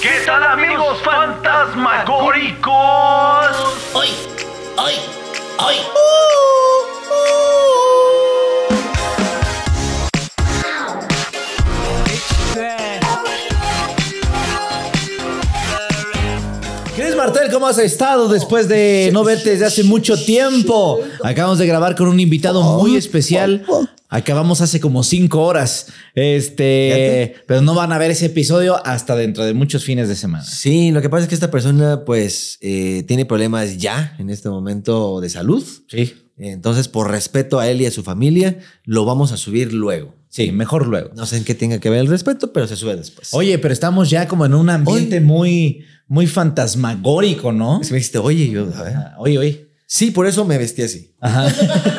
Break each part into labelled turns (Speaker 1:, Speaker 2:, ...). Speaker 1: ¿Qué tal amigos fantasmagóricos?
Speaker 2: ¡Hoy! ¡Hoy! ¡Hoy!
Speaker 3: Cris Martel, ¿cómo has estado después de no verte desde hace mucho tiempo? Acabamos de grabar con un invitado muy especial. Acabamos hace como cinco horas. Este, pero no van a ver ese episodio hasta dentro de muchos fines de semana.
Speaker 4: Sí, lo que pasa es que esta persona pues eh, tiene problemas ya en este momento de salud.
Speaker 3: Sí.
Speaker 4: Entonces, por respeto a él y a su familia, lo vamos a subir luego.
Speaker 3: Sí, mejor luego.
Speaker 4: No sé en qué tenga que ver el respeto, pero se sube después.
Speaker 3: Oye, pero estamos ya como en un ambiente muy, muy fantasmagórico, ¿no?
Speaker 4: Es que me dijiste, oye, y yo, a ver.
Speaker 3: Ah, Oye, oye.
Speaker 4: Sí, por eso me vestí así.
Speaker 3: Ajá.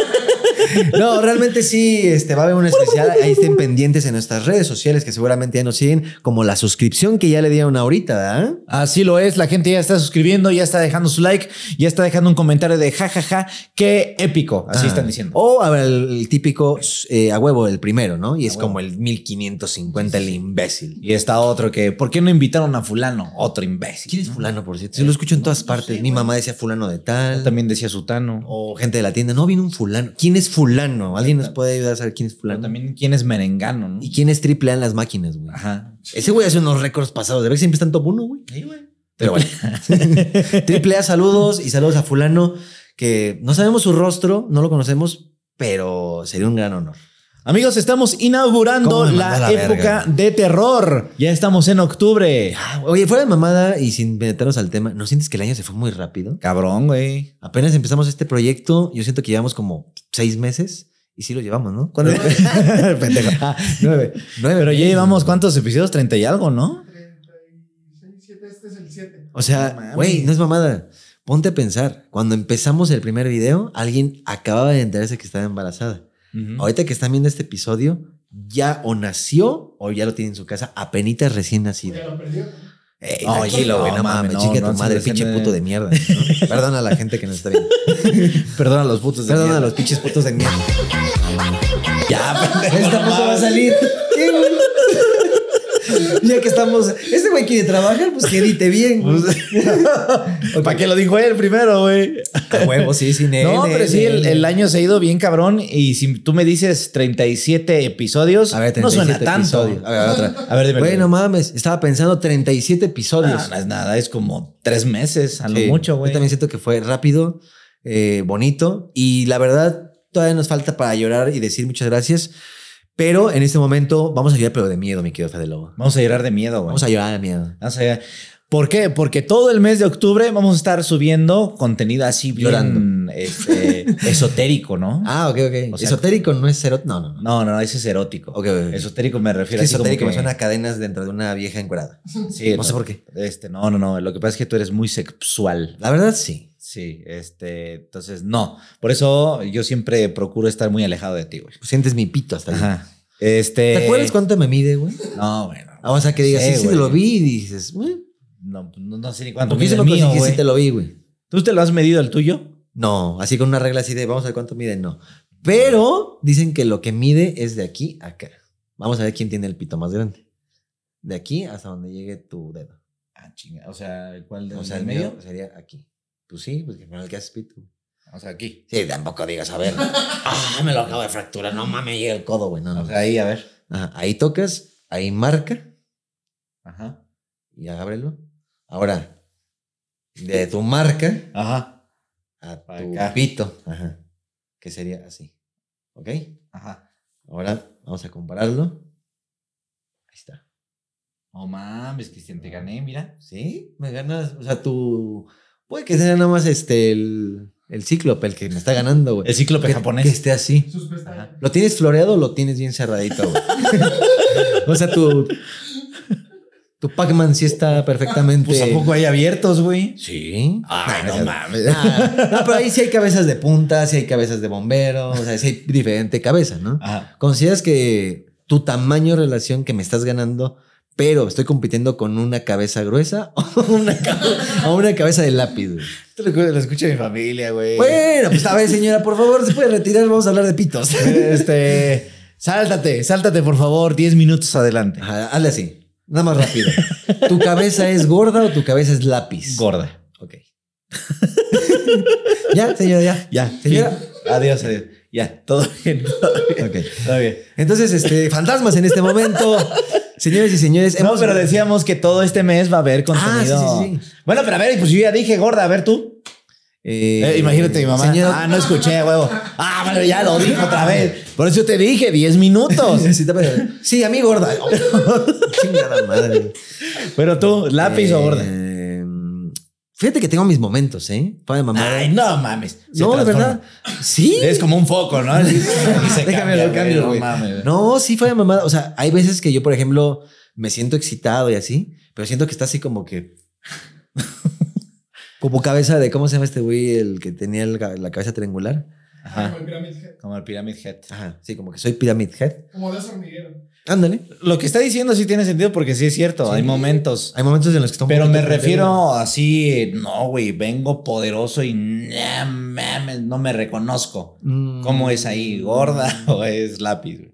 Speaker 4: No, realmente sí, este, va a haber un especial. Ahí estén pendientes en nuestras redes sociales que seguramente ya nos siguen, como la suscripción que ya le dieron ahorita, ¿verdad?
Speaker 3: Así lo es, la gente ya está suscribiendo, ya está dejando su like, ya está dejando un comentario de jajaja, qué épico. Así
Speaker 4: Ah.
Speaker 3: están diciendo.
Speaker 4: O a ver, el, el típico eh, a huevo, el primero, ¿no? Y es
Speaker 3: huevo.
Speaker 4: como el 1550, el imbécil.
Speaker 3: Y está otro que, ¿por qué no invitaron a fulano? Otro imbécil.
Speaker 4: ¿Quién es fulano, por cierto? Yo lo escucho en todas partes. Mi mamá decía fulano de tal.
Speaker 3: También decía Sutano.
Speaker 4: O gente de la tienda. No, vino un fulano. ¿Quién es fulano? ¿Alguien nos puede ayudar a saber quién es
Speaker 3: Pero
Speaker 4: fulano?
Speaker 3: también quién es merengano, ¿no?
Speaker 4: ¿Y quién es triple A en las máquinas, güey?
Speaker 3: Ajá.
Speaker 4: Ese güey hace unos récords pasados. De ver que siempre está en top uno, güey.
Speaker 3: Pero bueno.
Speaker 4: Triple A, saludos y saludos a fulano que no sabemos su rostro, no lo conocemos, pero sería un gran honor.
Speaker 3: Amigos, estamos inaugurando
Speaker 4: ¿Cómo me
Speaker 3: la,
Speaker 4: mandó a la
Speaker 3: época
Speaker 4: verga?
Speaker 3: de terror. Ya estamos en octubre.
Speaker 4: Ah, Oye, fuera de mamada y sin meternos al tema, ¿no sientes que el año se fue muy rápido?
Speaker 3: Cabrón, güey.
Speaker 4: Apenas empezamos este proyecto, yo siento que llevamos como seis meses y sí lo llevamos, ¿no? ¿Cuándo?
Speaker 3: Pendejo. Ah, nueve.
Speaker 4: Nueve.
Speaker 3: Pero ya llevamos cuántos episodios, treinta y algo, ¿no?
Speaker 5: 36, 7, este es el 7.
Speaker 4: O
Speaker 3: No
Speaker 4: sea,
Speaker 3: mames.
Speaker 4: güey, no es mamada. Ponte a pensar, cuando empezamos el primer video, alguien acababa de enterarse que estaba embarazada. Ahorita que están viendo este episodio, ya o nació o ya lo tiene en su casa, apenitas recién nacido.
Speaker 5: Ya lo perdió.
Speaker 4: Ey,
Speaker 3: No,
Speaker 4: tranquilo,
Speaker 3: no,
Speaker 4: güey, no,
Speaker 3: mames,
Speaker 4: mames,
Speaker 3: no,
Speaker 4: chica
Speaker 3: no,
Speaker 4: tu
Speaker 3: sí,
Speaker 4: madre,
Speaker 3: sí,
Speaker 4: pinche
Speaker 3: sí.
Speaker 4: puto de mierda. ¿no? Perdona a la gente que nos está viendo.
Speaker 3: Perdona a los putos de
Speaker 4: Perdona a
Speaker 3: mierda.
Speaker 4: los pinches putos de mierda.
Speaker 3: Ya, pendejo,
Speaker 4: Esta puta Este
Speaker 3: no
Speaker 4: va a
Speaker 3: mames.
Speaker 4: salir. ¿Qué, güey? Ya que estamos. Este güey quiere trabajar, pues que edite bien. güey.
Speaker 3: Pues, ¿Para qué lo dijo él primero, güey?
Speaker 4: A huevo, sí, sí, nene,
Speaker 3: No, pero sí, el,
Speaker 4: nene.
Speaker 3: el año se ha ido bien cabrón. Y si tú me dices 37 episodios,
Speaker 4: A ver,
Speaker 3: no suena
Speaker 4: 37
Speaker 3: tanto.
Speaker 4: episodios. A ver, otra.
Speaker 3: A ver, dime.
Speaker 4: Güey, no mames, estaba pensando 37 episodios.
Speaker 3: No, no es nada, es como tres meses, a lo
Speaker 4: Sí.
Speaker 3: Ah, mucho, güey.
Speaker 4: Yo también siento que fue rápido, eh, bonito y la verdad todavía nos falta para llorar y decir muchas gracias. Pero en este momento vamos a llorar, pero de miedo, mi querido Fede Lobo.
Speaker 3: Vamos a llorar de miedo, güey.
Speaker 4: Vamos a llorar de miedo.
Speaker 3: Vamos a llorar. ¿Por qué? Porque todo el mes de octubre vamos a estar subiendo contenido así bien
Speaker 4: Llorando.
Speaker 3: este, esotérico, ¿no?
Speaker 4: Ah, ok, ok.
Speaker 3: O sea-
Speaker 4: esotérico no es cero. No, no, no.
Speaker 3: No, no, ese es erótico.
Speaker 4: Ok, ok.
Speaker 3: Esotérico me
Speaker 4: Es
Speaker 3: refiero
Speaker 4: que
Speaker 3: así como
Speaker 4: esotérico me
Speaker 3: que-
Speaker 4: suena a cadenas dentro de una vieja encuerada.
Speaker 3: Sí,
Speaker 4: No sé por qué.
Speaker 3: Este, no, no, no. Lo que pasa es que tú eres muy sexual.
Speaker 4: La verdad, sí.
Speaker 3: Sí, este, entonces no. Por eso yo siempre procuro estar muy alejado de ti, güey.
Speaker 4: Pues Sientes mi pito hasta allá.
Speaker 3: Ajá. Este.
Speaker 4: ¿Te acuerdas cuánto me mide, güey?
Speaker 3: No, bueno.
Speaker 4: Ah, O sea, que digas,
Speaker 3: Sí,
Speaker 4: sí, sí,
Speaker 3: güey.
Speaker 4: te lo vi y dices, güey.
Speaker 3: No, no, no sé ni cuánto
Speaker 4: Porque
Speaker 3: mide
Speaker 4: yo
Speaker 3: el
Speaker 4: siempre
Speaker 3: mío,
Speaker 4: conseguí, sí
Speaker 3: güey.
Speaker 4: te lo vi, güey.
Speaker 3: ¿Tú te lo has medido el tuyo?
Speaker 4: No, así con una regla así de vamos a ver cuánto mide, no. Pero dicen que lo que mide es de aquí a acá. Vamos a ver quién tiene el pito más grande. De aquí hasta donde llegue tu dedo.
Speaker 3: Ah, chinga. O sea, ¿cuál
Speaker 4: O sea, el medio sería aquí. Pues sí, pues que al final que haces pito.
Speaker 3: O sea, aquí.
Speaker 4: Sí, tampoco digas, a ver. Ah, me lo acabo de fracturar. No mames, llega el codo, güey. No, no.
Speaker 3: O sea, ahí, a ver.
Speaker 4: Ajá, ahí tocas, ahí marca
Speaker 3: Ajá.
Speaker 4: y ábrelo. Ahora, de tu marca
Speaker 3: Ajá.
Speaker 4: a
Speaker 3: Para
Speaker 4: tu
Speaker 3: acá.
Speaker 4: pito. Ajá. Que sería así. ¿Ok?
Speaker 3: Ajá.
Speaker 4: Ahora vamos a compararlo. Ahí está.
Speaker 3: No mames, Cristian, te gané, mira.
Speaker 4: ¿Sí? Me ganas, o sea, tú... Puede que sea nada más este, el, el cíclope, el que me está ganando, güey.
Speaker 3: El cíclope
Speaker 4: Que-
Speaker 3: japonés.
Speaker 4: Que esté así.
Speaker 5: Sus pestañas.
Speaker 4: ¿Lo tienes floreado o lo tienes bien cerradito, güey? o sea, tu... Tu Pac-Man sí está perfectamente...
Speaker 3: Pues tampoco hay abiertos, güey.
Speaker 4: Sí. Nah,
Speaker 3: Ay, no
Speaker 4: o sea,
Speaker 3: mames.
Speaker 4: nah. No, pero ahí sí hay cabezas de punta, sí hay cabezas de bombero, o sea, sí hay diferente cabeza, ¿no?
Speaker 3: Ajá.
Speaker 4: ¿Consideras que tu tamaño relación que me estás ganando, pero estoy compitiendo con una cabeza gruesa o una, ca- o una cabeza de lápiz? güey?
Speaker 3: Esto lo, lo escucha mi familia, güey.
Speaker 4: Bueno, pues a ver, señora, por favor, se puede retirar, vamos a hablar de pitos.
Speaker 3: Este. Sáltate, sáltate, por favor, 10 minutos adelante.
Speaker 4: Ajá, hazle así. Nada más rápido. ¿Tu cabeza es gorda o tu cabeza es lápiz?
Speaker 3: Gorda.
Speaker 4: Ok. ya, señora, ya.
Speaker 3: Ya.
Speaker 4: Señora.
Speaker 3: fin. Adiós, adiós. Ya, todo bien. Todo bien.
Speaker 4: Ok.
Speaker 3: Todo bien.
Speaker 4: Entonces, este, fantasmas en este momento. Señores y señores,
Speaker 3: No,
Speaker 4: hemos- eh,
Speaker 3: pero decíamos que todo este mes va a haber contenido.
Speaker 4: Ah, sí, sí, sí.
Speaker 3: Bueno, pero a ver, pues yo ya dije gorda, a ver tú.
Speaker 4: Eh,
Speaker 3: Eh, imagínate mi mamá.
Speaker 4: Señora,
Speaker 3: Ah, no escuché, huevo. Ah, bueno, ya lo dije otra vez. Por eso te dije 10 minutos.
Speaker 4: Sí, está padre. Sí, a mí gorda. Chingada madre.
Speaker 3: pero tú, lápiz o
Speaker 4: Eh,
Speaker 3: gorda.
Speaker 4: Fíjate que tengo mis momentos, ¿eh? Para de mamar.
Speaker 3: Ay, no mames. Se
Speaker 4: no, de
Speaker 3: transforma.
Speaker 4: verdad. Sí.
Speaker 3: Es como un foco, ¿no? Y se
Speaker 4: Déjame
Speaker 3: cambia,
Speaker 4: lo cambio,
Speaker 3: No
Speaker 4: güey.
Speaker 3: mames. güey.
Speaker 4: No, sí fue de mamada. O sea, hay veces que yo, por ejemplo, me siento excitado y así, pero siento que está así como que. como cabeza de. ¿Cómo se llama este güey? El que tenía el ga- la cabeza triangular.
Speaker 3: Ajá.
Speaker 1: Como el Pyramid Head,
Speaker 3: Como el Pyramid Head.
Speaker 4: Ajá. Sí, como que soy Pyramid Head.
Speaker 1: Como de esos hormigueros.
Speaker 4: Ándale.
Speaker 3: Lo que está diciendo sí tiene sentido porque sí es cierto. Hay momentos.
Speaker 4: Hay momentos en los que estamos.
Speaker 3: Pero me refiero así, no, güey, vengo poderoso y nah, mames, no me reconozco. ¿Cómo es ahí? ¿Gorda o es lápiz? güey?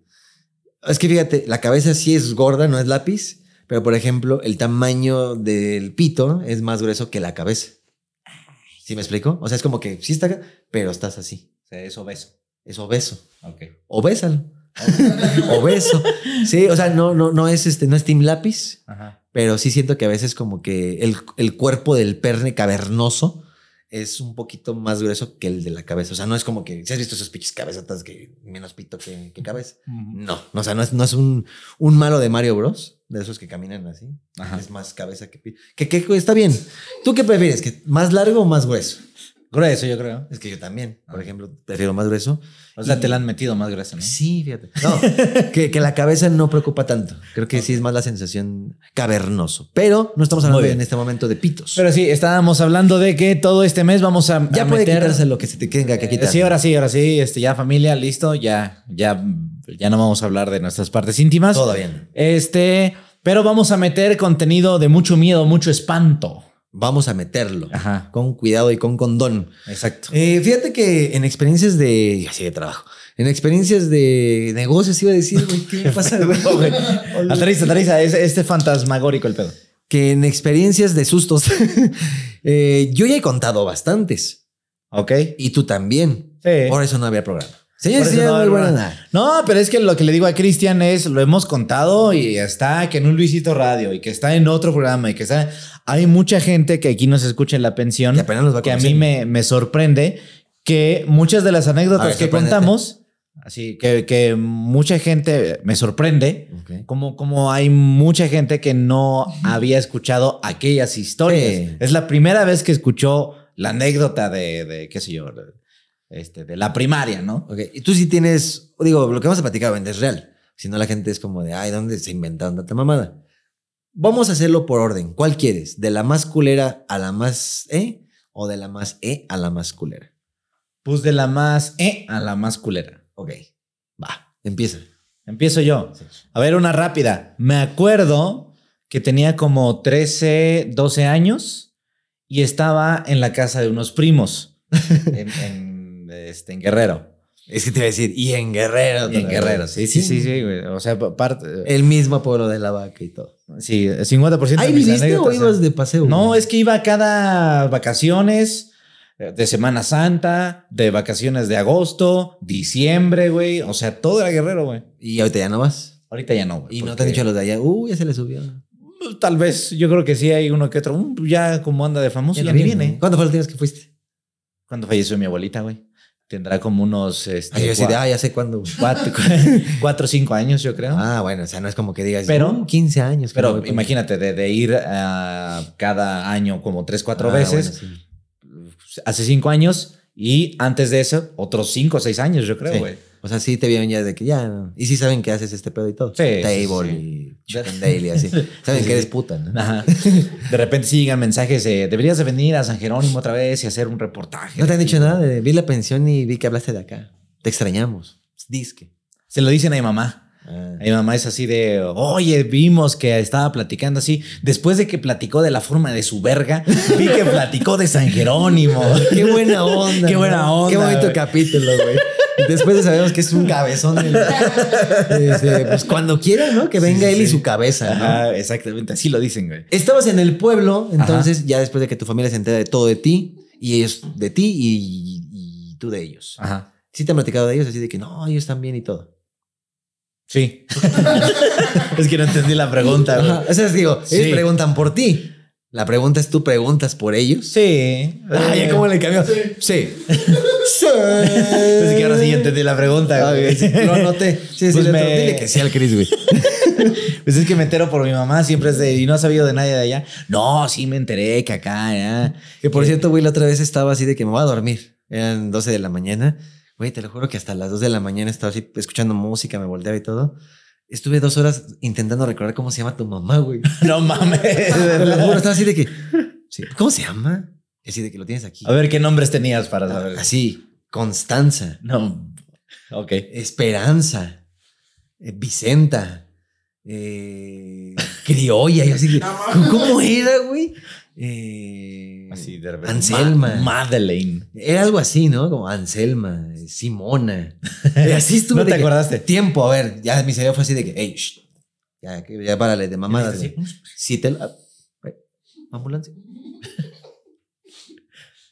Speaker 4: Es que fíjate, la cabeza sí es gorda, no es lápiz, pero por ejemplo, el tamaño del pito es más grueso que la cabeza. ¿Sí me explico? O sea, es como que sí está acá, pero estás así.
Speaker 3: O sea, es obeso.
Speaker 4: Es obeso.
Speaker 3: Ok.
Speaker 4: Obésalo. Obeso. Sí, o sea, no, no, no es este, no es Team Lápiz,
Speaker 3: Ajá.
Speaker 4: pero sí siento que a veces como que el, el cuerpo del perne cavernoso es un poquito más grueso que el de la cabeza. O sea, no es como que si has visto esos pinches cabezotas que menos pito que, que cabeza. No, o sea, no es, no es un, un malo de Mario Bros. De esos que caminan así.
Speaker 3: Ajá.
Speaker 4: Es más cabeza que pito. Que, que está bien. ¿Tú qué prefieres? ¿Que ¿Más largo o más grueso?
Speaker 3: Grueso, yo creo.
Speaker 4: Es que yo también, por
Speaker 3: Ah. ¿eh?
Speaker 4: ejemplo, prefiero más grueso.
Speaker 3: O sea, te la han metido más gruesa, ¿no?
Speaker 4: Sí, fíjate. No, que, que la cabeza no preocupa tanto. Creo que sí es más la sensación cavernoso. Pero no estamos hablando
Speaker 3: Muy bien.
Speaker 4: en este momento de pitos.
Speaker 3: Pero sí, estábamos hablando de que todo este mes vamos a,
Speaker 4: ya
Speaker 3: a
Speaker 4: puede
Speaker 3: meter-
Speaker 4: quitarse lo que se te tenga que
Speaker 3: Eh,
Speaker 4: quitar.
Speaker 3: Sí, ahora sí, ahora sí. Este, ya familia, listo. Ya, ya, ya no vamos a hablar de nuestras partes íntimas.
Speaker 4: Todo bien.
Speaker 3: Este, pero vamos a meter contenido de mucho miedo, mucho espanto.
Speaker 4: Vamos a meterlo.
Speaker 3: Ajá.
Speaker 4: Con cuidado y con condón.
Speaker 3: Exacto.
Speaker 4: Eh, fíjate que en experiencias de. Así de trabajo. En experiencias de negocios iba a decir, güey, ¿qué me pasa, güey?
Speaker 3: Aterriza, aterriza. Es, este fantasmagórico el pedo.
Speaker 4: Que en experiencias de sustos. eh, yo ya he contado bastantes.
Speaker 3: Ok.
Speaker 4: Y tú también.
Speaker 3: Sí.
Speaker 4: Por eso no había programa.
Speaker 3: Por
Speaker 4: Señores,
Speaker 3: eso
Speaker 4: y señores,
Speaker 3: no,
Speaker 4: muy
Speaker 3: no,
Speaker 4: buena
Speaker 3: no.
Speaker 4: nada.
Speaker 3: No, pero es que lo que le digo a Cristian es, lo hemos contado y está que en un Luisito Radio y que está en otro programa y que está... Hay mucha gente que aquí nos escucha en la pensión
Speaker 4: Que apenas nos va
Speaker 3: que a mí me, me sorprende que muchas de las
Speaker 4: A
Speaker 3: anécdotas
Speaker 4: ver,
Speaker 3: que
Speaker 4: sorpréndete.
Speaker 3: contamos, así que, que mucha gente me sorprende,
Speaker 4: conocen. Ok.
Speaker 3: como, como hay mucha gente que no había escuchado aquellas historias.
Speaker 4: Sí.
Speaker 3: Es la primera vez que escuchó la anécdota de, de, qué sé yo, de- este, de la primaria, ¿no?
Speaker 4: Ok, Y tú sí tienes, digo, lo que vamos a platicar obviamente es real. Si no, la gente es como de, ay, ¿dónde se inventaron tanta mamada? Vamos a hacerlo por orden. ¿Cuál quieres? ¿De la más culera a la más E o de la más E a la más culera?
Speaker 3: Pues de la más eh, a la más culera.
Speaker 4: Ok, va, empieza.
Speaker 3: Empiezo yo.
Speaker 4: Sí.
Speaker 3: A ver, una rápida. Me acuerdo que tenía como 13, 12 años y estaba en la casa de unos primos en, en, este, en Guerrero.
Speaker 4: Es que te iba a decir, y en Ah, Guerrero.
Speaker 3: Y en Guerrero, sí, sí, sí, sí, güey. O sea, pa- parte. eh,
Speaker 4: El mismo pueblo de la vaca y todo.
Speaker 3: Sí, 50% de
Speaker 4: Eh, ¿Ahí
Speaker 3: mis
Speaker 4: viviste o
Speaker 3: anécdotas
Speaker 4: ibas
Speaker 3: eran-
Speaker 4: de paseo?
Speaker 3: No,
Speaker 4: güey?
Speaker 3: es que iba cada vacaciones eh, de Semana Santa, de vacaciones de agosto, diciembre, güey. O sea, todo era Guerrero, güey.
Speaker 4: Y ahorita ya no vas.
Speaker 3: Ahorita ya no, güey.
Speaker 4: Y no te
Speaker 3: porque- pues,
Speaker 4: han dicho los de allá, uy, ya se le subió.
Speaker 3: Tal vez, yo creo que sí hay uno que otro. "Mm, Ya como anda de famoso, ya,
Speaker 4: no
Speaker 3: ni viene.
Speaker 4: ¿Cuándo fue la última vez que fuiste?
Speaker 3: Cuando falleció mi abuelita, güey. Tendrá como unos este,
Speaker 4: Ay, yo así de,
Speaker 3: cua-
Speaker 4: ah, ya sé cuándo. güey".
Speaker 3: cuatro, cuatro o cinco años, yo creo.
Speaker 4: Ah, bueno, o sea, no es como que digas,
Speaker 3: Pero-
Speaker 4: pero 15 años. que no pues.
Speaker 3: Pero
Speaker 4: voy con-
Speaker 3: imagínate, de, de ir ah, cada año como tres, cuatro
Speaker 4: Ah,
Speaker 3: veces, pues,
Speaker 4: bueno, sí.
Speaker 3: hace cinco años y antes de eso, otros cinco o seis años, yo creo,
Speaker 4: Sí.
Speaker 3: güey.
Speaker 4: O sea, sí te vieron ya de que ya. ¿no? Y sí saben que haces este pedo y todo.
Speaker 3: Sí, sí,
Speaker 4: Table y chicken daily, así. Saben que eres puta, ¿no?
Speaker 3: Ajá. De repente sí llegan mensajes de deberías de venir a San Jerónimo otra vez y hacer un reportaje.
Speaker 4: No te han dicho nada. de, vi la pensión y vi que hablaste de acá. Te extrañamos. Disque.
Speaker 3: Se lo dicen a mi mamá.
Speaker 4: Ah.
Speaker 3: Mi mamá es así de, oye, vimos que estaba platicando así. Después de que platicó de la forma de su verga, vi que platicó de San Jerónimo.
Speaker 4: Qué buena onda.
Speaker 3: Qué buena
Speaker 4: ¿no? Qué
Speaker 3: onda,
Speaker 4: bonito
Speaker 3: güey.
Speaker 4: capítulo, güey. Después de sabemos que es un cabezón. el- este, pues cuando quiera, ¿no? Que venga
Speaker 3: Sí, sí,
Speaker 4: él y
Speaker 3: sí.
Speaker 4: su cabeza, ¿no?
Speaker 3: Ajá, exactamente, así lo dicen, güey.
Speaker 4: Estabas en el pueblo, entonces ya después de que tu familia se entera de todo de ti, y ellos de ti y, y tú de ellos.
Speaker 3: Ajá.
Speaker 4: Sí te han platicado de ellos, así de que no, ellos están bien y todo.
Speaker 3: Sí. es que no entendí la pregunta, güey.
Speaker 4: Ajá. O sea, es, digo, ellos
Speaker 3: Sí.
Speaker 4: preguntan por ti. La pregunta es, ¿tú preguntas por ellos?
Speaker 3: Sí.
Speaker 4: Ah, ya cómo le cambió. Sí. Sí.
Speaker 3: Pues es que ahora sí ya entendí la pregunta,
Speaker 4: Ah,
Speaker 3: güey.
Speaker 4: sí, Lo noté. Sí, sí,
Speaker 3: Pues
Speaker 4: le-
Speaker 3: me-
Speaker 4: Dile que sí al Chris, güey.
Speaker 3: Pues es que me entero por mi mamá, siempre es de, y no ha sabido de nadie de allá. No, sí me enteré que acá, ¿eh? ya.
Speaker 4: Que por cierto, güey, la otra vez estaba así de que me voy a dormir. Eran 12 de la mañana. Güey, te lo juro que hasta las 2 de la mañana estaba así escuchando música, me volteaba y todo. Estuve dos horas intentando recordar cómo se llama tu mamá, güey.
Speaker 3: No mames.
Speaker 4: Te lo juro, estaba así de que. sí, ¿Cómo se llama? Y Así de que lo tienes aquí.
Speaker 3: A ver qué nombres tenías para saber.
Speaker 4: Ah, Así, Constanza,
Speaker 3: No. Ok.
Speaker 4: Esperanza, eh, Vicenta, eh, Criolla. Y así, que, ¿cómo era, güey? Eh,
Speaker 3: Así de repente.
Speaker 4: Anselma.
Speaker 3: Ma- Madeleine.
Speaker 4: Era algo así, ¿no? Como Anselma, eh, Simona. Y así estuve.
Speaker 3: ¿No
Speaker 4: de
Speaker 3: te
Speaker 4: que,
Speaker 3: acordaste?
Speaker 4: Tiempo, a ver. Ya mi cerebro fue así de que, hey, shh, ya, que- ya párale de mamadas.
Speaker 3: Sí.
Speaker 4: güey. Si te la- eh, Ambulancia.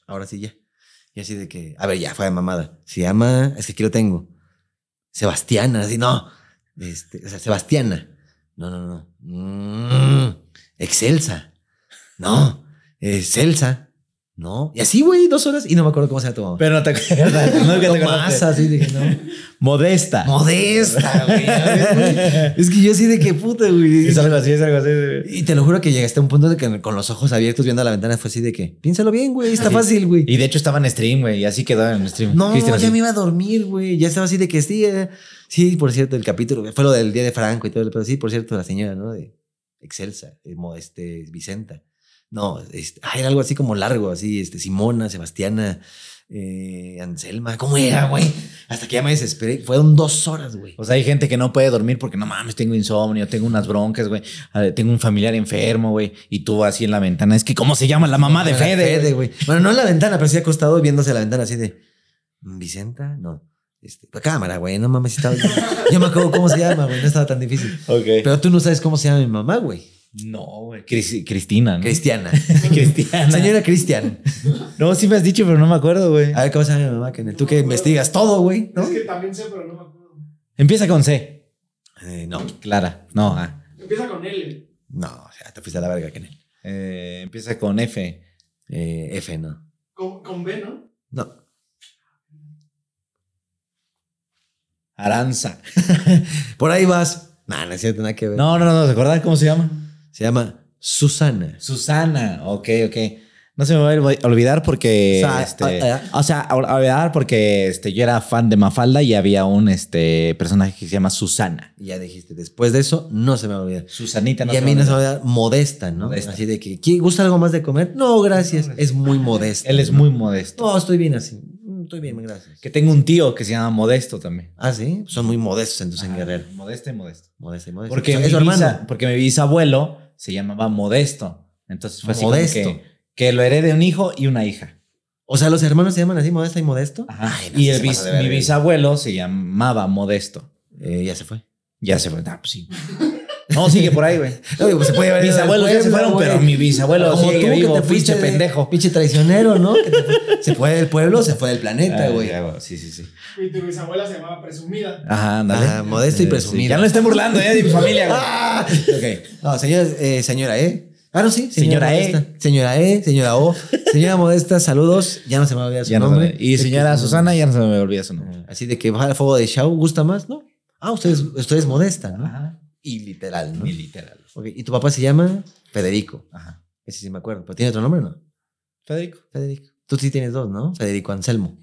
Speaker 4: Ahora sí, ya. Y así de que, a ver, ya, fue de mamada. Se llama, es que aquí lo tengo. Sebastiana, así, no. Este, o sea, Sebastiana. No, no, no. Mm, excelsa. No. Excelsa. No. Y así, güey, dos horas y no me acuerdo cómo se llama tu mamá.
Speaker 3: Pero no te acuerdas. Nunca te
Speaker 4: No más,
Speaker 3: acordaste.
Speaker 4: así de que no.
Speaker 3: Modesta.
Speaker 4: Modesta, güey. ¿sabes, güey? Es que yo así de que puta, güey.
Speaker 3: Es algo así, es algo así. güey.
Speaker 4: Y te lo juro que llegaste a un punto de que con los ojos abiertos viendo a la ventana fue así de que, piénsalo bien, güey, está fácil, güey.
Speaker 3: Y de hecho estaba en stream, güey. Y así quedó en stream.
Speaker 4: No,
Speaker 3: Cristian así.
Speaker 4: ya me iba a dormir, güey. Ya estaba así de que sí, eh. sí, por cierto, el capítulo fue lo del día de Franco y todo, pero sí, por cierto, la señora, ¿no? De Excelsa, de Mo- este, Vicenta. No, este, ah, era algo así como largo, así, este, Simona, Sebastiana, eh, Anselma, ¿cómo era, güey? Hasta que ya me desesperé. Fueron dos horas, güey.
Speaker 3: O sea, hay gente que no puede dormir porque no mames, tengo insomnio, tengo unas broncas, güey. A ver, Tengo un familiar enfermo, güey. Y tú así en la ventana. Es que, ¿cómo se llama la mamá de
Speaker 4: La
Speaker 3: Fede? güey?
Speaker 4: güey. Bueno, no en la ventana, pero sí acostado viéndose a la ventana así de "Mm, Vicenta, no. Este, la cámara, güey, no mames, estaba. Yo me acuerdo cómo se llama, güey, no estaba tan difícil.
Speaker 3: Ok.
Speaker 4: Pero tú no sabes cómo se llama mi mamá, güey.
Speaker 3: No, güey. Cris- Cristina, ¿no?
Speaker 4: Cristiana.
Speaker 3: Cristiana.
Speaker 4: Señora Cristian.
Speaker 3: No, sí me has dicho, pero no me acuerdo, güey.
Speaker 4: A ver cómo se llama mi mamá, que tú que investigas todo, güey, ¿no?
Speaker 6: Es que también sé, pero no me acuerdo.
Speaker 3: Empieza con C.
Speaker 4: Eh, no,
Speaker 3: Clara. No, ah.
Speaker 6: Empieza con L.
Speaker 4: no, o sea, te fuiste a la verga, Kenneth.
Speaker 3: Eh, empieza con F.
Speaker 4: Eh, F, no.
Speaker 6: Con, con B, ¿no?
Speaker 4: No.
Speaker 3: Aranza.
Speaker 4: Por ahí vas. No, no es cierto, nada que ver.
Speaker 3: No, no, no. ¿Te acordás cómo se llama?
Speaker 4: Se llama Susana.
Speaker 3: Susana. Ok, ok. No se me va a ir- olvidar porque.
Speaker 4: O sea,
Speaker 3: este,
Speaker 4: a-
Speaker 3: o sea, ol- olvidar porque este, yo era fan de Mafalda y había un este, personaje que se llama Susana.
Speaker 4: Y ya dijiste, después de eso, no se me va a olvidar.
Speaker 3: Susanita, no
Speaker 4: y a
Speaker 3: se
Speaker 4: mí
Speaker 3: me
Speaker 4: no se
Speaker 3: olvida.
Speaker 4: me va a dar modesta, ¿no?
Speaker 3: Modesta.
Speaker 4: Así de que, ¿quién gusta algo más de comer? No, gracias. Es muy modesta.
Speaker 3: Él es muy modesto.
Speaker 4: No, estoy bien así. Mm, Estoy bien, gracias.
Speaker 3: Que tengo un tío que se llama Modesto también. Pues
Speaker 4: Ah, sí. Son muy modestos entonces en Guerrero.
Speaker 3: Modesto y modesto.
Speaker 4: Modesta y modesta.
Speaker 3: Ah. Porque,
Speaker 4: O sea,
Speaker 3: mi
Speaker 4: Pues, es su
Speaker 3: bisa-
Speaker 4: hermano.
Speaker 3: porque mi bisabuelo se llamaba Modesto. Entonces fue así como
Speaker 4: Modesto.
Speaker 3: que, que lo herede un hijo y una hija.
Speaker 4: O sea, los hermanos se llaman así, modesta y modesto.
Speaker 3: Ajá.
Speaker 4: Ay, no,
Speaker 3: y
Speaker 4: sí
Speaker 3: el
Speaker 4: se
Speaker 3: bis-
Speaker 4: pasa de verga.
Speaker 3: mi bisabuelo se llamaba Modesto.
Speaker 4: Eh, ya se fue.
Speaker 3: Ya se fue. Ah, pues sí. No, sigue por ahí, güey.
Speaker 4: No, digo, pues, se puede haber ido
Speaker 3: Bisabuelos ya se
Speaker 4: del pueblo,
Speaker 3: fueron,
Speaker 4: güey.
Speaker 3: pero mi bisabuelo
Speaker 4: Como
Speaker 3: sigue
Speaker 4: tú
Speaker 3: vivo,
Speaker 4: que te fuiste
Speaker 3: pinche
Speaker 4: de-
Speaker 3: pendejo.
Speaker 4: Pinche traicionero, ¿no? Que te fue- se fue del pueblo, se fue del planeta,
Speaker 3: Ah,
Speaker 4: güey.
Speaker 3: ya, güey. Sí, sí, sí.
Speaker 6: Y tu bisabuela se llamaba Presumida.
Speaker 3: Ajá, ándale.
Speaker 4: Ah, modesto y
Speaker 3: Eh,
Speaker 4: presumido.
Speaker 3: sí. Ya no estén burlando, ¿eh? De mi familia, güey.
Speaker 4: Ah, ok. No, señora, eh, señora E. Ah, no, sí.
Speaker 3: Señora E.
Speaker 4: Modesta. Señora E, señora O. Señora Modesta, saludos. Ya no se me olvida su
Speaker 3: Ya no
Speaker 4: nombre.
Speaker 3: se me- y
Speaker 4: Sé que
Speaker 3: señora
Speaker 4: es-
Speaker 3: Susana, ya no se me olvida su nombre.
Speaker 4: Así de que baja el fuego de Shao, ¿gusta más? ¿No? Ah, usted es, usted es modesta, ¿no?
Speaker 3: Ajá.
Speaker 4: Y literal, ¿no?
Speaker 3: Y literal.
Speaker 4: Ok, Y tu papá se llama Federico.
Speaker 3: Ajá.
Speaker 4: Ese sí me acuerdo. ¿Pero tiene otro nombre o no?
Speaker 3: Federico.
Speaker 4: Federico. Tú sí tienes dos, ¿no? Federico Anselmo.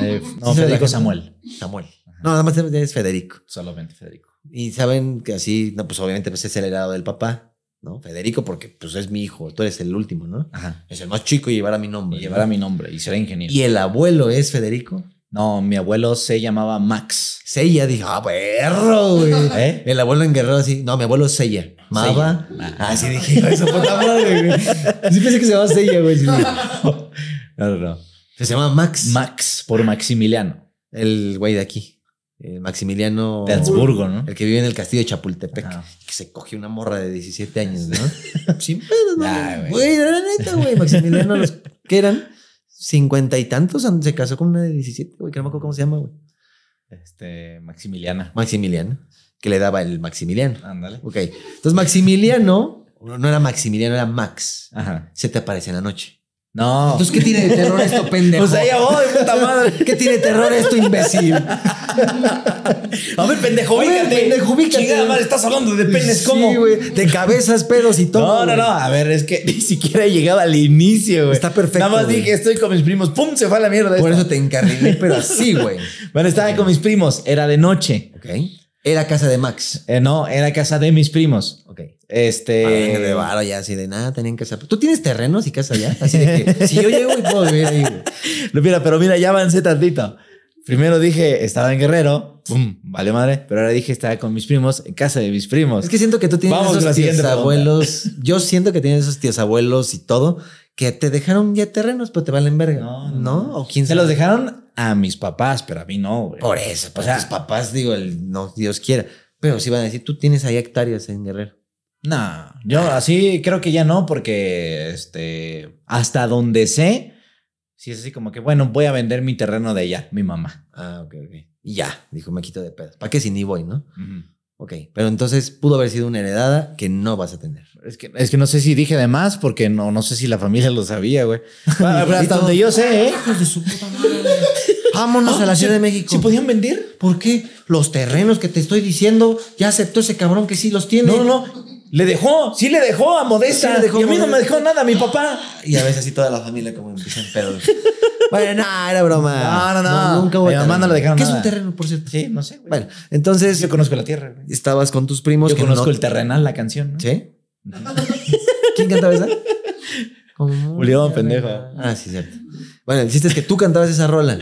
Speaker 3: Eh,
Speaker 4: Sí,
Speaker 3: no,
Speaker 4: se
Speaker 3: Federico
Speaker 4: la-
Speaker 3: Samuel.
Speaker 4: Samuel. No, nada más es Federico.
Speaker 3: Solamente Federico.
Speaker 4: Y saben que así, no, pues obviamente pues, es el heredado del papá, ¿no? Federico, porque pues es mi hijo, tú eres el último, ¿no?
Speaker 3: Ajá.
Speaker 4: Es el más chico y llevará mi nombre.
Speaker 3: Y llevará
Speaker 4: ¿no?
Speaker 3: mi nombre y será ingeniero.
Speaker 4: Y el abuelo es Federico.
Speaker 3: No, mi abuelo se llamaba Max.
Speaker 4: Sella, dije, ah, perro, güey.
Speaker 3: ¿Eh?
Speaker 4: El abuelo en Guerrero así. No, mi abuelo es Sella. Maba. Así dije, hijo de su puta madre, güey. Sí pensé que se llamaba Sella, güey. Sí, sí.
Speaker 3: No, no, no.
Speaker 4: Se llama Max.
Speaker 3: Max por Maximiliano.
Speaker 4: el güey de aquí, el Maximiliano,
Speaker 3: De Habsburgo, ¿no? Ah,
Speaker 4: el que vive en el castillo de Chapultepec,
Speaker 3: Ajá.
Speaker 4: que se cogió una morra de 17 años, ¿no? Sin pedo, ¿no?
Speaker 3: Ay, güey.
Speaker 4: Güey, la neta, güey, Maximiliano, los que eran cincuenta y tantos, se casó con una de 17, güey, que no me acuerdo cómo se llama, güey.
Speaker 3: Este, Maximiliana.
Speaker 4: Maximiliano, que le daba el Maximiliano.
Speaker 3: Ándale.
Speaker 4: Ok, entonces Maximiliano, no era Maximiliano, era Max,
Speaker 3: Ajá.
Speaker 4: se te aparece en la noche.
Speaker 3: No.
Speaker 4: Entonces, ¿qué tiene de terror esto, pendejo?
Speaker 3: pues allá voy, puta madre.
Speaker 4: ¿Qué tiene terror esto, imbécil?
Speaker 3: A ver, pendejo,
Speaker 4: A ver,
Speaker 3: ubícate.
Speaker 4: pendejo, ubícate.
Speaker 3: Chingada madre, estás hablando de penes,
Speaker 4: Sí,
Speaker 3: ¿cómo?
Speaker 4: güey, de cabezas, pedos y todo.
Speaker 3: No, no,
Speaker 4: güey.
Speaker 3: no. A ver, es que ni siquiera he llegado al inicio, güey.
Speaker 4: Está perfecto,
Speaker 3: Nada más
Speaker 4: güey.
Speaker 3: dije, estoy con mis primos. ¡Pum! Se fue a la mierda.
Speaker 4: Por
Speaker 3: esto.
Speaker 4: eso te encarrilé, pero así, güey.
Speaker 3: Bueno, estaba con mis primos. Era de noche.
Speaker 4: Ok. Era casa de Max.
Speaker 3: Eh, no, era casa de mis primos.
Speaker 4: Ok. Ah,
Speaker 3: Este.
Speaker 4: Alguien de varo ya, así de nada, tenían casa. ¿Tú tienes terrenos y casa allá? Así de que si yo llego y puedo vivir ahí, güey.
Speaker 3: No, mira, pero mira, ya avancé tantito. Primero dije, estaba en Guerrero. ¡Pum! Vale madre. Pero ahora dije, estaba con mis primos, en casa de mis primos.
Speaker 4: Es que siento que tú tienes
Speaker 3: Vamos con la
Speaker 4: esos
Speaker 3: siguiente
Speaker 4: tíos abuelos. Yo siento que tienes esos tíos abuelos y todo que te dejaron ya terrenos, pero te valen verga.
Speaker 3: No,
Speaker 4: No,
Speaker 3: no,
Speaker 4: O quién
Speaker 3: Se
Speaker 4: sabe?
Speaker 3: los dejaron a mis papás, pero a mí no, güey.
Speaker 4: Por eso, pues
Speaker 3: O sea-
Speaker 4: tus papás, digo, el- no, Dios quiera. Pero si van a decir, tú tienes ahí hectáreas en Guerrero.
Speaker 3: No, yo así creo que ya no, porque este, hasta donde sé, sí es así como que, bueno, voy a vender mi terreno de allá, mi mamá.
Speaker 4: Ah, ok, ok. Y ya, dijo, me quito de pedas. ¿Para qué si ni voy, no?
Speaker 3: Ujú.
Speaker 4: Ok, pero entonces pudo haber sido una heredada que no vas a tener.
Speaker 3: Es que, es que no sé si dije de más, porque no, no sé si la familia lo sabía, güey. Ah, pero hasta
Speaker 4: Hijito.
Speaker 3: donde yo sé, ¿eh?
Speaker 4: Hijos de su puta madre. Vámonos a la Ciudad de México.
Speaker 3: Ah, ¿Sí podían vender?
Speaker 4: ¿Por qué? Los terrenos que te estoy diciendo, ya aceptó ese cabrón que sí los tiene.
Speaker 3: No, no, no. Le dejó, sí le dejó a Modesta.
Speaker 4: Sí le dejó
Speaker 3: y a mí no
Speaker 4: Modesta.
Speaker 3: me dejó nada, mi papá.
Speaker 4: Y a veces así toda la familia como empieza en pedo. bueno, no, Ah, era broma.
Speaker 3: No, no, no.
Speaker 4: nunca hubo
Speaker 3: A mi mamá
Speaker 4: terreno.
Speaker 3: no le dejaron
Speaker 4: ¿Qué
Speaker 3: nada.
Speaker 4: es un terreno, por cierto?
Speaker 3: Sí, no sé, güey.
Speaker 4: Bueno, entonces
Speaker 3: pues yo conozco la tierra, güey.
Speaker 4: estabas con tus primos.
Speaker 3: Yo
Speaker 4: que
Speaker 3: conozco
Speaker 4: no-
Speaker 3: el terrenal, la canción, ¿no?
Speaker 4: ¿Sí? ¿Quién cantaba esa? Como-
Speaker 3: Julián, pendejo.
Speaker 4: Ah, sí, cierto. Bueno, el chiste es que tú cantabas esa rola.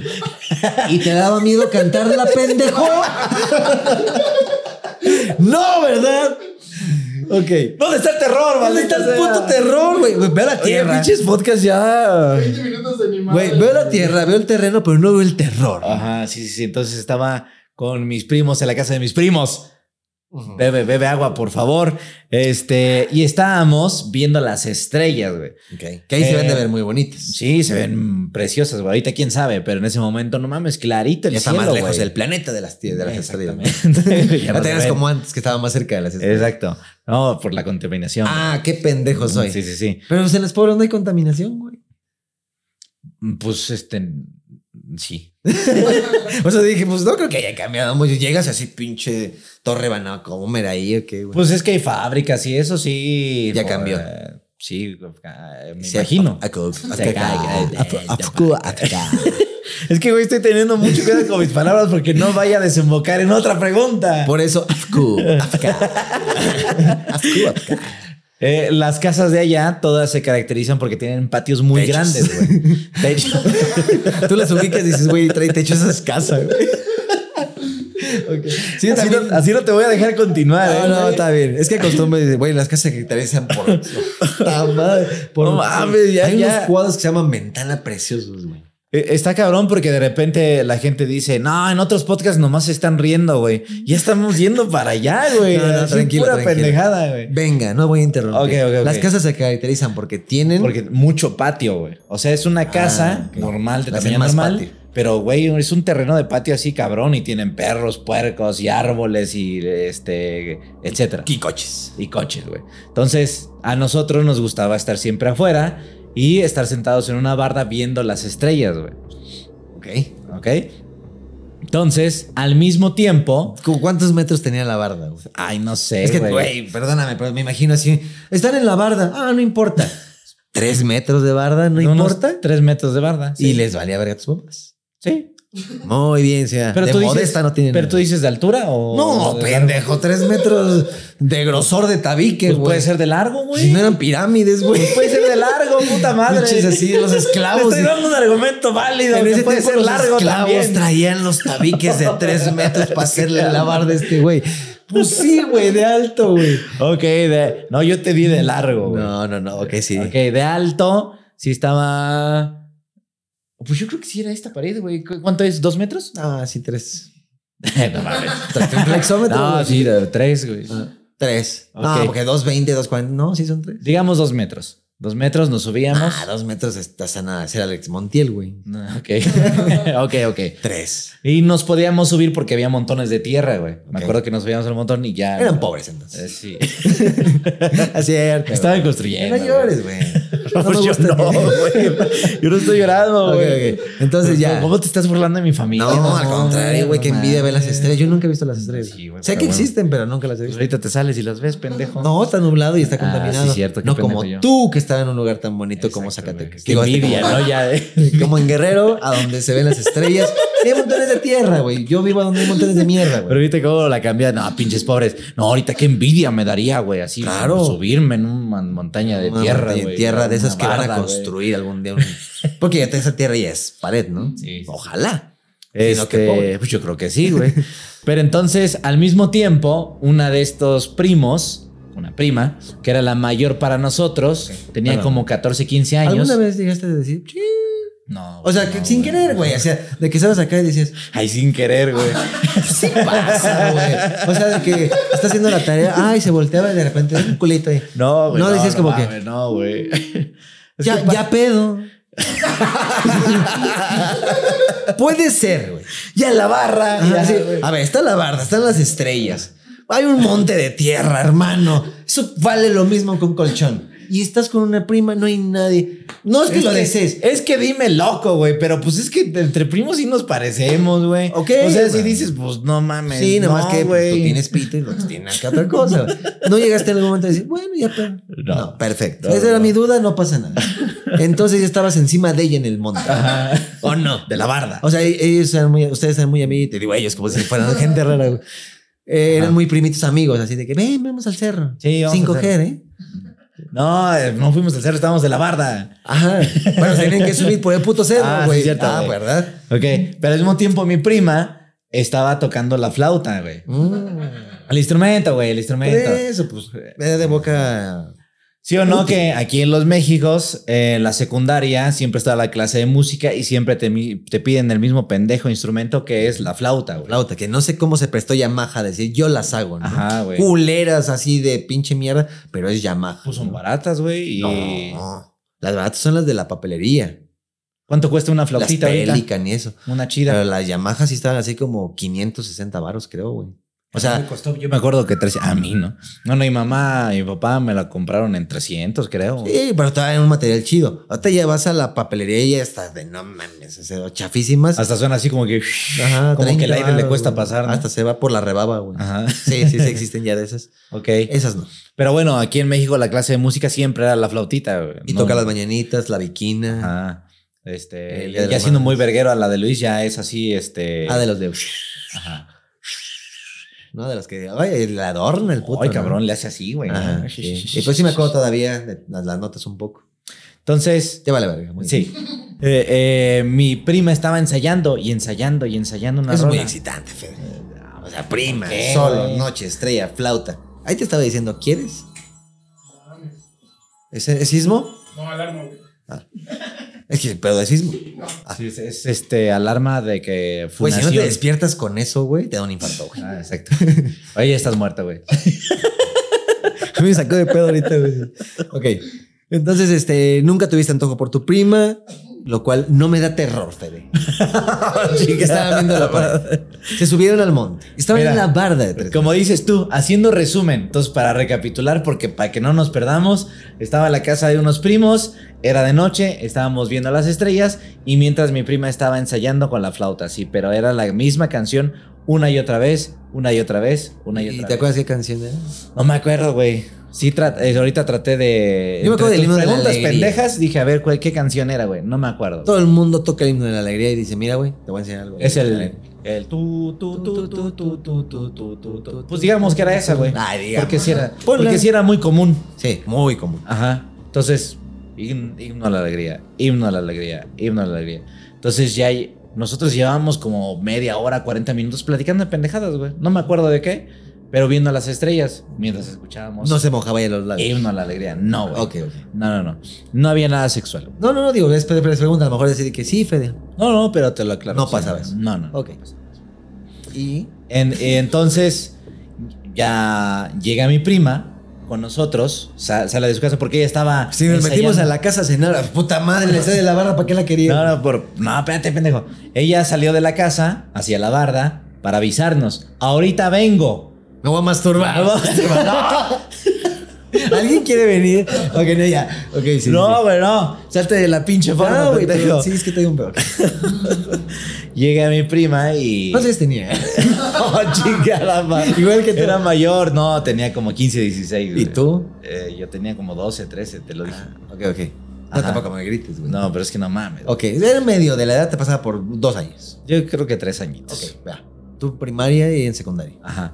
Speaker 4: Y te daba miedo cantarla, pendejo. No, ¿verdad? Ok.
Speaker 3: ¿Dónde está el terror,
Speaker 4: ¿Dónde está el puto terror, güey? Güey, Ve a la
Speaker 3: Oye,
Speaker 4: tierra.
Speaker 3: pinches podcasts ya.
Speaker 6: 20 minutos de mi madre.
Speaker 4: Güey, veo la tierra, veo el terreno, pero no veo el terror.
Speaker 3: Ajá, sí, sí, sí. Entonces estaba con mis primos en la casa de mis primos.
Speaker 4: Ujú.
Speaker 3: Bebe, bebe agua, por favor. Este, y estábamos viendo las estrellas, güey.
Speaker 4: Ok. Eh, Que ahí se van a ver muy bonitas.
Speaker 3: Sí, se ven preciosas, güey. Ahorita quién sabe, pero en ese momento, no mames, clarito el
Speaker 4: Ya está
Speaker 3: cielo,
Speaker 4: más lejos
Speaker 3: güey.
Speaker 4: el planeta de las, tie- de las estrellas.
Speaker 3: Exactamente. Ya
Speaker 4: No
Speaker 3: no
Speaker 4: te
Speaker 3: se
Speaker 4: hagas
Speaker 3: ven.
Speaker 4: como antes, que estaba más cerca de las estrellas.
Speaker 3: Exacto. No, por la contaminación.
Speaker 4: Ah, qué pendejo soy.
Speaker 3: Sí, sí, sí.
Speaker 4: Pero pues, en los pueblos no hay contaminación, güey.
Speaker 3: Pues este. Sí.
Speaker 4: O sea, dije, pues no creo que haya cambiado mucho. Llegas así, pinche torre banana, comer ahí, ok, güey.
Speaker 3: Pues es que hay fábricas y eso sí.
Speaker 4: Ya cambió.
Speaker 3: eh, sí, eh, me
Speaker 4: Sí,
Speaker 3: imagino.
Speaker 4: a- a- a-
Speaker 3: Se
Speaker 4: a-
Speaker 3: cae.
Speaker 4: a- a- a- a-
Speaker 3: Es que, güey, estoy teniendo mucho cuidado con mis palabras porque no vaya a desembocar en otra pregunta.
Speaker 4: Por eso, afku, afka. Afku, afka.
Speaker 3: Eh, las casas de allá todas se caracterizan porque tienen patios muy
Speaker 4: Techos.
Speaker 3: grandes, güey. Techo.
Speaker 4: Tú las ubicas y dices, güey, trae techo esas casas, güey. Sí,
Speaker 3: así,
Speaker 4: también-
Speaker 3: no, así no te voy a dejar continuar.
Speaker 4: No,
Speaker 3: eh,
Speaker 4: no,
Speaker 3: güey.
Speaker 4: está bien. Es que acostumbra dice, güey, las casas se caracterizan por. Puta madre, por
Speaker 3: No mames, ya,
Speaker 4: Hay
Speaker 3: ya.
Speaker 4: unos cuadros que se llaman ventana preciosos, güey.
Speaker 3: Eh, Está cabrón porque de repente la gente dice, no, en otros podcasts nomás se están riendo, güey. Ya estamos yendo para allá, güey.
Speaker 4: No, no,
Speaker 3: Así
Speaker 4: tranquilo,
Speaker 3: Pura
Speaker 4: tranquilo.
Speaker 3: pendejada, güey.
Speaker 4: Venga, no voy a interrumpir.
Speaker 3: Ok, ok, ok.
Speaker 4: Las casas se caracterizan porque tienen.
Speaker 3: Porque mucho patio, güey. O sea, es una casa
Speaker 4: Ah, ok.
Speaker 3: normal, de
Speaker 4: La hacen
Speaker 3: tamaño
Speaker 4: más
Speaker 3: normal.
Speaker 4: patio.
Speaker 3: Pero, güey, es un terreno de patio así cabrón y tienen perros, puercos y árboles y este, etcétera.
Speaker 4: y coches.
Speaker 3: y coches, güey. Entonces, a nosotros nos gustaba estar siempre afuera y estar sentados en una barda viendo las estrellas, güey.
Speaker 4: Ok.
Speaker 3: ¿Ok? Entonces, al mismo tiempo...
Speaker 4: ¿Cu- ¿Cuántos metros tenía la barda, güey?
Speaker 3: Ay, no sé,
Speaker 4: Es que,
Speaker 3: güey.
Speaker 4: güey, perdóname, pero me imagino así. Están en la barda. Ah, no importa. Tres metros de barda, no,
Speaker 3: De unos
Speaker 4: importa.
Speaker 3: Tres metros de barda.
Speaker 4: Y les valía verga a tus papás.
Speaker 3: Sí.
Speaker 4: Muy bien, sea.
Speaker 3: Pero,
Speaker 4: de
Speaker 3: tú
Speaker 4: modesta
Speaker 3: dices,
Speaker 4: no tiene
Speaker 3: pero tú dices de altura o...
Speaker 4: No,
Speaker 3: de
Speaker 4: pendejo, tres metros de grosor de tabique,
Speaker 3: Pues
Speaker 4: güey.
Speaker 3: puede ser de largo, güey.
Speaker 4: Si no eran pirámides, güey.
Speaker 3: Puede ser de largo, puta madre.
Speaker 4: Pinches así, los
Speaker 3: Te
Speaker 4: esclavos.
Speaker 3: estoy dando un argumento válido.
Speaker 4: En
Speaker 3: que
Speaker 4: ese
Speaker 3: puede
Speaker 4: tiempo
Speaker 3: ser
Speaker 4: los
Speaker 3: largo
Speaker 4: esclavos
Speaker 3: también.
Speaker 4: traían los tabiques de tres metros para hacerle la barda a este güey. Pues sí, güey, de alto, güey.
Speaker 3: Ok, de... No, yo te di de largo, güey.
Speaker 4: Eh, No, no, no, ok, sí.
Speaker 3: Ok, de alto, sí estaba Pues yo creo que sí era esta pared, güey. ¿Cu- ¿Cuánto es? ¿Dos metros?
Speaker 4: Ah, sí, tres.
Speaker 3: no mames.
Speaker 4: ¿Un flexómetro?
Speaker 3: No,
Speaker 4: güey?
Speaker 3: sí, de tres, güey.
Speaker 4: Ah, Tres.
Speaker 3: Ok.
Speaker 4: No, porque 220, 240. No, sí son tres.
Speaker 3: Digamos dos metros. Dos metros, nos subíamos.
Speaker 4: Ah, dos metros está sanada. Era Alex Montiel, güey.
Speaker 3: No, ok. ok, ok.
Speaker 4: Tres.
Speaker 3: Y nos podíamos subir porque había montones de tierra, güey. Me
Speaker 4: Ok.
Speaker 3: acuerdo que nos subíamos al montón y ya.
Speaker 4: Eran pobres
Speaker 3: Eh,
Speaker 4: entonces.
Speaker 3: Sí.
Speaker 4: Así es.
Speaker 3: Estaban construyendo.
Speaker 4: No llores, güey.
Speaker 3: güey.
Speaker 4: me
Speaker 3: Pues yo
Speaker 4: gusta
Speaker 3: no,
Speaker 4: que-
Speaker 3: güey. Yo no estoy llorando,
Speaker 4: Ok,
Speaker 3: güey.
Speaker 4: ok. Entonces ya.
Speaker 3: ¿Cómo te estás burlando de mi familia?
Speaker 4: No, al contrario, güey, que envidia ver las estrellas. Yo nunca he visto las estrellas.
Speaker 3: Sí, güey,
Speaker 4: sé
Speaker 3: pero
Speaker 4: que
Speaker 3: bueno.
Speaker 4: existen, pero nunca las he
Speaker 3: Pues
Speaker 4: visto.
Speaker 3: ahorita te sales y las ves, pendejo.
Speaker 4: No, está nublado y está
Speaker 3: Ah,
Speaker 4: contaminado.
Speaker 3: sí, cierto, qué
Speaker 4: no
Speaker 3: pendejo
Speaker 4: como
Speaker 3: yo.
Speaker 4: tú que estás en un lugar tan bonito
Speaker 3: Exacto,
Speaker 4: como
Speaker 3: güey.
Speaker 4: Zacatecas.
Speaker 3: Qué
Speaker 4: Digo, este,
Speaker 3: envidia,
Speaker 4: como-
Speaker 3: ¿no? Ya de...
Speaker 4: Como en Guerrero, a donde se ven las estrellas. Y hay montones de tierra, güey. Yo vivo a donde hay montones de mierda,
Speaker 3: Pero
Speaker 4: güey.
Speaker 3: viste cómo la cambia. No, pinches pobres. No, ahorita qué envidia me daría, güey. Así,
Speaker 4: Claro.
Speaker 3: por subirme en una montaña de
Speaker 4: Una
Speaker 3: tierra,
Speaker 4: montaña de
Speaker 3: güey.
Speaker 4: tierra de esas
Speaker 3: Una
Speaker 4: que van
Speaker 3: barda,
Speaker 4: a
Speaker 3: güey.
Speaker 4: construir algún día. un- Porque ya esa tierra ya es pared, ¿no?
Speaker 3: Sí, sí.
Speaker 4: Ojalá. Sino que
Speaker 3: Este,
Speaker 4: pobre.
Speaker 3: pues yo creo que sí, güey. Pero entonces, al mismo tiempo, una de estos primos, una prima, que era la mayor para nosotros, tenía
Speaker 4: perdón.
Speaker 3: como 14, 15 años.
Speaker 4: ¿Alguna vez llegaste a decir, "Sí"?
Speaker 3: No.
Speaker 4: O sea,
Speaker 3: güey,
Speaker 4: que
Speaker 3: no,
Speaker 4: sin querer, güey. O sea, de que estabas acá y decías,
Speaker 3: Ay, sin querer, güey.
Speaker 4: ¿Qué pasa, güey? O sea, de que está haciendo la tarea, ay, se volteaba y de repente un culito ahí.
Speaker 3: No, güey.
Speaker 4: No, decías como que-
Speaker 3: mames, No, güey. Es
Speaker 4: Ya,
Speaker 3: que pa-
Speaker 4: ya pedo. Puede ser, güey.
Speaker 3: ya la barra.
Speaker 4: Ajá,
Speaker 3: ya,
Speaker 4: sí.
Speaker 3: güey.
Speaker 4: A ver, está la barda, están las estrellas. Hay un monte de tierra, hermano. Eso vale lo mismo que un colchón. Y estás con una prima, no hay nadie. No es que lo desees.
Speaker 3: es que dime loco, güey, pero pues es que entre primos sí nos parecemos, güey.
Speaker 4: Ok,
Speaker 3: O sea, si
Speaker 4: güey.
Speaker 3: dices, pues no mames.
Speaker 4: Sí, nada más
Speaker 3: no,
Speaker 4: que pues,
Speaker 3: güey.
Speaker 4: tú tienes pito y pues tienes que otra cosa. güey. No llegaste en algún momento a decir, bueno, ya pero.
Speaker 3: No.
Speaker 4: No, perfecto.
Speaker 3: No,
Speaker 4: Esa era
Speaker 3: no.
Speaker 4: mi duda, no pasa nada. Entonces ya estabas encima de ella en el monte.
Speaker 3: o no, de la barda.
Speaker 4: O sea, ellos eran muy, ustedes eran muy amiguitos. Digo, ellos como si fueran gente rara. güey. Eh,
Speaker 3: Ajá.
Speaker 4: eran muy primitos amigos, así de que ven, vamos al cerro.
Speaker 3: Sí, vamos
Speaker 4: Sin
Speaker 3: al
Speaker 4: coger, ¿eh?
Speaker 3: No, eh, no fuimos al cerro, estábamos de la barda.
Speaker 4: Ajá. Bueno, tenían que subir por el puto
Speaker 3: Ah,
Speaker 4: cerro,
Speaker 3: sí,
Speaker 4: güey.
Speaker 3: cierto,
Speaker 4: ah,
Speaker 3: güey.
Speaker 4: ¿verdad?
Speaker 3: Ok, pero al mismo tiempo mi prima estaba tocando la flauta, güey.
Speaker 4: Mm.
Speaker 3: El instrumento, güey, el instrumento.
Speaker 4: Eso, pues, era de boca.
Speaker 3: Sí o no, que aquí en los Méxicos, eh, la secundaria siempre está la clase de música y siempre te, mi- te piden el mismo pendejo instrumento que es la flauta, güey.
Speaker 4: flauta, que no sé cómo se prestó Yamaha a decir yo las hago, ¿no?
Speaker 3: Ajá, güey.
Speaker 4: Culeras así de pinche mierda, pero es Yamaha.
Speaker 3: Pues son
Speaker 4: ¿no?
Speaker 3: baratas, güey. Y...
Speaker 4: No, Las baratas son las de la papelería.
Speaker 3: ¿Cuánto cuesta una flautita
Speaker 4: las
Speaker 3: ahorita?
Speaker 4: Pelican y eso.
Speaker 3: Una
Speaker 4: Pero
Speaker 3: chida.
Speaker 4: las Yamaha sí estaban así como 560 varos, creo, güey. O sea,
Speaker 3: costó, yo me acuerdo que 300. A mí, ¿no? No, no, mi mamá y mi papá me la compraron en 300, creo.
Speaker 4: sí, pero todavía en un material chido. Ahorita ya vas a la papelería y ya estás de no mames, o sea, chafísimas.
Speaker 3: Hasta suena así como que.
Speaker 4: Ajá,
Speaker 3: como que el
Speaker 4: 30
Speaker 3: aire le
Speaker 4: varos,
Speaker 3: cuesta
Speaker 4: güey.
Speaker 3: pasar. ¿no? Ah.
Speaker 4: Hasta se va por la rebaba, güey.
Speaker 3: Ajá.
Speaker 4: Sí, sí, sí, existen ya de esas.
Speaker 3: Ok.
Speaker 4: Esas no.
Speaker 3: Pero bueno, aquí en México la clase de música siempre era la flautita. güey.
Speaker 4: Y
Speaker 3: No- Ah,
Speaker 4: toca las mañanitas, la viquina.
Speaker 3: Ajá. Este.
Speaker 4: El Día
Speaker 3: ya
Speaker 4: de las
Speaker 3: siendo muy
Speaker 4: Madres.
Speaker 3: verguero a la de Luis, ya es así, este.
Speaker 4: Ah, de los de.
Speaker 3: Ajá.
Speaker 4: No, de los que. Ay, le adorna el puto.
Speaker 3: Ay,
Speaker 4: ¿no?
Speaker 3: cabrón, le hace así, güey.
Speaker 4: Ajá, sí. Y pues sí me acuerdo todavía de las, las notas un poco.
Speaker 3: Entonces,
Speaker 4: Ya vale, verga. muy
Speaker 3: Sí. Eh, eh, mi prima estaba ensayando y ensayando y ensayando
Speaker 4: bien.
Speaker 3: una
Speaker 4: Es muy
Speaker 3: rola. Eh,
Speaker 4: excitante, Fede. O sea, prima,
Speaker 3: ¿Qué,
Speaker 4: solo,
Speaker 3: güey?
Speaker 4: noche, estrella, flauta. Ahí te estaba diciendo, ¿quieres? ¿Es, es sismo?
Speaker 6: No, alarma, güey.
Speaker 4: Es que, pero de sismo.
Speaker 3: Sí, es, es, este alarma de que
Speaker 4: Güey, si no te
Speaker 3: funación.
Speaker 4: despiertas con eso, güey, te da un infarto, güey.
Speaker 3: Ah, exacto. Oye, estás muerta, güey.
Speaker 4: Me sacó de pedo ahorita, güey. Ok. Entonces, este, nunca tuviste antojo por tu prima, lo cual no me da terror, Fede. Sí, que estaba viendo la pared. Se subieron al monte. Estaban
Speaker 3: Mira, Pues
Speaker 4: en la barda de tres.
Speaker 3: Como dices tú, haciendo resumen, entonces para recapitular, porque para que no nos perdamos, estaba en la casa de unos primos, era de noche, estábamos viendo las estrellas y mientras mi prima estaba ensayando con la flauta, sí, pero era la misma canción una y otra vez, una y otra vez, una y
Speaker 4: ¿Y
Speaker 3: otra
Speaker 4: te
Speaker 3: vez.
Speaker 4: acuerdas qué canción era?
Speaker 3: No me acuerdo, güey. Sí, tra- eh, ahorita traté de.
Speaker 4: Yo me acuerdo del
Speaker 3: entre tus
Speaker 4: himno de la
Speaker 3: preguntas
Speaker 4: alegría.
Speaker 3: pendejas, dije, a ver, ¿cuál, ¿qué canción era, güey? No me acuerdo.
Speaker 4: Todo el mundo toca el himno de la alegría y dice, mira, güey, te voy a enseñar algo.
Speaker 3: Es el. El tu, tu, tu, tu, tu, tu, tu, tu, tu, tu. Pues digamos que era esa, güey.
Speaker 4: Ay, digamos.
Speaker 3: Porque sí era,
Speaker 4: Ponla.
Speaker 3: porque sí era muy común.
Speaker 4: Sí, muy común.
Speaker 3: Ajá. Entonces, him- himno a la alegría, himno a la alegría, himno a la alegría. Entonces ya hay- nosotros llevábamos como media hora, 40 minutos platicando de pendejadas, güey. No me acuerdo de qué, pero viendo las estrellas mientras escuchábamos.
Speaker 4: No se mojaba ya los labios.
Speaker 3: Himno a la alegría. No, güey.
Speaker 4: Ok, ok.
Speaker 3: No, no, no. No había nada sexual.
Speaker 4: No, no, no, digo, es pre- pre- pregunta, a lo mejor decir que sí, Fede.
Speaker 3: No, no, pero te lo aclaro.
Speaker 4: No
Speaker 3: Sí,
Speaker 4: pasaba eso.
Speaker 3: No, no. no.
Speaker 4: Ok. Y
Speaker 3: En- entonces, ya llega mi prima con nosotros, sa- sale de su casa porque ella estaba.
Speaker 4: si nos metimos
Speaker 3: ensayando.
Speaker 4: a la casa a cenar, puta madre, le sale de la barra, ¿para qué la quería?
Speaker 3: No, no, por- no, espérate, pendejo. Ella salió de la casa hacia la barda para avisarnos. Ahorita vengo.
Speaker 4: Me voy a masturbar. ¿Alguien quiere venir? Ok, no, ya. Ok, sí.
Speaker 3: no,
Speaker 4: sí.
Speaker 3: güey, no. Salte de la pinche forma,
Speaker 4: No, güey,
Speaker 3: pendejo.
Speaker 4: pero sí, es que tengo un peor.
Speaker 3: Llega mi prima y.
Speaker 4: ¿Cuántos años tenía?
Speaker 3: Oh, chingada madre.
Speaker 4: Igual que tú.
Speaker 3: Ah, Era mayor, no, tenía como 15, 16.
Speaker 4: ¿Y
Speaker 3: güey.
Speaker 4: tú?
Speaker 3: Eh, yo tenía como 12, 13, te lo dije.
Speaker 4: Ok, ok. No,
Speaker 3: Ajá.
Speaker 4: tampoco me grites, güey.
Speaker 3: No, pero es que no mames.
Speaker 4: Ok, era medio de la edad, te pasaba por dos años.
Speaker 3: Yo creo que tres añitos.
Speaker 4: Ok, va. Tu primaria y en secundaria.
Speaker 3: Ajá.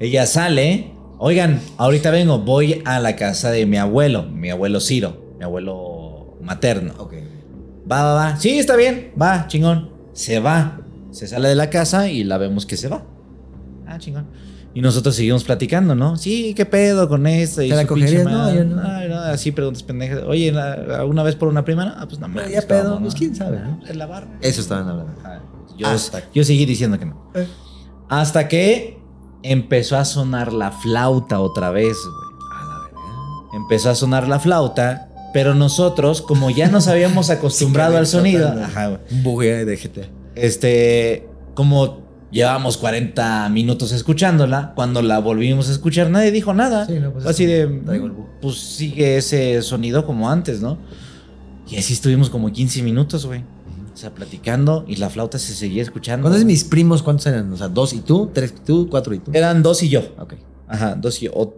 Speaker 3: Ella sale. Oigan, ahorita vengo. Voy a la casa de mi abuelo, mi abuelo Ciro, mi abuelo materno.
Speaker 4: Ok.
Speaker 3: Va, va, va. Sí, está bien. Va, chingón. Se va. Se sale de la casa y la vemos que se va. Ah, chingón. Y nosotros seguimos platicando, ¿no? Sí, ¿qué pedo con esto? Y
Speaker 4: ¿Te la
Speaker 3: su pinche
Speaker 4: cogerías? No,
Speaker 3: madre.
Speaker 4: yo no.
Speaker 3: Ay, no, así preguntas pendejas. Oye, ¿la- ¿alguna vez por una prima? No, Ah, pues no
Speaker 4: Pero
Speaker 3: mames,
Speaker 4: ya pedo,
Speaker 3: ¿cómo, no?
Speaker 4: pues, quién sabe, ¿no?
Speaker 3: En la barra.
Speaker 4: Eso estaban hablando.
Speaker 3: Ah, Yo,
Speaker 4: Hasta-
Speaker 3: yo seguí diciendo que no.
Speaker 4: Eh.
Speaker 3: Hasta que empezó a sonar la flauta otra vez, güey.
Speaker 4: A la verga.
Speaker 3: Empezó a sonar la flauta, pero nosotros, como ya nos habíamos acostumbrado al sonido,
Speaker 4: Total, ¿no?
Speaker 3: ajá, güey,
Speaker 4: Un bugue de GTA.
Speaker 3: este, como llevamos 40 minutos escuchándola, cuando la volvimos a escuchar, nadie dijo nada.
Speaker 4: Sí, no, pues,
Speaker 3: Así
Speaker 4: es-
Speaker 3: de,
Speaker 4: traigo el bug.
Speaker 3: pues sigue ese sonido como antes, ¿no? Y así estuvimos como 15 minutos, güey. O sea, platicando y la flauta se seguía escuchando.
Speaker 4: ¿Cuántos
Speaker 3: güey.
Speaker 4: de mis primos cuántos eran? O sea, dos y tú, tres y tú, cuatro y tú.
Speaker 3: Eran dos y yo.
Speaker 4: Ok.
Speaker 3: Ajá, dos y yo. O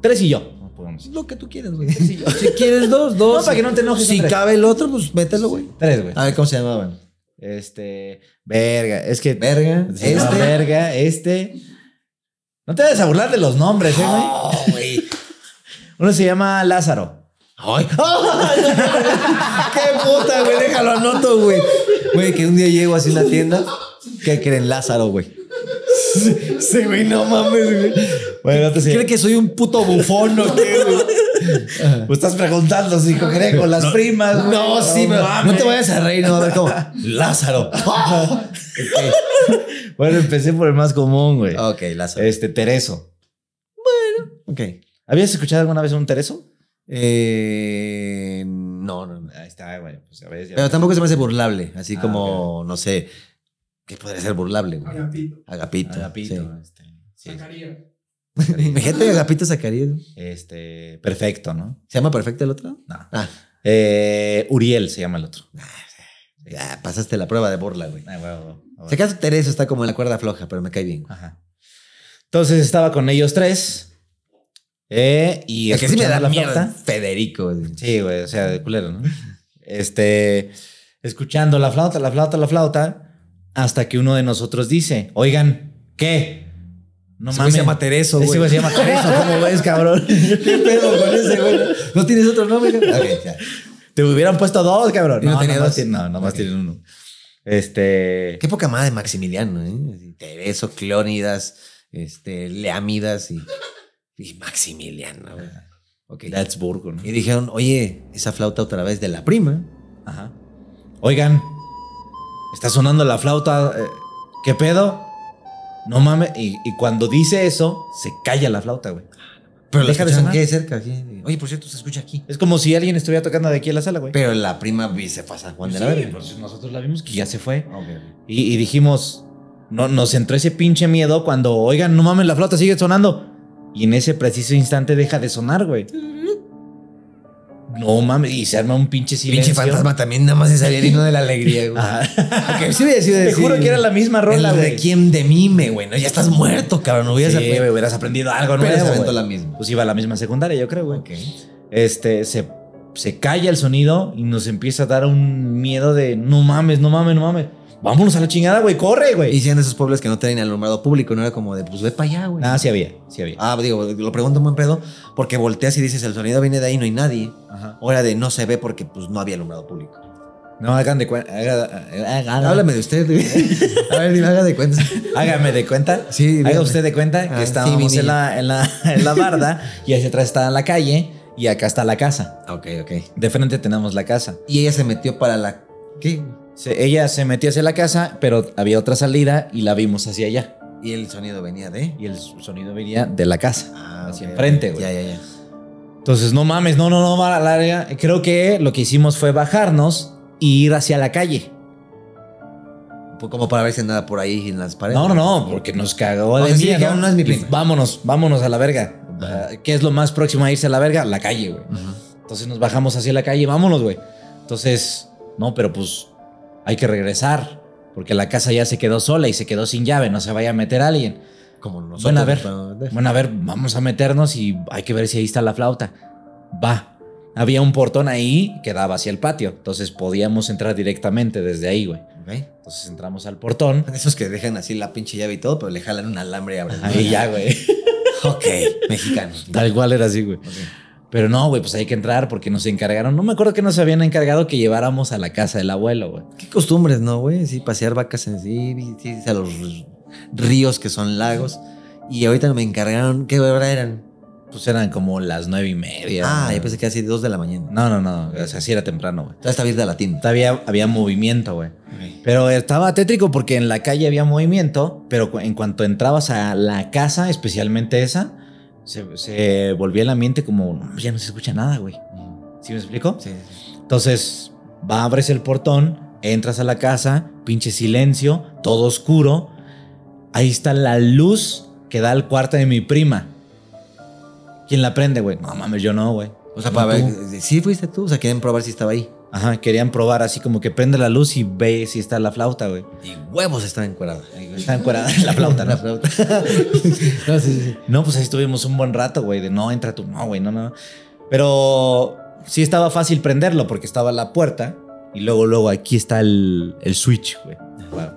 Speaker 3: tres y yo. No podemos
Speaker 4: Es
Speaker 3: decir.
Speaker 4: Pues, lo que tú quieres, güey. Si quieres dos, dos.
Speaker 3: No, para que no te enojes,
Speaker 4: Si
Speaker 3: son tres.
Speaker 4: cabe el otro, pues mételo, güey.
Speaker 3: Tres, güey.
Speaker 4: A ver cómo se llamaban.
Speaker 3: Este. Verga. Es que.
Speaker 4: Verga.
Speaker 3: Sí, no,
Speaker 4: este.
Speaker 3: verga, este. No te vayas a burlar de los nombres, ¿eh, güey?
Speaker 4: Oh, güey.
Speaker 3: Uno se llama Lázaro.
Speaker 4: Ay. ¡Qué puta, güey! Déjalo anoto, güey. Güey, que un día llego así a una tienda. ¿Qué creen? Lázaro, güey. Sí, güey, no mames, güey.
Speaker 3: Bueno, te
Speaker 4: ¿Cree que soy un puto bufón o qué, güey?
Speaker 3: estás preguntando si cogeré con las primas, güey.
Speaker 4: No, sí, pero no te vayas a reír, no va a ver cómo. Lázaro.
Speaker 3: Bueno, empecé por el más común, güey.
Speaker 4: ok, Lázaro.
Speaker 3: Este, Tereso.
Speaker 4: Ok.
Speaker 3: ¿Habías escuchado alguna vez un Tereso?
Speaker 4: Eh, no, no, no.
Speaker 3: Ahí está, güey. Pues a ver, ya
Speaker 4: Pero
Speaker 3: ves.
Speaker 4: tampoco se me hace burlable, así
Speaker 3: Ah,
Speaker 4: como, no sé, ¿qué podría ser burlable? güey?
Speaker 6: Agapito.
Speaker 4: Agapito.
Speaker 3: Agapito, este, sí.
Speaker 6: Zacarías.
Speaker 4: sí. Imagínate Agapito Zacarías.
Speaker 3: Este, perfecto, ¿no?
Speaker 4: ¿Se llama perfecto el otro?
Speaker 3: No.
Speaker 4: Ah.
Speaker 3: Eh, Uriel se llama el otro.
Speaker 4: Ya, Ah, pasaste la prueba de burla, güey.
Speaker 3: Ah, huevo, huevo, huevo.
Speaker 4: Si acaso Tereso está como en la cuerda floja, pero me cae bien. güey.
Speaker 3: Ajá. Entonces estaba con ellos tres. eh, y
Speaker 4: El que sí me da
Speaker 3: escuchando
Speaker 4: la mierda.
Speaker 3: flauta.
Speaker 4: Federico. güey.
Speaker 3: Sí, güey, o sea, de culero, ¿no? Este, escuchando la flauta, la flauta, la flauta, hasta que uno de nosotros dice, oigan, ¿qué? No
Speaker 4: Ese güey se llama Tereso,
Speaker 3: Ese güey
Speaker 4: güey.
Speaker 3: se llama Tereso, ¿cómo ves, cabrón?
Speaker 4: ¿Qué pedo con ese, güey? ¿No tienes otro nombre? güey? Ok, ya.
Speaker 3: Te hubieran puesto dos, cabrón.
Speaker 4: Y no tenía
Speaker 3: nomás
Speaker 4: dos.
Speaker 3: tiene- no, nomás
Speaker 4: Ok.
Speaker 3: tienen uno. Este,
Speaker 4: Qué poca madre Maximiliano, ¿eh? Así, Tereso, Clónidas, este, Leámidas y, y Maximiliano, güey. Ok.
Speaker 3: That's Burgo, ¿no?
Speaker 4: Y dijeron, oye, esa flauta otra vez de la prima.
Speaker 3: Ajá. Oigan, está sonando la flauta. eh, ¿Qué pedo? No mames. Y, y cuando dice eso, se calla la flauta, güey.
Speaker 4: Pero la
Speaker 3: Deja de
Speaker 4: escucharon
Speaker 3: sonar.
Speaker 4: aquí de cerca. aquí. Oye, por cierto, se escucha aquí.
Speaker 3: Es como si alguien estuviera tocando de aquí en la sala, güey.
Speaker 4: Pero la prima vi, se fue a San Juan de la
Speaker 3: Sí,
Speaker 4: Verga.
Speaker 3: pues nosotros la vimos que ya se fue.
Speaker 4: Ok, ok.
Speaker 3: Y, y dijimos, no, nos entró ese pinche miedo cuando, oigan, no mames, la flauta sigue sonando. Y en ese preciso instante deja de sonar, güey. No mames, y se arma un pinche silencio.
Speaker 4: Pinche
Speaker 3: Ah,
Speaker 4: fantasma también, nada más se salía el himno de la alegría, güey.
Speaker 3: Ajá.
Speaker 4: Porque sí hubiera sido
Speaker 3: Te
Speaker 4: decir,
Speaker 3: juro que era la misma rola,
Speaker 4: el
Speaker 3: güey.
Speaker 4: requiem de mime, güey. No, ya estás muerto, cabrón. Hubieras
Speaker 3: Sí,
Speaker 4: aprendido.
Speaker 3: güey, hubieras aprendido algo
Speaker 4: Pero se
Speaker 3: nuevo.
Speaker 4: aventó
Speaker 3: güey.
Speaker 4: la misma.
Speaker 3: Pues iba a la misma secundaria, yo creo, güey.
Speaker 4: Ok.
Speaker 3: Este, se, se calla el sonido y nos empieza a dar un miedo de no mames, no mames, no mames. Vámonos a la chingada, güey, corre,
Speaker 4: Y
Speaker 3: güey.
Speaker 4: si eran de esos pueblos que no traen alumbrado público, no era como de, pues ve para allá, güey.
Speaker 3: Ah, sí había, sí había.
Speaker 4: Ah, digo, lo pregunto muy pedo, porque volteas y dices, el sonido viene de ahí, no hay nadie.
Speaker 3: Ajá.
Speaker 4: O era de no se ve porque pues no había alumbrado público.
Speaker 3: No, hagan de cuenta. Hágame
Speaker 4: Háblame de usted. güey. A ver, dime, haga de cuenta.
Speaker 3: de cuenta.
Speaker 4: Sí, dígame.
Speaker 3: Haga usted de cuenta
Speaker 4: Ah,
Speaker 3: que
Speaker 4: sí, mi
Speaker 3: estábamos
Speaker 4: niño.
Speaker 3: en, la, en, la, en la barda y hacia atrás está la calle y acá está la casa.
Speaker 4: Ah, Ok, ok.
Speaker 3: De frente tenemos la casa.
Speaker 4: Y ella se metió para la. ¿Qué?
Speaker 3: Se- ella se metió hacia la casa, pero había otra salida y la vimos hacia allá.
Speaker 4: Y el sonido venía de.
Speaker 3: Y el sonido venía de la casa.
Speaker 4: Ah,
Speaker 3: Hacia
Speaker 4: ok,
Speaker 3: enfrente,
Speaker 4: ok.
Speaker 3: güey.
Speaker 4: Ya, ya, ya.
Speaker 3: Entonces, no mames, no, no, no, va al área. Creo que lo que hicimos fue bajarnos y ir hacia la calle.
Speaker 4: Pues Como para ver si nada por ahí en las paredes.
Speaker 3: No, no, no, porque nos cagó
Speaker 4: O
Speaker 3: de
Speaker 4: sea, sí
Speaker 3: miedo.
Speaker 4: dijeron, "No es mi prima".
Speaker 3: Vámonos, vámonos a la verga. Ah,
Speaker 4: Ajá.
Speaker 3: ¿Qué es lo más próximo a irse a la verga? La calle, güey.
Speaker 4: Ajá.
Speaker 3: Entonces nos bajamos hacia la calle, vámonos, güey. Entonces, no, pero pues hay que regresar, porque la casa ya se quedó sola y se quedó sin llave, no se vaya a meter alguien.
Speaker 4: Como nosotros.
Speaker 3: Bueno, a ver.
Speaker 4: pero-
Speaker 3: Bueno, a ver, vamos a meternos y hay que ver si ahí está la flauta. Va. Había un portón ahí que daba hacia el patio, entonces podíamos entrar directamente desde ahí, güey.
Speaker 4: Ok.
Speaker 3: Entonces entramos al portón.
Speaker 4: Esos que dejan así la pinche llave y todo, pero le jalan un alambre y abren.
Speaker 3: Ahí ya, güey.
Speaker 4: Ok, mexicano.
Speaker 3: Tal cual era así, güey. Pero no, güey, pues hay que entrar porque nos encargaron. No me acuerdo que nos habían encargado que lleváramos a la casa del abuelo, güey.
Speaker 4: Qué costumbres, ¿no, güey? Sí, pasear vacas en sí, sí, irse a los ríos que son lagos. Y ahorita me encargaron, ¿qué hora eran?
Speaker 3: Pues eran como las nueve y media.
Speaker 4: Ah,
Speaker 3: ¿no?
Speaker 4: yo pensé que así dos de la mañana.
Speaker 3: No, no, no. O sea, sí era temprano, güey.
Speaker 4: Toda esta vida latina.
Speaker 3: Todavía había movimiento, güey. Pero estaba tétrico porque en la calle había movimiento, pero cu- en cuanto entrabas a la casa, especialmente esa, se, se volvía el ambiente como, "No, ya no se escucha nada, güey. ¿Sí me explico?
Speaker 4: Sí, sí.
Speaker 3: Entonces, va, abres el portón, entras a la casa, pinche silencio, todo oscuro. Ahí está la luz que da al cuarto de mi prima. ¿Quién la prende, güey? No mames, yo no, güey.
Speaker 4: O sea, para
Speaker 3: ¿Y tú?
Speaker 4: ver, eh, sí fuiste tú, o sea, quieren probar si estaba ahí.
Speaker 3: Ajá, querían probar así como que prende la luz y ve si está la flauta, güey.
Speaker 4: Y huevos estaba encuerada.
Speaker 3: Está encuerada la flauta,
Speaker 4: La
Speaker 3: ¿no?
Speaker 4: flauta. no, sí, sí, sí.
Speaker 3: No, pues ahí estuvimos un buen rato, güey, de no, entra tú, no, güey, no, no. Pero sí estaba fácil prenderlo porque estaba la puerta y luego, luego aquí está el, el switch, güey. Ajá.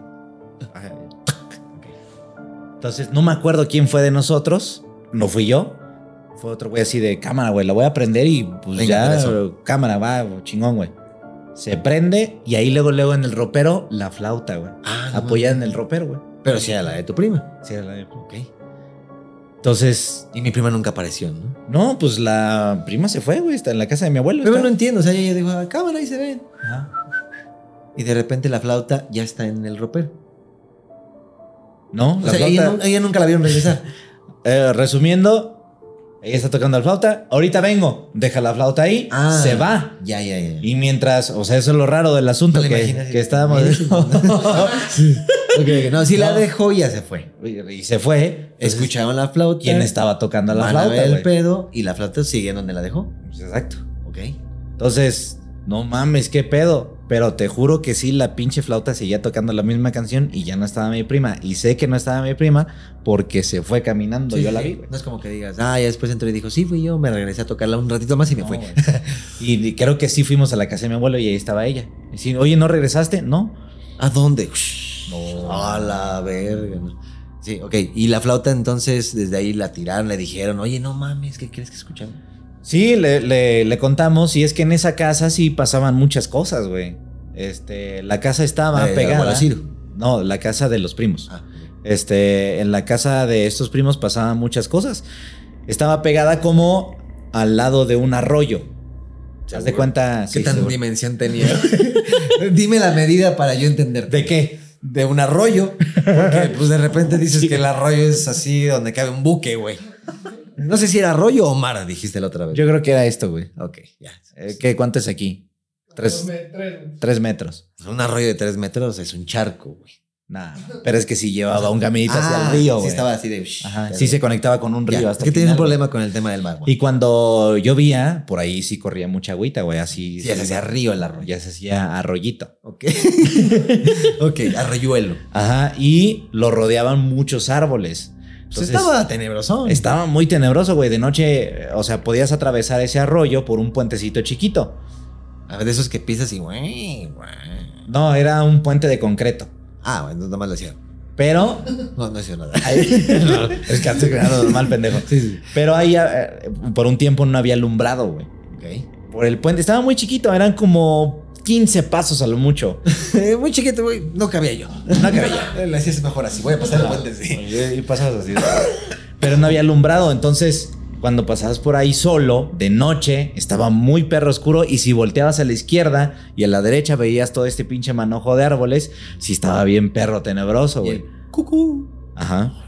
Speaker 3: Entonces, no me acuerdo quién fue de nosotros, no fui yo. Fue otro güey así de cámara, güey, la voy a prender y pues
Speaker 4: Venga,
Speaker 3: ya,
Speaker 4: eso.
Speaker 3: cámara, va, chingón, güey. Se prende y ahí luego, luego en el ropero, la flauta, güey.
Speaker 4: Ah, no
Speaker 3: Apoyada en el ropero, güey.
Speaker 4: mames. Pero sí era la de tu prima.
Speaker 3: Sí, era la de-
Speaker 4: Ok.
Speaker 3: Entonces,
Speaker 4: Y mi prima nunca apareció, ¿no?
Speaker 3: No, pues la prima se fue, güey. Está en la casa de mi abuelo.
Speaker 4: Pero
Speaker 3: está.
Speaker 4: no entiendo, o sea, ella dijo, "Ah, cámara, ahí se ven.
Speaker 3: Ajá.
Speaker 4: Y de repente la flauta ya está en el ropero.
Speaker 3: No,
Speaker 4: O
Speaker 3: la
Speaker 4: sea, ella,
Speaker 3: flauta.
Speaker 4: nu- ella nunca la vieron regresar.
Speaker 3: Eh, resumiendo, ella está tocando la flauta. Ahorita vengo. Deja la flauta ahí.
Speaker 4: Ah.
Speaker 3: Se va.
Speaker 4: Ya, ya, ya.
Speaker 3: Y mientras, o sea, eso es lo raro del asunto
Speaker 4: No le
Speaker 3: que,
Speaker 4: imaginas y-
Speaker 3: que estábamos.
Speaker 4: Sí. Ok, ok. No, si la
Speaker 3: No.
Speaker 4: dejó y ya se fue.
Speaker 3: y se fue. Entonces,
Speaker 4: Escucharon la flauta.
Speaker 3: ¿Quién estaba tocando la
Speaker 4: Van a ver
Speaker 3: flauta?
Speaker 4: el
Speaker 3: güey?
Speaker 4: pedo y la flauta sigue en donde la dejó.
Speaker 3: Pues, Exacto.
Speaker 4: Ok.
Speaker 3: Entonces, no mames, qué pedo. Pero te juro que sí, la pinche flauta seguía tocando la misma canción y ya no estaba mi prima. Y sé que no estaba mi prima porque se fue caminando.
Speaker 4: Sí,
Speaker 3: yo
Speaker 4: sí,
Speaker 3: la
Speaker 4: sí.
Speaker 3: vi, güey.
Speaker 4: No es como que digas, ah, ya después entró y dijo, sí, fui yo, me regresé a tocarla un ratito más y me
Speaker 3: No,
Speaker 4: fui.
Speaker 3: güey. Y y creo que sí fuimos a la casa de mi abuelo y ahí estaba ella. Y sí, Oye, ¿no regresaste? No.
Speaker 4: ¿A dónde? No. A la verga. ¿no? Sí, ok. Y la flauta entonces desde ahí la tiraron, le dijeron, oye, no mames, ¿qué quieres que escuchamos?
Speaker 3: Sí, le, le- le contamos. Y es que en esa casa sí pasaban muchas cosas, güey. Este, la casa estaba
Speaker 4: La del Eh, abuelo
Speaker 3: pegada.
Speaker 4: Ciro.
Speaker 3: No, la casa de los primos.
Speaker 4: Ah,
Speaker 3: Este, en la casa de estos primos pasaban muchas cosas. Estaba pegada como al lado de un arroyo. ¿Te de
Speaker 4: Seguro.
Speaker 3: cuenta?
Speaker 4: ¿Qué
Speaker 3: Sí,
Speaker 4: tan
Speaker 3: seguro.
Speaker 4: dimensión tenía? Dime la medida para yo entender.
Speaker 3: ¿De qué?
Speaker 4: De un arroyo. Porque pues de repente dices que el arroyo es así donde cabe un buque, güey. No sé si era arroyo o mar, dijiste la otra vez.
Speaker 3: Yo creo que era esto, güey.
Speaker 4: Ok, ya.
Speaker 3: Eh, ¿Qué? ¿Cuánto es aquí? Tres,
Speaker 6: Tres, güey.
Speaker 3: tres metros.
Speaker 4: Un arroyo de tres metros es un charco, güey. Ah,
Speaker 3: Nah, pero es que sí llevaba Ah, un caminito hacia el río,
Speaker 4: sí
Speaker 3: güey.
Speaker 4: estaba así de...
Speaker 3: Ajá, sí se conectaba con un
Speaker 4: Ya,
Speaker 3: río
Speaker 4: es
Speaker 3: hasta
Speaker 4: que
Speaker 3: el
Speaker 4: tienes un
Speaker 3: final, güey.
Speaker 4: problema con el tema del mar, güey.
Speaker 3: Y cuando llovía, por ahí sí corría mucha agüita, güey, así.
Speaker 4: Sí, ya se hacía río el arroyo.
Speaker 3: ya se hacía arroyito.
Speaker 4: Ok. ok, arroyuelo.
Speaker 3: Ajá, y lo rodeaban muchos árboles.
Speaker 4: Pues
Speaker 3: Entonces,
Speaker 4: estaba tenebroso.
Speaker 3: estaba muy tenebroso, güey. De noche, eh, o sea, podías atravesar ese arroyo por un puentecito chiquito.
Speaker 4: A ver, de esos que pisas y... güey, güey.
Speaker 3: No, era un puente de concreto.
Speaker 4: Ah, bueno, nada más lo hacía.
Speaker 3: Pero.
Speaker 4: No, no hizo nada.
Speaker 3: es que antes era normal, pendejo.
Speaker 4: Sí, sí.
Speaker 3: Pero ahí, eh, por un tiempo no había alumbrado, güey.
Speaker 4: Ok.
Speaker 3: por el puente. Estaba muy chiquito, eran como 15 pasos a lo mucho.
Speaker 4: Eh, muy chiquito, güey. No cabía yo.
Speaker 3: No cabía yo.
Speaker 4: Eh, Le hacías mejor así. Voy a pasar el puente, sí.
Speaker 3: Y, y pasabas así. Pero no había alumbrado, entonces cuando pasabas por ahí solo, de noche, estaba muy perro oscuro y si volteabas a la izquierda y a la derecha veías todo este pinche manojo de árboles, sí estaba bien perro tenebroso,
Speaker 4: Y
Speaker 3: güey.
Speaker 4: el Cucú.
Speaker 3: Ajá.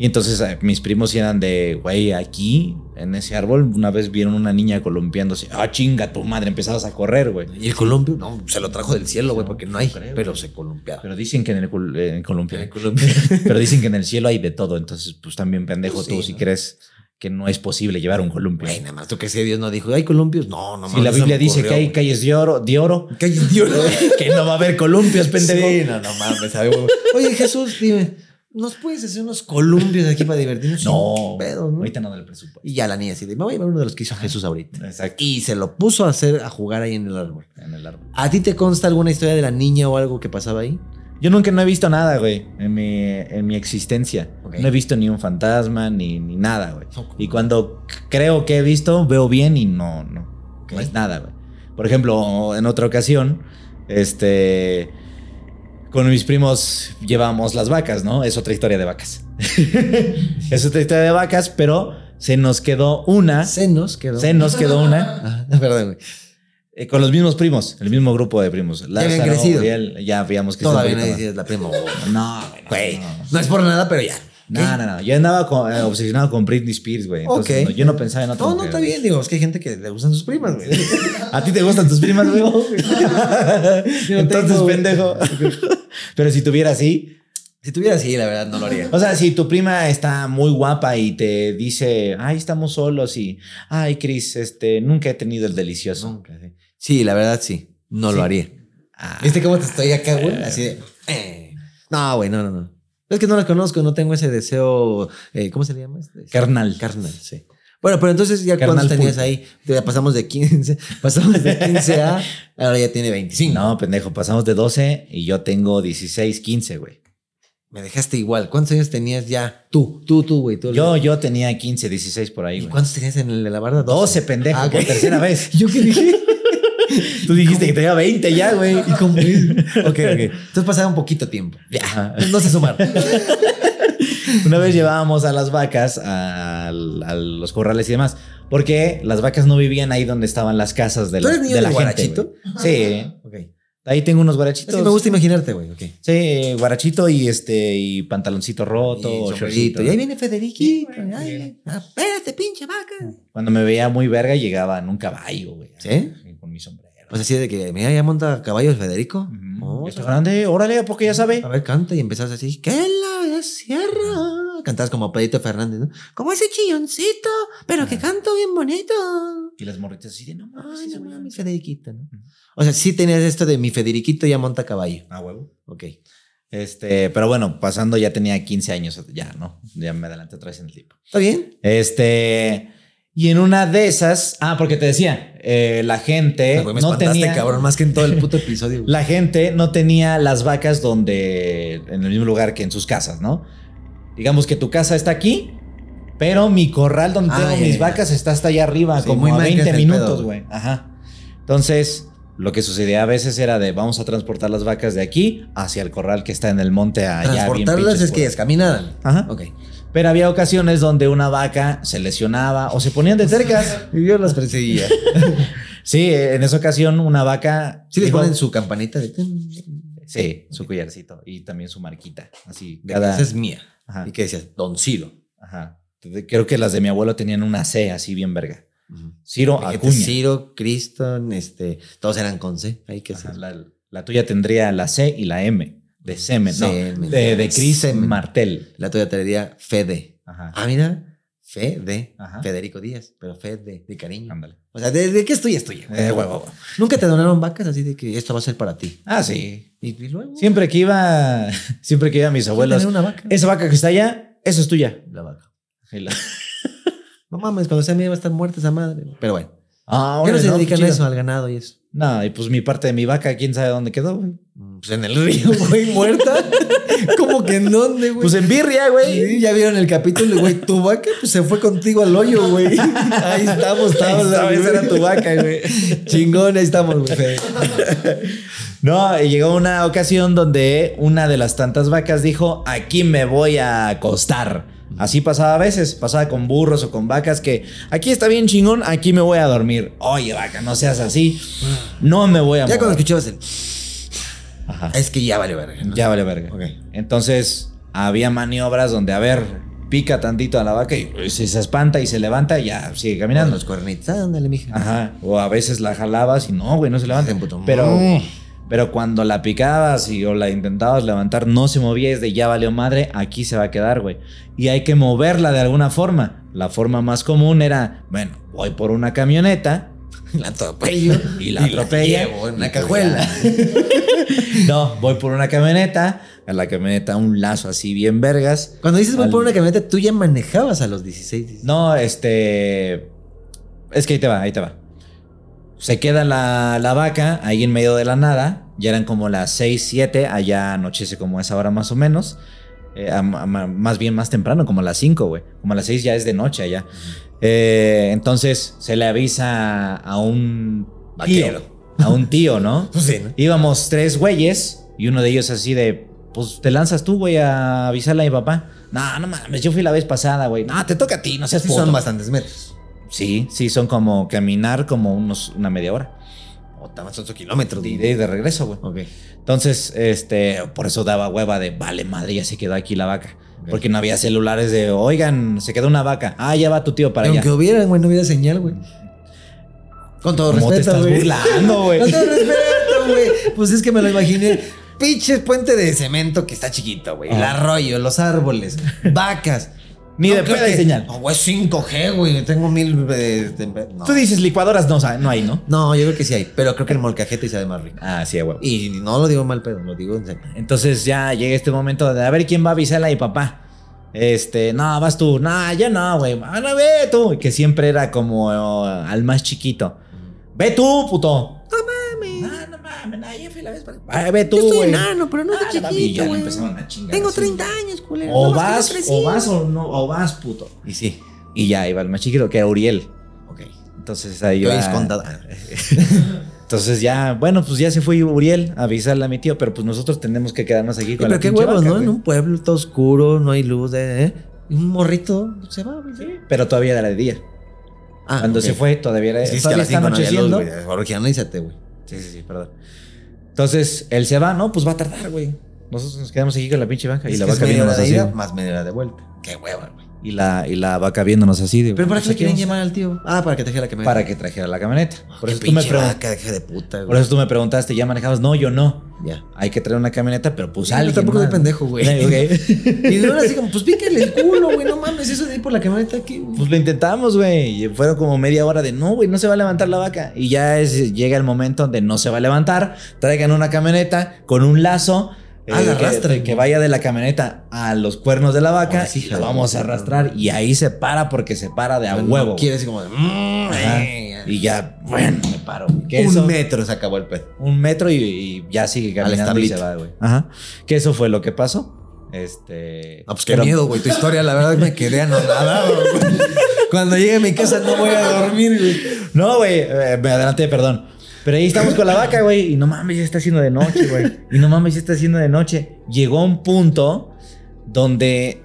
Speaker 3: Y entonces eh, mis primos sí eran de, güey, aquí, en ese árbol, una vez vieron una niña columpiándose. Ah, chinga tu madre, empezabas a correr, güey.
Speaker 4: Y el columpio, no, se lo trajo del cielo, güey, porque no hay. Pero se columpiaba.
Speaker 3: Pero dicen que en el, col- eh, en Colombia.
Speaker 4: El columpio.
Speaker 3: Pero dicen que en el cielo hay de todo, entonces pues también pendejo
Speaker 4: Pues sí,
Speaker 3: tú si
Speaker 4: ¿no?
Speaker 3: crees que no es posible llevar un columpio.
Speaker 4: Güey, nada más tú que sé, Dios no dijo, hay columpios. No, no
Speaker 3: si la Biblia dice que hay calles de oro, de oro,
Speaker 4: Que hay Dios,
Speaker 3: que no va a haber columpios, pendejo.
Speaker 4: Sí, no, no mames, sabe, güey. Oye, Jesús, dime, ¿nos puedes hacer unos columpios aquí para divertirnos?
Speaker 3: No,
Speaker 4: Sin pedos, ¿no?
Speaker 3: ahorita no del presupuesto.
Speaker 4: Y ya la niña así de, me voy a llevar uno de los que hizo Jesús ahorita.
Speaker 3: Exacto.
Speaker 4: Y se lo puso a hacer, a jugar ahí en el árbol.
Speaker 3: En el árbol.
Speaker 4: ¿A ti te consta alguna historia de la niña o algo que pasaba ahí?
Speaker 3: Yo nunca no he visto nada, güey, en mi, en mi existencia.
Speaker 4: Ok.
Speaker 3: No he visto ni un fantasma, ni, ni nada, güey.
Speaker 4: No, ¿cómo?
Speaker 3: Y cuando c- creo que he visto, veo bien y no, no, no
Speaker 4: Ok.
Speaker 3: es nada, güey. Por ejemplo, en otra ocasión, este, con mis primos llevamos las vacas, ¿no? Es otra historia de vacas. es otra historia de vacas, pero se nos quedó una,
Speaker 4: Senos quedó.
Speaker 3: se nos quedó una,
Speaker 4: Ah, perdón, güey.
Speaker 3: eh, con los mismos primos, el mismo grupo de primos.
Speaker 4: habían crecido.
Speaker 3: Uriel, ya habíamos crecido.
Speaker 4: Todavía
Speaker 3: un
Speaker 4: nadie
Speaker 3: poquito
Speaker 4: dice la prima.
Speaker 3: más. No, güey, no,
Speaker 4: Güey,
Speaker 3: no.
Speaker 4: no es por nada, pero ya.
Speaker 3: No, no, no. Yo andaba con- eh, obsesionado con Britney Spears, güey. Entonces,
Speaker 4: Ok.
Speaker 3: no, yo no pensaba en otra
Speaker 4: No, no,
Speaker 3: mujer,
Speaker 4: está
Speaker 3: güey.
Speaker 4: bien, digo, es que hay gente que le gustan sus primas, güey.
Speaker 3: ¿A ti te gustan tus primas, güey? Entonces,
Speaker 4: tengo, güey.
Speaker 3: pendejo. Pero si tuviera así.
Speaker 4: Si tuviera así, la verdad, no lo haría.
Speaker 3: O sea, si tu prima está muy guapa y te dice, ay, estamos solos y, ay, Chris, este, nunca he tenido el delicioso.
Speaker 4: Nunca, sí. Sí, la verdad, sí. No lo haría.
Speaker 3: Ah,
Speaker 4: ¿Viste cómo te estoy acá, güey? Así de. eh. No, güey, no, no, no. Es que no la conozco, no tengo ese deseo. eh, ¿Cómo se le llama? Este?
Speaker 3: Carnal.
Speaker 4: Carnal, sí. Bueno, pero entonces ya
Speaker 3: Carnal
Speaker 4: cuántos tenías
Speaker 3: pulpo.
Speaker 4: ahí. Ya pasamos de 15, pasamos de 15 a. Ahora ya tiene 25.
Speaker 3: No, pendejo, pasamos de 12 y yo tengo 16, 15, güey.
Speaker 4: Me dejaste igual. ¿Cuántos años tenías ya? Tú, tú, tú, güey. Tú,
Speaker 3: Yo, yo tenía 15, 16 por ahí,
Speaker 4: ¿Y
Speaker 3: güey.
Speaker 4: cuántos tenías en el de la barda?
Speaker 3: 12, pendejo,
Speaker 4: Ah, ok.
Speaker 3: por tercera vez.
Speaker 4: ¿Yo qué dije?
Speaker 3: Tú dijiste que tenía 20 ya, güey.
Speaker 4: ¿Y cómo es? Ok, ok. Entonces pasaba un poquito tiempo.
Speaker 3: Ajá.
Speaker 4: No sé sumar.
Speaker 3: Una vez llevábamos a las vacas al- a, los corrales y demás, porque las vacas no vivían ahí donde estaban las casas de
Speaker 4: ¿Tú
Speaker 3: la,
Speaker 4: eres niño
Speaker 3: de la
Speaker 4: de
Speaker 3: gente.
Speaker 4: guarachito?
Speaker 3: güey. Sí,
Speaker 4: Ok.
Speaker 3: ahí tengo unos
Speaker 4: Así me
Speaker 3: guarachitos.
Speaker 4: gusta imaginarte, güey. Ok.
Speaker 3: Sí, guarachito y este y pantaloncito roto,
Speaker 4: Y
Speaker 3: o
Speaker 4: sombrerito.
Speaker 3: shortcito.
Speaker 4: Y ahí viene Federiquito.
Speaker 6: Sí, güey.
Speaker 4: Ay,
Speaker 6: Bien.
Speaker 4: ah, espérate, pinche vaca.
Speaker 3: Cuando me veía muy verga llegaba en un caballo, güey.
Speaker 4: ¿Sí?
Speaker 3: Con mi sombrero.
Speaker 4: O sea, así de que, mira, ya monta caballo el Federico.
Speaker 3: Ujú.
Speaker 4: Oh,
Speaker 3: Yo estaba grande, órale, porque ya sabe.
Speaker 4: a ver, canta y empezás así, que la sierra. Cantabas como Pedrito Fernández, ¿no? Como ese chilloncito, pero
Speaker 3: Ah.
Speaker 4: que canto bien bonito.
Speaker 3: Y las morritas así de no mames,
Speaker 4: Ay,
Speaker 3: ese
Speaker 4: no
Speaker 3: güey no
Speaker 4: mames,
Speaker 3: me-
Speaker 4: Federiquito, ¿no?
Speaker 3: Ujú.
Speaker 4: O sea, sí tenías esto de mi Federiquito ya monta caballo.
Speaker 3: Ah, huevo.
Speaker 4: Ok.
Speaker 3: Este, pero bueno, pasando ya tenía 15 años, ya, ¿no? Ya me adelanté otra vez en el tiempo.
Speaker 4: ¿Está bien?
Speaker 3: Este. Y en una de esas. Ah, porque te decía, eh, la gente
Speaker 4: Ah, güey, me
Speaker 3: no
Speaker 4: espantaste,
Speaker 3: tenía.
Speaker 4: cabrón, más que en todo el puto episodio. güey.
Speaker 3: La gente no tenía las vacas donde. en el mismo lugar que en sus casas, ¿no? Digamos que tu casa está aquí, pero mi corral donde
Speaker 4: Ah,
Speaker 3: tengo
Speaker 4: ya,
Speaker 3: mis
Speaker 4: ya, ya.
Speaker 3: vacas está hasta allá arriba,
Speaker 4: Sí,
Speaker 3: como
Speaker 4: muy
Speaker 3: a
Speaker 4: Minecraft
Speaker 3: 20
Speaker 4: el
Speaker 3: minutos,
Speaker 4: pedo,
Speaker 3: güey. Ajá. Entonces. Lo que sucedía a veces era de vamos a transportar las vacas de aquí hacia el corral que está en el monte allá. bien
Speaker 4: Transportarlas
Speaker 3: pinches,
Speaker 4: es que
Speaker 3: güey.
Speaker 4: es caminaran.
Speaker 3: Ajá.
Speaker 4: Ok.
Speaker 3: Pero había ocasiones donde una vaca se lesionaba o se ponían
Speaker 4: Pues,
Speaker 3: de cercas.
Speaker 4: Y yo las perseguía.
Speaker 3: Sí, eh, en esa ocasión una vaca.
Speaker 4: Sí les
Speaker 3: iba-
Speaker 4: ponen su campanita de...
Speaker 3: Sí, su collarcito y también su marquita. Así.
Speaker 4: de
Speaker 3: cada- Ah.
Speaker 4: que esa es mía.
Speaker 3: ajá,
Speaker 4: Y que decías, Don Ciro.
Speaker 3: ajá. Entonces, Creo que las de mi abuelo tenían una C así bien verga. Ciro
Speaker 4: Fíjate,
Speaker 3: Acuña.
Speaker 4: Ciro, Criston, este, todos eran con C. Ahí que
Speaker 3: Ajá,
Speaker 4: se-
Speaker 3: la, la tuya tendría la C y la M. De Mm, semen. no,
Speaker 4: Semen.
Speaker 3: de, de Cris
Speaker 4: Semen.
Speaker 3: Martel.
Speaker 4: La tuya te diría Fede.
Speaker 3: Ajá.
Speaker 4: Ah, mira, Fede.
Speaker 3: Ajá.
Speaker 4: Federico Díaz, pero Fede, de cariño.
Speaker 3: Ándale.
Speaker 4: O sea, ¿de, de qué es tuya? Es tuya. güey.
Speaker 3: Eh, huevo, huevo.
Speaker 4: Nunca te donaron vacas así de que esto va a ser para ti.
Speaker 3: Ah, sí.
Speaker 4: Y, y luego.
Speaker 3: Siempre que iba. Siempre que iba a mis abuelos.
Speaker 4: tener una vaca.
Speaker 3: Esa vaca que está allá, eso es tuya.
Speaker 4: La vaca.
Speaker 3: Y la-
Speaker 4: No mames, cuando sea mía va a estar muerta esa madre. Pero bueno.
Speaker 3: Ah,
Speaker 4: ¿Qué no
Speaker 3: órale,
Speaker 4: se
Speaker 3: no, qué
Speaker 4: dedican a
Speaker 3: chido.
Speaker 4: eso, al ganado y eso?
Speaker 3: No, y pues mi parte de mi vaca, quién sabe dónde quedó, güey.
Speaker 4: Pues en el río, güey, muerta. ¿Cómo que en dónde, güey?
Speaker 3: Pues en birria, güey.
Speaker 4: Sí, ya vieron el capítulo, güey. Tu vaca pues, se fue contigo al hoyo, güey. Ahí estamos, estamos.
Speaker 3: Esa
Speaker 4: güey.
Speaker 3: vez era tu vaca, güey.
Speaker 4: Chingón, ahí estamos, güey. Fede.
Speaker 3: No, y llegó una ocasión donde una de las tantas vacas dijo, aquí me voy a acostar. Así pasaba a veces, pasaba con burros o con vacas que aquí está bien chingón, aquí me voy a dormir. Oye, vaca, no seas así. No me voy a
Speaker 4: Ya cuando
Speaker 3: mover".
Speaker 4: escuchabas el.
Speaker 3: Ajá.
Speaker 4: Es que ya vale, verga. ¿no?
Speaker 3: Ya vale verga.
Speaker 4: Ok.
Speaker 3: Entonces, había maniobras donde, a ver, pica tantito a la vaca y uy, si se espanta y se levanta, ya sigue
Speaker 4: Miran
Speaker 3: caminando.
Speaker 4: los cuernitos. Ándale, mija.
Speaker 3: Ajá. O a veces la jalabas y no, güey, no se levanta.
Speaker 4: Se emputó.
Speaker 3: Pero,
Speaker 4: Mm.
Speaker 3: pero cuando la picabas y, o la intentabas levantar, no se movía, es de ya valió madre, aquí se va a quedar, güey. Y hay que moverla de alguna forma. La forma más común era, bueno, voy por una camioneta
Speaker 4: La atropello.
Speaker 3: y la atropella
Speaker 4: llevo en la cajuela.
Speaker 3: no, voy por una camioneta, a la camioneta un lazo así bien vergas.
Speaker 4: Cuando dices voy
Speaker 3: Al-
Speaker 4: por una camioneta, tú ya manejabas a los 16. dices.
Speaker 3: No, este. Es que ahí te va, ahí te va. Se queda la, la vaca ahí en medio de la nada. Ya eran como las 6, 7. Allá anochece como a esa hora más o menos. Eh, a- a- ma- más bien más temprano, como a las 5, güey. Como a las 6 ya es de noche allá. Eh, entonces se le avisa a un.
Speaker 4: Vaquero.
Speaker 3: tío, a un tío, ¿no?
Speaker 4: Pues sí, ¿no?
Speaker 3: Íbamos tres güeyes y uno de ellos así de, pues te lanzas tú, güey, a avisarle a mi papá. No, no mames, yo fui la vez pasada, güey. No, te toca a ti, no seas
Speaker 4: Sí,
Speaker 3: puto.
Speaker 4: son bastantes metros.
Speaker 3: Sí, sí, son como caminar como unos, una media hora.
Speaker 4: O tamás 8 kilómetros.
Speaker 3: De
Speaker 4: güey.
Speaker 3: ida y de regreso, güey.
Speaker 4: Ok.
Speaker 3: Entonces, este, por eso daba hueva de, vale, madre, ya se quedó aquí la vaca. Porque no había celulares de, oigan, se quedó una vaca. Ah, ya va tu tío para allá.
Speaker 4: Aunque hubiera, güey, no hubiera señal, güey. Con todo
Speaker 3: ¿Cómo te
Speaker 4: respeto,
Speaker 3: estás
Speaker 4: güey.
Speaker 3: burlando, güey?
Speaker 4: Con todo respeto, güey. Pues es que me lo imaginé. Pinche puente de cemento que está chiquito, güey. El arroyo, los árboles, vacas.
Speaker 3: Ni de
Speaker 4: creo
Speaker 3: pedo hay
Speaker 4: que-
Speaker 3: señal.
Speaker 4: No, güey, 5G, güey. Tengo mil... eh, tem- no.
Speaker 3: Tú dices licuadoras, no, o sea, no hay, ¿no?
Speaker 4: no, yo creo que sí hay. Pero creo que el molcajete sabe más rico.
Speaker 3: Ah, sí, a huevo.
Speaker 4: Y no lo digo mal pedo, lo digo en serio.
Speaker 3: Entonces ya llega este momento de a ver quién va a avisarle a mi papá. Este, no, vas tú. No, yo no, güey. Ah, no, ve tú. Que siempre era como eh, al más chiquito. Ve tú, puto. No mames. No, no mames. No, ya fui la vez para... Ah, ve tú, güey.
Speaker 4: pero no
Speaker 3: Ah, la mami, ya le empezaban a chingar así.
Speaker 4: años, culero.
Speaker 3: O vas, o vas o no, o vas, puto.
Speaker 4: Y sí.
Speaker 3: Y ya iba el más chiquito, que era Uriel.
Speaker 4: Ok.
Speaker 3: Entonces ahí
Speaker 4: Yo
Speaker 3: va.
Speaker 4: descontada.
Speaker 3: Entonces ya, bueno, pues ya se fue Uriel a avisarle a mi tío, pero pues nosotros tenemos que quedarnos aquí con
Speaker 4: Pero
Speaker 3: la
Speaker 4: qué
Speaker 3: pinche
Speaker 4: huevos,
Speaker 3: vaca,
Speaker 4: ¿no?
Speaker 3: güey.
Speaker 4: En un pueblo está oscuro, no hay luz, ¿eh? ¿eh? Y Un morrito se va, güey.
Speaker 3: Pero todavía era de día.
Speaker 4: Ah,
Speaker 3: Cuando
Speaker 4: ok.
Speaker 3: se fue, todavía era.
Speaker 4: Sí, es que a
Speaker 3: todavía
Speaker 4: las
Speaker 3: está
Speaker 4: cinco no había luz,
Speaker 3: anocheciendo.
Speaker 4: güey. Orgianízate, güey.
Speaker 3: sí, sí, sí, perdón. Entonces, él se va, ¿no? Pues va a tardar, güey. Nosotros nos quedamos aquí con la pinche vaca y
Speaker 4: Es
Speaker 3: la
Speaker 4: que es
Speaker 3: vaca
Speaker 4: media hora
Speaker 3: viéndonos
Speaker 4: de
Speaker 3: así.
Speaker 4: ida, más media hora de vuelta. Qué hueva, güey.
Speaker 3: Y la, y la vaca viéndonos así. de,
Speaker 4: Pero ¿para
Speaker 3: pues,
Speaker 4: qué le
Speaker 3: aquí
Speaker 4: quieren
Speaker 3: vamos.
Speaker 4: llamar al tío? Ah, para que te deje la camioneta.
Speaker 3: Para que trajera la camioneta. Por
Speaker 4: Qué
Speaker 3: eso, tú me
Speaker 4: pinche
Speaker 3: pregun-
Speaker 4: vaca, deje de puta,
Speaker 3: Por
Speaker 4: güey.
Speaker 3: eso tú me preguntaste, ¿ya manejabas? No, yo no.
Speaker 4: Ya.
Speaker 3: Hay que traer una camioneta, pero pues
Speaker 4: Yo
Speaker 3: alguien.
Speaker 4: tampoco
Speaker 3: más.
Speaker 4: soy pendejo, güey.
Speaker 3: Ok.
Speaker 4: Y de una así como, pues pícale el culo, güey. No mames, eso de ir por la camioneta aquí, güey.
Speaker 3: Pues lo intentamos, güey. Y Fueron como media hora de no, güey, no se va a levantar la vaca. Y ya es- llega el momento donde no se va a levantar. Traigan una camioneta con un lazo. eh,
Speaker 4: Ah, la
Speaker 3: que-
Speaker 4: arrastran.
Speaker 3: Que, vaya de la camioneta a los cuernos de la vaca.
Speaker 4: Ahora sí,
Speaker 3: y la
Speaker 4: hija de
Speaker 3: vamos
Speaker 4: puta.
Speaker 3: a arrastrar. Y ahí se para porque se para de a
Speaker 4: No
Speaker 3: huevo.
Speaker 4: Quiere así como de. mm,
Speaker 3: Ajá.
Speaker 4: eh, ya.
Speaker 3: Y ya, bueno, me paro. güey. Que
Speaker 4: un
Speaker 3: eso-
Speaker 4: metro se acabó el pedo.
Speaker 3: un metro y, y ya sigue
Speaker 4: Al
Speaker 3: caminando y se
Speaker 4: establito.
Speaker 3: va, güey. Ajá. Que eso fue lo que pasó. Este.
Speaker 4: No, pues qué
Speaker 3: pero-
Speaker 4: miedo, güey. Tu historia, la verdad, me quedé anonadado, güey. Cuando llegue a mi casa no voy a dormir, güey.
Speaker 3: No, güey, eh, me adelanté, perdón. Pero ahí estamos con la vaca, güey. Y no mames, ya está haciendo de noche, güey. Y no mames, ya está haciendo de noche. Llegó un punto donde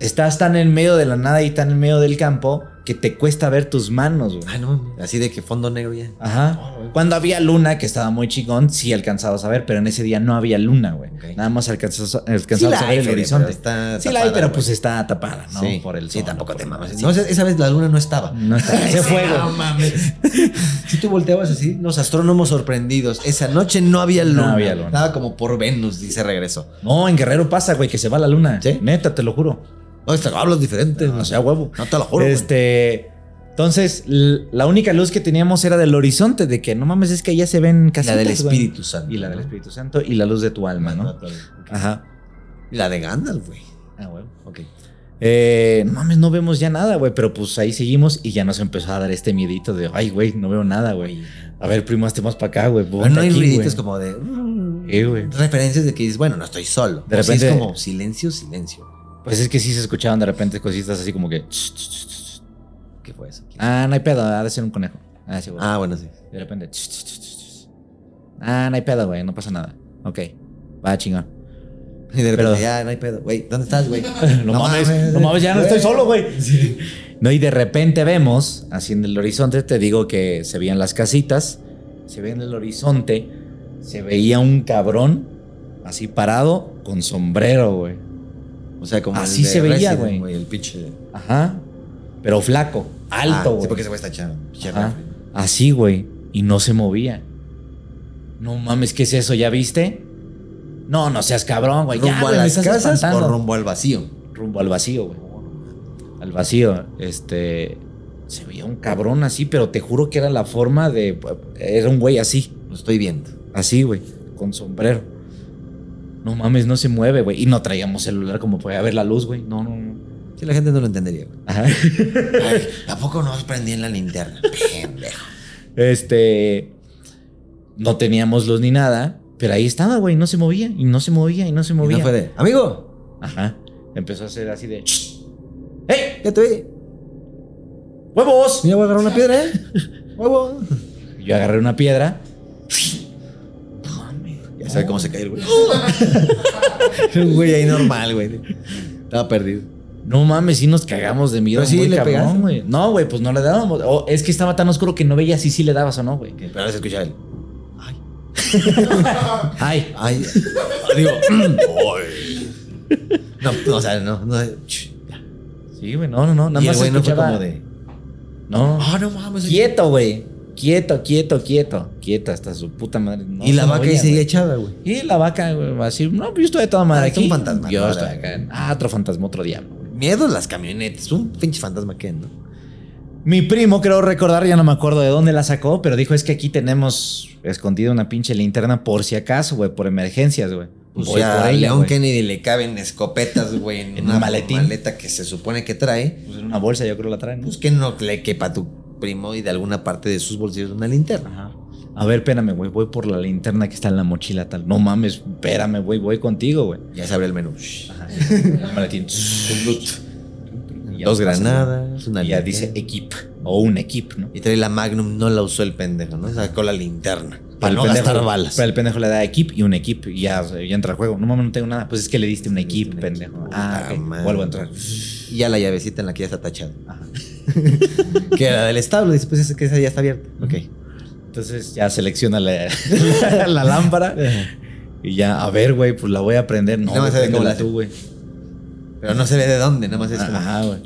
Speaker 3: estás tan en medio de la nada y tan en medio del campo que te cuesta ver tus manos, güey.
Speaker 4: Ah, no mames. Así de que fondo negro ya.
Speaker 3: Ajá. Cuando había luna, que estaba muy chingón, sí alcanzabas a ver, pero en ese día no había luna, güey.
Speaker 4: Ok.
Speaker 3: Nada más alcanzas- alcanzabas a ver el
Speaker 4: Fede,
Speaker 3: horizonte.
Speaker 4: pero Está
Speaker 3: sí la hay,
Speaker 4: tapada,
Speaker 3: pero
Speaker 4: güey.
Speaker 3: pues está tapada, ¿no?
Speaker 4: Sí,
Speaker 3: Por el
Speaker 4: sí,
Speaker 3: sol,
Speaker 4: tampoco te
Speaker 3: por-
Speaker 4: mames.
Speaker 3: sí.
Speaker 4: No, esa esa vez la luna no estaba.
Speaker 3: No está- se fue, güey.
Speaker 4: No mames. Si tú volteabas así, los astrónomos sorprendidos. Esa noche no había
Speaker 3: No
Speaker 4: luna.
Speaker 3: había luna.
Speaker 4: Estaba como por Venus, dice regresó.
Speaker 3: No, en Guerrero pasa, güey, que se va la luna.
Speaker 4: ¿Sí?
Speaker 3: Neta, te lo juro.
Speaker 4: No, está- hablas diferente.
Speaker 3: O sea, huevo.
Speaker 4: No te lo juro. güey.
Speaker 3: este. Entonces, l- la única luz que teníamos era del horizonte, de que no mames, es que allá se ven casi.
Speaker 4: la del Espíritu Santo.
Speaker 3: Y la del
Speaker 4: ¿no?
Speaker 3: Espíritu Santo y la luz de tu alma, ¿no?
Speaker 4: Natural.
Speaker 3: Ajá.
Speaker 4: Y la de Gandalf, güey.
Speaker 3: Ah, huevo.
Speaker 4: Ok.
Speaker 3: Eh, no mames, no vemos ya nada, güey. Pero pues ahí seguimos y ya nos empezó a dar este miedito de, ay, güey, no veo nada, güey. A ver, primo, hazte más para acá, güey.
Speaker 4: Pero no hay
Speaker 3: ponte aquí,
Speaker 4: ruiditos
Speaker 3: güey".
Speaker 4: como de. mm,
Speaker 3: Eh, güey.
Speaker 4: Referencias de que dices, bueno, no estoy solo.
Speaker 3: De
Speaker 4: O sea,
Speaker 3: repente-
Speaker 4: es como silencio, silencio.
Speaker 3: Pues es que sí se escuchaban de repente cositas así como que. "Tss, tss, tss, tss".
Speaker 4: ¿Qué fue eso? ¿Quién-
Speaker 3: Ah, no hay pedo, ha de ser un conejo. Ah, sí, güey.
Speaker 4: Ah, bueno, sí.
Speaker 3: De repente. tss, tss, tss, tss. Ah, no hay pedo, güey, no pasa nada. Ok, va chingón.
Speaker 4: Y de repente,
Speaker 3: Pero-
Speaker 4: ya, no hay pedo. Güey, ¿dónde estás, güey?
Speaker 3: No, mames, no mames, ya no estoy solo, güey. No, y de repente vemos, así en el horizonte, te digo que se veían las casitas, se ve en el horizonte, se veía un cabrón así parado con sombrero, güey.
Speaker 4: O sea, como. el
Speaker 3: Así
Speaker 4: de
Speaker 3: se veía,
Speaker 4: Resident,
Speaker 3: güey.
Speaker 4: El pinche.
Speaker 3: Ajá, pero flaco,
Speaker 4: Ah,
Speaker 3: alto,
Speaker 4: Sí,
Speaker 3: güey.
Speaker 4: porque ese güey está echado. pinche
Speaker 3: Ajá.
Speaker 4: refri.
Speaker 3: Ah, Así, güey, y no se movía. No mames, ¿qué es eso? ¿Ya viste? No, no seas cabrón, güey. Ya,
Speaker 4: Rumbo a
Speaker 3: güey, me
Speaker 4: las
Speaker 3: estás
Speaker 4: casas
Speaker 3: espantando.
Speaker 4: o rumbo al vacío.
Speaker 3: rumbo al vacío, güey. Al vacío, este. Se veía un cabrón así, pero te juro que era la forma de. Era un güey así,
Speaker 4: Lo estoy viendo.
Speaker 3: así, güey, con sombrero. No mames, no se mueve, güey. Y no traíamos celular como podía ver la luz, güey. No, no, no.
Speaker 4: Sí, la gente no lo entendería, güey.
Speaker 3: Ajá.
Speaker 4: Ay, Tampoco nos prendí en la linterna. Pendejo.
Speaker 3: Este. No teníamos luz ni nada, pero ahí estaba, güey. No se movía, y no se movía, y no se
Speaker 4: Y
Speaker 3: movía.
Speaker 4: no fue de. Amigo,
Speaker 3: Ajá. Empezó a hacer así de. ¡Ey!
Speaker 4: ya te vi.
Speaker 3: ¡Huevos!
Speaker 4: Mira, voy a agarrar una piedra, ¿eh? Huevo.
Speaker 3: Yo agarré una piedra.
Speaker 4: Ya sabe cómo se cae el güey. Un güey ahí normal, güey. Estaba perdido.
Speaker 3: No mames, sí nos cagamos de miedo.
Speaker 4: Pero sí
Speaker 3: muy
Speaker 4: le
Speaker 3: cabrón,
Speaker 4: pegaste.
Speaker 3: güey. No, güey, pues no le dábamos. O es que estaba tan oscuro que no veía si sí le dabas o no, güey.
Speaker 4: Pero ahora se escucha él. Ay.
Speaker 3: Ay,
Speaker 4: Ay. Digo. ay. No, no, o sea, no. no ch, ya.
Speaker 3: sí, güey, no, no, no. Nada
Speaker 4: y el
Speaker 3: más
Speaker 4: güey no fue
Speaker 3: escuchaba-
Speaker 4: como de.
Speaker 3: No.
Speaker 4: Ah, no mames.
Speaker 3: quieto, güey. Quieto, quieto, quieto. Quieta hasta su puta madre. No
Speaker 4: y la
Speaker 3: se
Speaker 4: vaca ahí
Speaker 3: movía,
Speaker 4: seguía
Speaker 3: güey.
Speaker 4: echada, güey.
Speaker 3: Y la vaca, güey, va a decir, no, pues yo estoy de toda madre
Speaker 4: Ah, es
Speaker 3: aquí.
Speaker 4: un fantasma,
Speaker 3: Yo
Speaker 4: no,
Speaker 3: estoy
Speaker 4: la-
Speaker 3: acá. Ah, otro fantasma, otro diablo.
Speaker 4: Miedo a las camionetas. Un pinche fantasma que, ¿no?
Speaker 3: Mi primo, creo recordar, ya no me acuerdo de dónde la sacó, pero dijo, es que aquí tenemos escondida una pinche linterna por si acaso, güey, por emergencias, güey.
Speaker 4: Pues
Speaker 3: Voy
Speaker 4: ya
Speaker 3: por
Speaker 4: a
Speaker 3: ella,
Speaker 4: León
Speaker 3: güey.
Speaker 4: Kennedy le caben escopetas, güey, en,
Speaker 3: En un
Speaker 4: una
Speaker 3: maletín.
Speaker 4: maleta que se supone que trae.
Speaker 3: Pues en una bolsa yo creo la traen. ¿no?
Speaker 4: Pues que no le quepa a tu primo y de alguna parte de sus bolsillos una linterna.
Speaker 3: Ajá. A ver, espérame, güey, voy por la linterna que está en la mochila tal. No mames, espérame, güey, voy contigo, güey.
Speaker 4: Ya se abre el menú.
Speaker 3: El maletín. Y ya
Speaker 4: Dos
Speaker 3: pasa,
Speaker 4: granadas, una
Speaker 3: Y ya
Speaker 4: linterna.
Speaker 3: dice equip o un equip, ¿no?
Speaker 4: Y trae la Magnum, no la usó el pendejo, ¿no? Sacó la linterna. Para
Speaker 3: el
Speaker 4: no
Speaker 3: pendejo-
Speaker 4: gastar balas.
Speaker 3: Para el pendejo le da equip y un equip y ya, ya entra al juego. No mames, no tengo nada. Pues es que le diste un
Speaker 4: Le diste
Speaker 3: equip,
Speaker 4: un
Speaker 3: pendejo.
Speaker 4: equip.
Speaker 3: Ah,
Speaker 4: Puta
Speaker 3: ok.
Speaker 4: madre.
Speaker 3: Vuelvo a entrar.
Speaker 4: Y ya la llavecita en la que ya está tachada.
Speaker 3: Ajá.
Speaker 4: que era del establo. Dice, pues es que esa ya está abierta. Ok.
Speaker 3: Entonces ya selecciona la, la lámpara y ya, a ver, güey, pues la voy a prender. No,
Speaker 4: Nada más
Speaker 3: güey,
Speaker 4: sabe cómo
Speaker 3: préndela
Speaker 4: la hace.
Speaker 3: tú, güey.
Speaker 4: Pero no se ve de dónde, nada más es como.
Speaker 3: Ajá, güey.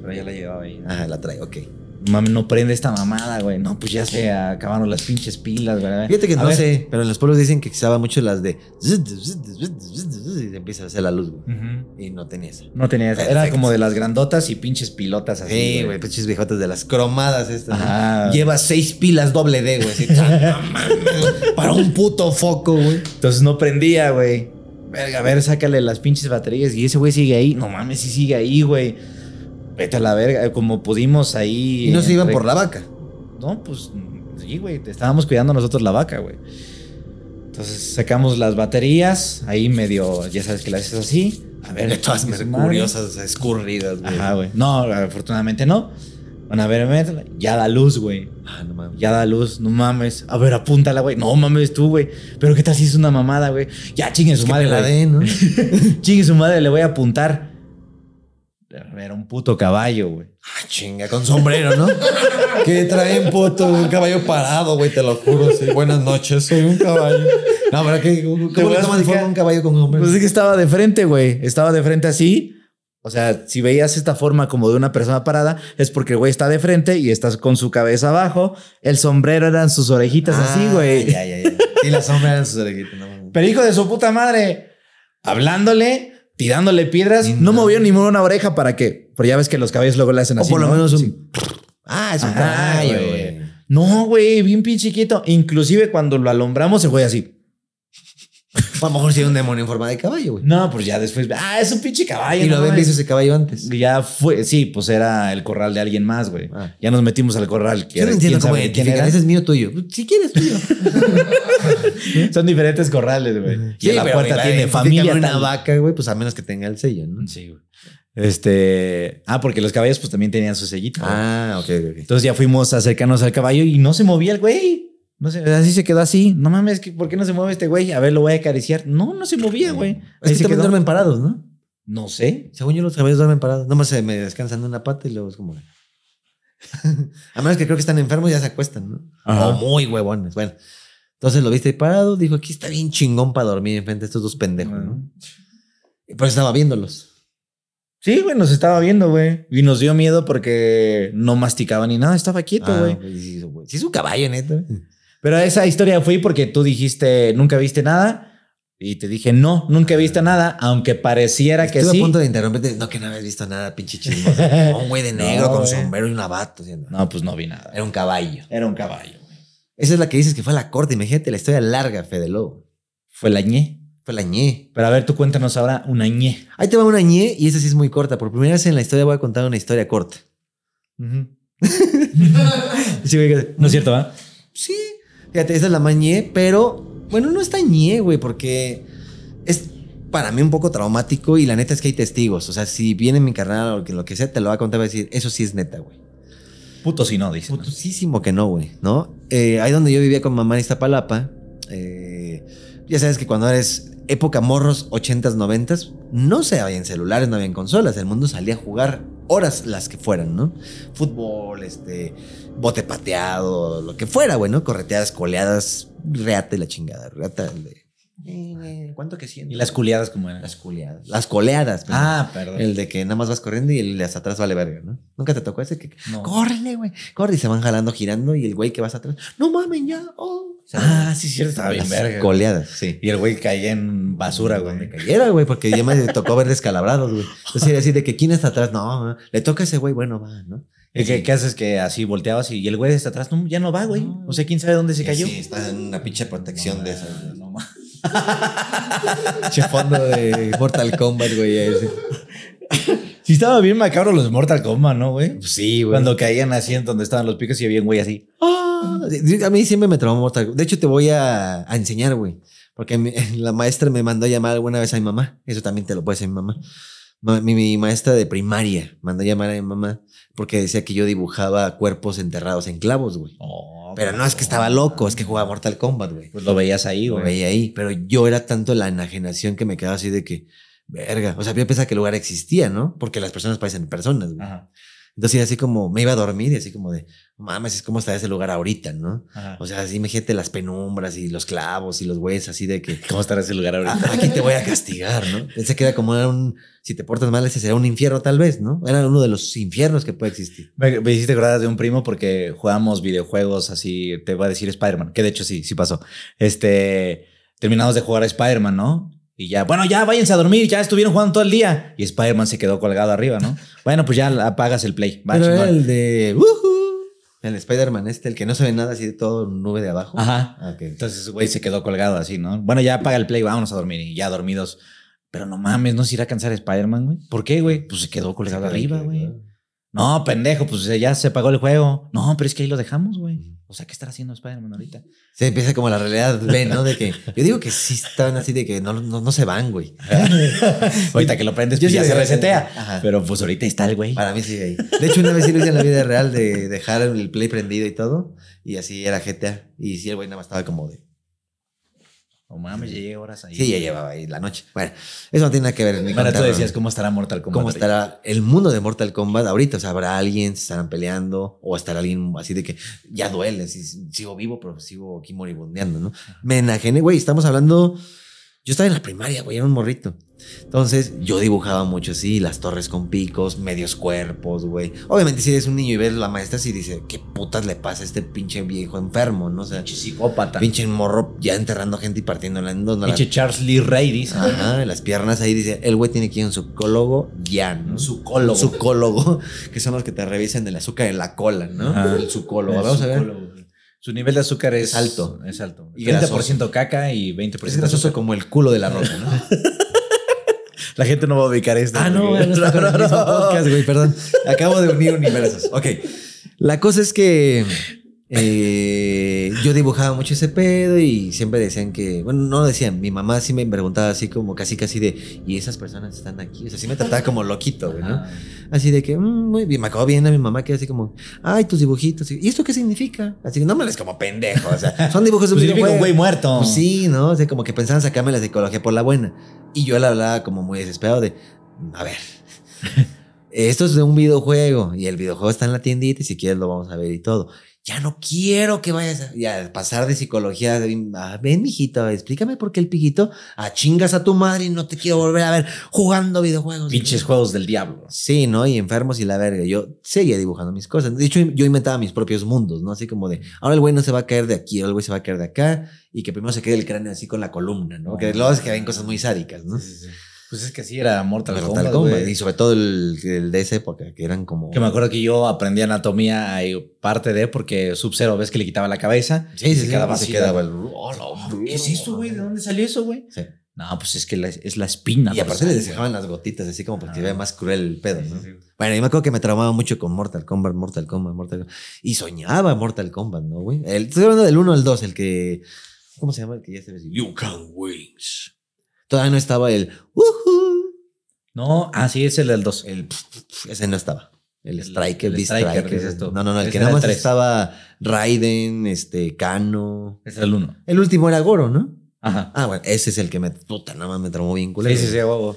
Speaker 3: Pero ya la llevaba ahí.
Speaker 4: Ajá, la trae, ok.
Speaker 3: Mami, no prende esta mamada, güey. No, pues ya se acabaron las pinches pilas, güey.
Speaker 4: Fíjate que
Speaker 3: A
Speaker 4: no
Speaker 3: ver.
Speaker 4: sé, pero en los pueblos dicen que se usaba mucho las de. zzt, zzt, zzt, zzt, zzt, Y empieza a hacer la luz, güey.
Speaker 3: Ujú.
Speaker 4: Y no tenía esa.
Speaker 3: No tenía esa. Era
Speaker 4: Perfecto.
Speaker 3: como de las grandotas y pinches pilotas así.
Speaker 4: Sí, güey, pinches viejotas de las cromadas estas. ¿no?
Speaker 3: Ajá.
Speaker 4: Lleva seis pilas doble D, güey. así, ta- no mames, Para un puto foco, güey.
Speaker 3: Entonces no prendía, güey. Verga, a ver, sácale las pinches baterías. Y ese güey sigue ahí. No mames, sí sigue ahí, güey. Vete a la verga. Como pudimos ahí.
Speaker 4: Y no se iban
Speaker 3: entre-
Speaker 4: por la vaca.
Speaker 3: No, pues sí, güey, te estábamos cuidando nosotros la vaca, güey. Entonces sacamos las baterías, ahí medio, ya sabes que las haces así. A ver,
Speaker 4: De todas
Speaker 3: chingue su
Speaker 4: mercuriosas, escurridas,
Speaker 3: madre.
Speaker 4: güey.
Speaker 3: Ajá, güey. No, afortunadamente no. Bueno, a ver, métela. ya da luz, güey.
Speaker 4: Ah, no mames.
Speaker 3: Ya da luz, no mames. A ver, apúntala, güey. No mames tú, güey. Pero qué tal si es una mamada, güey. Ya chingue su
Speaker 4: que
Speaker 3: madre,
Speaker 4: me la
Speaker 3: güey.
Speaker 4: den, ¿no?
Speaker 3: Chingue su madre, le voy a apuntar. Era un puto caballo, güey.
Speaker 4: Ah, chinga, con sombrero, ¿no? que traen, puto, un caballo parado, güey, te lo juro. Sí. Buenas noches, soy un caballo. No, pero que,
Speaker 3: Te
Speaker 4: ¿cómo
Speaker 3: voy
Speaker 4: le toman de
Speaker 3: a explicar.
Speaker 4: forma un caballo con un hombre?
Speaker 3: Pues es que estaba de frente, güey. Estaba de frente así. O sea, si veías esta forma como de una persona parada, es porque el güey está de frente y estás con su cabeza abajo. El sombrero eran sus orejitas así, güey.
Speaker 4: Ah, Ya, ya, ya. Y la sombra eran sus orejitas, no mames.
Speaker 3: Pero hijo de su puta madre, hablándole, tirándole piedras,
Speaker 4: Ni
Speaker 3: no
Speaker 4: nada.
Speaker 3: movió ni una oreja para que. Pero ya ves que los caballos luego le hacen
Speaker 4: O
Speaker 3: así.
Speaker 4: por lo
Speaker 3: ¿no?
Speaker 4: menos un.
Speaker 3: Sí.
Speaker 4: Ah, es un
Speaker 3: Ajá,
Speaker 4: caballo,
Speaker 3: güey.
Speaker 4: güey.
Speaker 3: No, güey, bien pinche chiquito. Inclusive cuando lo alumbramos, el güey así.
Speaker 4: O a lo mejor sí era un demonio en forma de caballo, güey.
Speaker 3: No, pues ya después. Ah, es un pinche caballo.
Speaker 4: Y lo
Speaker 3: no
Speaker 4: habían
Speaker 3: mames.
Speaker 4: visto ese caballo antes.
Speaker 3: Ya fue, sí, pues era el corral de alguien más, güey.
Speaker 4: Ah.
Speaker 3: Ya nos metimos al corral. que
Speaker 4: Yo no
Speaker 3: era-
Speaker 4: entiendo
Speaker 3: quién sabe
Speaker 4: cómo
Speaker 3: de quién
Speaker 4: identificar.
Speaker 3: era.
Speaker 4: Ese es mío tuyo. Si quieres, tuyo.
Speaker 3: Son diferentes corrales, güey. y en la
Speaker 4: pero
Speaker 3: puerta
Speaker 4: mira,
Speaker 3: tiene
Speaker 4: identifican
Speaker 3: familia.
Speaker 4: una
Speaker 3: tal.
Speaker 4: vaca, güey, pues a menos que tenga el sello, ¿no?
Speaker 3: Sí, güey. Este. Ah, porque los caballos, pues también tenían su sellito. güey.
Speaker 4: Ah, ok, ok, ok.
Speaker 3: Entonces ya fuimos a acercarnos al caballo y no se movía el güey. No sé, así se quedó así. No mames, ¿qué- ¿por qué no se mueve este güey? A ver, lo voy a acariciar. No, no se movía, güey.
Speaker 4: Es
Speaker 3: Ahí
Speaker 4: que
Speaker 3: se
Speaker 4: también
Speaker 3: quedó.
Speaker 4: duermen parados, ¿no?
Speaker 3: No sé.
Speaker 4: Según yo, los caballos duermen parados. Nomás se me descansan de una pata y luego es como. a menos que creo que están enfermos, ya se acuestan, ¿no?
Speaker 3: Ajá.
Speaker 4: O muy huevones. Bueno, entonces lo viste ahí parado. Dijo, aquí está bien chingón para dormir enfrente de estos dos pendejos, ¿no? Pero estaba viéndolos.
Speaker 3: Sí, güey, nos estaba viendo, güey. Y nos dio miedo porque no masticaba ni nada, estaba quieto,
Speaker 4: Ah,
Speaker 3: güey.
Speaker 4: güey, sí, güey. Sí, es un caballo, neta.
Speaker 3: Pero a esa historia fui porque tú dijiste, nunca viste nada. Y te dije, no, nunca he visto nada, aunque pareciera
Speaker 4: Ah. Estuve
Speaker 3: que sí.
Speaker 4: a punto de interrumpirte. No, que no habías visto nada, pinche chismoso. un güey de
Speaker 3: No,
Speaker 4: negro con
Speaker 3: güey.
Speaker 4: sombrero y una bata. ¿sí?
Speaker 3: No, pues no vi nada.
Speaker 4: Era un caballo.
Speaker 3: Era un caballo. güey.
Speaker 4: Esa es la que dices que fue a la corte. Imagínate la historia larga, Fede Lobo.
Speaker 3: Fue la ñe.
Speaker 4: Fue la ñe.
Speaker 3: Pero a ver, tú cuéntanos ahora una ñe.
Speaker 4: Ahí te va una ñe y esa sí es muy corta. Por primera vez en la historia voy a contar una historia corta.
Speaker 3: Sí, güey, no es cierto, ¿va?
Speaker 4: Sí. Fíjate, esa es la más ñe, pero bueno, no está ñe, güey, porque es para mí un poco traumático y la neta es que hay testigos. O sea, si viene mi carnal o que lo que sea, te lo va a contar, va a decir, eso sí es neta, güey.
Speaker 3: Puto si no, dice. ¿no?
Speaker 4: Putusísimo que no, güey, ¿no? Eh, ahí donde yo vivía con mamá en Iztapalapa, eh, ya sabes que cuando eres época morros, 80s, 90s, no se habían celulares, no habían consolas, el mundo salía a jugar horas las que fueran, ¿no? Fútbol, este, bote pateado, lo que fuera, güey, ¿no? Correteadas, coleadas, reate la chingada, reata el de... eh, ¿Cuánto que siento?
Speaker 3: Y las culiadas como eran.
Speaker 4: Las coleadas. Las coleadas, perdón.
Speaker 3: Ah, perdón.
Speaker 4: El de que nada más vas corriendo y el de hasta atrás vale verga, ¿no? Nunca te tocó ese que
Speaker 3: No.
Speaker 4: córrele, güey. Corre y se van jalando, girando y el güey que vas atrás, no mamen ya. Oh. Se van
Speaker 3: Ah, sí, es cierto, estaba bien
Speaker 4: las
Speaker 3: verga. güey.
Speaker 4: Coleadas, sí.
Speaker 3: Y el güey caía en basura,
Speaker 4: Me
Speaker 3: güey.
Speaker 4: cayera, güey, porque ya me tocó ver descalabrados, güey. Entonces era así de que quién está atrás, no, no, le toca a ese güey, bueno, va, ¿no?
Speaker 3: ¿Y qué, qué haces que así volteabas y, y el güey está atrás? No, ya no va, güey. O sea, quién sabe dónde se cayó.
Speaker 4: está en una pinche protección de esas. güey.
Speaker 3: No mames.
Speaker 4: Pinche fondo de Mortal Kombat, güey. ese.
Speaker 3: Sí, estaba bien macabro los Mortal Kombat, ¿no, güey?
Speaker 4: Pues Sí, güey.
Speaker 3: Cuando caían así en donde estaban los picos y había un güey así.
Speaker 4: Ah, a mí siempre me traumó Mortal Kombat. De hecho, te voy a, a enseñar, güey. Porque mi- la maestra me mandó a llamar alguna vez a mi mamá. Eso también te lo puede hacer mi mamá. Ma- Mi, mi maestra de primaria mandó a llamar a mi mamá porque decía que yo dibujaba cuerpos enterrados en clavos, güey. Pero no es que estaba loco, es que jugaba Mortal Kombat, güey.
Speaker 3: Pues lo veías ahí,
Speaker 4: Lo
Speaker 3: güey.
Speaker 4: veía ahí. Pero yo era tanto la enajenación que me quedaba así de que, verga. O sea, yo pensaba que el lugar existía, ¿no? Porque las personas parecen personas, güey.
Speaker 3: Ajá,
Speaker 4: Entonces, así como me iba a dormir y así como de, mames, es como está ese lugar ahorita, ¿no?
Speaker 3: ajá.
Speaker 4: O sea, así imagínate las penumbras y los clavos y los güeyes así de que
Speaker 3: ¿Cómo estará ese lugar ahorita?
Speaker 4: "Ah, aquí te voy a castigar, ¿no? Pensé que era como era un, si te portas mal, ese será un infierno tal vez, ¿no? Era uno de los infiernos que puede existir.
Speaker 3: Me, me hiciste acordar de un primo porque jugábamos videojuegos así, te voy a decir Spider-Man, que de hecho sí, sí pasó. Este, terminamos de jugar a Spider-Man, ¿no? Y ya, bueno, ya váyanse a dormir, ya estuvieron jugando todo el día. Y Spider-Man se quedó colgado arriba, ¿no? Bueno, pues ya apagas el play. Va,
Speaker 4: Pero era
Speaker 3: chingón.
Speaker 4: el de, "Ujú", el Spider-Man este, el que no se ve nada así de todo nube de abajo.
Speaker 3: Ajá.
Speaker 4: Ah, ok.
Speaker 3: Entonces, güey, se quedó colgado así, ¿no? Bueno, ya apaga el play, vámonos a dormir. Y ya dormidos. Pero no mames, ¿no se irá a cansar Spider-Man, güey? ¿Por qué, güey? Pues se quedó colgado arriba, güey. No, pendejo, pues ya se apagó el juego. No, pero es que ahí lo dejamos, güey. O sea, ¿qué estará haciendo Spider-Man ahorita?
Speaker 4: Se empieza como la realidad, ven, ¿no? De que yo digo que sí están así de que no, no, no se van, güey.
Speaker 3: Ahorita que lo prendes,
Speaker 4: Yo
Speaker 3: pues
Speaker 4: sí
Speaker 3: ya
Speaker 4: le-
Speaker 3: se resetea.
Speaker 4: Ajá.
Speaker 3: Pero pues ahorita ahí está el güey.
Speaker 4: Para mí sigue ahí. De hecho, una vez sí lo hice en la vida real de dejar el play prendido y todo. Y así era GTA. Y sí, el güey nada más estaba como de.
Speaker 3: No mames, ya llegué horas ahí.
Speaker 4: Sí, ya llevaba ahí la noche. Bueno, eso no tiene nada que ver. ni
Speaker 3: Bueno, tú
Speaker 4: contarlo,
Speaker 3: decías
Speaker 4: ¿no?
Speaker 3: cómo estará Mortal Kombat.
Speaker 4: ¿Cómo
Speaker 3: ahorita?
Speaker 4: estará el mundo de Mortal Kombat ahorita? O sea, ¿habrá alguien? ¿Se estarán peleando? ¿O estará alguien así de que ya duele? si- sigo vivo, pero sigo aquí moribundeando, ¿no? Me enajené, güey. Estamos hablando... Yo estaba en la primaria, güey. Era un morrito. Entonces, yo dibujaba mucho así. Las torres con picos, medios cuerpos, güey. Obviamente, si eres un niño y ves a la maestra, sí dice... ¿Qué putas le pasa a este pinche viejo enfermo, no? O sea,
Speaker 3: Pinche psicópata. Pinche,
Speaker 4: pinche morro ya enterrando gente y partiéndola en dos. ¿no? Las-
Speaker 3: Charles Lee Ray, dice.
Speaker 4: Ajá, en las piernas ahí dice, el güey tiene que ir a un psicólogo ya, ¿no?
Speaker 3: Un psicólogo.
Speaker 4: Sucólogo, que son los que te revisan el azúcar en la cola, ¿no?
Speaker 3: Ajá.
Speaker 4: El sucólogo. Vamos a ver.
Speaker 3: Su nivel de azúcar es,
Speaker 4: Es alto.
Speaker 3: Es alto.
Speaker 4: Y
Speaker 3: 30%
Speaker 4: grasoso.
Speaker 3: caca y 20%
Speaker 4: Es grasoso
Speaker 3: azúcar.
Speaker 4: como el culo de la roca, ¿no?
Speaker 3: La gente no va a ubicar esto.
Speaker 4: Ah, no,
Speaker 3: porque-
Speaker 4: no, está con el mismo podcast, güey, perdón. Acabo de unir universos. Ok. La cosa es que eh, yo dibujaba mucho ese pedo y siempre decían que, bueno, no lo decían, mi mamá sí me preguntaba así como casi casi de, ¿y esas personas están aquí? O sea, sí me trataba como loquito, güey, ¿no?
Speaker 3: Ajá.
Speaker 4: Así de que, mm, muy bien, me acabo viendo a mi mamá que era así como, ay, tus dibujitos. ¿Y esto qué significa? Así que no me les como pendejo, o sea, son dibujos de
Speaker 3: Pues
Speaker 4: un
Speaker 3: significa
Speaker 4: videojuego.
Speaker 3: un güey muerto.
Speaker 4: Pues sí, ¿no? O sea, como que pensaban sacarme la psicología por la buena. Y yo la hablaba como muy desesperado de, a ver, esto es de un videojuego y el videojuego está en la tiendita y si quieres lo vamos a ver y todo. Ya no quiero que vayas a, y a pasar de psicología. de, "Ah, ven, mijito, explícame por qué el piquito a chingas a tu madre y no te quiero volver a ver jugando videojuegos.
Speaker 3: Pinches juegos del diablo.
Speaker 4: Sí, ¿no? Y enfermos y la verga. Yo seguía dibujando mis cosas. De hecho, yo inventaba mis propios mundos, ¿no? Así como de, ahora el güey no se va a caer de aquí, ahora el güey se va a caer de acá, y que primero se quede el cráneo así con la columna, ¿no? Que luego es que ven cosas muy sádicas, ¿no?
Speaker 3: Pues es que así era Mortal
Speaker 4: Pero
Speaker 3: Kombat.
Speaker 4: tal como,
Speaker 3: güey.
Speaker 4: y sobre todo el, el de esa época, que eran como...
Speaker 3: Que me acuerdo que yo aprendí anatomía y parte de porque Sub-Zero ves que le quitaba la cabeza.
Speaker 4: Sí, sí,
Speaker 3: y
Speaker 4: sí,
Speaker 3: se quedaba
Speaker 4: y se
Speaker 3: así. "Oh,
Speaker 4: quedaba el...
Speaker 3: ¿Qué es esto, güey? ¿De dónde salió eso, güey?
Speaker 4: Sí.
Speaker 3: No, pues es que la- es la espina.
Speaker 4: Y aparte les
Speaker 3: dorsal,
Speaker 4: dejaban las gotitas así como para que
Speaker 3: Ah.
Speaker 4: se vea más cruel el pedo,
Speaker 3: güey.
Speaker 4: ¿no?
Speaker 3: pues, Sí, sí, sí.
Speaker 4: Bueno, yo me acuerdo que me traumaba mucho con Mortal Kombat, Mortal Kombat, Mortal Kombat. Y soñaba Mortal Kombat, ¿no, güey? El- Estoy hablando del 1 al 2, el que. ¿Cómo se llama? El que ya se ve así, You can wings. Todavía no estaba el. "Woohoo".
Speaker 3: No, ah, sí, es el del 2.
Speaker 4: El. pf, pf, pf, ese no estaba. El
Speaker 3: El-
Speaker 4: Striker,
Speaker 3: el
Speaker 4: el
Speaker 3: Striker,
Speaker 4: Striker.
Speaker 3: dices tú.
Speaker 4: No, no, no. El
Speaker 3: Ese
Speaker 4: que
Speaker 3: era
Speaker 4: nada
Speaker 3: el
Speaker 4: más
Speaker 3: tres.
Speaker 4: estaba Raiden, este, Kano.
Speaker 3: Es el 1.
Speaker 4: El último era Goro, ¿no?
Speaker 3: Ajá.
Speaker 4: Ah, bueno, ese es el que me. Puta, nada más me traumó bien culero.
Speaker 3: Sí, sí, sí, a huevo.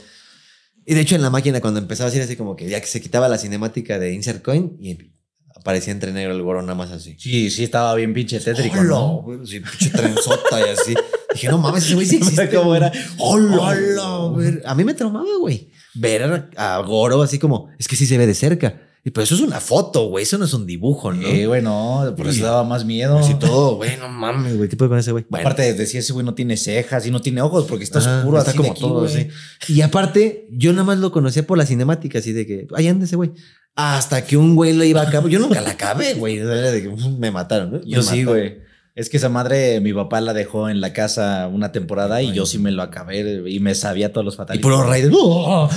Speaker 4: Y de hecho en la máquina cuando empezaba a decir así como que ya que se quitaba la cinemática de Insert Coin y aparecía entre negro el gorón nada más así.
Speaker 3: Sí, sí, estaba bien pinche tétrico.
Speaker 4: ¡Hola!
Speaker 3: ¿no?
Speaker 4: güey, Sí, pinche trenzota y así. Dije, no mames, ese güey sí existe.
Speaker 3: ¿Cómo
Speaker 4: güey.
Speaker 3: era?
Speaker 4: ¡Hola! güey! A mí me traumaba, güey. Ver a, a Goro así como, es que sí se ve de cerca. Y pero eso es una foto, güey. Eso no es un dibujo, ¿no?
Speaker 3: Eh, güey, no, por eso
Speaker 4: Sí.
Speaker 3: daba más miedo.
Speaker 4: Así todo, güey, no mames, güey. ¿Qué puede con ese güey? Bueno.
Speaker 3: Aparte decía ese güey no tiene cejas y no tiene ojos porque está
Speaker 4: Ajá,
Speaker 3: oscuro
Speaker 4: está
Speaker 3: así
Speaker 4: como
Speaker 3: de aquí,
Speaker 4: todo
Speaker 3: güey.
Speaker 4: así. Y aparte, yo nada más lo conocía por la cinemática, así de que, ahí anda ese güey. Hasta que un güey lo iba a acabar. Yo nunca la acabé, güey. Era de que, "Uf, Me mataron, ¿no? Me
Speaker 3: Yo sí,
Speaker 4: mataron.
Speaker 3: güey. Es que esa madre, mi papá la dejó en la casa una temporada y
Speaker 4: Ay.
Speaker 3: yo sí me lo acabé y me sabía todos los
Speaker 4: Y
Speaker 3: fatalities.
Speaker 4: puro Raiden. "Uah,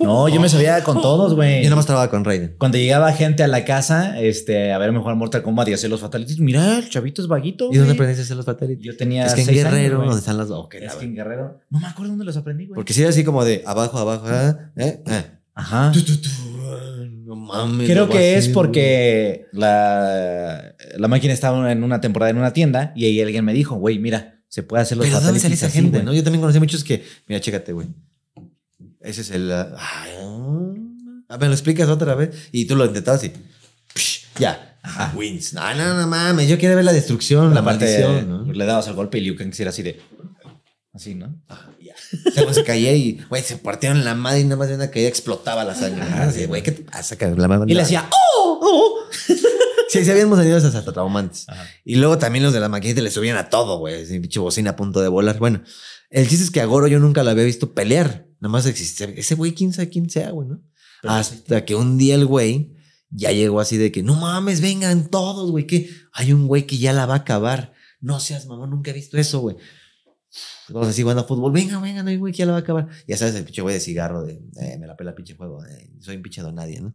Speaker 3: No, yo me sabía con todos,
Speaker 4: Yo
Speaker 3: güey.
Speaker 4: nada más trabajaba con Raiden.
Speaker 3: Cuando llegaba gente a la casa, este, a verme jugar Mortal Kombat y hacer los fatalities, mira, el chavito es vaguito.
Speaker 4: ¿Y dónde
Speaker 3: güey.
Speaker 4: aprendiste a hacer los fatalities?
Speaker 3: Yo tenía
Speaker 4: Es que en
Speaker 3: seis
Speaker 4: Guerrero,
Speaker 3: años, güey.
Speaker 4: donde están las. ok, la
Speaker 3: es que
Speaker 4: verdad.
Speaker 3: en Guerrero. No me acuerdo dónde los aprendí, güey.
Speaker 4: Porque si era así como de abajo, abajo, ah, eh, ah.
Speaker 3: Ajá.
Speaker 4: Tu, tu, tu, ah, No mames.
Speaker 3: Creo
Speaker 4: lo
Speaker 3: que
Speaker 4: vacío,
Speaker 3: es porque la, la máquina estaba en una temporada en una tienda y ahí alguien me dijo, güey, mira, se puede hacer los
Speaker 4: Pero ¿dónde sale
Speaker 3: fatalities
Speaker 4: esa
Speaker 3: así,
Speaker 4: gente,
Speaker 3: güey".
Speaker 4: no? Yo también conocí muchos que, mira, chécate, güey. Ese es el... ah, ay, ah, me lo explicas otra vez y tú lo intentabas y... psh, ya. ah, Wins. No, no, no mames. Yo quiero ver la destrucción, la,
Speaker 3: Aparte,
Speaker 4: maldición, ¿no?
Speaker 3: Le dabas al golpe y Liu Kang sí era así de... Así, ¿no?
Speaker 4: Se, pues, caía y, güey, se partieron la madre y nada más de una caída explotaba la sangre. Así, güey, ¿qué te pasa, cabrón? La madre-
Speaker 3: Y le hacía... "Oh".
Speaker 4: Sí, sí, habíamos salido esas hasta traumantes.
Speaker 3: Ajá.
Speaker 4: Y luego también los de la maquinita le subían a todo, güey. Así, pinche bocina a punto de volar. Bueno, el chiste es que a Goro yo nunca lo había visto pelear. Nada más existía. Ese güey, quién sabe quién sea, güey, ¿no? hasta que un día el güey ya llegó así de que, no mames, vengan todos, güey, que hay un güey que ya la va a acabar. No seas mamón, nunca he visto eso, güey. Vamos así jugando a fútbol. Venga, venga, no hay güey que ya la va a acabar. Ya sabes, el pinche güey de cigarro de, eh, me la pela pinche juego. eh, soy un pinche donadie, ¿no?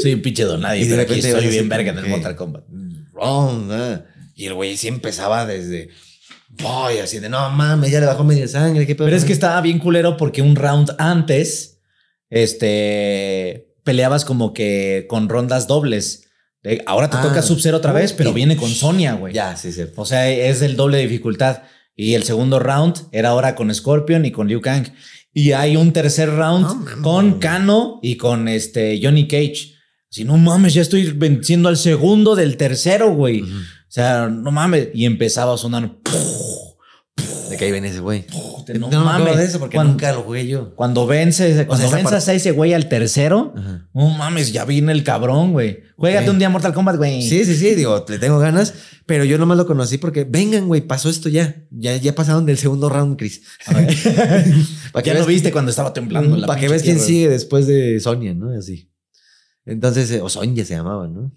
Speaker 3: Soy un pinche donadie,
Speaker 4: Y de
Speaker 3: pero aquí
Speaker 4: repente
Speaker 3: soy
Speaker 4: vas
Speaker 3: bien
Speaker 4: así
Speaker 3: verga en
Speaker 4: como
Speaker 3: el
Speaker 4: que-
Speaker 3: Mortal Kombat.
Speaker 4: wrong. ah. Y el güey sí empezaba desde, voy, así de, no mames, ya le bajó media sangre. ¿qué pedo
Speaker 3: Pero es
Speaker 4: con
Speaker 3: que
Speaker 4: él?"
Speaker 3: estaba bien culero porque un round antes, este, peleabas como que con rondas dobles. De, ahora te
Speaker 4: Ah.
Speaker 3: toca Sub-Zero otra vez, pero
Speaker 4: Sí.
Speaker 3: viene con Sonia, güey.
Speaker 4: Ya, sí, cierto.
Speaker 3: O sea, es el doble de dificultad. Y el segundo round era ahora con Scorpion y con Liu Kang. Y hay un tercer round
Speaker 4: No mames.
Speaker 3: con Kano y con este Johnny Cage. Si no mames, ya estoy venciendo al segundo del tercero, güey.
Speaker 4: Ujú.
Speaker 3: O sea, no mames. Y empezaba a sonar.
Speaker 4: De que ahí viene ese güey.
Speaker 3: no
Speaker 4: me acuerdo
Speaker 3: mames.
Speaker 4: de eso porque
Speaker 3: Cuando-
Speaker 4: nunca lo jugué yo.
Speaker 3: Cuando vences, cuando
Speaker 4: esa
Speaker 3: venzas
Speaker 4: parte-
Speaker 3: a ese güey al tercero,
Speaker 4: Ajá.
Speaker 3: no mames, ya viene el cabrón, güey. Juégate
Speaker 4: Ok.
Speaker 3: un día Mortal Kombat, güey.
Speaker 4: Sí, sí, sí, digo, le tengo ganas, pero yo nomás lo conocí porque, vengan, güey, pasó esto ya. Ya, ya pasaron del segundo round, Chris. Para que
Speaker 3: Ya
Speaker 4: veas-
Speaker 3: lo viste cuando estaba temblando. la
Speaker 4: Para que
Speaker 3: pinche
Speaker 4: veas quién
Speaker 3: tierra.
Speaker 4: sigue después de Sonia, ¿no? Así. Entonces, eh, o Sonia se llamaba, ¿no?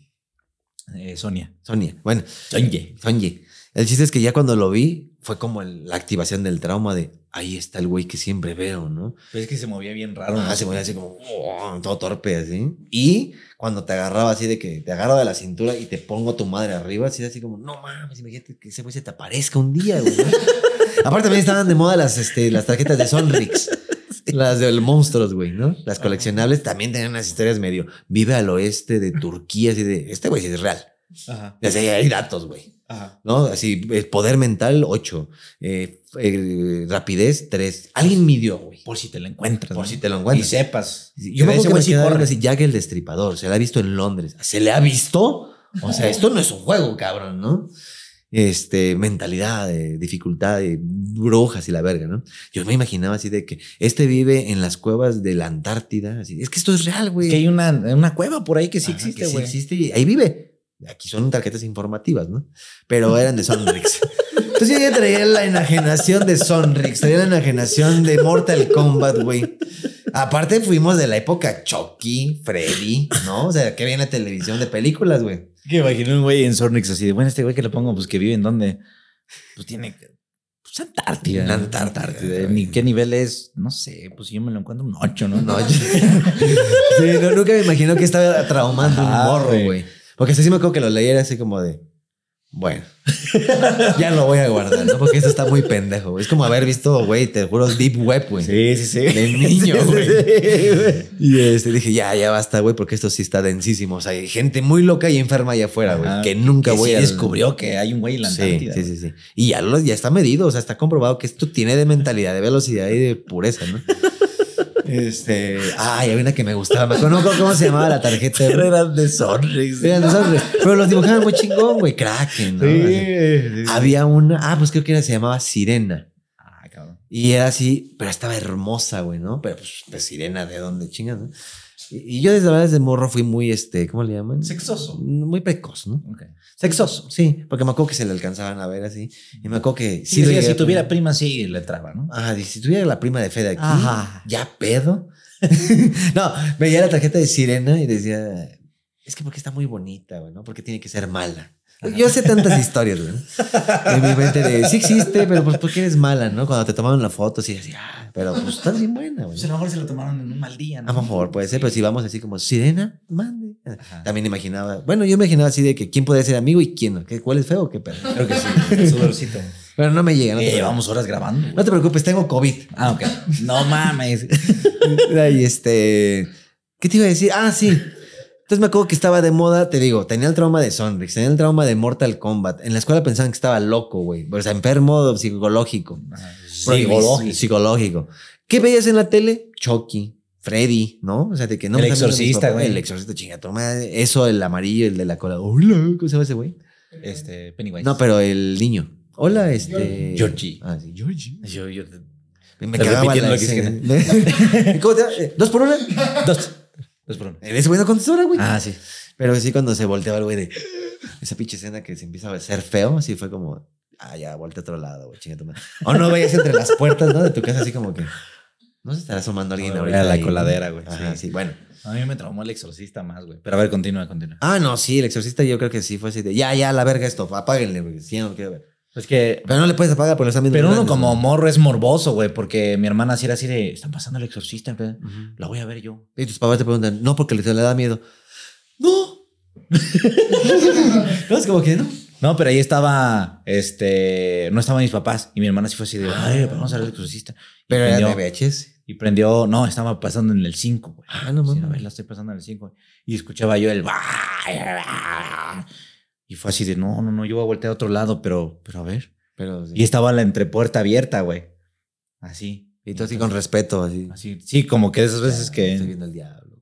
Speaker 3: Eh, Sonia.
Speaker 4: Sonia. Bueno,
Speaker 3: Sonia.
Speaker 4: Sonji. El chiste es que ya cuando lo vi, fue como el- la activación del trauma de ahí está el güey que siempre veo, ¿no?
Speaker 3: Pues es que se movía bien raro.
Speaker 4: Ah, se ponía así como "Oh", todo torpe, así. Y cuando te agarraba así de que te agarro de la cintura y te pongo tu madre arriba, así, así como, no mames, imagínate que ese güey se te aparezca un día, güey. Aparte también estaban de moda las, este, las tarjetas de Sonrix. Las del monstruos, güey, ¿no? Las coleccionables también tenían unas historias medio. Vive al oeste de Turquía, así de. Este güey sí es real.
Speaker 3: Ajá,
Speaker 4: Así, hay datos, güey.
Speaker 3: ajá.
Speaker 4: ¿no? Así, eh, poder mental, 8. rapidez, 3. Alguien midió, güey.
Speaker 3: Por si te la encuentras.
Speaker 4: Por
Speaker 3: ¿no?
Speaker 4: si te lo encuentras.
Speaker 3: Y sepas.
Speaker 4: Yo me
Speaker 3: Ese
Speaker 4: acuerdo que
Speaker 3: güey
Speaker 4: me
Speaker 3: sí
Speaker 4: quedaba
Speaker 3: corre.
Speaker 4: viendo así, Jack el Destripador, se le ha visto en Londres. ¿Se le ha visto? O sea, esto no es un juego, cabrón, ¿no? Este, mentalidad, de dificultad, de brujas y la verga, ¿no? Yo me imaginaba así de que este vive en las cuevas de la Antártida. Así, es que esto es real, güey.
Speaker 3: Que hay una, una cueva por ahí que sí
Speaker 4: Ajá,
Speaker 3: existe,
Speaker 4: que
Speaker 3: güey.
Speaker 4: existe y ahí vive. Aquí son tarjetas informativas, ¿no? Pero eran de Sonrix. Entonces yo ya traía la enajenación de Sonrix, traía la enajenación de Mortal Kombat, güey. Aparte fuimos de la época Chucky, Freddy, ¿no? O sea, que viene televisión de películas, güey.
Speaker 3: Que imagino un güey en Sornix así de, bueno, este güey que le pongo, pues que vive en dónde. Pues tiene. que- Pues Antártida.
Speaker 4: En
Speaker 3: ¿no?
Speaker 4: Antártida, güey.
Speaker 3: Ni qué nivel es, no sé, pues yo me lo encuentro un 8, ¿no?
Speaker 4: No, yo- sí, no, nunca me imagino que estaba traumando
Speaker 3: Ajá,
Speaker 4: un morro,
Speaker 3: güey.
Speaker 4: güey. Porque así sí me acuerdo que lo leía era así como de, bueno, ya lo voy a guardar, ¿no? Porque esto está muy pendejo. güey. Es como haber visto, güey, te juro, Deep Web, güey.
Speaker 3: Sí, sí, sí.
Speaker 4: De niño,
Speaker 3: Sí, sí,
Speaker 4: güey.
Speaker 3: sí, güey.
Speaker 4: Y este, dije, ya, ya basta, güey, porque esto sí está densísimo. O sea, hay gente muy loca y enferma allá afuera, güey,
Speaker 3: Ajá.
Speaker 4: que nunca
Speaker 3: Que
Speaker 4: voy
Speaker 3: sí
Speaker 4: a...
Speaker 3: descubrió que hay un güey en la
Speaker 4: Sí,
Speaker 3: Antártida.
Speaker 4: sí, sí, sí. Y ya, lo- ya está medido, o sea, está comprobado que esto tiene de mentalidad, de velocidad y de pureza, ¿no? Este... Ay, había una que me gustaba. Me acuerdo, no me acuerdo cómo se llamaba la tarjeta. güey.
Speaker 3: eran de Sornix.
Speaker 4: Eran de esos, güey. Pero los dibujaban muy chingón, güey. Kraken, ¿no? Así. Había una... Ah, pues creo que era, se llamaba Sirena.
Speaker 3: Ah, cabrón.
Speaker 4: Y era así, pero estaba hermosa, güey, ¿no? Pero pues, pues, sirena, ¿de dónde chingas, no? Y, y yo desde, la verdad, desde morro fui muy, este, ¿cómo le llaman?
Speaker 3: Sexoso.
Speaker 4: Muy precoz, ¿no?
Speaker 3: Ok.
Speaker 4: Sexoso, sí. Porque me acuerdo que se le alcanzaban a ver así. Y me acuerdo que...
Speaker 3: Sí, decía,
Speaker 4: llegué
Speaker 3: si
Speaker 4: a-
Speaker 3: tuviera prima, sí le traba, ¿no?
Speaker 4: Ajá, y si tuviera la prima de Fede aquí,
Speaker 3: Ajá.
Speaker 4: ya pedo. no, veía la tarjeta de sirena y decía, es que porque está muy bonita, güey, ¿no? Porque tiene que ser mala. Yo sé tantas historias, güey. ¿no? En mi mente de, sí existe, pero pues porque eres mala, ¿no? Cuando te tomaron la foto, sí, así, ah, pero pues estás bien buena, güey.
Speaker 3: Pues a lo mejor se lo tomaron en un mal día, ¿no?
Speaker 4: A lo mejor puede ser, pero si vamos así como, sirena, mande.
Speaker 3: Ajá.
Speaker 4: También imaginaba, bueno, yo imaginaba así de que quién podía ser amigo y quién no. ¿Qué- ¿Cuál es feo o qué pedo?
Speaker 3: Creo que sí, sudorcito.
Speaker 4: Pero pues. no me llega, no
Speaker 3: Eh,
Speaker 4: te,
Speaker 3: llevamos horas grabando.
Speaker 4: no te preocupes, tengo COVID.
Speaker 3: Ah, ok. No mames.
Speaker 4: Y este. ¿Qué te iba a decir? Ah, sí. Entonces me acuerdo que estaba de moda, te digo, tenía el trauma de Sonrix, tenía el trauma de Mortal Kombat. En la escuela pensaban que estaba loco, güey. O sea, enfermo psicológico.
Speaker 3: Ah, Psicológico.
Speaker 4: Psicológico. ¿Qué veías en la tele? Chucky, Freddy, ¿no? O sea, de que no
Speaker 3: El
Speaker 4: me están viendo mis
Speaker 3: exorcista,
Speaker 4: papás.
Speaker 3: güey.
Speaker 4: El exorcista, chinga, tu madre. Eso, el amarillo, el de la cola. Hola, ¿cómo se llama ese güey?
Speaker 3: Este, Pennywise.
Speaker 4: No, pero el niño. Hola, este.
Speaker 3: Georgie.
Speaker 4: Ah, sí, Georgie.
Speaker 3: Yo, yo.
Speaker 4: Me
Speaker 3: Estás
Speaker 4: cagaba
Speaker 3: repitiendo
Speaker 4: la
Speaker 3: lo que
Speaker 4: escena. ¿Cómo te llama? Eh, ¿Dos por una?
Speaker 3: Dos. Dos por uno.
Speaker 4: Eres buena contestora, güey.
Speaker 3: Ah, sí.
Speaker 4: Pero sí, cuando se volteaba el güey de esa pinche escena que se empieza a ser feo, así fue como, ah, ya, voltea a otro lado, güey, chinga tu madre. O no vayas entre las puertas, ¿no? De tu casa, así como que, no se estará asomando alguien
Speaker 3: No,
Speaker 4: ahorita.
Speaker 3: era la
Speaker 4: ahí, ¿no?
Speaker 3: coladera, güey,
Speaker 4: Ajá,
Speaker 3: sí.
Speaker 4: sí. bueno.
Speaker 3: A mí me traumó el exorcista más, güey. Pero a ver, continúa, continúa.
Speaker 4: Ah, no, sí, el exorcista yo creo que sí fue así de, ya, ya, la verga esto, apáguenle, güey, sí, ya no lo quiero ver.
Speaker 3: Es que.
Speaker 4: Pero no le puedes apagar porque lo están viendo.
Speaker 3: Pero
Speaker 4: los
Speaker 3: uno
Speaker 4: grandes,
Speaker 3: como
Speaker 4: ¿no?
Speaker 3: morro es morboso, güey, porque mi hermana sí era así de, están pasando el exorcista, güey.
Speaker 4: Ujú.
Speaker 3: la voy a ver yo.
Speaker 4: Y tus papás te preguntan, no, porque le, le da miedo. ¡No! no, es como que no.
Speaker 3: No, pero ahí estaba, este, no estaban mis papás y mi hermana sí fue así de,
Speaker 4: Ah.
Speaker 3: ay, vamos a ver el exorcista. Y
Speaker 4: Pero era
Speaker 3: prendió-
Speaker 4: de VHS.
Speaker 3: Y prendió, no, estaba pasando en el 5, güey.
Speaker 4: Ah, no
Speaker 3: Sí,
Speaker 4: mames.
Speaker 3: a ver, la estoy pasando en el 5. Y escuchaba yo el. Y fue así de, no, no, no, yo voy a voltear a otro lado, pero, pero a ver.
Speaker 4: Pero, sí.
Speaker 3: Y estaba la entrepuerta abierta, güey. Así.
Speaker 4: Y tú así con respeto, así.
Speaker 3: Así, sí, como que de esas veces
Speaker 4: Estoy
Speaker 3: que
Speaker 4: viendo al diablo.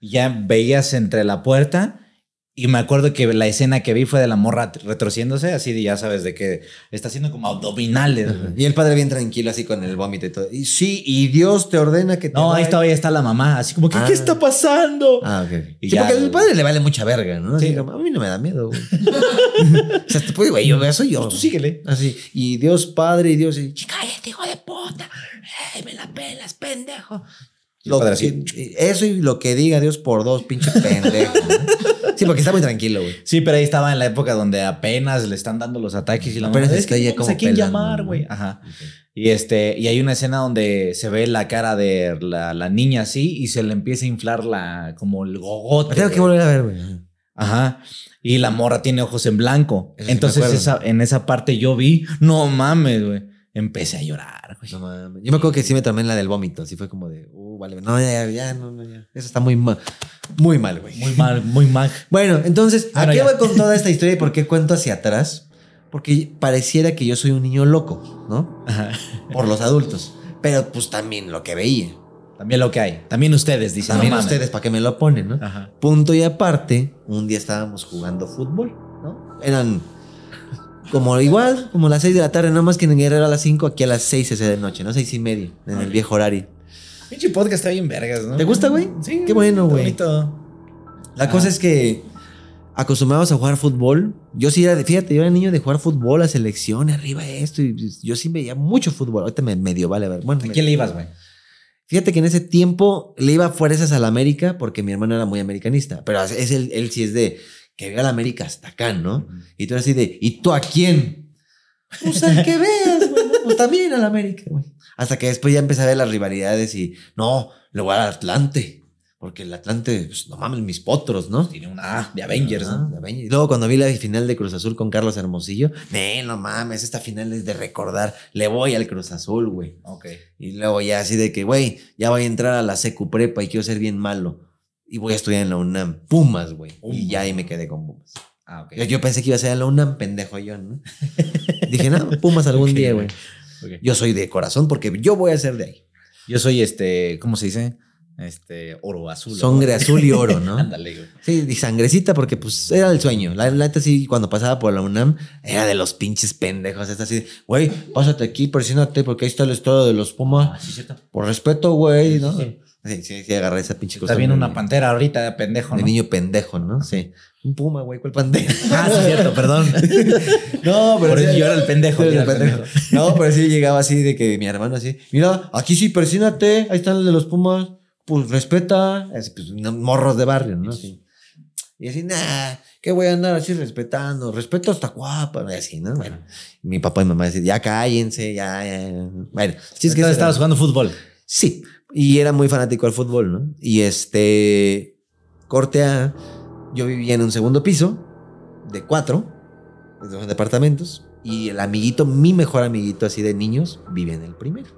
Speaker 3: ya veías entre la puerta. Y me acuerdo que la escena que vi fue de la morra retrociéndose, así de, ya sabes, de que está haciendo como abdominales. güey.
Speaker 4: Y el padre bien tranquilo, así con el vómito y todo. Y sí, y Dios te ordena que te.
Speaker 3: No, ahí
Speaker 4: vayas.
Speaker 3: está, ahí está la mamá, así como que,
Speaker 4: Ah.
Speaker 3: ¿qué está pasando?
Speaker 4: Ah, ok. ok.
Speaker 3: Y
Speaker 4: sí,
Speaker 3: ya,
Speaker 4: porque al
Speaker 3: güey.
Speaker 4: padre le vale mucha verga, ¿no? Así
Speaker 3: Sí.
Speaker 4: como, a mí no me da miedo, güey. o sea, te puede, güey, yo veo, soy yo.
Speaker 3: Pues tú síguele.
Speaker 4: Así. Y Dios padre y Dios. Y, "Ch- cállate, hijo de puta. Ey, me la pelas, pendejo. Lo
Speaker 3: padre,
Speaker 4: que-
Speaker 3: sí.
Speaker 4: eso y lo que diga Dios por dos, pinche pendejo. ¿no? sí, porque está muy tranquilo, güey.
Speaker 3: Sí, pero ahí estaba en la época donde apenas le están dando los ataques y la
Speaker 4: Apenas está
Speaker 3: mamá, "Es que
Speaker 4: ya
Speaker 3: tenemos
Speaker 4: como
Speaker 3: a quién
Speaker 4: pelando,
Speaker 3: llamar,
Speaker 4: ¿no?
Speaker 3: güey. Ajá. Y este, y hay una escena donde se ve la cara de la, la niña así y se le empieza a inflar la, como el
Speaker 4: La
Speaker 3: gogote.
Speaker 4: tengo que
Speaker 3: güey.
Speaker 4: volver a ver, güey.
Speaker 3: Ajá. Y la morra tiene ojos en blanco.
Speaker 4: Eso sí me
Speaker 3: Entonces,
Speaker 4: acuerdo.
Speaker 3: esa, en esa parte yo vi, no mames, güey. Empecé a llorar, güey.
Speaker 4: No mames. Yo me acuerdo que sí me tomé la del vómito. Así fue como de, uh, vale, no, ya, ya, ya, no, no, ya. Eso está muy mal. Muy mal, güey.
Speaker 3: Muy mal, muy mal.
Speaker 4: Bueno, entonces, ¿a
Speaker 3: Bueno,
Speaker 4: qué
Speaker 3: ya.
Speaker 4: voy con toda esta historia y por qué cuento hacia atrás? Porque pareciera que yo soy un niño loco, ¿no?
Speaker 3: Ajá.
Speaker 4: Por los adultos. Pero pues también lo que veía.
Speaker 3: También lo que hay. También ustedes dicen.
Speaker 4: También
Speaker 3: no mames.
Speaker 4: ustedes, ¿para qué me lo ponen, no?
Speaker 3: Ajá.
Speaker 4: Punto y aparte, un día estábamos jugando fútbol, ¿no? Eran como igual, como las 6 de la tarde, no más que en Guerrero a las 5, aquí a las 6 de noche, ¿no? Seis y media, en el viejo horario.
Speaker 3: Pinche podcast está bien vergas, ¿no?
Speaker 4: ¿Te gusta, güey?
Speaker 3: Sí.
Speaker 4: Qué bueno,
Speaker 3: está
Speaker 4: güey.
Speaker 3: bonito.
Speaker 4: La
Speaker 3: Ajá.
Speaker 4: cosa es que acostumbrados a jugar fútbol, yo sí era, de- fíjate, yo era niño de jugar fútbol a selección, arriba esto, y pues, yo sí veía mucho fútbol, ahorita me medio vale a ver. Bueno,
Speaker 3: ¿A
Speaker 4: me-
Speaker 3: quién le ibas, güey?
Speaker 4: fíjate que en ese tiempo le iba fuerzas a la América porque mi hermano era muy americanista, pero es el, él sí es de que vea la América hasta acá, ¿no? Y tú eres así de, ¿y tú a quién? Pues al que veas, güey. ¿no? Pues también al América, güey. Hasta que después ya empecé a ver las rivalidades y, no, le voy al Atlante. Porque el Atlante, pues no mames, mis potros, ¿no?
Speaker 3: Tiene una A de Avengers,
Speaker 4: Ajá,
Speaker 3: ¿no?
Speaker 4: de Avengers. Y Luego cuando vi la final de Cruz Azul con Carlos Hermosillo, "Nee, no mames, esta final es de recordar. Le voy al Cruz Azul, güey.
Speaker 3: Ok.
Speaker 4: Y luego ya así de que, güey, ya voy a entrar a la secu prepa y quiero ser bien malo. Y voy a estudiar en la UNAM. Pumas, güey. Y ya ahí me quedé con Pumas.
Speaker 3: Ah, ok.
Speaker 4: Yo, yo pensé que iba a ser en la UNAM, pendejo yo, ¿no? Dije, no, Pumas algún
Speaker 3: Ok,
Speaker 4: día, güey.
Speaker 3: Ok.
Speaker 4: Yo soy de corazón porque yo voy a ser de ahí.
Speaker 3: Yo soy este, ¿cómo se dice? Este, oro azul.
Speaker 4: Sangre azul y oro, ¿no?
Speaker 3: Ándale, güey.
Speaker 4: Sí, y sangrecita porque pues era el sueño. La la neta sí, cuando pasaba por la UNAM, era de los pinches pendejos. Es así, güey, pásate aquí, persínate porque ahí está el estado de los Pumas.
Speaker 3: Ah, sí, cierto.
Speaker 4: Por respeto, güey, ¿no? Sí, sí, sí, agarré esa pinche cosa.
Speaker 3: Está bien
Speaker 4: de-
Speaker 3: una pantera ahorita de pendejo,
Speaker 4: De
Speaker 3: ¿no?
Speaker 4: niño pendejo, ¿no? Sí. Un puma, güey, ¿cuál pantera?
Speaker 3: Ah, sí, cierto, perdón.
Speaker 4: No, pero
Speaker 3: Por
Speaker 4: sí-
Speaker 3: eso yo era el pendejo.
Speaker 4: Sí,
Speaker 3: yo era
Speaker 4: el pendejo. No, pero sí llegaba así de que mi hermano así, mira, aquí sí, persínate, ahí están los de los Pumas, pues respeta, así, pues, no- morros de barrio, ¿no? Así. Y así, nah, ¿qué voy a andar así respetando? Respeto hasta guapa, y así, ¿no? Bueno, mi papá y mamá decían, ya cállense, ya, ya, ya. Bueno, sí
Speaker 3: Es que
Speaker 4: ese era-
Speaker 3: estabas jugando fútbol.
Speaker 4: Sí, y era muy fanático del fútbol, ¿no? Y este, corte a, yo vivía en un segundo piso de cuatro, de dos departamentos, y el amiguito, mi mejor amiguito así de niños, vivía en el primero.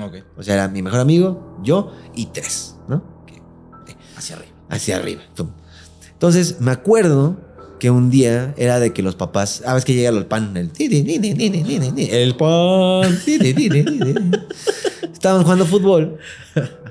Speaker 3: Ok.
Speaker 4: O sea, era mi mejor amigo, yo y tres, ¿no? Que eh,
Speaker 3: Hacia arriba.
Speaker 4: hacia arriba. pum. Entonces, me acuerdo que un día era de que los papás, a veces que llega el pan, el ti, ti, ti, ti, ti, ti, ti, ti, el pan, ti, ti, ti, ti, ti, ti. Estaban jugando fútbol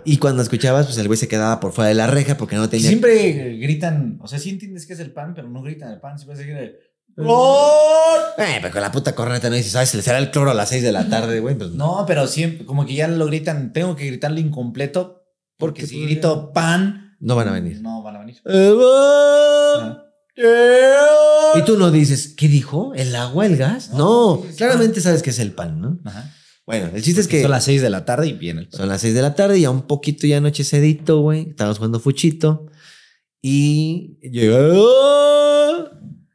Speaker 4: y cuando escuchabas, pues el güey se quedaba por fuera de la reja porque no tenía.
Speaker 3: Siempre gritan, o sea, sí entiendes que es el pan, pero no gritan el pan. Siempre se grita el ¡Gol!
Speaker 4: Eh, pero con la puta corneta no dices, ¿sabes? Se le sale el cloro a las 6 de la tarde, güey. Pues no.
Speaker 3: No, pero siempre, como que ya lo gritan, tengo que gritarlo incompleto, porque
Speaker 4: Porque
Speaker 3: si
Speaker 4: podría-
Speaker 3: grito pan,
Speaker 4: No van a venir. Eh,
Speaker 3: no van a venir.
Speaker 4: Y
Speaker 3: Ajá.
Speaker 4: tú no dices, ¿qué dijo? ¿El agua, el gas? No, claramente sabes que es el pan, ¿no?
Speaker 3: Ajá.
Speaker 4: Bueno, el chiste es que.
Speaker 3: Son las 6 de la tarde y viene el pan.
Speaker 4: Son las 6 de la tarde, ya un poquito ya anochecedito, güey. Estábamos jugando fuchito. Y llegó.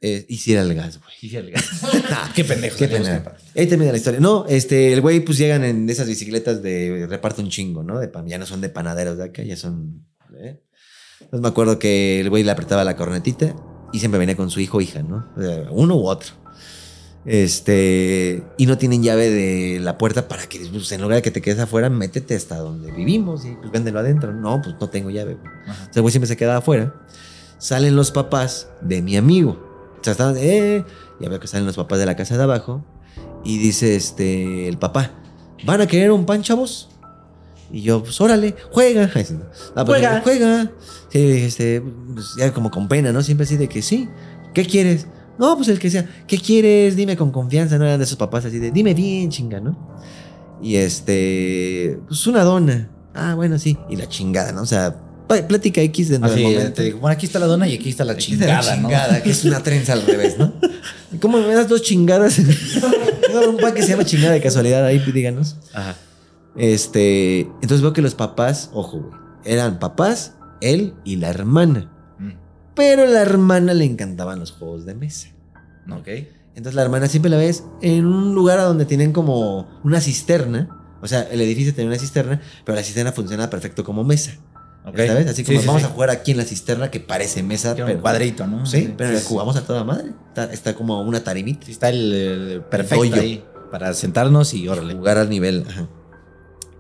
Speaker 4: Eh, y sí era el gas, güey.
Speaker 3: Y el gas. Ah, Qué pendejo.
Speaker 4: Qué pena. Ahí termina la historia. No, este, el güey, pues llegan en esas bicicletas de reparto un chingo, ¿no? De pan. Ya no son de panaderos de acá, ya son. ¿eh? Entonces me acuerdo que el güey le apretaba la cornetita y siempre venía con su hijo o hija, ¿no? O sea, uno u otro. Este, y no tienen llave de la puerta para que, pues, en lugar de que te quedes afuera, métete hasta donde vivimos y pues véndelo adentro. No, pues no tengo llave. güey.
Speaker 3: Ajá.
Speaker 4: O sea, el güey siempre se quedaba afuera. Salen los papás de mi amigo. O sea, estaban, eh, ya veo que salen los papás de la casa de abajo. Y dice, este, el papá, ¿van a querer un pan, chavos? Y yo, pues órale, juega. Ay, sí, no. Ah, pues,
Speaker 3: Juega.
Speaker 4: Juega. Sí, este, pues, ya como con pena, ¿no? Siempre así de que sí. ¿Qué quieres? No, pues el que sea. ¿Qué quieres? Dime con confianza, ¿no? Eran de esos papás así de, dime bien, chinga, ¿no? Y este, pues una dona. Ah, bueno, sí. Y la chingada, ¿no? O sea, pa- plática X dentro del
Speaker 3: Así,
Speaker 4: momento.
Speaker 3: te digo, bueno, aquí está la dona y aquí está la
Speaker 4: Aquí está la
Speaker 3: chingada, ¿no?
Speaker 4: chingada, que es una trenza al revés, ¿no? ¿Cómo me das dos chingadas? No, un pan que se llama chingada de casualidad, ahí díganos.
Speaker 3: Ajá.
Speaker 4: Este, entonces veo que los papás, ojo, güey, eran papás, él y la hermana.
Speaker 3: Mm,
Speaker 4: Pero a la hermana le encantaban los juegos de mesa.
Speaker 3: Ok.
Speaker 4: Entonces la hermana siempre la ves en un lugar a donde tienen como una cisterna. O sea, el edificio tenía una cisterna, pero la cisterna funciona perfecto como mesa.
Speaker 3: ok.
Speaker 4: ¿Sabes? Así
Speaker 3: Sí,
Speaker 4: como
Speaker 3: sí,
Speaker 4: vamos
Speaker 3: sí.
Speaker 4: a jugar aquí en la cisterna que parece mesa,
Speaker 3: Tiene
Speaker 4: pero
Speaker 3: un cuadrito, ¿no?
Speaker 4: Sí, pero
Speaker 3: sí,
Speaker 4: le
Speaker 3: sí.
Speaker 4: jugamos a toda madre. Está, está como una tarimita.
Speaker 3: Sí, está el, el perfecto
Speaker 4: Doyo.
Speaker 3: ahí para sentarnos y órale.
Speaker 4: Jugar al nivel. ajá.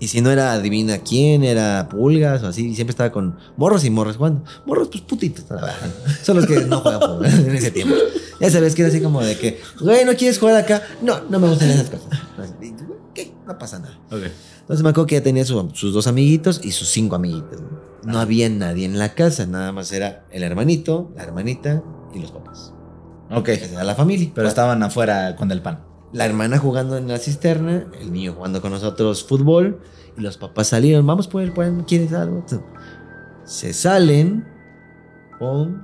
Speaker 4: Y si no era adivina quién, era pulgas o así. Y siempre estaba con morros y morros jugando. Morros, pues putitos. la verdad. Son los que no juegan fútbol en ese tiempo. Ya sabes que era así como de que, güey, ¿no quieres jugar acá? No, no me gustan esas cosas. Y tú, güey, ¿Qué? No pasa nada. Entonces me acuerdo que ya tenía su- sus dos amiguitos y sus cinco amiguitos. ¿no?
Speaker 3: Ah.
Speaker 4: No había nadie en la casa, nada más era el hermanito, la hermanita y los papás.
Speaker 3: Ok.
Speaker 4: Esa era la familia.
Speaker 3: Pero estaban afuera con el pan.
Speaker 4: la hermana jugando en la cisterna, el niño jugando con nosotros fútbol, y los papás salieron, vamos por el pan, ¿quieres algo? Tú. Se salen, pum,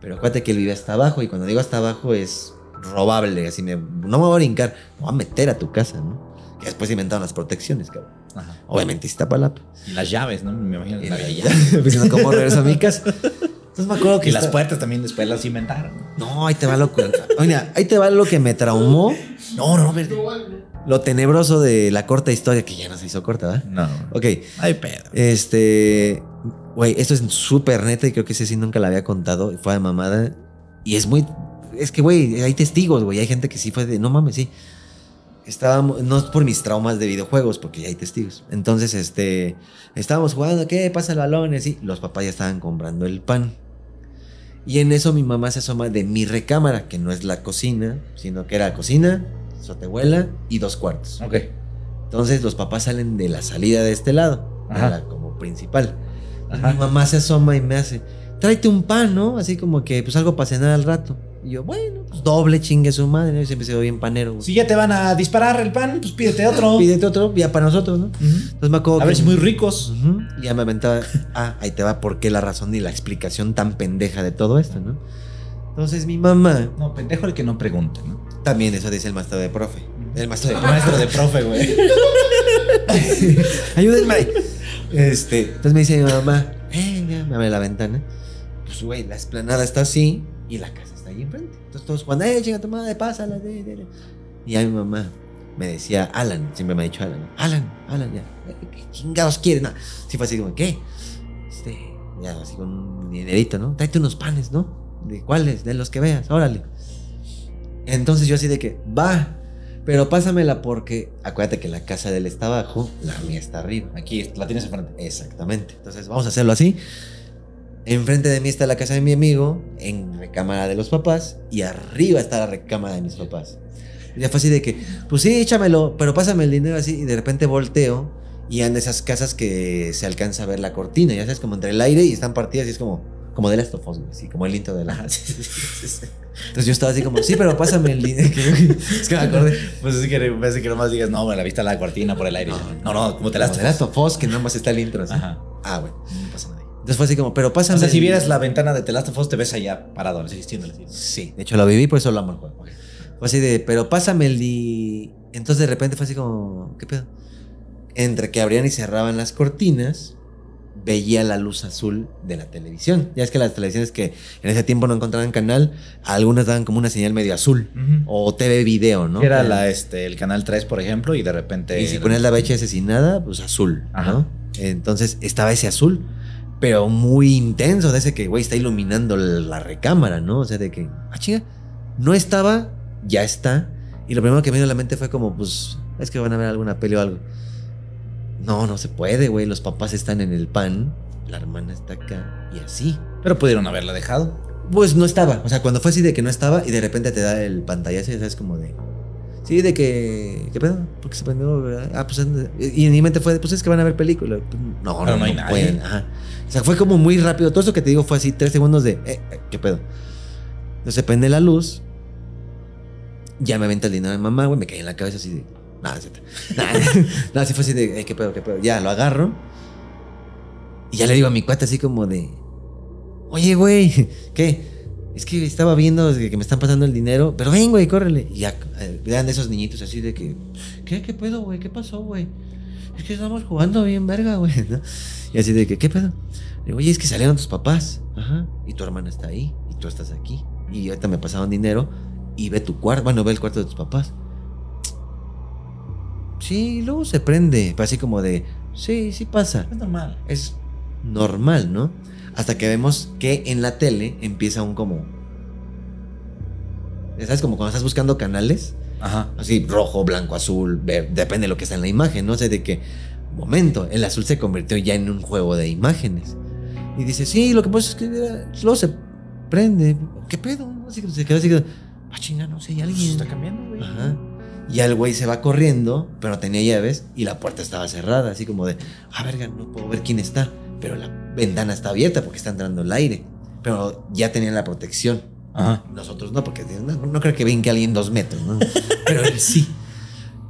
Speaker 4: pero acuérdate que él vive hasta abajo, y cuando digo hasta abajo es robable, así me, no me voy a brincar, me voy a meter a tu casa, ¿no? Que después inventaron las protecciones, cabrón.
Speaker 3: Ajá.
Speaker 4: Obviamente Iztapalapa.
Speaker 3: Y las llaves, ¿no? Me imagino.
Speaker 4: Y
Speaker 3: la
Speaker 4: la-
Speaker 3: llave. Pues,
Speaker 4: Pensando, ¿Cómo regreso a mi casa? Entonces me acuerdo que
Speaker 3: Y las
Speaker 4: esta-
Speaker 3: puertas también después las inventaron.
Speaker 4: No, ahí te va lo que... Mira, ahí te va lo que me traumó. No, no, no, lo tenebroso de la corta historia, que ya no se hizo corta, ¿verdad?
Speaker 3: No.
Speaker 4: Ok,
Speaker 3: Ay, pedo.
Speaker 4: este. Güey, esto es súper neta y creo que ese sí nunca la había contado. y Fue de mamada. Y es muy. Es que, güey, hay testigos, güey. Hay gente que sí fue de. No mames, sí. Estábamos. No es por mis traumas de videojuegos, porque ya hay testigos. Entonces, este. Estábamos jugando, ¿qué? Pasa el balón, y así. Los papás ya estaban comprando el pan. Y en eso mi mamá se asoma de mi recámara, que no es la cocina, sino que era cocina, sotehuela y dos cuartos.
Speaker 3: Ok.
Speaker 4: Entonces los papás salen de la salida de este lado, de
Speaker 3: Ajá.
Speaker 4: la como principal. Y
Speaker 3: Ajá.
Speaker 4: Mi mamá se asoma y me hace, tráete un pan, ¿no? Así como que pues algo para cenar al rato. Y yo, bueno, pues doble chingue su madre, ¿no? Yo siempre he sido bien panero. güey.
Speaker 3: Si ya te van a disparar el pan, pues pídete otro.
Speaker 4: Pídete otro, ya para nosotros, ¿no?
Speaker 3: Ujú.
Speaker 4: Entonces me acuerdo
Speaker 3: A ver
Speaker 4: que-
Speaker 3: si muy ricos.
Speaker 4: Ujú, y Ya me aventaba, ah, ahí te va por qué la razón y la explicación tan pendeja de todo esto, ¿no? Entonces mi mamá,
Speaker 3: No, pendejo el que no pregunte, ¿no?
Speaker 4: también eso dice el maestro de profe. El maestro de
Speaker 3: El maestro de profe, güey.
Speaker 4: Ayúdenme. Este, entonces me dice mi mamá, venga, me abre la ventana. Pues, güey, la esplanada está así y la casa está ahí enfrente. Entonces todos cuando, eh, chinga tu madre, pásala. de, de, de". Y ya mi mamá me decía, Alan, siempre me ha dicho Alan, Alan, Alan, ya, ¿qué chingados quieren? No, sí fue así como, ¿qué? Este, ya así con un dinerito, ¿no? Tráete unos panes, ¿no? ¿De cuáles? De los que veas, órale. Entonces yo así de que, va, pero pásamela porque acuérdate que la casa de él está abajo, la mía está arriba.
Speaker 3: Aquí la tienes enfrente.
Speaker 4: Exactamente. Entonces vamos a hacerlo así. Enfrente de mí está la casa de mi amigo, en recámara de los papás, y arriba está la recámara de mis papás. Y ya fue así de que, pues sí, échamelo, pero pásame el dinero así, y de repente volteo, y en esas casas que se alcanza a ver la cortina, ya sabes, como entre el aire y están partidas, y es como, como de las tofos, así como el intro de la. Entonces yo estaba así como, sí, pero pásame el dinero. es que me acordé.
Speaker 3: Pues es que parece que nomás digas, no, me la vista la cortina por el aire.
Speaker 4: No,
Speaker 3: No, no, como te
Speaker 4: Como
Speaker 3: las
Speaker 4: de las tofos, que nomás está el intro. así.
Speaker 3: Ajá.
Speaker 4: Ah, bueno.
Speaker 3: No pasa nada.
Speaker 4: Entonces fue así como, pero pásame.
Speaker 3: O sea, si
Speaker 4: el-
Speaker 3: vieras la ventana de The Last of Us, te ves allá parado, asistiéndole.
Speaker 4: Sí, de hecho lo viví, por eso lo amo el juego. Fue así de, pero pásame el di... Entonces de repente fue así como, ¿qué pedo? Entre que abrían y cerraban las cortinas, veía la luz azul de la televisión. Ya es que las televisiones que en ese tiempo no encontraban canal, algunas daban como una señal medio azul. O TV video, Oh, ¿no?
Speaker 3: Era la, este, el canal 3, por ejemplo, y de repente.
Speaker 4: Y si ponías la becha asesinada, pues azul,
Speaker 3: Este, Ajá.
Speaker 4: ¿no? Entonces estaba ese azul, pero muy intenso, de ese que, güey, está iluminando la recámara, ¿no? O sea, de que, ah, chinga, no estaba, ya está. Y lo primero que me dio a la mente fue como, pues, es que van a ver alguna peli o algo. No, no se puede, güey, los papás están en el pan, la hermana está acá, y así.
Speaker 3: Pero pudieron haberla dejado.
Speaker 4: Pues no estaba. O sea, cuando fue así de que no estaba y de repente te da el pantallazo y sabes como de. Sí, de que. ¿Qué pedo? Porque se prendió, ¿verdad? Ah, pues. anda- Y en mi mente fue, de, pues es que van a ver película. No, no,
Speaker 3: Pero
Speaker 4: no,
Speaker 3: no hay nadie.
Speaker 4: pueden, ajá. O sea, fue como muy rápido. Todo eso que te digo fue así, tres segundos de. eh, eh, ¿Qué pedo? Entonces se prende la luz. Ya me aventa el dinero de mamá, güey. Me caí en la cabeza así de. Nada, nada. Nada, así fue así de. eh, ¿Qué pedo? ¿Qué pedo? Ya lo agarro. Y ya le digo a mi cuate así como de. Oye, güey, ¿qué? Es que estaba viendo que que me están pasando el dinero, pero ven, güey, córrele. Y ya, eh, vean esos niñitos así de que, ¿qué, qué pedo, güey? ¿Qué pasó, güey? Es que estamos jugando bien verga, güey. ¿no? Y así de que, ¿qué pedo? Le digo, oye, es que salieron tus papás. Ajá. Y tu hermana está ahí. Y tú estás aquí. Y ahorita me pasaron dinero. Y ve tu cuarto. Bueno, ve el cuarto de tus papás. Sí, luego se prende. Así como de, sí, sí pasa.
Speaker 3: Es normal.
Speaker 4: Es normal, ¿no? Hasta que vemos que en la tele empieza un como... ¿Sabes? Como cuando estás buscando canales.
Speaker 3: Ajá.
Speaker 4: Así, rojo, blanco, azul, verde, depende de lo que está en la imagen, ¿no? O sea, de que, momento, el azul se convirtió ya en un juego de imágenes. Y dice, sí, lo que pasa es que era- luego se prende. ¿Qué pedo? Así que se quedó así, que, ah, chinga, no sé, hay alguien.
Speaker 3: Está cambiando, güey.
Speaker 4: Ajá. Y el güey se va corriendo, pero no tenía llaves y la puerta estaba cerrada, así como de, ah, verga, no puedo ver quién está. Pero la ventana está abierta porque está entrando el aire. Pero ya tenían la protección.
Speaker 3: Ajá.
Speaker 4: Nosotros no, porque no, no creo que venga alguien dos metros, ¿no? Pero él sí.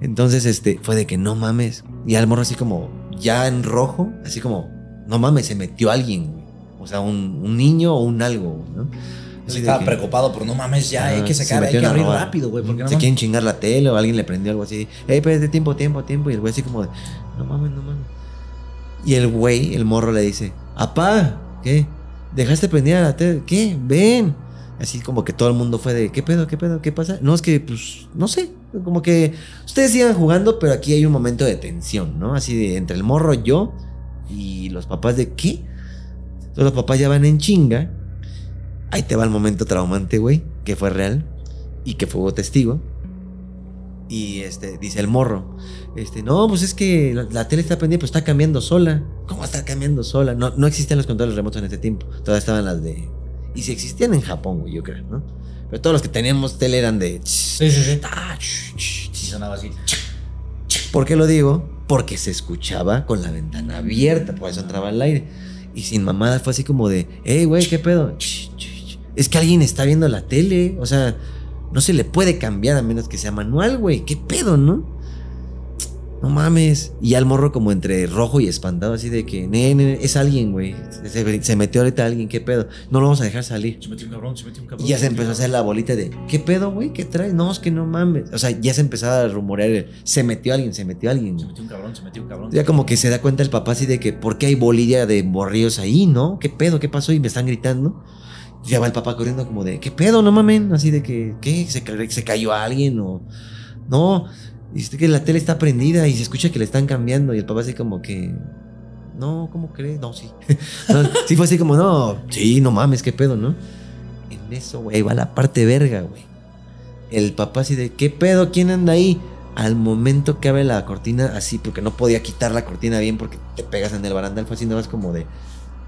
Speaker 4: Entonces, este, fue de que no mames. Y al morro así como, ya en rojo, así como, no mames, se metió alguien, güey. O sea, un, un niño o un algo, ¿no? Así de
Speaker 3: Pues Estaba
Speaker 4: que-
Speaker 3: preocupado por no mames, ya
Speaker 4: Ah,
Speaker 3: hay que
Speaker 4: se
Speaker 3: sacar, hay
Speaker 4: metieron
Speaker 3: que
Speaker 4: a
Speaker 3: abrir
Speaker 4: robar.
Speaker 3: rápido, güey. Porque no
Speaker 4: se
Speaker 3: mames.
Speaker 4: quieren chingar la tele o alguien le prendió algo así. Ey, espérate, tiempo, tiempo, tiempo. Y el güey así como de, no mames, no mames. Y el güey, el morro le dice, apá, ¿qué? ¿Dejaste prendida la tele? ¿Qué? Ven. Así como que todo el mundo fue de, ¿qué pedo, qué pedo, qué pasa? No, es que, pues, no sé. Como que ustedes sigan jugando, pero aquí hay un momento de tensión, ¿no? Así de entre el morro, yo y los papás de, ¿qué? Entonces los papás ya van en chinga. Ahí te va el momento traumante, güey, que fue real y que fue testigo. Y este, dice el morro, este, no, pues es que la, la tele está prendida, pues está cambiando sola. ¿Cómo está cambiando sola? No, no existían los controles remotos en este tiempo. Todas estaban las de... Y si existían en Japón, güey, yo creo, ¿no? Pero todos los que teníamos tele eran de...
Speaker 3: Sí, sí, sí.
Speaker 4: Ah, ch, ch, ch.
Speaker 3: Sí, sonaba así.
Speaker 4: ¿Por qué lo digo? Porque se escuchaba con la ventana abierta, por eso entraba el aire. Y sin mamada fue así como de, hey, güey, ¿qué pedo? Ch, ch, ch. Es que alguien está viendo la tele, o sea, no se le puede cambiar a menos que sea manual, güey, ¿qué pedo, no? No mames. Y al morro como entre rojo y espantado, así de que, "Ne, ne, es alguien, güey. Se, se metió ahorita alguien, ¿qué pedo? No lo vamos a dejar salir.
Speaker 3: Se metió un cabrón, se metió un cabrón.
Speaker 4: Y ya se empezó a hacer la bolita de, ¿qué pedo, güey? ¿Qué traes? No, es que no mames. O sea, ya se empezaba a rumorear, el, se metió alguien, se metió alguien.
Speaker 3: Se metió un cabrón, se metió un cabrón.
Speaker 4: Ya como que se da cuenta el papá así de que, ¿por qué hay bolilla de borrillos ahí, no? ¿Qué pedo? ¿Qué pasó? Y me están gritando. Ya va el papá corriendo como de, ¿qué pedo? No mamen. Así de que, ¿qué? ¿Se, ca- se cayó alguien o...? No, dice que la tele está prendida y se escucha que le están cambiando. Y el papá así como que... No, ¿cómo crees? No, sí. No, sí fue así como, no, sí, no mames, qué pedo, ¿no? En eso, güey, va la parte verga, güey. El papá así de, ¿qué pedo? ¿Quién anda ahí? Al momento que abre la cortina, así, porque no podía quitar la cortina bien porque te pegas en el barandal, fue así nada más como de,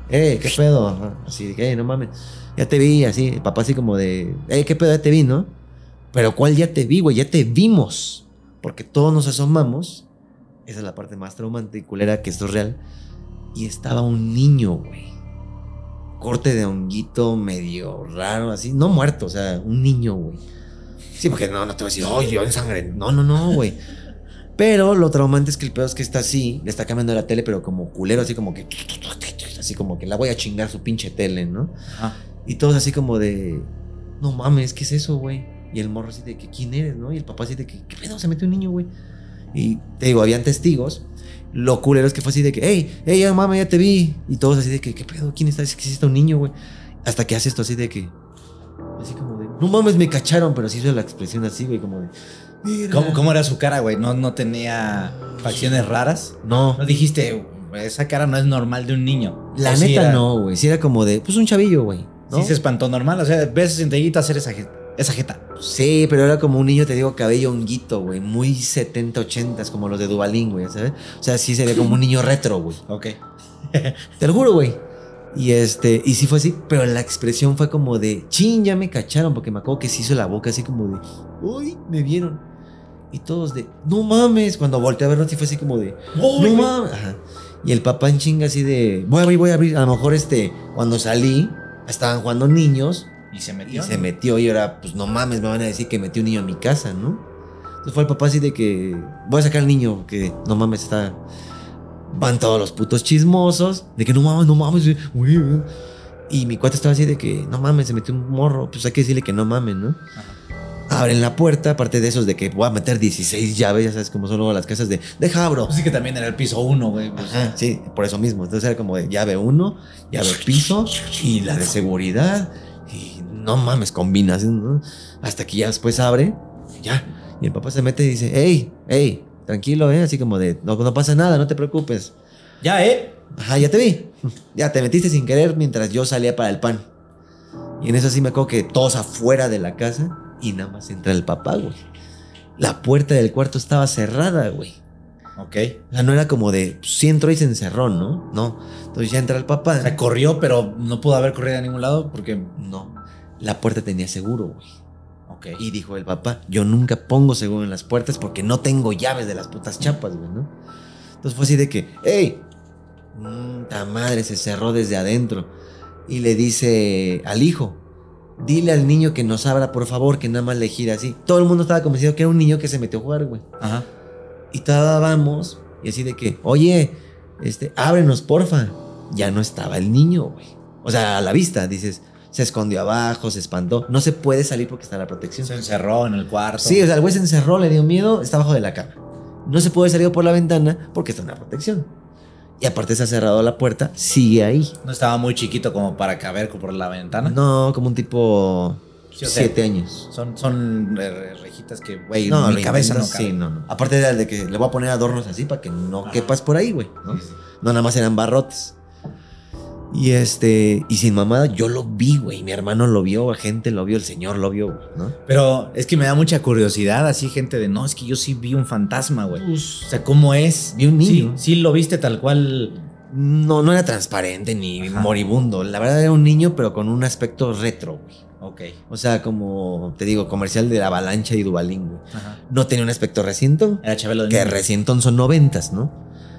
Speaker 4: ¡eh, qué pedo! Ajá, Así de que, "Ey, no mames, ya te vi, así. El papá así como de, ¡eh, qué pedo, ya te vi, ¿no? Pero ¿cuál ya te vi, güey? Ya te vimos. Porque todos nos asomamos. Esa es la parte más traumante y culera que esto es real. Y estaba un niño, güey. Corte de honguito medio raro, así. No muerto, o sea, un niño, güey. Sí, porque no, no te voy a decir, ¡ay, yo en sangre! No, no, no, güey. Pero lo traumante es que el pedo es que está así, le está cambiando la tele, pero como culero, así como que. Así como que la voy a chingar su pinche tele, ¿no?
Speaker 3: Ajá.
Speaker 4: Y todos así como de, no mames, ¿qué es eso, güey? Y el morro así de que, ¿quién eres, no? Y el papá así de que, ¿qué pedo? Se metió un niño, güey. Y te digo, habían testigos. Lo culero es que fue así de que, hey, hey, ya, mamá, ya te vi. Y todos así de que, ¿qué pedo? ¿Quién está? Es que sí está un niño, güey. Hasta que hace esto así de que, así como de, no mames, me cacharon, pero sí hizo la expresión así, güey, como de, "Mira".
Speaker 3: ¿Cómo, ¿Cómo era su cara, güey? ¿No, ¿No tenía facciones raras?
Speaker 4: No,
Speaker 3: No dijiste, esa cara no es normal de un niño.
Speaker 4: la
Speaker 3: O Pues sí
Speaker 4: neta
Speaker 3: era-
Speaker 4: no, güey. Sí era como de, pues un chavillo, güey. ¿no?
Speaker 3: Sí se espantó normal. O sea, ves centellito hacer esa jeta. Esa jeta.
Speaker 4: Sí, pero era como un niño, te digo, cabello honguito, güey. Muy 70, 80, como los de Dubalín, güey, ¿sabes? O sea, sí sería como un niño retro, güey.
Speaker 3: Ok.
Speaker 4: Te lo juro, güey. Y este, y sí fue así, pero la expresión fue como de, chin, ya me cacharon, porque me acuerdo que se hizo la boca así como de, uy, me vieron. Y todos de, no mames, cuando volteé a verlo, sí fue así como de, no mames. Ajá. Y el papá en chinga así de, voy a abrir, voy a abrir. A lo mejor este, cuando salí, estaban jugando niños
Speaker 3: Y se
Speaker 4: y
Speaker 3: metió.
Speaker 4: se metió y ahora, pues no mames, me van a decir que metí un niño a mi casa, ¿no? Entonces fue el papá así de que voy a sacar al niño, que no mames, está. Van todos los putos chismosos, de que no mames, no mames, eh, uy, eh. Y mi cuate estaba así de que no mames, se metió un morro, pues hay que decirle que no mames, ¿no? abren la puerta, aparte de esos de que voy a meter 16 llaves, ya sabes cómo son luego las casas de, deja abro.
Speaker 3: Pues sí que también era el piso uno, güey. pues.
Speaker 4: Ajá, sí, por eso mismo. Entonces era como de llave 1, llave piso y la de seguridad. Y no mames, combinas. ¿no? Hasta que ya después abre, ya. Y el papá se mete y dice, hey, hey, tranquilo, ¿eh? Así como de, no, no pasa nada, no te preocupes.
Speaker 3: Ya, ¿eh?
Speaker 4: Ajá, ya te vi. Ya te metiste sin querer mientras yo salía para el pan. Y en eso sí me acuerdo que todos afuera de la casa y nada más entra el papá, güey. La puerta del cuarto estaba cerrada, güey.
Speaker 3: Ok.
Speaker 4: O sea, no era como de, pues, sí entró y se encerró, ¿no? No. Entonces ya entra el papá.
Speaker 3: O sea, corrió, pero no pudo haber corrido a ningún lado porque.
Speaker 4: No. La puerta tenía seguro, güey.
Speaker 3: Ok.
Speaker 4: Y dijo el papá, yo nunca pongo seguro en las puertas porque no tengo llaves de las putas chapas, güey, ¿no? Entonces fue así de que, ¡Ey! ¡Puta madre! Se cerró desde adentro. Y le dice al hijo, dile al niño que nos abra, por favor, que nada más le gira así. Todo el mundo estaba convencido que era un niño que se metió a jugar, güey.
Speaker 3: Ajá.
Speaker 4: Y estábamos, y así de que, oye, este, ábrenos, porfa. Ya no estaba el niño, güey. O sea, a la vista, dices, se escondió abajo, se espantó. No se puede salir porque está la protección.
Speaker 3: Se encerró en el cuarto.
Speaker 4: Sí, o sea, el güey se encerró, le dio miedo, está abajo de la cama. No se puede salir por la ventana porque está en la protección. Y aparte se ha cerrado la puerta, sigue ahí.
Speaker 3: No estaba muy chiquito como para caber por la ventana.
Speaker 4: No, como un tipo
Speaker 3: Sí, o sea,
Speaker 4: siete años.
Speaker 3: Son, son eh, rejitas que, güey,
Speaker 4: No,
Speaker 3: mi cabeza no cabe.
Speaker 4: Sí, no, no. Aparte de, de que le voy a poner adornos así para que no quepas por ahí, güey. ¿no? No, nada más eran barrotes. Y este, y sin mamada, yo lo vi, güey. Mi hermano lo vio, la gente lo vio, el señor lo vio, güey, ¿no?
Speaker 3: Pero es que me da mucha curiosidad, así gente de no, es que yo sí vi un fantasma, güey. O sea, ¿cómo es?
Speaker 4: Vi un niño.
Speaker 3: Sí, sí lo viste tal cual.
Speaker 4: No, no era transparente ni
Speaker 3: Ajá.
Speaker 4: moribundo. La verdad era un niño, pero con un aspecto retro, güey.
Speaker 3: Ok.
Speaker 4: O sea, como te digo, comercial de la avalancha y Dubalín, güey.
Speaker 3: Ajá.
Speaker 4: No tenía un aspecto recientón.
Speaker 3: Era Chabelo de
Speaker 4: Que
Speaker 3: niño.
Speaker 4: recientón son noventas, ¿no?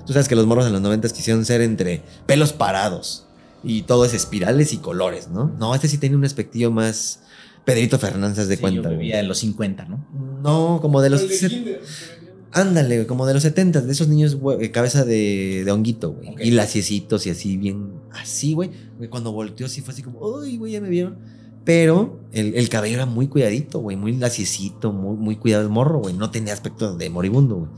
Speaker 4: Tú sabes que los morros en los noventas quisieron ser entre pelos parados y todo es espirales y colores, ¿no? No, este sí tenía un aspectillo más Pedrito Fernández de
Speaker 3: Sí,
Speaker 4: cuenta.
Speaker 3: Yo
Speaker 4: güey.
Speaker 3: vivía en los 50, ¿no?
Speaker 4: No, como de los...
Speaker 6: El de
Speaker 4: set-
Speaker 6: kinder, que venían.
Speaker 4: Ándale, güey, como de los setentas, de esos niños, güey, eh, cabeza de, de honguito, güey.
Speaker 3: Ok.
Speaker 4: Y laciecitos y así, bien así, güey. Güey, Cuando volteó sí fue así como, ¡ay, güey, ya me vieron! Pero el, el cabello era muy cuidadito, güey, muy laciecito, muy, muy cuidado el morro, güey. No tenía aspecto de moribundo, güey.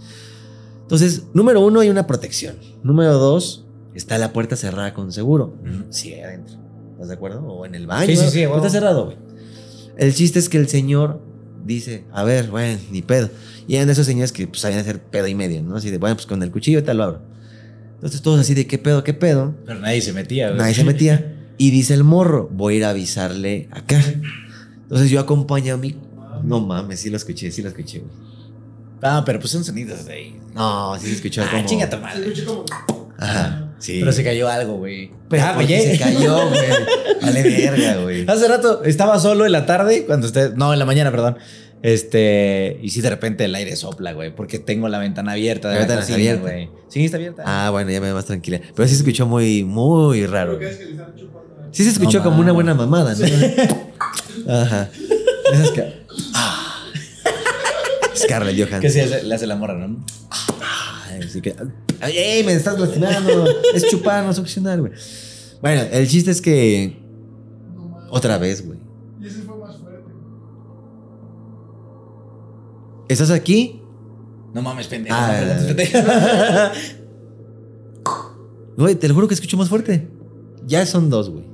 Speaker 4: Entonces, número uno, hay una protección. Número dos, está la puerta cerrada con seguro. Sí, ahí adentro. ¿Estás de acuerdo? O en el baño.
Speaker 3: Sí, sí,
Speaker 4: ¿no?
Speaker 3: sí,
Speaker 4: Pero
Speaker 3: huevo.
Speaker 4: Está cerrado, güey. El chiste es que el señor dice, a ver, bueno, ni pedo. Y eran de esos señores que pues, sabían hacer pedo y medio, ¿no? Así de, bueno, pues con el cuchillo te lo abro. Entonces todos así de, ¿qué pedo, qué pedo?
Speaker 3: Pero nadie se metía, güey.
Speaker 4: Nadie se metía. Y dice el morro, voy a ir a avisarle acá. Entonces yo acompañé a mi... No mames, sí lo escuché, sí lo escuché, güey.
Speaker 3: Ah, pero pues son sonidos de ahí.
Speaker 4: No, sí se escuchó
Speaker 3: Ah,
Speaker 4: como...
Speaker 3: chinga tu
Speaker 6: Se
Speaker 3: madre.
Speaker 6: escucha como.
Speaker 4: Ajá, sí.
Speaker 3: Pero se cayó algo, güey.
Speaker 4: Pero
Speaker 3: Ah,
Speaker 4: porque
Speaker 3: güey.
Speaker 4: se cayó, güey. Vale verga, güey.
Speaker 3: Hace rato estaba solo en la tarde, cuando usted, no, en la mañana, perdón. Este, y sí, de repente el aire sopla, güey, porque tengo la ventana abierta. De
Speaker 4: La
Speaker 3: la
Speaker 4: ventana
Speaker 3: cocina,
Speaker 4: Ah, abierta.
Speaker 3: güey. Sí, está abierta.
Speaker 4: Ah, bueno, ya me veo más tranquila. Pero sí se escuchó muy, muy raro.
Speaker 6: Creo que es que le están chupando.
Speaker 4: Sí se escuchó
Speaker 3: No
Speaker 4: como una
Speaker 3: mames.
Speaker 4: buena mamada, ¿no? Ajá. Esas que... Ah. Scarlett Johansson.
Speaker 3: Que sí, hace- le hace la morra, ¿no?
Speaker 4: Ay, así que- Ay, ey, me estás lastimando. es chupar, no succionar, güey. Bueno, el chiste es que...
Speaker 6: No mames.
Speaker 4: Otra vez, güey.
Speaker 6: Y ese fue más fuerte.
Speaker 4: ¿Estás aquí?
Speaker 3: No mames, pendejo.
Speaker 4: Ah,
Speaker 3: no
Speaker 4: eh.
Speaker 3: preguntes, pendejo.
Speaker 4: Güey, te lo juro que escucho más fuerte. Ya son dos, güey.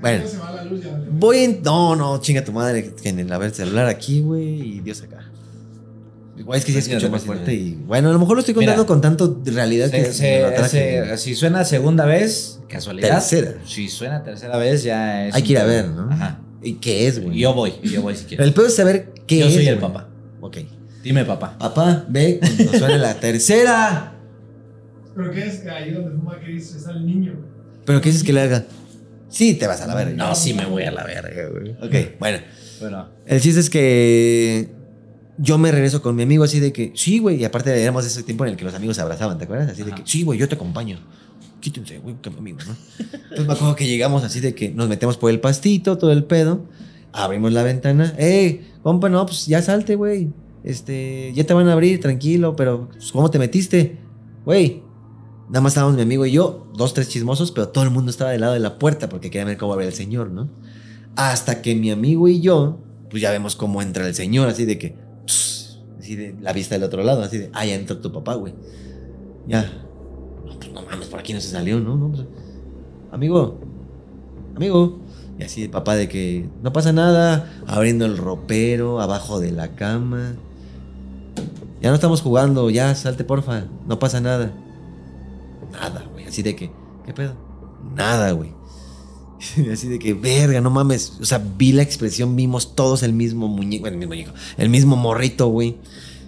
Speaker 4: Bueno.
Speaker 6: Se va la luz, ya vale.
Speaker 4: Voy en... No, no, chinga tu madre. Que en el haber celular aquí, güey, y Dios acá. Güey, es que sí
Speaker 3: Pues mira,
Speaker 4: escucho
Speaker 3: te
Speaker 4: más
Speaker 3: imaginas.
Speaker 4: fuerte y... Bueno, a lo mejor lo estoy contando
Speaker 3: Mira.
Speaker 4: con tanto de realidad que...
Speaker 3: Se- se-
Speaker 4: me lo atraje,
Speaker 3: se-
Speaker 4: güey.
Speaker 3: si suena segunda vez, casualidad.
Speaker 4: Tercera.
Speaker 3: Si suena tercera vez, ya es.
Speaker 4: Hay
Speaker 3: un
Speaker 4: que ir a
Speaker 3: pedo.
Speaker 4: ver, ¿no?
Speaker 3: Ajá.
Speaker 4: ¿Y qué es, güey?
Speaker 3: Yo voy, yo voy si
Speaker 4: Pero
Speaker 3: quieres.
Speaker 4: el pedo es saber qué
Speaker 3: Yo
Speaker 4: es,
Speaker 3: soy el
Speaker 4: güey.
Speaker 3: papá.
Speaker 4: Ok.
Speaker 3: Dime, papá.
Speaker 4: Papá, ve cuando suene la tercera.
Speaker 6: Pero que es que ahí donde fuma Chris está el niño. güey.
Speaker 4: ¿Pero qué es que le haga? Sí, te vas a la verga.
Speaker 3: No, sí me voy a la verga, güey.
Speaker 4: Ok, bueno.
Speaker 3: Bueno,
Speaker 4: El chiste es que yo me regreso con mi amigo así de que, sí, güey, y aparte éramos ese tiempo en el que los amigos se abrazaban, ¿te acuerdas? Así de
Speaker 3: Ajá.
Speaker 4: que, sí, güey, yo te acompaño. Quítense, güey, que mi amigo, ¿no? Entonces me acuerdo que llegamos así de que nos metemos por el pastito, todo el pedo, abrimos la ventana, ¡ey, compa, no, pues ya salte, güey! Este, ya te van a abrir, tranquilo, pero pues, ¿cómo te metiste? Güey, nada más estábamos mi amigo y yo, dos, tres chismosos, pero todo el mundo estaba del lado de la puerta porque quería ver cómo abría el señor, ¿no? Hasta que mi amigo y yo pues ya vemos cómo entra el señor, así de que, pss, así de la vista del otro lado, así de, ah, ya entró tu papá, güey. Ya. No, pues no mames, por aquí no se salió, ¿no? no pues, amigo, amigo. Y así de papá de que no pasa nada, abriendo el ropero, abajo de la cama. Ya no estamos jugando, ya salte porfa, no pasa nada. Nada, güey, así de que, ¿qué pedo? Nada, güey. Así de que, verga, no mames. O sea, vi la expresión, vimos todos el mismo muñeco, bueno, el mismo muñeco, el mismo morrito, güey.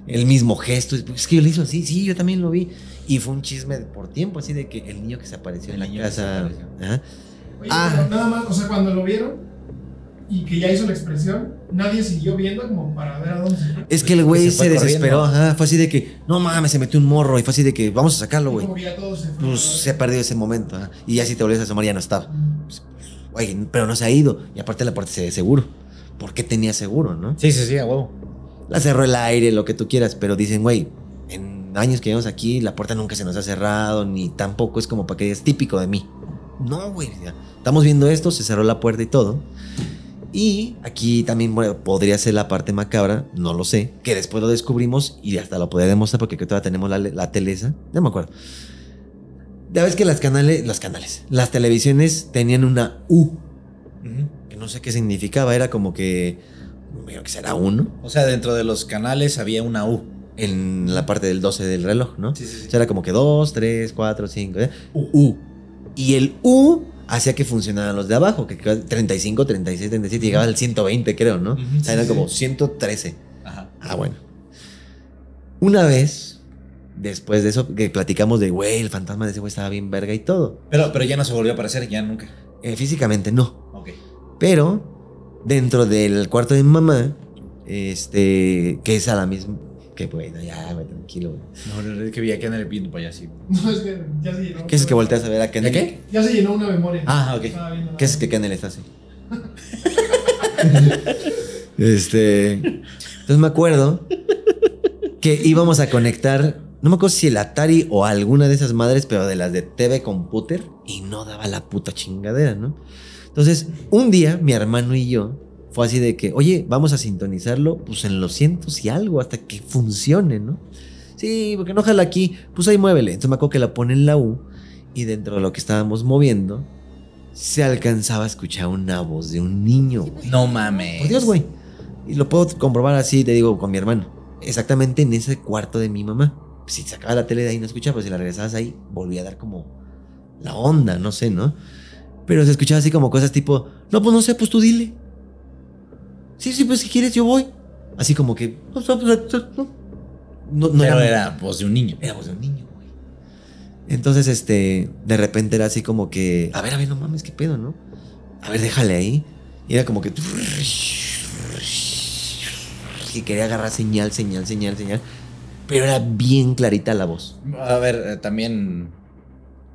Speaker 4: El mismo gesto. Es que yo lo hizo así, sí, yo también lo vi. Y fue un chisme por tiempo, así de que el niño que se apareció
Speaker 3: El
Speaker 4: en la
Speaker 3: niño que se
Speaker 4: casa.
Speaker 3: apareció.
Speaker 4: Ajá.
Speaker 6: Oye,
Speaker 4: Ah.
Speaker 6: pero nada más, o sea, cuando lo vieron y que ya hizo la expresión, nadie siguió viendo como para ver a dónde se fue.
Speaker 4: Es Pues que el güey
Speaker 3: Que
Speaker 4: se,
Speaker 3: se fue
Speaker 4: desesperó, ajá. Fue así de que, no mames, se metió un morro. Y fue así de que, vamos a sacarlo, güey.
Speaker 6: Como que ya todos se fueron.
Speaker 4: Pues se ha perdido ese momento, ajá. Y ya si te volvías a asomar, ya no estaba. Güey, pero no se ha ido. Y aparte la parte de seguro. ¿Por qué tenía seguro, no?
Speaker 3: Sí, sí, sí, a huevo.
Speaker 4: La cerró el aire, lo que tú quieras, pero dicen, güey, en años que llevamos aquí, la puerta nunca se nos ha cerrado, ni tampoco es como para que es típico de mí. No, güey, ya. estamos viendo esto, se cerró la puerta y todo. Y aquí también bueno, podría ser la parte macabra, no lo sé, que después lo descubrimos y hasta lo podía demostrar porque creo que todavía tenemos la, la tele esa, no me acuerdo. Ya ves que las canales, los canales, las televisiones tenían una U,
Speaker 3: Ujú.
Speaker 4: que no sé qué significaba, era como que, creo que será uno,
Speaker 3: O sea, dentro de los canales había una U.
Speaker 4: en la parte del 12 del reloj, ¿no?
Speaker 3: Sí, sí, sí.
Speaker 4: O sea, era como que 2, 3, 4, 5, ¿eh? U. Y el U hacía que funcionaran los de abajo, que quedaba 35, 36, 37, llegaba al 120, creo, ¿no?
Speaker 3: Ujú,
Speaker 4: o sea,
Speaker 3: sí,
Speaker 4: era
Speaker 3: sí,
Speaker 4: como 113.
Speaker 3: Ajá.
Speaker 4: Ah, bueno. Una vez, después de eso, que platicamos de, güey, el fantasma de ese güey estaba bien verga y todo.
Speaker 3: Pero, pero ya no se volvió a aparecer, ya nunca.
Speaker 4: Eh, físicamente no,
Speaker 3: Ok.
Speaker 4: Pero dentro del cuarto de mi mamá, este, que es a la misma. Que bueno, ya, güey, tranquilo, güey.
Speaker 3: No, no, es que vi aquí en el viendo para allá, sí.
Speaker 4: Pues,
Speaker 6: No, es que ya se llenó.
Speaker 4: ¿Qué es que volteas a ver a Kennel?
Speaker 3: ¿De qué?
Speaker 6: Ya se llenó una memoria.
Speaker 4: Ah, ok.
Speaker 6: Estaba viendo
Speaker 4: ¿Qué es
Speaker 6: nada.
Speaker 4: que Kennel está así? este. Entonces me acuerdo que íbamos a conectar. No me acuerdo si el Atari o alguna de esas madres, pero de las de TV Computer, y no daba la puta chingadera, ¿no? Entonces, un día, mi hermano y yo, fue así de que, oye, vamos a sintonizarlo, pues en los cientos y algo, hasta que funcione, ¿no? Sí, porque no jala aquí, pues ahí muévele. Entonces me acuerdo que la pone en la U, y dentro de lo que estábamos moviendo, se alcanzaba a escuchar una voz de un niño, güey.
Speaker 3: No mames.
Speaker 4: Por Dios, güey. Y lo puedo comprobar así, te digo, con mi hermano. Exactamente en ese cuarto de mi mamá. Si sacaba la tele de ahí no escuchaba, pero si la regresabas ahí, volvía a dar como la onda, no sé, ¿no? Pero se escuchaba así como cosas tipo, no, pues no sé, pues tú dile. Sí, sí, pues si quieres, yo voy. Así como que, no, pues, no, no, no, no
Speaker 3: pero era voz de un niño.
Speaker 4: éramos de un niño, güey. Entonces, este, de repente era así como que, a ver, a ver, no mames, qué pedo, ¿no? A ver, déjale ahí. Y era como que... Y quería agarrar señal, señal, señal, señal. Pero era bien clarita la voz.
Speaker 3: A ver, eh, también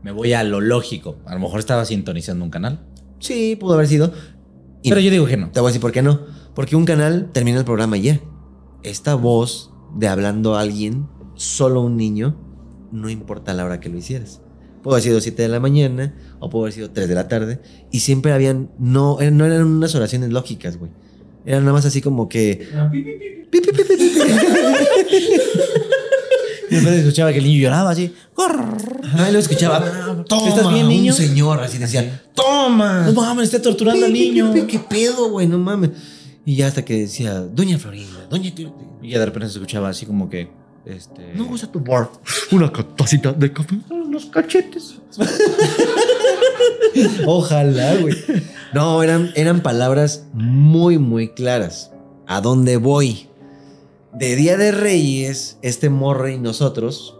Speaker 3: me voy a lo lógico. A lo mejor estaba sintonizando un canal.
Speaker 4: Sí, pudo haber sido. Y-
Speaker 3: Pero yo digo que no.
Speaker 4: Te voy a decir por qué no. Porque un canal termina el programa y ya. Esta voz de hablando a alguien, solo un niño, no importa la hora que lo hicieras. Pudo haber sido 7 de la mañana o pudo haber sido 3 de la tarde. Y siempre habían. No, eran- no eran unas oraciones lógicas, güey. Eran nada más así como que.
Speaker 6: Ah, pi, pi, pi, pi.
Speaker 4: "Pi, pi, pi, pi, pi".
Speaker 3: Y después escuchaba que el niño lloraba así.
Speaker 4: Ajá, y lo escuchaba. Toma,
Speaker 3: ¿Estás bien, niño?
Speaker 4: Un señor, así decía. ¡Toma!
Speaker 3: No mames, está torturando al
Speaker 4: Pi, pi,
Speaker 3: niño.
Speaker 4: pi, pi, ¿Qué pedo, güey? No mames. Y ya hasta que decía, Doña Florinda, Doña Clotilde.
Speaker 3: Y ya de repente se escuchaba así como que. Este.
Speaker 4: No usa tu bar. Una tacita de café. Unos cachetes. Ojalá, güey. No, eran, eran palabras muy, muy claras. ¿A dónde voy? De Día de Reyes, este morro y nosotros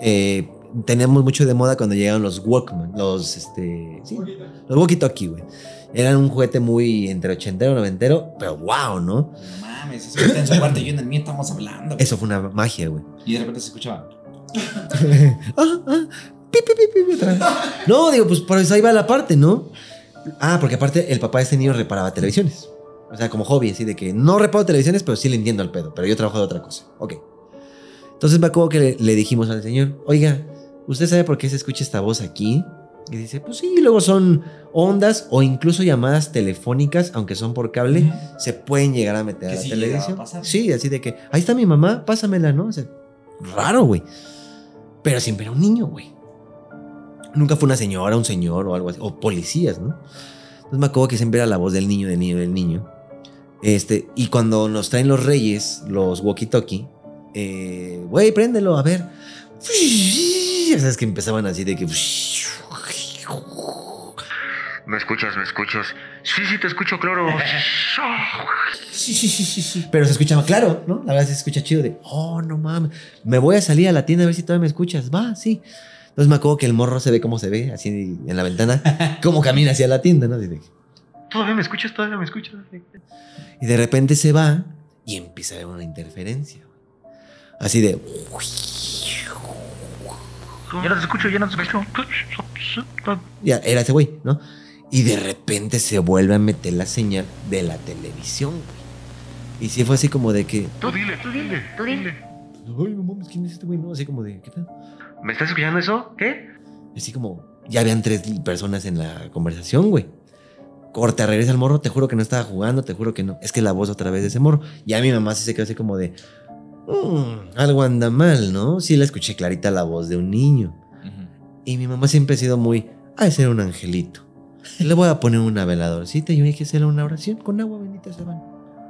Speaker 4: eh, teníamos mucho de moda cuando llegaban los Walkman, los, este, sí,
Speaker 6: Poquita.
Speaker 4: los walkie-talkie, güey. Eran un juguete muy entre ochentero, noventero, pero wow, ¿no?
Speaker 3: No mames, eso está en su cuarto y yo en el mío estamos hablando. güey.
Speaker 4: Eso fue una magia, güey.
Speaker 3: Y de repente se escuchaba.
Speaker 4: ah, ah, pi, pi, pi, pi, otra vez. No, digo, pues por eso ahí va la parte, ¿no? Ah, porque aparte el papá de este niño reparaba televisiones. O sea, como hobby, así de que no reparo televisiones, pero sí le entiendo al pedo. Pero yo trabajo de otra cosa. Ok. Entonces me acuerdo que le, le dijimos al señor, oiga, ¿usted sabe por qué se escucha esta voz aquí? Y dice, pues sí, luego son ondas o incluso llamadas telefónicas, aunque son por cable, se pueden llegar a meter a
Speaker 3: Que
Speaker 4: la
Speaker 3: sí llegaba a
Speaker 4: televisión.
Speaker 3: pasar.
Speaker 4: Sí, así de que, ahí está mi mamá, pásamela, ¿no? O sea, raro, güey. Pero siempre era un niño, güey. Nunca fue una señora, un señor o algo así, o policías, ¿no? Entonces me acuerdo que siempre era la voz del niño, del niño, del niño. Este, y cuando nos traen los reyes, los walkie-talkie, eh, güey, préndelo, a ver. O sea, es que empezaban así de que...
Speaker 7: ¿Me escuchas? ¿Me escuchas? Sí, sí, te escucho, claro.
Speaker 4: Sí, sí, sí, sí, sí. Pero se escuchaba claro, ¿no? La verdad se escucha chido de, oh, no mames, me voy a salir a la tienda a ver si todavía me escuchas. Va, sí. Entonces me acuerdo que el morro se ve cómo se ve, así en la ventana, cómo camina hacia la tienda, ¿no? Así de-
Speaker 7: ¿Todavía me escuchas? ¿Todavía me escuchas?
Speaker 4: Y de repente se va y empieza a haber una interferencia. güey. Así de,
Speaker 7: Ya no te escucho, ya no te escucho.
Speaker 4: ya, era ese güey, ¿no? Y de repente se vuelve a meter la señal de la televisión, güey. Y sí fue así como de que,
Speaker 7: Tú dile, tú dile, tú dile.
Speaker 4: ay, no mames, ¿quién es este güey? No, así como de, ¿qué tal?
Speaker 7: ¿Me estás escuchando eso? ¿Qué?
Speaker 4: Así como, ya habían tres personas en la conversación, güey. Corta, regresa al morro, te juro que no estaba jugando, te juro que no. Es que la voz otra vez de ese morro. Ya mi mamá sí se quedó así como de, "Mm, algo anda mal, ¿no? Sí la escuché clarita la voz de un niño. Y mi mamá siempre ha sido muy, ha de ser un angelito. Le voy a poner una veladorcita y hay que hacerle una oración con agua bendita se van.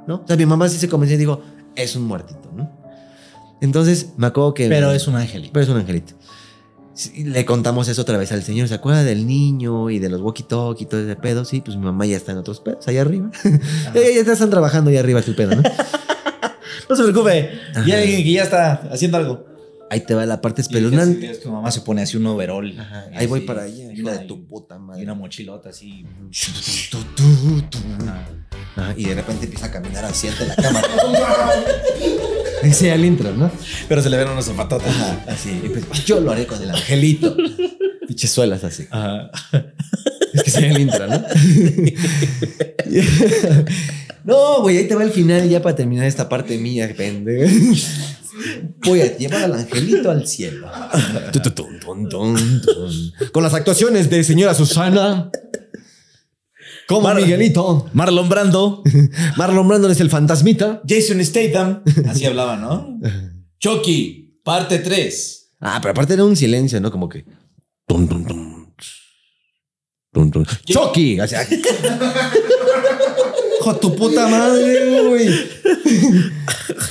Speaker 4: ¿No? O sea, mi mamá sí se convenció y dijo, es un muertito, ¿no? Entonces me acuerdo que...
Speaker 1: Pero es un ángel.
Speaker 4: Pero es un angelito. Sí, le contamos eso otra vez al señor. ¿Se acuerda del niño y de los walkie-talkie y todo ese pedo? Sí, pues mi mamá ya está en otros pedos allá arriba. ya, ya- ya están trabajando allá arriba su pedo, ¿no?
Speaker 1: No se preocupe. Ya hay alguien que ya está haciendo algo.
Speaker 4: Ahí te va la parte
Speaker 1: Y
Speaker 4: espeluznante.
Speaker 1: Es que tu mamá se pone así un overall.
Speaker 4: Ajá,
Speaker 1: Y
Speaker 4: ahí voy
Speaker 1: así,
Speaker 4: para allá,
Speaker 1: y
Speaker 4: hija
Speaker 1: una-
Speaker 4: de tu puta
Speaker 1: Y
Speaker 4: madre.
Speaker 1: una mochilota así.
Speaker 4: Ajá, y de repente empieza a caminar así ante la cámara. Ese era el intro, ¿no?
Speaker 1: Pero se le ven unos zapatotes.
Speaker 4: Ajá, así. Y pues, yo lo haré con el angelito. Pinches suelas así.
Speaker 1: Ajá.
Speaker 4: Es que sería el intro, ¿no? no, güey, ahí te va el final ya para terminar esta parte mía, pendejo. Voy a llevar al angelito al cielo. Tu, tu, tun, tun, tun, tun. Con las actuaciones de señora Susana. Como Miguelito.
Speaker 1: Marlon Brando.
Speaker 4: Marlon Brando es el fantasmita.
Speaker 1: Jason Statham. Así hablaba, ¿no? Chucky, parte 3.
Speaker 4: Ah, pero aparte era un silencio, ¿no? Como que. Tun, tun, tun. Tun, tun. ¡Chucky! O sea. ¡Hijo de tu puta madre, güey!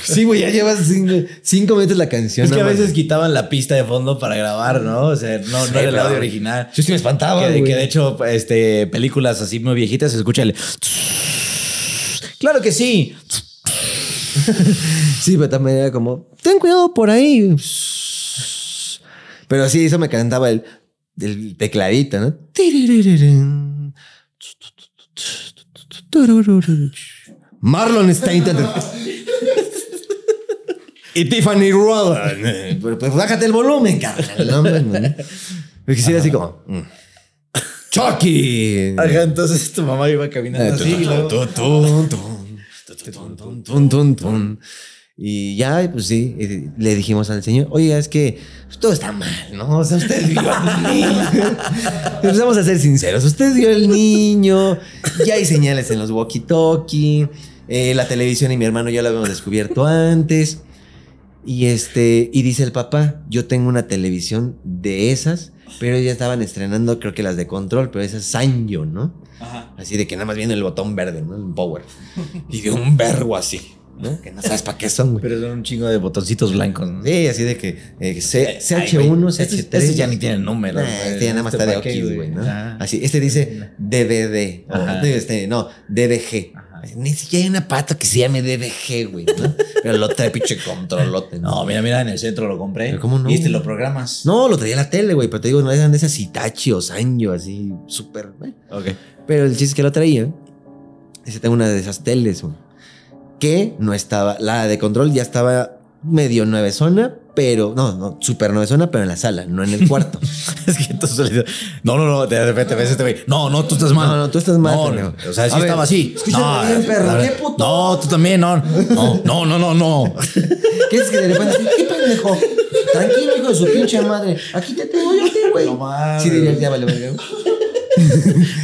Speaker 4: Sí, güey, ya llevas cinco, cinco minutos la canción.
Speaker 1: Es que a
Speaker 4: nada más.
Speaker 1: veces quitaban la pista de fondo para grabar, ¿no? O sea, no, no era el
Speaker 4: pero-
Speaker 1: audio original.
Speaker 4: Yo sí me espantaba,
Speaker 1: Que,
Speaker 4: güey.
Speaker 1: que de hecho, este, películas así muy viejitas se escucha el. Claro que sí.
Speaker 4: Sí, pero también era como, ten cuidado por ahí. Pero sí, eso me cantaba el, el tecladito, ¿no? Marlon está intentando. y Tiffany Rodden. eh, Pero, pero bájate el volumen, carnal. No, hombre, no, no. Porque sí era así como. mm. ¡Chucky!
Speaker 1: Ajá, entonces tu mamá iba
Speaker 4: Eh,
Speaker 1: caminando así. y luego-
Speaker 4: Y ya, pues sí, eh, le dijimos al señor, oye, es que pues, todo está mal, ¿no? O sea, usted vio al niño. Pues vamos a ser sinceros, usted vio al niño, ya hay señales en los walkie-talkie, eh, la televisión y mi hermano ya lo habíamos descubierto antes. Y este, y dice el papá, yo tengo una televisión de esas, pero ya estaban estrenando, creo que las de control, pero esas Sanyo, ¿no?
Speaker 1: Ajá.
Speaker 4: Así de que nada más viene el botón verde, ¿no? El power. Y de un verbo así, ¿no? Que no sabes para qué son, güey.
Speaker 1: Pero son un chingo de botoncitos blancos, ¿no?
Speaker 4: Sí, así de que eh, C-
Speaker 1: Ay,
Speaker 4: CH1,
Speaker 1: güey,
Speaker 4: CH3.
Speaker 1: estos- estos ya ni tienen número,
Speaker 4: Nah,
Speaker 1: güey.
Speaker 4: este ya nada más
Speaker 1: Este
Speaker 4: está de
Speaker 1: pa' qué,
Speaker 4: Oquis,
Speaker 1: güey. Ah.
Speaker 4: güey, ¿no?
Speaker 1: Ajá.
Speaker 4: Así, este dice DDD. o
Speaker 1: Ajá.
Speaker 4: de- este, no, DDG.
Speaker 1: Ajá.
Speaker 4: Así, Ni siquiera hay una pata que se llame DDG, güey, ¿no? Pero lo trae pinche controlote, ¿no?
Speaker 1: No, mira, mira, en el centro lo compré.
Speaker 4: Pero ¿cómo no?
Speaker 1: Y este lo programas.
Speaker 4: No, lo traía la tele, güey, pero te digo, no eran esas Itachi o Sanyo, así, súper... ¿eh?
Speaker 1: Ok.
Speaker 4: Pero el chiste es que lo traía. Dice, tengo una de esas teles, güey. Que no estaba. La de control ya estaba medio nueve zona, pero. No, no, super nueve zona, pero en la sala, no en el cuarto.
Speaker 1: Es que entonces le digo, no, no, no, de repente ves este güey. No, no, tú estás mal.
Speaker 4: No, no, tú estás mal,
Speaker 1: No,
Speaker 4: pendejo.
Speaker 1: no, o sea, sí
Speaker 4: A ver,
Speaker 1: estaba así.
Speaker 4: escúchame
Speaker 1: no,
Speaker 4: bien, perro,
Speaker 1: a ver,
Speaker 4: qué puto.
Speaker 1: No, tú también, no. No, no, no, no, no.
Speaker 4: ¿Qué es que de repente así, ¿Qué pendejo? Tranquilo, hijo de su pinche madre. Aquí te tengo yo, a ti, güey.
Speaker 3: No mames.
Speaker 4: Sí, diría, ya vale, verga.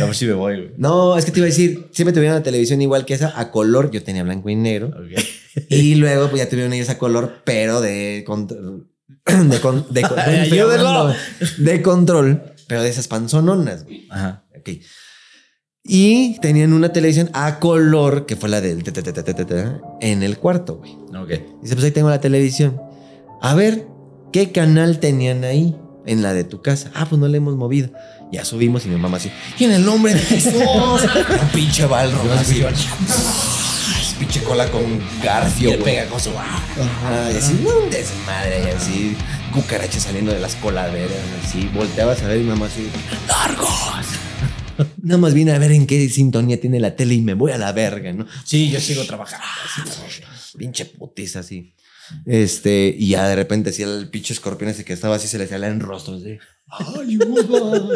Speaker 3: A ver si me voy, güey.
Speaker 4: No, es que te iba a decir, siempre tuvieron la televisión igual que esa, a color. Yo tenía blanco y negro.
Speaker 3: Ok.
Speaker 4: Y luego, pues ya tuvieron ellos a color, pero de. Con, de, con- de, con-
Speaker 3: Ay, ayúdenlo.
Speaker 4: de control, pero de esas panzononas, güey.
Speaker 3: Ajá.
Speaker 4: Ok. Y tenían una televisión a color, que fue la del. te- te- te- te- te- te- te- en el cuarto, güey.
Speaker 3: Ok.
Speaker 4: Dice, pues ahí tengo la televisión. A ver, ¿qué canal tenían ahí? En la de tu casa. Ah, pues no le hemos movido. Ya subimos y mi mamá así. ¿Quién el nombre de Jesús? Un pinche balro. así. pinche cola con garfio. güey.
Speaker 3: pegajoso.
Speaker 4: ah. Ajá, y así, no, un desmadre, y así, cucarachas saliendo de las coladeras, así, volteabas a ver y mamá así, ¡Largos! Nada más vine a ver en qué sintonía tiene la tele y me voy a la verga, ¿no?
Speaker 3: Sí, yo sigo trabajando.
Speaker 4: Pinche putiza así. Este, y ya de repente así el pinche escorpión ese que estaba así se le salía en rostro, así. ¡Ay, uva!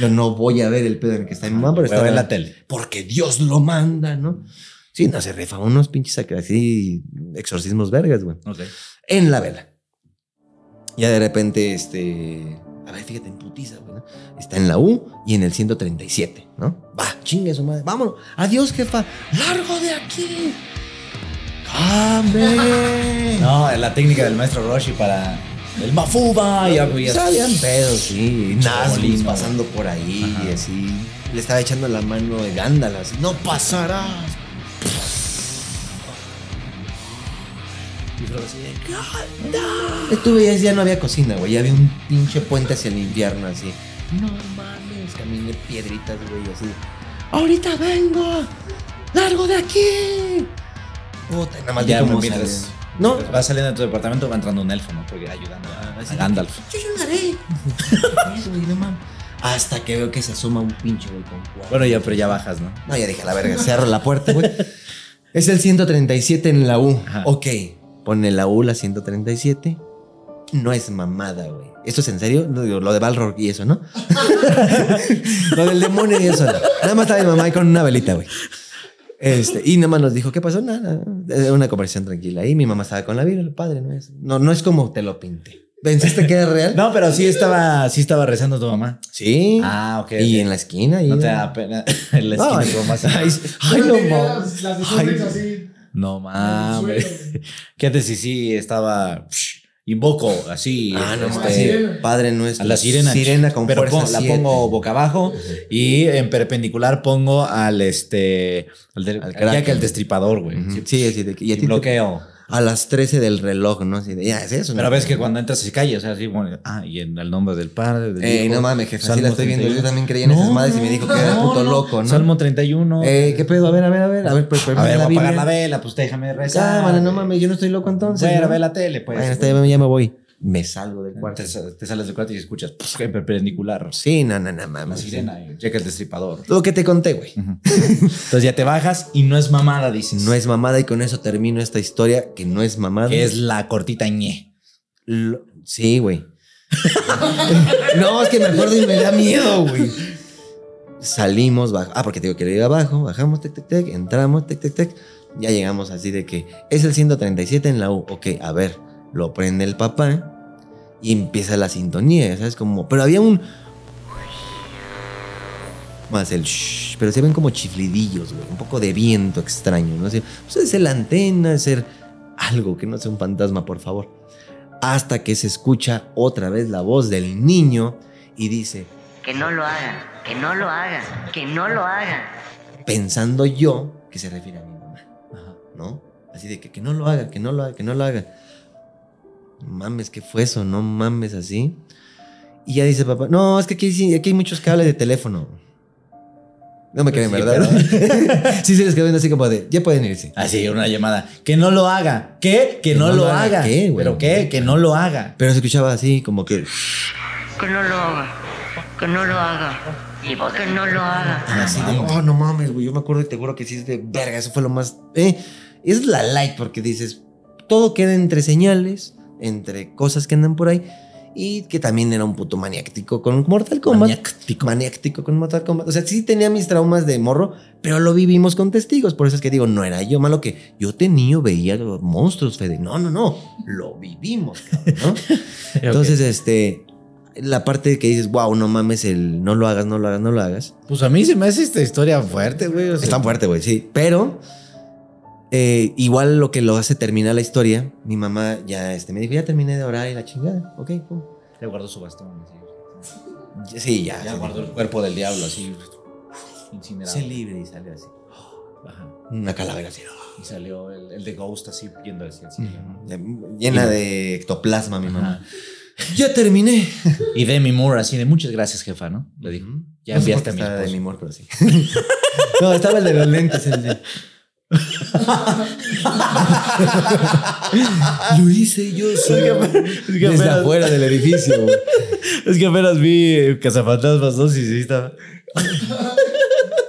Speaker 4: Yo no voy a ver el pedo en el que está mi mamá, pero
Speaker 3: Voy a
Speaker 4: está
Speaker 3: ver la tele.
Speaker 4: Porque Dios lo manda, ¿no? Sí, no se rifa unos pinches acá, así, exorcismos vergas, güey
Speaker 3: Ok.
Speaker 4: en la vela. Ya de repente, este. A ver, fíjate, en putiza, güey. ¿no? Está en la U y en el 137, ¿no? Va, chingue su madre. Vámonos. Adiós, jefa. Largo de aquí. ¡Cambie!
Speaker 3: No, la técnica del maestro Roshi para el mafuba y pues, algo y así.
Speaker 4: Salían pedos, sí. Nazgûl
Speaker 3: Chabolín, ¿no?
Speaker 4: pasando por ahí
Speaker 3: Ajá.
Speaker 4: y así. Le estaba echando la mano de Gándala. así, ¡No pasarás! Y Frodo así de, "Gandalf". Estuve ya, ya no había cocina, güey. Ya había un pinche puente hacia el infierno, así. No mames, caminé piedritas, güey, así. ¡Ahorita vengo! ¡Largo de aquí! Puta, nada más vi
Speaker 3: Ya
Speaker 4: cómo
Speaker 3: no
Speaker 4: salía.
Speaker 3: mientras
Speaker 4: No, Ah,
Speaker 3: va saliendo de tu departamento, va entrando un elfo, ¿no? Porque ayudando a, a Gandalf.
Speaker 4: yo ayudaré. Eso, güey, no mames. Hasta que veo que se asoma un pinche güey con cuatro.
Speaker 3: Bueno, ya, pero ya bajas, ¿no?
Speaker 4: No, ya dije, la verga, cerro la puerta, güey. Es el 137 en la U.
Speaker 3: Ajá.
Speaker 4: Ok, pone la U la 137. No es mamada, güey. ¿Esto es en serio? Lo, digo, lo de Balrog y eso, ¿no? lo del demonio y eso. no. Nada más estaba mi mamá ahí con una velita, güey. Este, y nada más nos dijo, ¿qué pasó? Nada, era una conversación tranquila. Y mi mamá estaba con la vida, el padre, ¿no? Es, no, no es como te lo pinté. ¿Pensaste que era real?
Speaker 3: No, pero sí estaba, sí estaba rezando tu mamá.
Speaker 4: Sí.
Speaker 3: Ah, ok.
Speaker 4: Y
Speaker 3: ok.
Speaker 4: en la esquina. Y
Speaker 3: No te da pena en la esquina
Speaker 4: Ay.
Speaker 3: tu mamá se-
Speaker 4: Ay, ay,
Speaker 6: Yo
Speaker 4: no
Speaker 6: tenía
Speaker 4: mames.
Speaker 6: Las, las de
Speaker 3: Ay.
Speaker 6: Sonrix así.
Speaker 3: No
Speaker 6: en el
Speaker 3: mames.
Speaker 6: suelo, güey.
Speaker 3: Fíjate si sí estaba psh, invoco así
Speaker 4: Ah, no
Speaker 3: este,
Speaker 6: la sirena.
Speaker 4: Padre nuestro.
Speaker 3: a la sirena.
Speaker 4: Sirena con
Speaker 3: pero
Speaker 4: fuerza
Speaker 3: pon- la
Speaker 4: siete.
Speaker 3: pongo boca abajo y en perpendicular pongo al este al, del-
Speaker 4: Al
Speaker 3: ya que
Speaker 4: Kraken.
Speaker 3: el destripador, güey.
Speaker 4: Ujú.
Speaker 3: Sí,
Speaker 4: Sí, así de que- y a
Speaker 3: y
Speaker 4: ti te-
Speaker 3: bloqueo.
Speaker 4: a las 13 del reloj, ¿no? Así de, ya, es eso.
Speaker 3: Pero
Speaker 4: ¿no?
Speaker 3: ves que cuando entras se calla, o sea, así, bueno, ah, y en el nombre del padre, del
Speaker 4: Ey,
Speaker 3: hijo,
Speaker 4: no mames, jefe. Así
Speaker 3: Salmo
Speaker 4: la estoy viendo.
Speaker 3: 31.
Speaker 4: Yo también creía en esas
Speaker 3: No,
Speaker 4: madres y me dijo que era
Speaker 3: no,
Speaker 4: puto
Speaker 3: no.
Speaker 4: loco, ¿no?
Speaker 3: Salmo 31.
Speaker 4: Ey, ¿qué pedo? A ver, a ver, a ver. A ver, pues, pues,
Speaker 3: a ver,
Speaker 4: la
Speaker 3: voy a apagar
Speaker 4: Biblia.
Speaker 3: la vela, pues déjame rezar.
Speaker 4: Cámara, no
Speaker 3: güey.
Speaker 4: mames, yo no estoy loco entonces.
Speaker 3: Bueno,
Speaker 4: ¿no?
Speaker 3: ve la tele, pues.
Speaker 4: Bueno, está, ya me voy. Me salgo del cuarto.
Speaker 3: Te, sa- te sales del cuarto y escuchas puf, en perpendicular.
Speaker 4: Sí, no, no, no
Speaker 3: La
Speaker 4: mames.
Speaker 3: sirena, eh, checa el destripador.
Speaker 4: Lo que te conté, güey.
Speaker 3: Entonces ya te bajas y no es mamada, dices.
Speaker 4: No es mamada y con eso termino esta historia que no es mamada.
Speaker 3: Mm. Que es la cortita ñe.
Speaker 4: Lo- sí, güey. no, es que me acuerdo y me da miedo, güey. Salimos, bajo. Ah, porque te digo que ir abajo, bajamos, tec, tec, tec, entramos, tec, tec, tec. Ya llegamos así de que es el 137 en la U. Ok, a ver, lo prende el papá y empieza la sintonía, ¿sabes? Como, pero había un. Más el shh, pero se ven como chiflidillos, güey. Un poco de viento extraño, ¿no? sé pues es la antena, es el algo que no sea un fantasma, por favor hasta que se escucha otra vez la voz del niño y dice,
Speaker 8: Que no lo haga, que no lo haga, que no lo haga.
Speaker 4: pensando yo que se refiere a mi mamá, ¿no? Así de que, que no lo haga, que no lo haga, que no lo haga. Mames, ¿qué fue eso? No mames así. Y ya dice papá, no, es que aquí, sí- aquí hay muchos cables de teléfono. No me creen,
Speaker 3: Sí,
Speaker 4: ¿verdad? sí se les quedó viendo así como de, ya pueden irse.
Speaker 3: Así, una llamada. Que no lo haga. ¿Qué? Que, no, lo haga.
Speaker 4: ¿Qué, güey?
Speaker 3: ¿Pero qué? Que no lo haga.
Speaker 4: Pero se escuchaba así como que...
Speaker 8: Que no lo haga, que no lo haga. Que no lo haga.
Speaker 4: Así de, oh, no mames, güey. Yo me acuerdo y te juro que sí es de verga. Eso fue lo más. eh, es la light porque dices, todo queda entre señales, entre cosas que andan por ahí. y que también era un puto maniáctico con Mortal Kombat.
Speaker 3: Maniáctico.
Speaker 4: Maniáctico con Mortal Kombat. O sea, sí tenía mis traumas de morro, pero lo vivimos con testigos. Por eso es que digo, no era yo malo que yo tenía, veía los monstruos, Fede. No, no, no. Lo vivimos, cabrón, ¿no? Entonces, este, la parte que dices, wow, no mames, el no lo hagas, no lo hagas, no lo hagas.
Speaker 3: Pues a mí se me hace esta historia fuerte, güey. o sea,
Speaker 4: Está fuerte, güey, sí. Pero eh, igual lo que lo hace terminar la historia, mi mamá ya este, me dijo, ya terminé de orar y la chingada. Ok, pum.
Speaker 3: Le guardó su bastón. así.
Speaker 4: Ah, Sí, ya.
Speaker 3: Ya
Speaker 4: se
Speaker 3: guardó el
Speaker 4: libre.
Speaker 3: cuerpo del diablo así. Incinerado.
Speaker 4: Se libre y sale así.
Speaker 3: Ajá.
Speaker 4: Una calavera así.
Speaker 3: Y salió el, el de Ghost así yendo hacia el cielo. ¿no?
Speaker 4: Ya, Llena de ectoplasma, mi mamá. Ya terminé.
Speaker 3: Y Demi Moore así de muchas gracias, jefa, ¿no? Le dijo. Ya
Speaker 4: No sé por qué
Speaker 3: enviaste a mi
Speaker 4: estaba de
Speaker 3: esposo.
Speaker 4: mi amor, pero sí. no, estaba el de los lentes. el de- Lo hice yo solo. Desde afuera del edificio. güey.
Speaker 3: Es que apenas vi eh, Cazafantasmas 2 y sí estaba.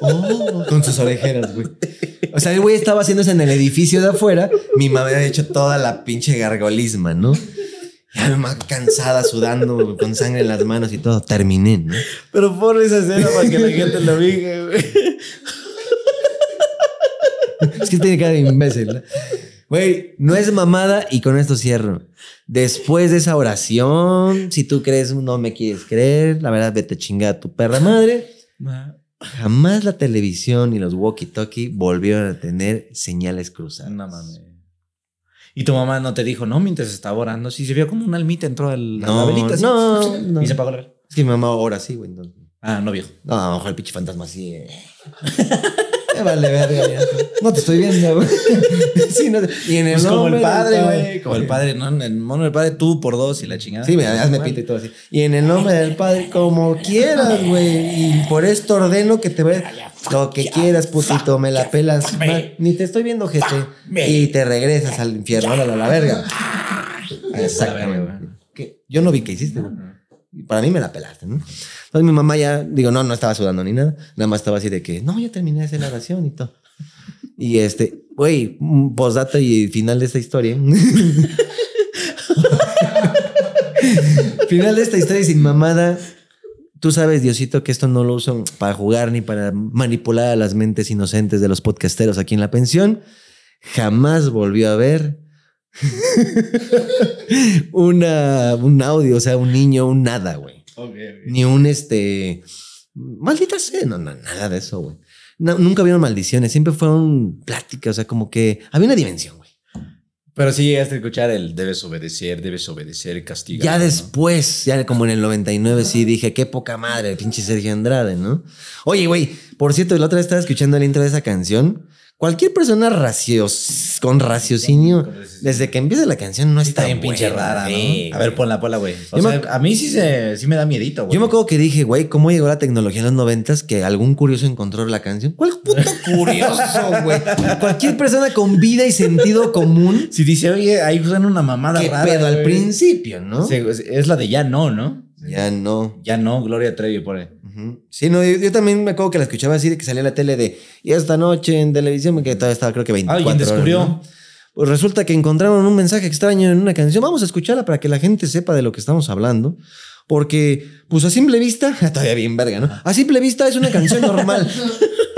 Speaker 4: Oh, Con sus orejeras, güey. O sea, el güey estaba haciendo eso en el edificio de afuera. Mi mamá había hecho toda la pinche gargolisma, ¿no? Ya mi mamá cansada, sudando, güey, con sangre en las manos y todo. Terminé, ¿no?
Speaker 3: Pero por esa escena para que la gente lo vea, güey.
Speaker 4: Es que tiene cara de imbécil. ¿no? Güey, no es mamada y con esto cierro. Después de esa oración, si tú crees, no me quieres creer, la verdad, vete chingada tu perra madre. Jamás la televisión y los walkie-talkie volvieron a tener señales cruzadas.
Speaker 3: No mames. Y tu mamá no te dijo, no, mientras estaba orando. Sí, se vio como una almita entró al, a la
Speaker 4: No,
Speaker 3: velita. así,
Speaker 4: no, no.
Speaker 3: Y se apagó la vela.
Speaker 4: Es que mi mamá ahora sí, güey. entonces.
Speaker 3: Ah, no, viejo.
Speaker 4: No, a lo mejor el pinche fantasma sí. eh. Eh, vale, verga, ya. No te estoy viendo, güey. Sí, no te- Y en el
Speaker 3: Pues como
Speaker 4: nombre del
Speaker 3: el padre, güey. Como el padre, ¿no? El mono del padre, tú por dos y la chingada.
Speaker 4: Sí, me hazme pito y todo así. Y en el nombre del Padre, como quieras, güey. Y por esto ordeno que te vayas lo que quieras, putito. Me la pelas. ma- Ni te estoy viendo, gente. Y te regresas al infierno. Órale, a la verga.
Speaker 3: verga,
Speaker 4: Exactamente. Que Yo no vi qué hiciste, güey. Y Para mí me la pelaste, ¿no? Entonces mi mamá ya, digo, no, no estaba sudando ni nada. Nada más estaba así de que, no, ya terminé de hacer la oración y todo. Y este, güey, mm, postdata y final de esta historia. final de esta historia y sin mamada. Tú sabes, Diosito, que esto no lo usan para jugar ni para manipular a las mentes inocentes de los podcasteros aquí en la pensión. Jamás volvió a ver una, un audio, o sea, un niño, un nada, güey. Ni un este. Maldita sea, no, no, nada de eso, güey. No, nunca vieron maldiciones, siempre fueron pláticas, o sea, como que había una dimensión, güey.
Speaker 3: Pero sí llegaste a escuchar el debes obedecer, debes obedecer, castiga.
Speaker 4: Ya
Speaker 3: ¿no?
Speaker 4: después, ya como en el 99, sí dije, qué poca madre, el pinche Sergio Andrade, ¿no? Oye, güey, por cierto, la otra vez estaba escuchando el intro de esa canción. Cualquier persona racios, con raciocinio, desde que empieza la canción, no está,
Speaker 3: Está bien pinche
Speaker 4: buena,
Speaker 3: rara, ¿no?
Speaker 4: güey.
Speaker 3: A ver, ponla, ponla, güey. O
Speaker 4: Yo
Speaker 3: sea,
Speaker 4: me-
Speaker 3: a mí sí, se, sí me da miedito, güey.
Speaker 4: Yo me acuerdo que dije, güey, ¿cómo llegó la tecnología en los noventas que algún curioso encontró la canción? ¿Cuál puto curioso, güey? Cualquier persona con vida y sentido común.
Speaker 3: Si dice, oye, ahí usan una mamada
Speaker 4: ¿Qué
Speaker 3: rara.
Speaker 4: pedo al
Speaker 3: güey.
Speaker 4: principio, no?
Speaker 3: Sí, es- es la de ya no, ¿no?
Speaker 4: Ya no.
Speaker 3: Ya no, Gloria Trevi, por ahí.
Speaker 4: Ujú. Sí, no, yo, yo también me acuerdo que la escuchaba así de que salía a la tele de y esta noche en televisión, porque todavía estaba creo que 24
Speaker 3: Alguien Ah, descubrió.
Speaker 4: horas, ¿no? Pues resulta que encontraron un mensaje extraño en una canción. Vamos a escucharla para que la gente sepa de lo que estamos hablando. Porque, pues a simple vista, todavía bien verga, ¿no? A simple vista es una canción normal.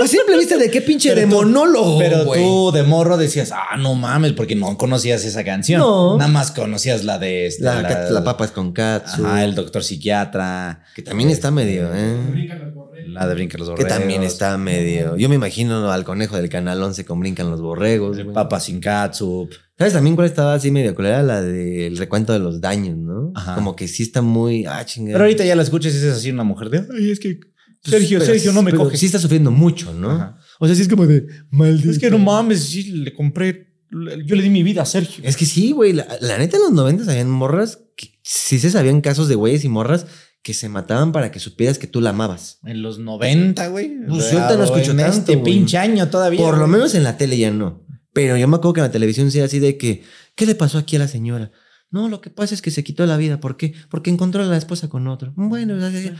Speaker 4: A simple vista de qué pinche
Speaker 3: Pero
Speaker 4: de
Speaker 3: tú-
Speaker 4: monólogo.
Speaker 3: Pero
Speaker 4: güey.
Speaker 3: tú de morro decías, ah, no mames, porque no conocías esa canción.
Speaker 4: No.
Speaker 3: Nada más conocías la de este,
Speaker 4: La, cat- la papas con katsu.
Speaker 3: Ajá, el doctor psiquiatra.
Speaker 4: Que también está medio, ¿eh?
Speaker 6: Brincan las borrelas.
Speaker 3: La de Brinca los
Speaker 4: Que
Speaker 3: Borregos.
Speaker 4: también está medio. Yo me imagino al conejo del canal 11 con brincan los borregos.
Speaker 3: El
Speaker 4: güey.
Speaker 3: Papa sin catsup.
Speaker 4: ¿Sabes también cuál estaba así medio culera? La del recuento de los daños, ¿no?
Speaker 3: Ajá.
Speaker 4: Como que sí está muy. Ah, chingada.
Speaker 3: Pero ahorita ya la escuchas y es así una mujer de, ay, es que
Speaker 4: Pues,
Speaker 3: Sergio,
Speaker 4: pero-
Speaker 3: Sergio, no me
Speaker 4: pero
Speaker 3: coge.
Speaker 4: Sí está sufriendo mucho, ¿no?
Speaker 3: Ajá.
Speaker 4: O sea, sí es como de. Maldito.
Speaker 3: Es que no mames, sí, le compré, le- yo le di mi vida a Sergio.
Speaker 4: Es que sí, güey. La, la neta, en los 90 habían morras. Que, sí se sabían casos de güeyes y morras que se mataban para que supieras que tú la amabas.
Speaker 3: En los 90, güey.
Speaker 4: Pues yo ahorita no escucho
Speaker 3: en
Speaker 4: tanto,
Speaker 3: este
Speaker 4: güey.
Speaker 3: pinche año todavía.
Speaker 4: Por lo
Speaker 3: güey.
Speaker 4: menos en la tele ya no. Pero yo me acuerdo que en la televisión sea así de que. ¿Qué le pasó aquí a la señora? No, lo que pasa es que se quitó la vida. ¿Por qué? Porque encontró a la esposa con otro. Bueno, se,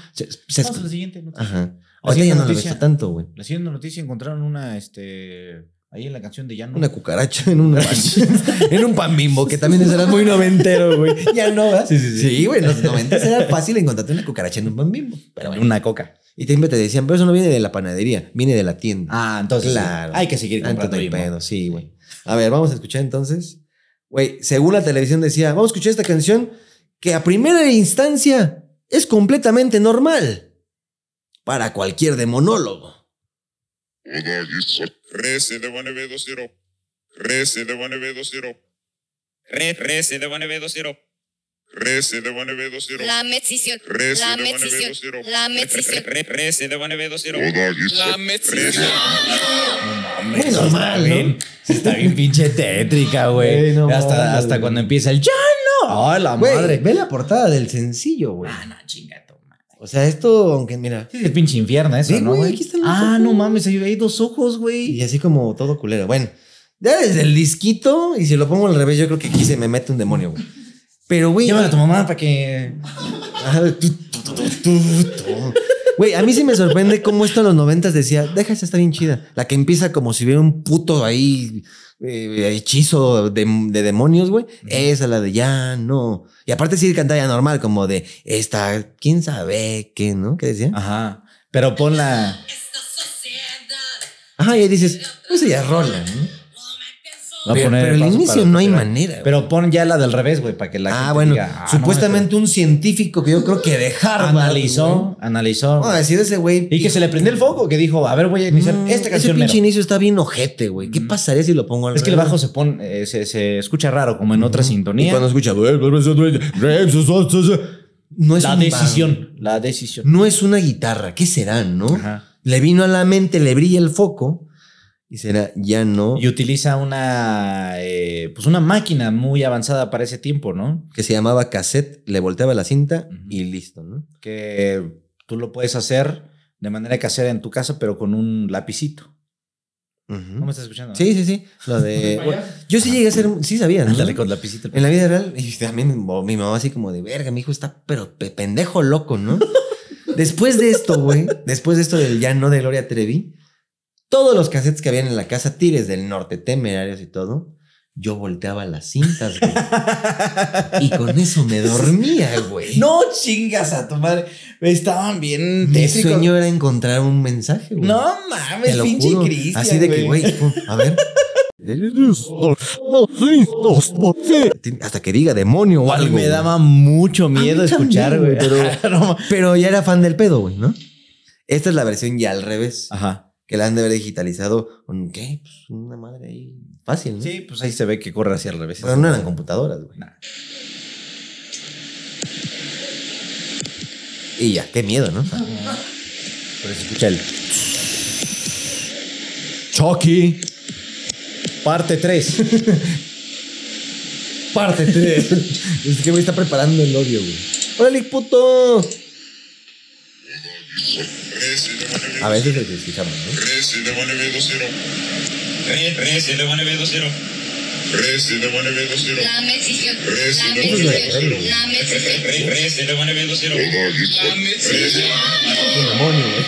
Speaker 4: se,
Speaker 3: Vamos a la siguiente noticia.
Speaker 4: Ajá.
Speaker 3: Así
Speaker 4: Ahorita
Speaker 3: es
Speaker 4: ya
Speaker 3: la
Speaker 4: no lo
Speaker 3: noticia.
Speaker 4: ves tanto, güey.
Speaker 3: La siguiente noticia encontraron una, este, Ahí en la canción de Llano.
Speaker 4: Una cucaracha en, una en un pan bimbo, que también será muy noventero, güey. Ya no, ¿verdad? Sí, sí, sí. Sí, güey, en los noventas era fácil encontrarte una cucaracha en un pan bimbo. Pero bueno.
Speaker 3: Una coca.
Speaker 4: Y siempre te decían, pero eso no viene de la panadería, viene de la tienda.
Speaker 3: Ah, entonces
Speaker 4: Claro.
Speaker 3: sí, hay que seguir
Speaker 4: Ah, entonces
Speaker 3: comprando
Speaker 4: no hay
Speaker 3: Bimbo.
Speaker 4: pedo, sí, güey. A ver, vamos a escuchar entonces. Güey, según la televisión decía, vamos a escuchar esta canción que a primera instancia es completamente normal para cualquier demonólogo.
Speaker 9: Resident 1920. Resident 1920. Re, Resident 1920. Resident 1920.
Speaker 10: La medición, la
Speaker 9: Resident
Speaker 10: medición,
Speaker 9: 1920.
Speaker 10: la medición.
Speaker 9: Re, Resident 1920. La
Speaker 7: La
Speaker 9: Metzger.
Speaker 3: Muy normal,
Speaker 4: ¿no?
Speaker 3: Sí, está bien pinche tétrica, güey.
Speaker 4: Güey, no mames,
Speaker 3: hasta hasta
Speaker 4: güey.
Speaker 3: cuando empieza el ya no. ¡Ah, la
Speaker 4: Güey,
Speaker 3: madre!
Speaker 4: ve la portada del sencillo, güey.
Speaker 3: Ah, no, chinga tu madre.
Speaker 4: O sea, esto, aunque mira,
Speaker 3: Sí, es pinche infierno eso,
Speaker 4: Sí,
Speaker 3: ¿no,
Speaker 4: güey,
Speaker 3: güey?
Speaker 4: aquí están los
Speaker 3: Ah,
Speaker 4: ojos.
Speaker 3: no mames, ahí hay dos ojos,
Speaker 4: y
Speaker 3: güey.
Speaker 4: así como todo culero. Bueno, ya desde el disquito, y si lo pongo al revés, yo creo que aquí se me mete un demonio, güey. Pero, güey.
Speaker 3: Llámale a tu mamá para que.
Speaker 4: Ah, tu, tu, tu, tu, tu, tu. Güey, a mí sí me sorprende cómo esto en los noventas decía, déjase estar bien chida. La que empieza como si hubiera un puto ahí eh, hechizo de, de demonios, güey. Esa la de ya no. Y aparte sí cantaba ya normal, como de esta, quién sabe qué, ¿no? ¿Qué
Speaker 3: Ah.
Speaker 4: decía?
Speaker 3: Ajá. Pero pon la.
Speaker 10: Esta sociedad
Speaker 4: Ajá, y ahí dices, pues ya rola, ¿no?
Speaker 10: no me pensó.
Speaker 3: va a
Speaker 4: Pero,
Speaker 3: poner
Speaker 4: pero el
Speaker 3: paso
Speaker 4: inicio
Speaker 3: para-
Speaker 4: no hay
Speaker 3: pero-
Speaker 4: manera. güey.
Speaker 3: Pero pon ya la del revés, güey, para que la.
Speaker 4: ah,
Speaker 3: gente
Speaker 4: bueno,
Speaker 3: diga, "Ah, no,
Speaker 4: supuestamente un científico que yo creo que de
Speaker 3: esto-
Speaker 4: Harvard
Speaker 3: analizó, analizó.
Speaker 4: güey. Vamos a decir ese güey.
Speaker 3: Y que se le prendió el foco, que dijo, a ver, voy a iniciar
Speaker 4: Mm,
Speaker 3: esta canción.
Speaker 4: Ese pinche
Speaker 3: mero".
Speaker 4: inicio está bien ojete, güey. ¿Qué
Speaker 3: Mm.
Speaker 4: pasaría si lo pongo al
Speaker 3: Es que el
Speaker 4: revés? Mm.
Speaker 3: bajo se pone, eh, se, se escucha raro, como en otra
Speaker 4: Y
Speaker 3: sintonía.
Speaker 4: cuando escucha. No es
Speaker 3: la
Speaker 4: un
Speaker 3: decisión, la
Speaker 4: bajo,
Speaker 3: decisión.
Speaker 4: No es una guitarra. ¿Qué será, no?
Speaker 3: Ajá.
Speaker 4: Le vino a la mente, le brilla el foco. Y será, ya no.
Speaker 3: Y utiliza una, eh, pues una máquina muy avanzada para ese tiempo, ¿no?
Speaker 4: Que se llamaba cassette. Le volteaba la cinta
Speaker 3: Ujú.
Speaker 4: y listo, ¿no?
Speaker 3: Que tú lo puedes hacer de manera casera en tu casa, pero con un lapicito.
Speaker 4: Ujú.
Speaker 3: ¿No me estás escuchando?
Speaker 4: Sí, sí, sí. Lo de.
Speaker 6: Vaya.
Speaker 4: bueno, yo sí llegué a ser. Sí sabía, ¿no?
Speaker 3: Ándale con lapicito.
Speaker 4: En la vida real, y también bo- mi mamá así como de verga, mi hijo está pero pe- pendejo loco, ¿no? después de esto, güey, después de esto del ya no de Gloria Trevi, todos los cassettes que habían en la casa, tires del norte, temerarios y todo, yo volteaba las cintas, güey. y con eso me dormía, güey.
Speaker 3: No chingas a tu madre. Estaban bien
Speaker 4: Mi
Speaker 3: tétricos.
Speaker 4: sueño era encontrar un mensaje, güey.
Speaker 3: No
Speaker 4: Te
Speaker 3: mames,
Speaker 4: lo
Speaker 3: pinche
Speaker 4: juro.
Speaker 3: Cristian.
Speaker 4: Así de que, güey, pum, a ver. Hasta que diga demonio o
Speaker 3: Ay,
Speaker 4: algo.
Speaker 3: me
Speaker 4: güey.
Speaker 3: daba mucho miedo
Speaker 4: A mí
Speaker 3: escuchar,
Speaker 4: también,
Speaker 3: güey.
Speaker 4: güey, Pero ya era fan del pedo, güey, ¿no? Esta es la versión ya al revés,
Speaker 3: Ajá.
Speaker 4: que la han de haber digitalizado con, ¿qué? Pues una madre ahí fácil, ¿no?
Speaker 3: Sí, pues ahí se ve que corre hacia el revés.
Speaker 4: Pero no eran computadoras, güey.
Speaker 3: Nah.
Speaker 4: Y ya, qué miedo, ¿no?
Speaker 3: Pero se escucha el. Chucky. Parte 3.
Speaker 4: Parte es que, güey, está preparando el odio, güey. ¡Órale, puto! A veces lo que escuchamos, ¿no?
Speaker 9: Resident 1920. Re, Resident 1920. Resident 1920.
Speaker 10: La medición, la
Speaker 9: Resident
Speaker 10: medición,
Speaker 9: 1920.
Speaker 10: la medición.
Speaker 9: Re, Resident 1920. La Metzger.
Speaker 4: Demonio, güey.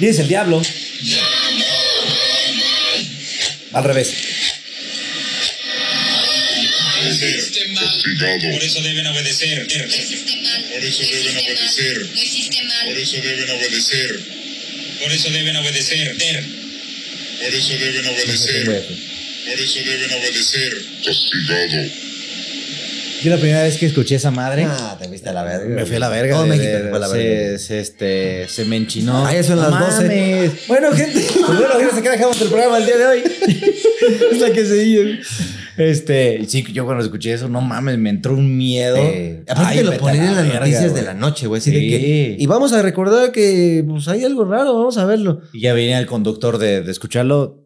Speaker 3: Dices el diablo. Al revés.
Speaker 9: Existe mal, Por eso deben obedecer.
Speaker 10: No existe mal,
Speaker 9: Por
Speaker 10: no
Speaker 9: eso deben
Speaker 10: existe
Speaker 9: obedecer.
Speaker 10: mal, no existe
Speaker 9: Por
Speaker 10: mal.
Speaker 9: eso deben obedecer. Por eso deben obedecer. Por eso deben obedecer. Por eso deben obedecer. Castigado.
Speaker 3: Yo la primera vez que escuché esa madre.
Speaker 4: Ah, te fuiste a la verga.
Speaker 3: Me
Speaker 4: güey.
Speaker 3: fui a la verga.
Speaker 4: Todo
Speaker 3: de-
Speaker 4: México
Speaker 3: de-
Speaker 4: se fue a la verga.
Speaker 3: se, se, este, se me enchinó.
Speaker 4: Ah, ya son las
Speaker 3: No
Speaker 4: 12.
Speaker 3: mames.
Speaker 4: Bueno, gente.
Speaker 3: Pues bueno, gente, acá dejamos el programa el día de hoy. es la que se dio. Este, y sí, yo cuando escuché eso, no mames, me entró un miedo.
Speaker 4: Eh, aparte
Speaker 3: Ay,
Speaker 4: te lo
Speaker 3: vete a
Speaker 4: ponen
Speaker 3: la
Speaker 4: en las
Speaker 3: verga,
Speaker 4: noticias
Speaker 3: güey.
Speaker 4: de la noche, güey. Así de
Speaker 3: Sí.
Speaker 4: que. Y vamos a recordar que pues hay algo raro, vamos a verlo.
Speaker 3: Y ya venía el conductor de, de escucharlo.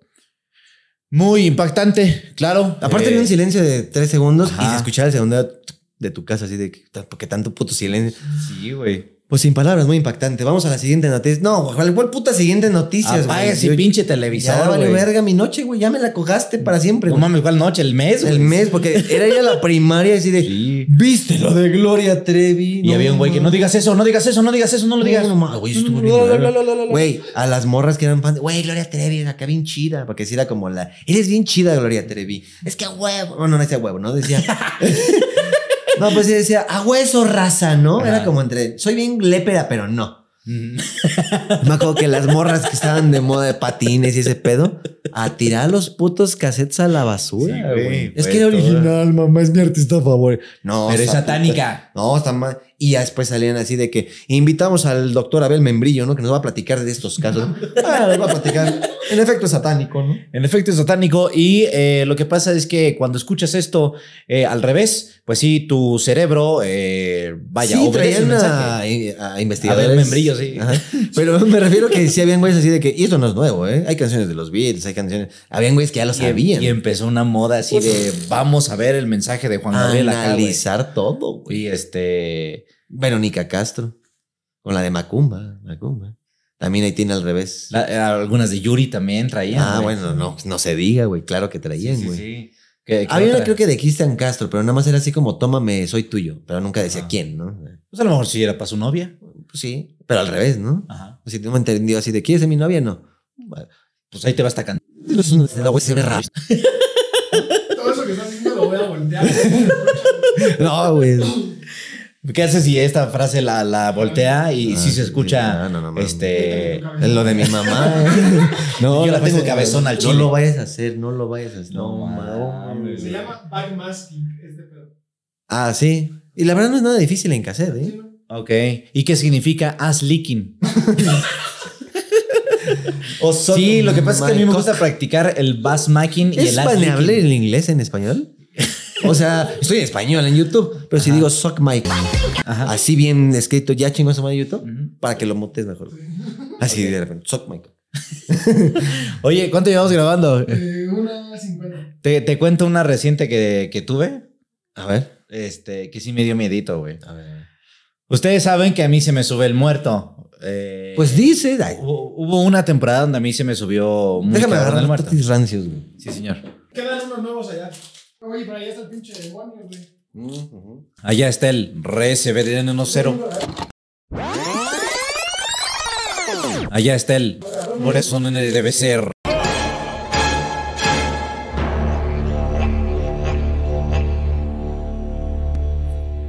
Speaker 3: Muy impactante, claro.
Speaker 4: Aparte
Speaker 3: Eh,
Speaker 4: había un silencio de tres segundos y
Speaker 3: Ajá.
Speaker 4: se escuchaba el segundo de tu casa así de que porque tanto puto silencio.
Speaker 3: Sí, güey.
Speaker 4: Pues sin palabras, muy impactante. Vamos a la siguiente noticia. No, ¿cuál, cuál puta siguiente noticia,
Speaker 3: Apaga Ah, ese
Speaker 4: Yo-
Speaker 3: pinche
Speaker 4: Ya
Speaker 3: televisor,
Speaker 4: vale
Speaker 3: güey.
Speaker 4: verga mi noche, güey. Ya me la cogaste para siempre.
Speaker 3: No
Speaker 4: güey.
Speaker 3: mames, ¿cuál noche? El mes, güey.
Speaker 4: El mes, porque era ya la primaria y así de.
Speaker 3: Sí.
Speaker 4: ¿Viste lo de Gloria Trevi?
Speaker 3: Y había un güey que no digas eso, no digas eso, no digas eso, no lo digas.
Speaker 4: No, no, ma- güey, yo estuve bien
Speaker 3: Bla,
Speaker 4: mal.
Speaker 3: bla, bla, bla, bla, bla.
Speaker 4: Güey, a las morras que eran fan de, güey, Gloria Trevi, acá bien chida, porque sí era como la, eres bien chida, Gloria Trevi. Es que a huevo, bueno, no decía huevo, ¿no? Decía, no, pues sí decía, a hueso raza, ¿no? Era
Speaker 3: Ajá.
Speaker 4: como entre, soy bien lépera, pero no.
Speaker 3: Mm.
Speaker 4: Me acuerdo que las morras que estaban de moda de patines y ese pedo, a tirar los putos cassettes a la basura.
Speaker 3: Sí,
Speaker 4: güey.
Speaker 3: Ah, güey,
Speaker 4: es
Speaker 3: fue
Speaker 4: que era
Speaker 3: toda.
Speaker 4: original, mamá, es mi artista favorito. No,
Speaker 3: Pero es
Speaker 4: esa puta-
Speaker 3: satánica.
Speaker 4: no, está mal. Y ya después salían así de que invitamos al doctor Abel Membrillo, ¿no? Que nos va a platicar de estos casos. ah, nos va a platicar. En efecto, es satánico, ¿no?
Speaker 3: En efecto es satánico y eh, lo que pasa es que cuando escuchas esto eh, al revés, pues sí, tu cerebro, eh, vaya,
Speaker 4: sí,
Speaker 3: obedece
Speaker 4: traían
Speaker 3: el mensaje.
Speaker 4: a, a investigadores.
Speaker 3: A ver, Membrillo, sí.
Speaker 4: Ajá. Pero me refiero que sí habían güeyes así de que, y esto no es nuevo, ¿eh? Hay canciones de los Beatles, hay canciones. Habían güeyes que ya lo
Speaker 3: Y,
Speaker 4: sabían.
Speaker 3: y empezó una moda así de vamos a ver el mensaje de Juan Gabriel acá, güey.
Speaker 4: Analizar todo, güey.
Speaker 3: Y este,
Speaker 4: Verónica Castro. Con la de Macumba, Macumba. También ahí tiene al revés.
Speaker 3: la- eh, algunas de Yuri también traían.
Speaker 4: ah,
Speaker 3: güey.
Speaker 4: bueno, no, no se diga, güey. Claro que
Speaker 3: Sí,
Speaker 4: traían,
Speaker 3: sí,
Speaker 4: güey.
Speaker 3: sí. ¿Qué- qué
Speaker 4: Había una
Speaker 3: otra?
Speaker 4: creo que de Cristian Castro, pero nada más era así como tómame, soy tuyo, pero nunca decía
Speaker 3: Ajá.
Speaker 4: quién, ¿no?
Speaker 3: Pues a lo mejor sí era para su novia.
Speaker 4: Pues sí, pero al revés, ¿no?
Speaker 3: Ajá.
Speaker 4: Si tú me entendió así de ¿quieres ser mi novia? No. Bueno,
Speaker 3: Pues ahí te va esta canción.
Speaker 4: la voy a hacer rap.
Speaker 6: Todo eso que estás diciendo lo voy a voltear.
Speaker 4: No, güey.
Speaker 3: ¿Qué haces si esta frase la, la voltea y
Speaker 4: Ah,
Speaker 3: si se escucha
Speaker 4: sí, no, no, no.
Speaker 3: este
Speaker 4: Es lo de mi mamá.
Speaker 3: Yo la
Speaker 4: frase
Speaker 3: tengo
Speaker 4: de-
Speaker 3: cabezona al chile.
Speaker 4: No lo vayas a hacer, no lo vayas a hacer.
Speaker 3: No
Speaker 4: No,
Speaker 3: mames.
Speaker 4: mames.
Speaker 6: Se llama backmasking este pedo.
Speaker 4: Ah, sí. Y la verdad no es nada difícil en cassette,
Speaker 6: ¿Sí,
Speaker 4: ¿eh?
Speaker 6: no?
Speaker 3: Ok. ¿Y qué significa as leaking? sí, lo que pasa es que a mí me gusta practicar el bass macking y
Speaker 4: ¿Es
Speaker 3: el ass
Speaker 4: baneable
Speaker 3: licking.
Speaker 4: el inglés en español? O sea, estoy en español en YouTube, pero si digo suck my c-",
Speaker 3: Ajá.
Speaker 4: así bien escrito, ya chingo su madre YouTube,
Speaker 3: Ujú.
Speaker 4: para que lo mutes mejor. Así de repente, suck my c-".
Speaker 3: Oye, ¿cuánto llevamos grabando?
Speaker 6: Eh, una cincuenta.
Speaker 3: Te, te cuento una reciente que, que tuve,
Speaker 4: A ver.
Speaker 3: este, que sí me dio miedito, güey.
Speaker 4: A ver.
Speaker 3: Ustedes saben que a mí se me sube el muerto. Eh,
Speaker 4: Pues dice, ay,
Speaker 3: hubo, hubo una temporada donde a mí se me subió muy
Speaker 4: déjame
Speaker 3: cabrón
Speaker 4: agarrar
Speaker 3: el
Speaker 4: los
Speaker 3: muerto.
Speaker 4: tatis rancios, güey.
Speaker 3: Sí, señor.
Speaker 6: Quedan unos nuevos allá. Oye, pero allá está el pinche demonio, güey.
Speaker 3: Allá está el re severino cero. Allá está el. Por eso no debe ser.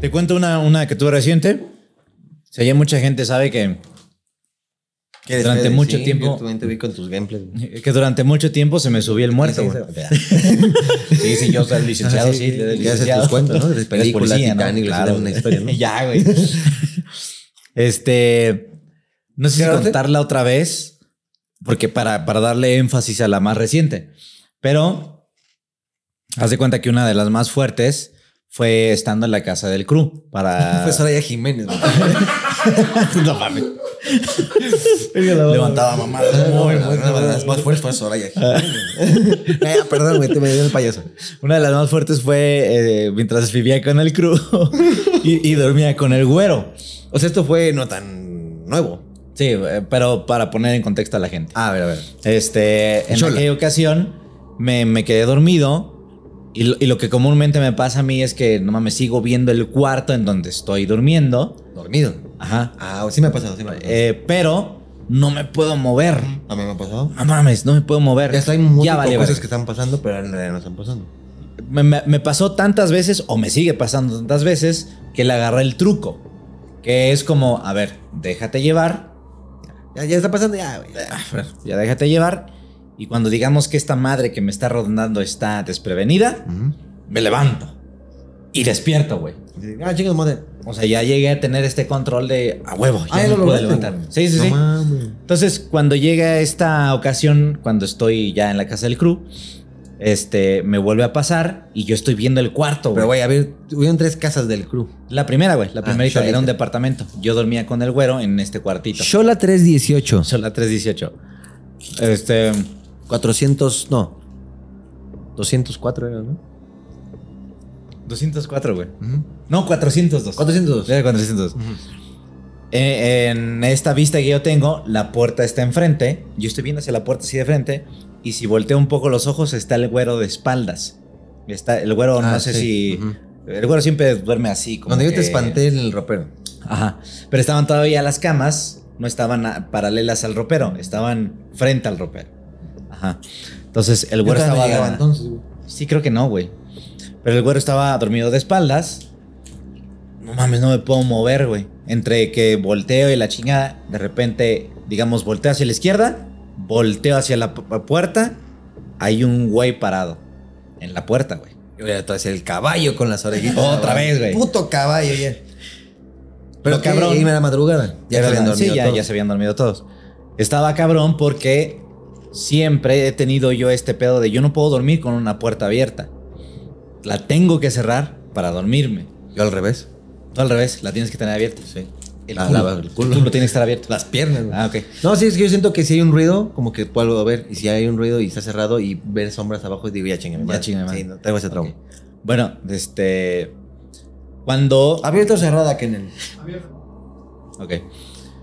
Speaker 3: Te cuento una, una que tuve reciente. Si allá mucha gente sabe que,
Speaker 4: ¿Quieres
Speaker 3: Durante
Speaker 4: ver?
Speaker 3: mucho
Speaker 4: Sí,
Speaker 3: tiempo-
Speaker 4: yo también te vi con tus gameplays. güey.
Speaker 3: que durante mucho tiempo se me subió el muerto.
Speaker 4: Sí,
Speaker 3: güey.
Speaker 4: sí,
Speaker 3: Sí, sí, yo soy licenciado,
Speaker 4: Ah,
Speaker 3: sí,
Speaker 4: sí,
Speaker 3: le doy
Speaker 4: que haces
Speaker 3: licenciado.
Speaker 4: tus cuentos, ¿no? De
Speaker 3: Eres
Speaker 4: películas, Titanic, les
Speaker 3: Claro,
Speaker 4: dan una historia, ¿no?
Speaker 3: Ya, güey. Este, no sé si
Speaker 4: Claro, sí.
Speaker 3: contarla otra vez, porque para, para darle énfasis a la más reciente, pero haz de cuenta que una de las más fuertes fue estando en la casa del crew para
Speaker 4: Fue Pues Soraya Jiménez, güey.
Speaker 3: No mames. levantaba mamadas muy, muy
Speaker 4: Las más fuertes fue Soraya Jiménez. Eh, Perdón, güey, te me dio el payaso.
Speaker 3: Una de las más fuertes fue eh, mientras vivía con el crew y, y dormía con el güero.
Speaker 4: O sea, esto fue no tan nuevo.
Speaker 3: Sí, eh, pero para poner en contexto a la gente.
Speaker 4: A ver, a ver.
Speaker 3: Este, en
Speaker 4: Ah. Chola.
Speaker 3: aquella ocasión me, me quedé dormido y lo, y lo que comúnmente me pasa a mí es que no mames, sigo viendo el cuarto en donde estoy durmiendo.
Speaker 4: Dormido.
Speaker 3: Ajá.
Speaker 4: Ah, sí me ha pasado, sí me ha pasado.
Speaker 3: Eh, pero no me puedo mover.
Speaker 4: a mí me ha pasado.
Speaker 3: No mames, no me puedo mover.
Speaker 4: Ya está, hay muchas
Speaker 3: vale
Speaker 4: cosas
Speaker 3: verga.
Speaker 4: que están pasando, pero en realidad no están pasando.
Speaker 3: me, me- me pasó tantas veces, o me sigue pasando tantas veces, que le agarré el truco. Que es como, a ver, déjate llevar,
Speaker 4: Ya, ya está pasando, ya, güey.
Speaker 3: ya déjate llevar. Y cuando digamos que esta madre que me está rondando está desprevenida, me levanto. Y despierto, güey.
Speaker 4: Ujú. Ah, chicos, madre.
Speaker 3: O sea, ya llegué a tener este control de a huevo, ya
Speaker 4: Ah,
Speaker 3: me
Speaker 4: ya lo
Speaker 3: pude
Speaker 4: lograste,
Speaker 3: levantar.
Speaker 4: güey.
Speaker 3: Sí, sí,
Speaker 4: No
Speaker 3: sí.
Speaker 4: mames.
Speaker 3: Entonces, cuando llega esta ocasión, cuando estoy ya en la casa del crew, este, me vuelve a pasar y yo estoy viendo el cuarto,
Speaker 4: Pero,
Speaker 3: güey.
Speaker 4: güey, a ver, hubieron tres casas del crew.
Speaker 3: La primera, güey. La
Speaker 4: Ah,
Speaker 3: primerita
Speaker 4: Cholita.
Speaker 3: era un departamento. Yo dormía con el güero en este cuartito.
Speaker 4: Shola 318.
Speaker 3: Son las 318. Este.
Speaker 4: 400, no. 204 era, ¿no?
Speaker 3: 204, güey. No, 402.
Speaker 4: 402.
Speaker 3: Era 402. eh, en esta vista que yo tengo, la puerta está enfrente. Yo estoy viendo hacia la puerta así de frente. Y si volteo un poco los ojos, está el güero de espaldas. Está el güero,
Speaker 4: Ah,
Speaker 3: no sé
Speaker 4: sí,
Speaker 3: si.
Speaker 4: ujú.
Speaker 3: El güero siempre duerme así. Como
Speaker 4: Cuando yo te
Speaker 3: que-
Speaker 4: espanté en el ropero.
Speaker 3: Ajá. Pero estaban todavía las camas, no estaban a- paralelas al ropero, estaban frente al ropero. Ajá. Entonces el
Speaker 4: Yo
Speaker 3: güero
Speaker 4: todavía no
Speaker 3: estaba.
Speaker 4: llegaba entonces, güey.
Speaker 3: Sí, creo que no, güey. Pero el güero estaba dormido de espaldas. No mames, no me puedo mover, güey. Entre que volteo y la chingada, de repente, digamos, volteo hacia la izquierda, volteo hacia la pu- puerta, hay un güey parado en la puerta, güey.
Speaker 4: Yo voy a hacer el caballo con las orejitas.
Speaker 3: Otra vez, güey.
Speaker 4: Puto caballo, ya. Pero
Speaker 3: Lo cabrón-
Speaker 4: cabrón. Y me la madrugada. Ya se
Speaker 3: Era
Speaker 4: habían
Speaker 3: la-
Speaker 4: dormido
Speaker 3: sí, ya,
Speaker 4: todos.
Speaker 3: ya se habían dormido todos. Estaba cabrón porque siempre he tenido yo este pedo de yo no puedo dormir con una puerta abierta. La tengo que cerrar para dormirme.
Speaker 4: Yo al revés.
Speaker 3: No al revés, la tienes que tener abierta.
Speaker 4: Sí.
Speaker 3: El,
Speaker 4: La-
Speaker 3: culo.
Speaker 4: la-
Speaker 3: el culo. tiene que estar abierto.
Speaker 4: Las piernas, güey.
Speaker 3: Ah, ok.
Speaker 4: No, sí, es que yo siento que si hay un ruido, como que puedo ver. Y si hay un ruido y está cerrado y ver sombras abajo, digo, ya chingue, mi
Speaker 3: Ya
Speaker 4: madre.
Speaker 3: chingue mi madre.
Speaker 4: Sí, no, tengo ese trauma.
Speaker 3: Bueno, este. Cuando.
Speaker 4: Abierta o cerrada, Kenen.
Speaker 6: Abierto.
Speaker 3: Ok.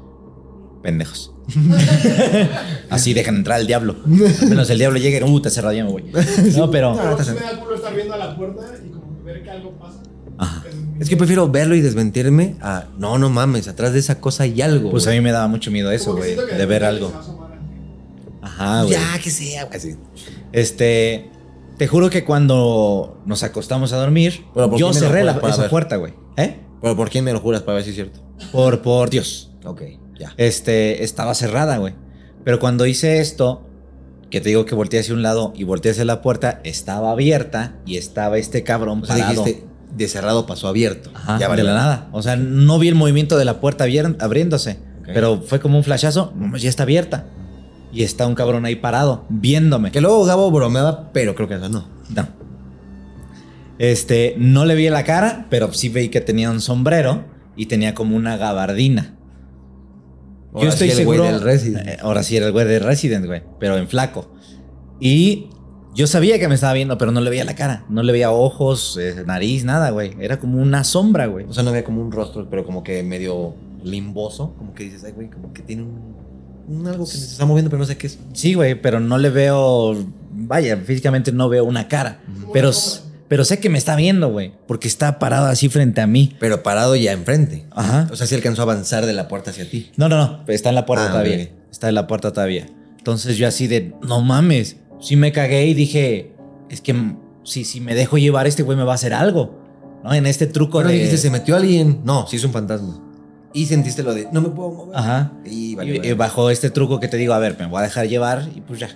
Speaker 3: Pendejos. Así dejan entrar al diablo. Al menos el diablo llega y. Uh, te cerrado ya me voy. No, pero.
Speaker 6: Pero sí me da culo estar viendo a la puerta y como ver que algo pasa.
Speaker 3: Ajá.
Speaker 6: Eso mi-
Speaker 4: Es que prefiero verlo y desmentirme a, no, no mames, atrás de esa cosa hay algo.
Speaker 3: Pues a
Speaker 4: güey.
Speaker 3: mí me daba mucho miedo
Speaker 6: como
Speaker 3: eso,
Speaker 6: que
Speaker 3: güey.
Speaker 6: siento que
Speaker 3: De ver
Speaker 6: repente
Speaker 3: algo.
Speaker 6: se va a asomar así.
Speaker 3: Ajá, güey.
Speaker 4: Ya, que sea, güey. así.
Speaker 3: Este, te juro que cuando nos acostamos a dormir,
Speaker 4: Pero, ¿por
Speaker 3: yo
Speaker 4: qué me lo
Speaker 3: cerré la,
Speaker 4: juras para
Speaker 3: esa
Speaker 4: ver?
Speaker 3: puerta, güey. ¿Eh?
Speaker 4: Pero ¿por quién me lo juras para ver si es cierto?
Speaker 3: Por, por Dios.
Speaker 4: Ok, ya.
Speaker 3: Este, estaba cerrada, güey. Pero cuando hice esto, que te digo que volteé hacia un lado y volteé hacia la puerta, estaba abierta y estaba este cabrón
Speaker 4: O sea,
Speaker 3: parado.
Speaker 4: dijiste, de cerrado pasó a abierto.
Speaker 3: Ajá,
Speaker 4: ya
Speaker 3: de
Speaker 4: valió.
Speaker 3: la nada. O sea, no vi el movimiento de la puerta abier- abriéndose.
Speaker 4: Ok.
Speaker 3: Pero fue como un flashazo. "No mames, Ya está abierta. Y está un cabrón ahí parado, viéndome.
Speaker 4: Que luego Gabo bromeaba, pero creo que eso no.
Speaker 3: No. Este, no le vi la cara, pero sí veí que tenía un sombrero y tenía como una gabardina.
Speaker 4: Ahora
Speaker 3: Yo estoy
Speaker 4: sí, el güey
Speaker 3: seguro.
Speaker 4: del Resident.
Speaker 3: Eh, Ahora sí era el güey de Resident, güey, pero en flaco. Y yo sabía que me estaba viendo, pero no le veía la cara. No le veía ojos, eh, nariz, nada, güey. Era como una sombra, güey.
Speaker 4: O sea, no había como un rostro, pero como que medio limboso. Como que dices, ay, güey, como que tiene un, un algo que se está moviendo, pero no sé qué es.
Speaker 3: Sí, güey, pero no le veo. Vaya, físicamente no veo una cara. Pero, s- pero sé que me está viendo, güey, porque está parado así frente a mí.
Speaker 4: Pero parado ya enfrente.
Speaker 3: Ajá.
Speaker 4: O sea, sí alcanzó a avanzar de la puerta hacia ti.
Speaker 3: No, no, no. Está en la puerta
Speaker 4: Ah,
Speaker 3: todavía.
Speaker 4: ok.
Speaker 3: Está en la puerta todavía. Entonces yo así de, no mames. Sí me cagué y dije, es que mm, si, si me dejo llevar, este güey me va a hacer algo. ¿No? En este truco
Speaker 4: Pero
Speaker 3: de...
Speaker 4: dijiste, se metió alguien. No, sí es un fantasma. Y sentiste lo de, no me puedo mover.
Speaker 3: Ajá.
Speaker 4: Y
Speaker 3: Y-
Speaker 4: valió,
Speaker 3: y
Speaker 4: valió.
Speaker 3: bajo este truco que te digo, a ver, me voy a dejar llevar y pues ya.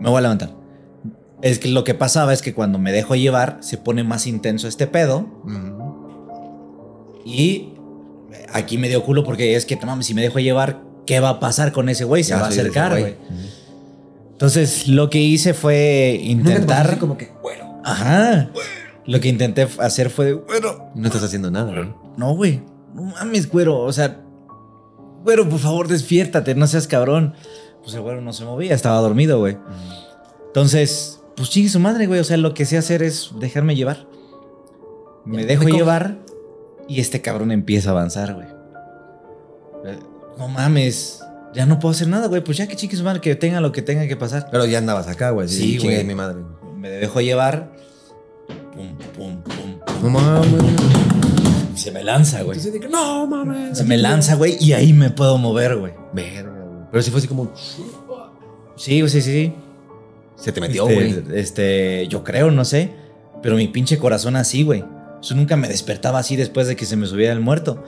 Speaker 3: Me voy a levantar. Es que lo que pasaba es que cuando me dejo llevar, se pone más intenso este pedo.
Speaker 4: Ujú.
Speaker 3: Y aquí me dio culo porque es que, no mames, si me dejo llevar, ¿qué va a pasar con ese güey? Se
Speaker 4: Ya
Speaker 3: va a
Speaker 4: soy de ese
Speaker 3: acercar,
Speaker 4: güey.
Speaker 3: güey. Entonces, lo que hice fue
Speaker 4: Nunca te pasó así
Speaker 3: intentar.
Speaker 4: como que, bueno.
Speaker 3: Ajá. Lo que intenté f- hacer fue, güero,
Speaker 4: No estás haciendo nada, ¿no?
Speaker 3: no, güey. No mames, güero. O sea, güero, por favor, despiértate, no seas cabrón. Pues el güero no se movía, estaba dormido, güey. Entonces, pues chingue su madre, güey. O sea, lo que sé hacer es dejarme llevar. Me
Speaker 4: Ya,
Speaker 3: dejo
Speaker 4: me co-
Speaker 3: llevar y este cabrón empieza a avanzar, güey. Eh, No mames, ya no puedo hacer nada, güey. Pues ya que chingue su madre, que tenga lo que tenga que pasar.
Speaker 4: Pero ya andabas acá, güey.
Speaker 3: Sí,
Speaker 4: Sí, güey.
Speaker 3: güey.
Speaker 4: mi madre.
Speaker 3: Me dejo llevar. Pum, pum, pum.
Speaker 4: No mames.
Speaker 3: Se me lanza, güey.
Speaker 4: Entonces dije, no mames.
Speaker 3: Se me lanza, güey, y ahí me puedo mover, güey.
Speaker 4: Verga, güey. Pero si fue así como,
Speaker 3: Sí, sí, sí, sí.
Speaker 4: se te metió, güey.
Speaker 3: Este, este, yo creo, no sé. Pero mi pinche corazón así, güey. Yo nunca me despertaba así después de que se me subiera el muerto.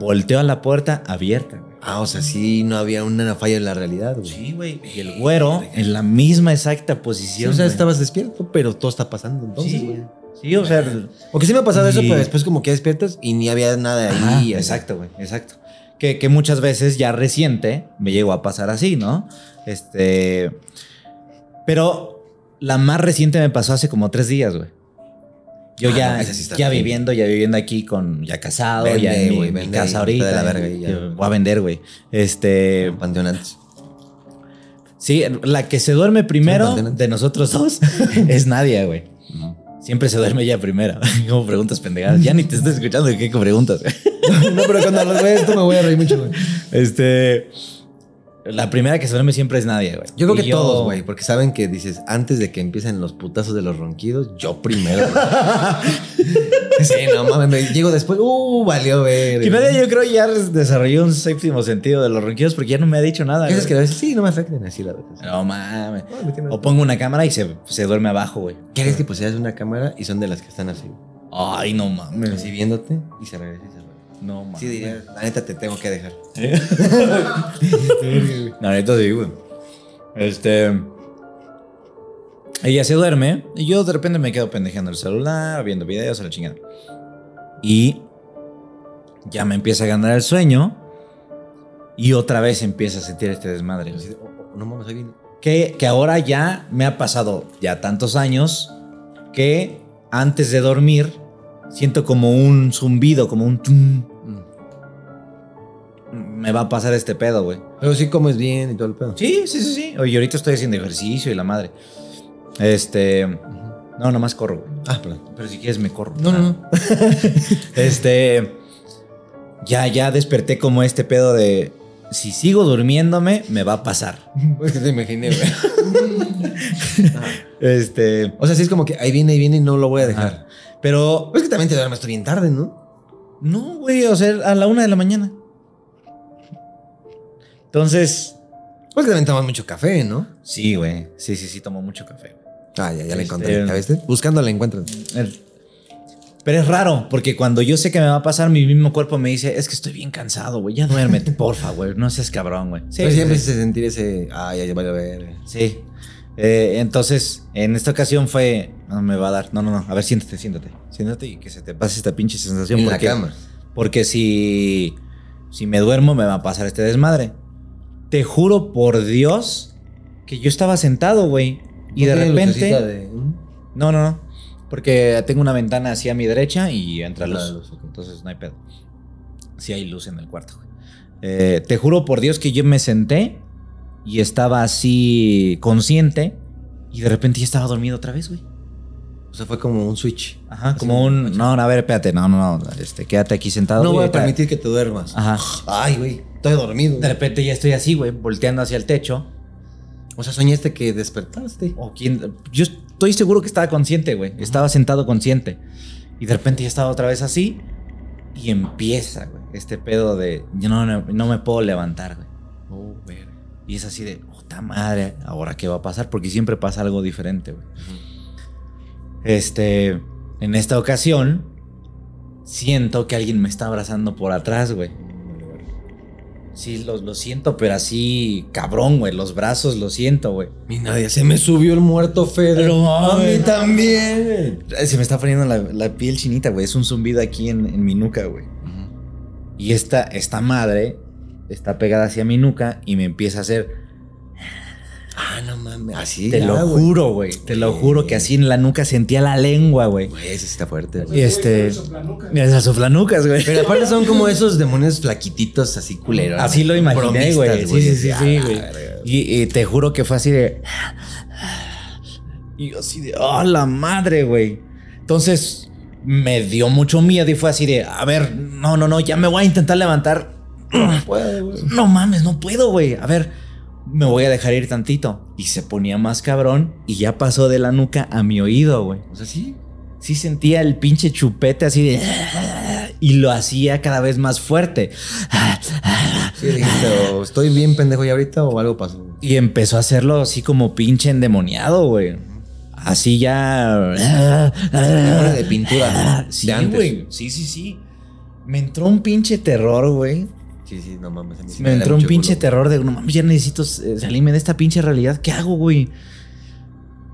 Speaker 3: Volteo a la puerta abierta, güey.
Speaker 4: Ah, o sea, sí no había una falla en la realidad, güey.
Speaker 3: Sí, güey. Y el güero en la misma exacta posición.
Speaker 4: o sea,
Speaker 3: güey.
Speaker 4: estabas despierto, pero todo está pasando entonces,
Speaker 3: Sí.
Speaker 4: güey.
Speaker 3: Sí, o sea.
Speaker 4: Porque sí me ha pasado eso,
Speaker 3: Y-
Speaker 4: pero después como que despiertas y ni había nada
Speaker 3: ajá,
Speaker 4: ahí. Exacto.
Speaker 3: exacto, güey. Exacto. Que, que muchas veces ya reciente me llegó a pasar así, ¿no? Este. Pero la más reciente me pasó hace como tres días, güey. Yo
Speaker 4: Ah, no,
Speaker 3: ya,
Speaker 4: esa sí está
Speaker 3: ya
Speaker 4: bien.
Speaker 3: viviendo, ya viviendo aquí con, ya casado,
Speaker 4: Vende,
Speaker 3: ya en mi-
Speaker 4: güey,
Speaker 3: mi,
Speaker 4: vende
Speaker 3: casa
Speaker 4: ahí, está
Speaker 3: ahorita.
Speaker 4: de la verga ahí, ya.
Speaker 3: que Voy a vender, güey. Este,
Speaker 4: Panteón antes.
Speaker 3: sí, la que se duerme primero
Speaker 4: panteón.
Speaker 3: de nosotros dos es Nadia, güey. Siempre se duerme ella primera. Como preguntas pendejadas. Ya ni te estoy escuchando. ¿Qué preguntas?
Speaker 4: No, pero cuando los veas tú me voy a reír mucho, güey.
Speaker 3: Este. La primera que se duerme siempre es nadie, güey.
Speaker 4: Yo creo que
Speaker 3: Y
Speaker 4: todos, güey, porque saben que dices, antes de que empiecen los putazos de los ronquidos, yo primero. güey. sí, no mames, me llego después, uh, valió ver.
Speaker 3: Que nadie, yo creo, ya desarrolló un séptimo sentido de los ronquidos porque ya no me ha dicho nada.
Speaker 4: ¿Qué es
Speaker 3: güey.
Speaker 4: que a veces sí, no me afecten así la verdad.
Speaker 3: No mames.
Speaker 4: Ay, me tiene-
Speaker 3: O pongo una cámara y se, se duerme abajo, güey.
Speaker 4: ¿Quieres que poseas una cámara y son de las que están así?
Speaker 3: Ay, no mames.
Speaker 4: Así viéndote y se regresa y se regresa.
Speaker 3: No mames.
Speaker 4: Sí, diría, la neta te tengo que dejar.
Speaker 3: La neta sí, güey. Este. Ella se duerme y yo de repente me quedo pendejando el celular, viendo videos, a la chingada. Y ya me empieza a ganar el sueño y otra vez empieza a sentir este desmadre.
Speaker 4: Así de, oh, oh, no mames, ahí viene.
Speaker 3: Que, que ahora ya me ha pasado ya tantos años que antes de dormir siento como un zumbido, como un... tum.
Speaker 4: Mm.
Speaker 3: Me va a pasar este pedo, güey.
Speaker 4: Pero sí comes bien y todo el pedo.
Speaker 3: Sí, sí, sí, sí. Oye, ahorita estoy haciendo ejercicio y la madre. Este. No, nomás corro. güey.
Speaker 4: Ah, perdón.
Speaker 3: Pero si quieres, me corro.
Speaker 4: No, no, no.
Speaker 3: Este. Ya, ya desperté como este pedo de. Si sigo durmiéndome, me va a pasar.
Speaker 4: Es que te imaginé, güey.
Speaker 3: Este.
Speaker 4: O sea, sí es como que ahí viene, ahí viene y no lo voy a dejar.
Speaker 3: ajá. Pero.
Speaker 4: Pues que también te duermes tú bien tarde, ¿no?
Speaker 3: No, güey, o sea, a la una de la mañana. Entonces.
Speaker 4: Pues que también tomas mucho café, ¿no?
Speaker 3: Sí, güey. Sí, sí, sí, tomo mucho café. güey.
Speaker 4: Ah, ya, ya la
Speaker 3: Este-
Speaker 4: encontré. ¿Ya viste? Buscando la encuentras.
Speaker 3: El- Pero es raro, porque cuando yo sé que me va a pasar, mi mismo cuerpo me dice, es que estoy bien cansado, güey, ya duérmete, porfa, güey, no seas cabrón, güey. Sí,
Speaker 4: Pero
Speaker 3: sí,
Speaker 4: siempre
Speaker 3: sí.
Speaker 4: se sentir ese. Ah, ya, ya vale a ver.
Speaker 3: Sí. Eh, entonces, en esta ocasión fue, no me va a dar, no, no, no, a ver, siéntate, siéntate, siéntate y que se te pase esta pinche sensación.
Speaker 4: En la
Speaker 3: porque,
Speaker 4: cama.
Speaker 3: Porque si, si me duermo, me va a pasar este desmadre. Te juro por Dios que yo estaba sentado, güey, y de
Speaker 4: Tiene
Speaker 3: repente...
Speaker 4: lucecita de- ¿Mm?
Speaker 3: No, no, no. Porque tengo una ventana hacia mi derecha y entra
Speaker 4: La
Speaker 3: luz.
Speaker 4: luz, ok.
Speaker 3: Entonces no hay pedo. Sí hay luz en el cuarto, güey. Eh, te juro por Dios que yo me senté y estaba así consciente y de repente ya estaba dormido otra vez, güey.
Speaker 4: O sea, fue como un switch.
Speaker 3: Ajá,
Speaker 4: Así
Speaker 3: como un... No, no, a ver, espérate. No, no, no. Este, quédate aquí sentado.
Speaker 4: No
Speaker 3: güey,
Speaker 4: voy a
Speaker 3: ahorita-
Speaker 4: permitir que te duermas.
Speaker 3: Ajá.
Speaker 4: Ay, güey. Estoy dormido.
Speaker 3: Ah. De repente ya estoy así, güey, volteando hacia el techo.
Speaker 4: O sea, soñaste que despertaste.
Speaker 3: O quién- Yo estoy seguro que estaba consciente, güey. Estaba sentado consciente. Y de repente ya estaba otra vez así. Y empieza, güey. Este pedo de. Yo no, no, no me puedo levantar, güey.
Speaker 4: Oh, verga.
Speaker 3: Y es así de. ¡Puta madre! ¿Ahora qué va a pasar? Porque siempre pasa algo diferente, güey. Este. En esta ocasión. Siento que alguien me está abrazando por atrás, güey. Sí, lo, lo siento, pero así, cabrón, güey. Los brazos, lo siento, güey.
Speaker 4: Mi nadie se me subió el muerto, Fede.
Speaker 3: Pero,
Speaker 4: a mí
Speaker 3: mames.
Speaker 4: también.
Speaker 3: Ay, Se me está poniendo la, la piel chinita, güey. Es un zumbido aquí en, en mi nuca, güey. Y esta, esta madre está pegada hacia mi nuca y me empieza a hacer.
Speaker 4: Ah, no mames. Así.
Speaker 3: Te
Speaker 4: ya,
Speaker 3: lo
Speaker 4: güey.
Speaker 3: juro, güey. Te lo juro que así en la nuca sentía la lengua, güey.
Speaker 4: Güey, ese sí está fuerte.
Speaker 6: Pues,
Speaker 4: güey.
Speaker 3: Y este.
Speaker 6: Soplanuca.
Speaker 3: Esas soflanucas, güey.
Speaker 4: Pero aparte son como esos demonios flaquititos así culeros.
Speaker 3: Así lo imaginé,
Speaker 4: Bromistas,
Speaker 3: güey. Sí, sí, sí,
Speaker 4: Ah,
Speaker 3: sí,
Speaker 4: la
Speaker 3: güey.
Speaker 4: verga.
Speaker 3: Y, y te juro que fue así de. Y yo así de. ¡Oh, la madre, güey! Entonces me dio mucho miedo y fue así de. A ver, no, no, no, ya me voy a intentar levantar. No mames, no puedo, güey. A ver, me voy a dejar ir tantito. Y se ponía más cabrón y ya pasó de la nuca a mi oído, güey.
Speaker 4: O sea, sí.
Speaker 3: Sí sentía el pinche chupete así de... Y lo hacía cada vez más fuerte.
Speaker 4: Sí, dijiste, o estoy bien pendejo ya ahorita o algo pasó.
Speaker 3: Y empezó a hacerlo así como pinche endemoniado, güey. Así ya...
Speaker 4: Demonio de pintura.
Speaker 3: Sí,
Speaker 4: de antes.
Speaker 3: güey. Sí, sí, sí. Me entró un pinche terror, güey.
Speaker 4: Sí, sí, no mames. a mí sí
Speaker 3: Me
Speaker 4: da
Speaker 3: entró un
Speaker 4: mucho
Speaker 3: pinche
Speaker 4: culo, güey.
Speaker 3: terror de, no mames, ya necesito eh, salirme de esta pinche realidad. ¿Qué hago, güey?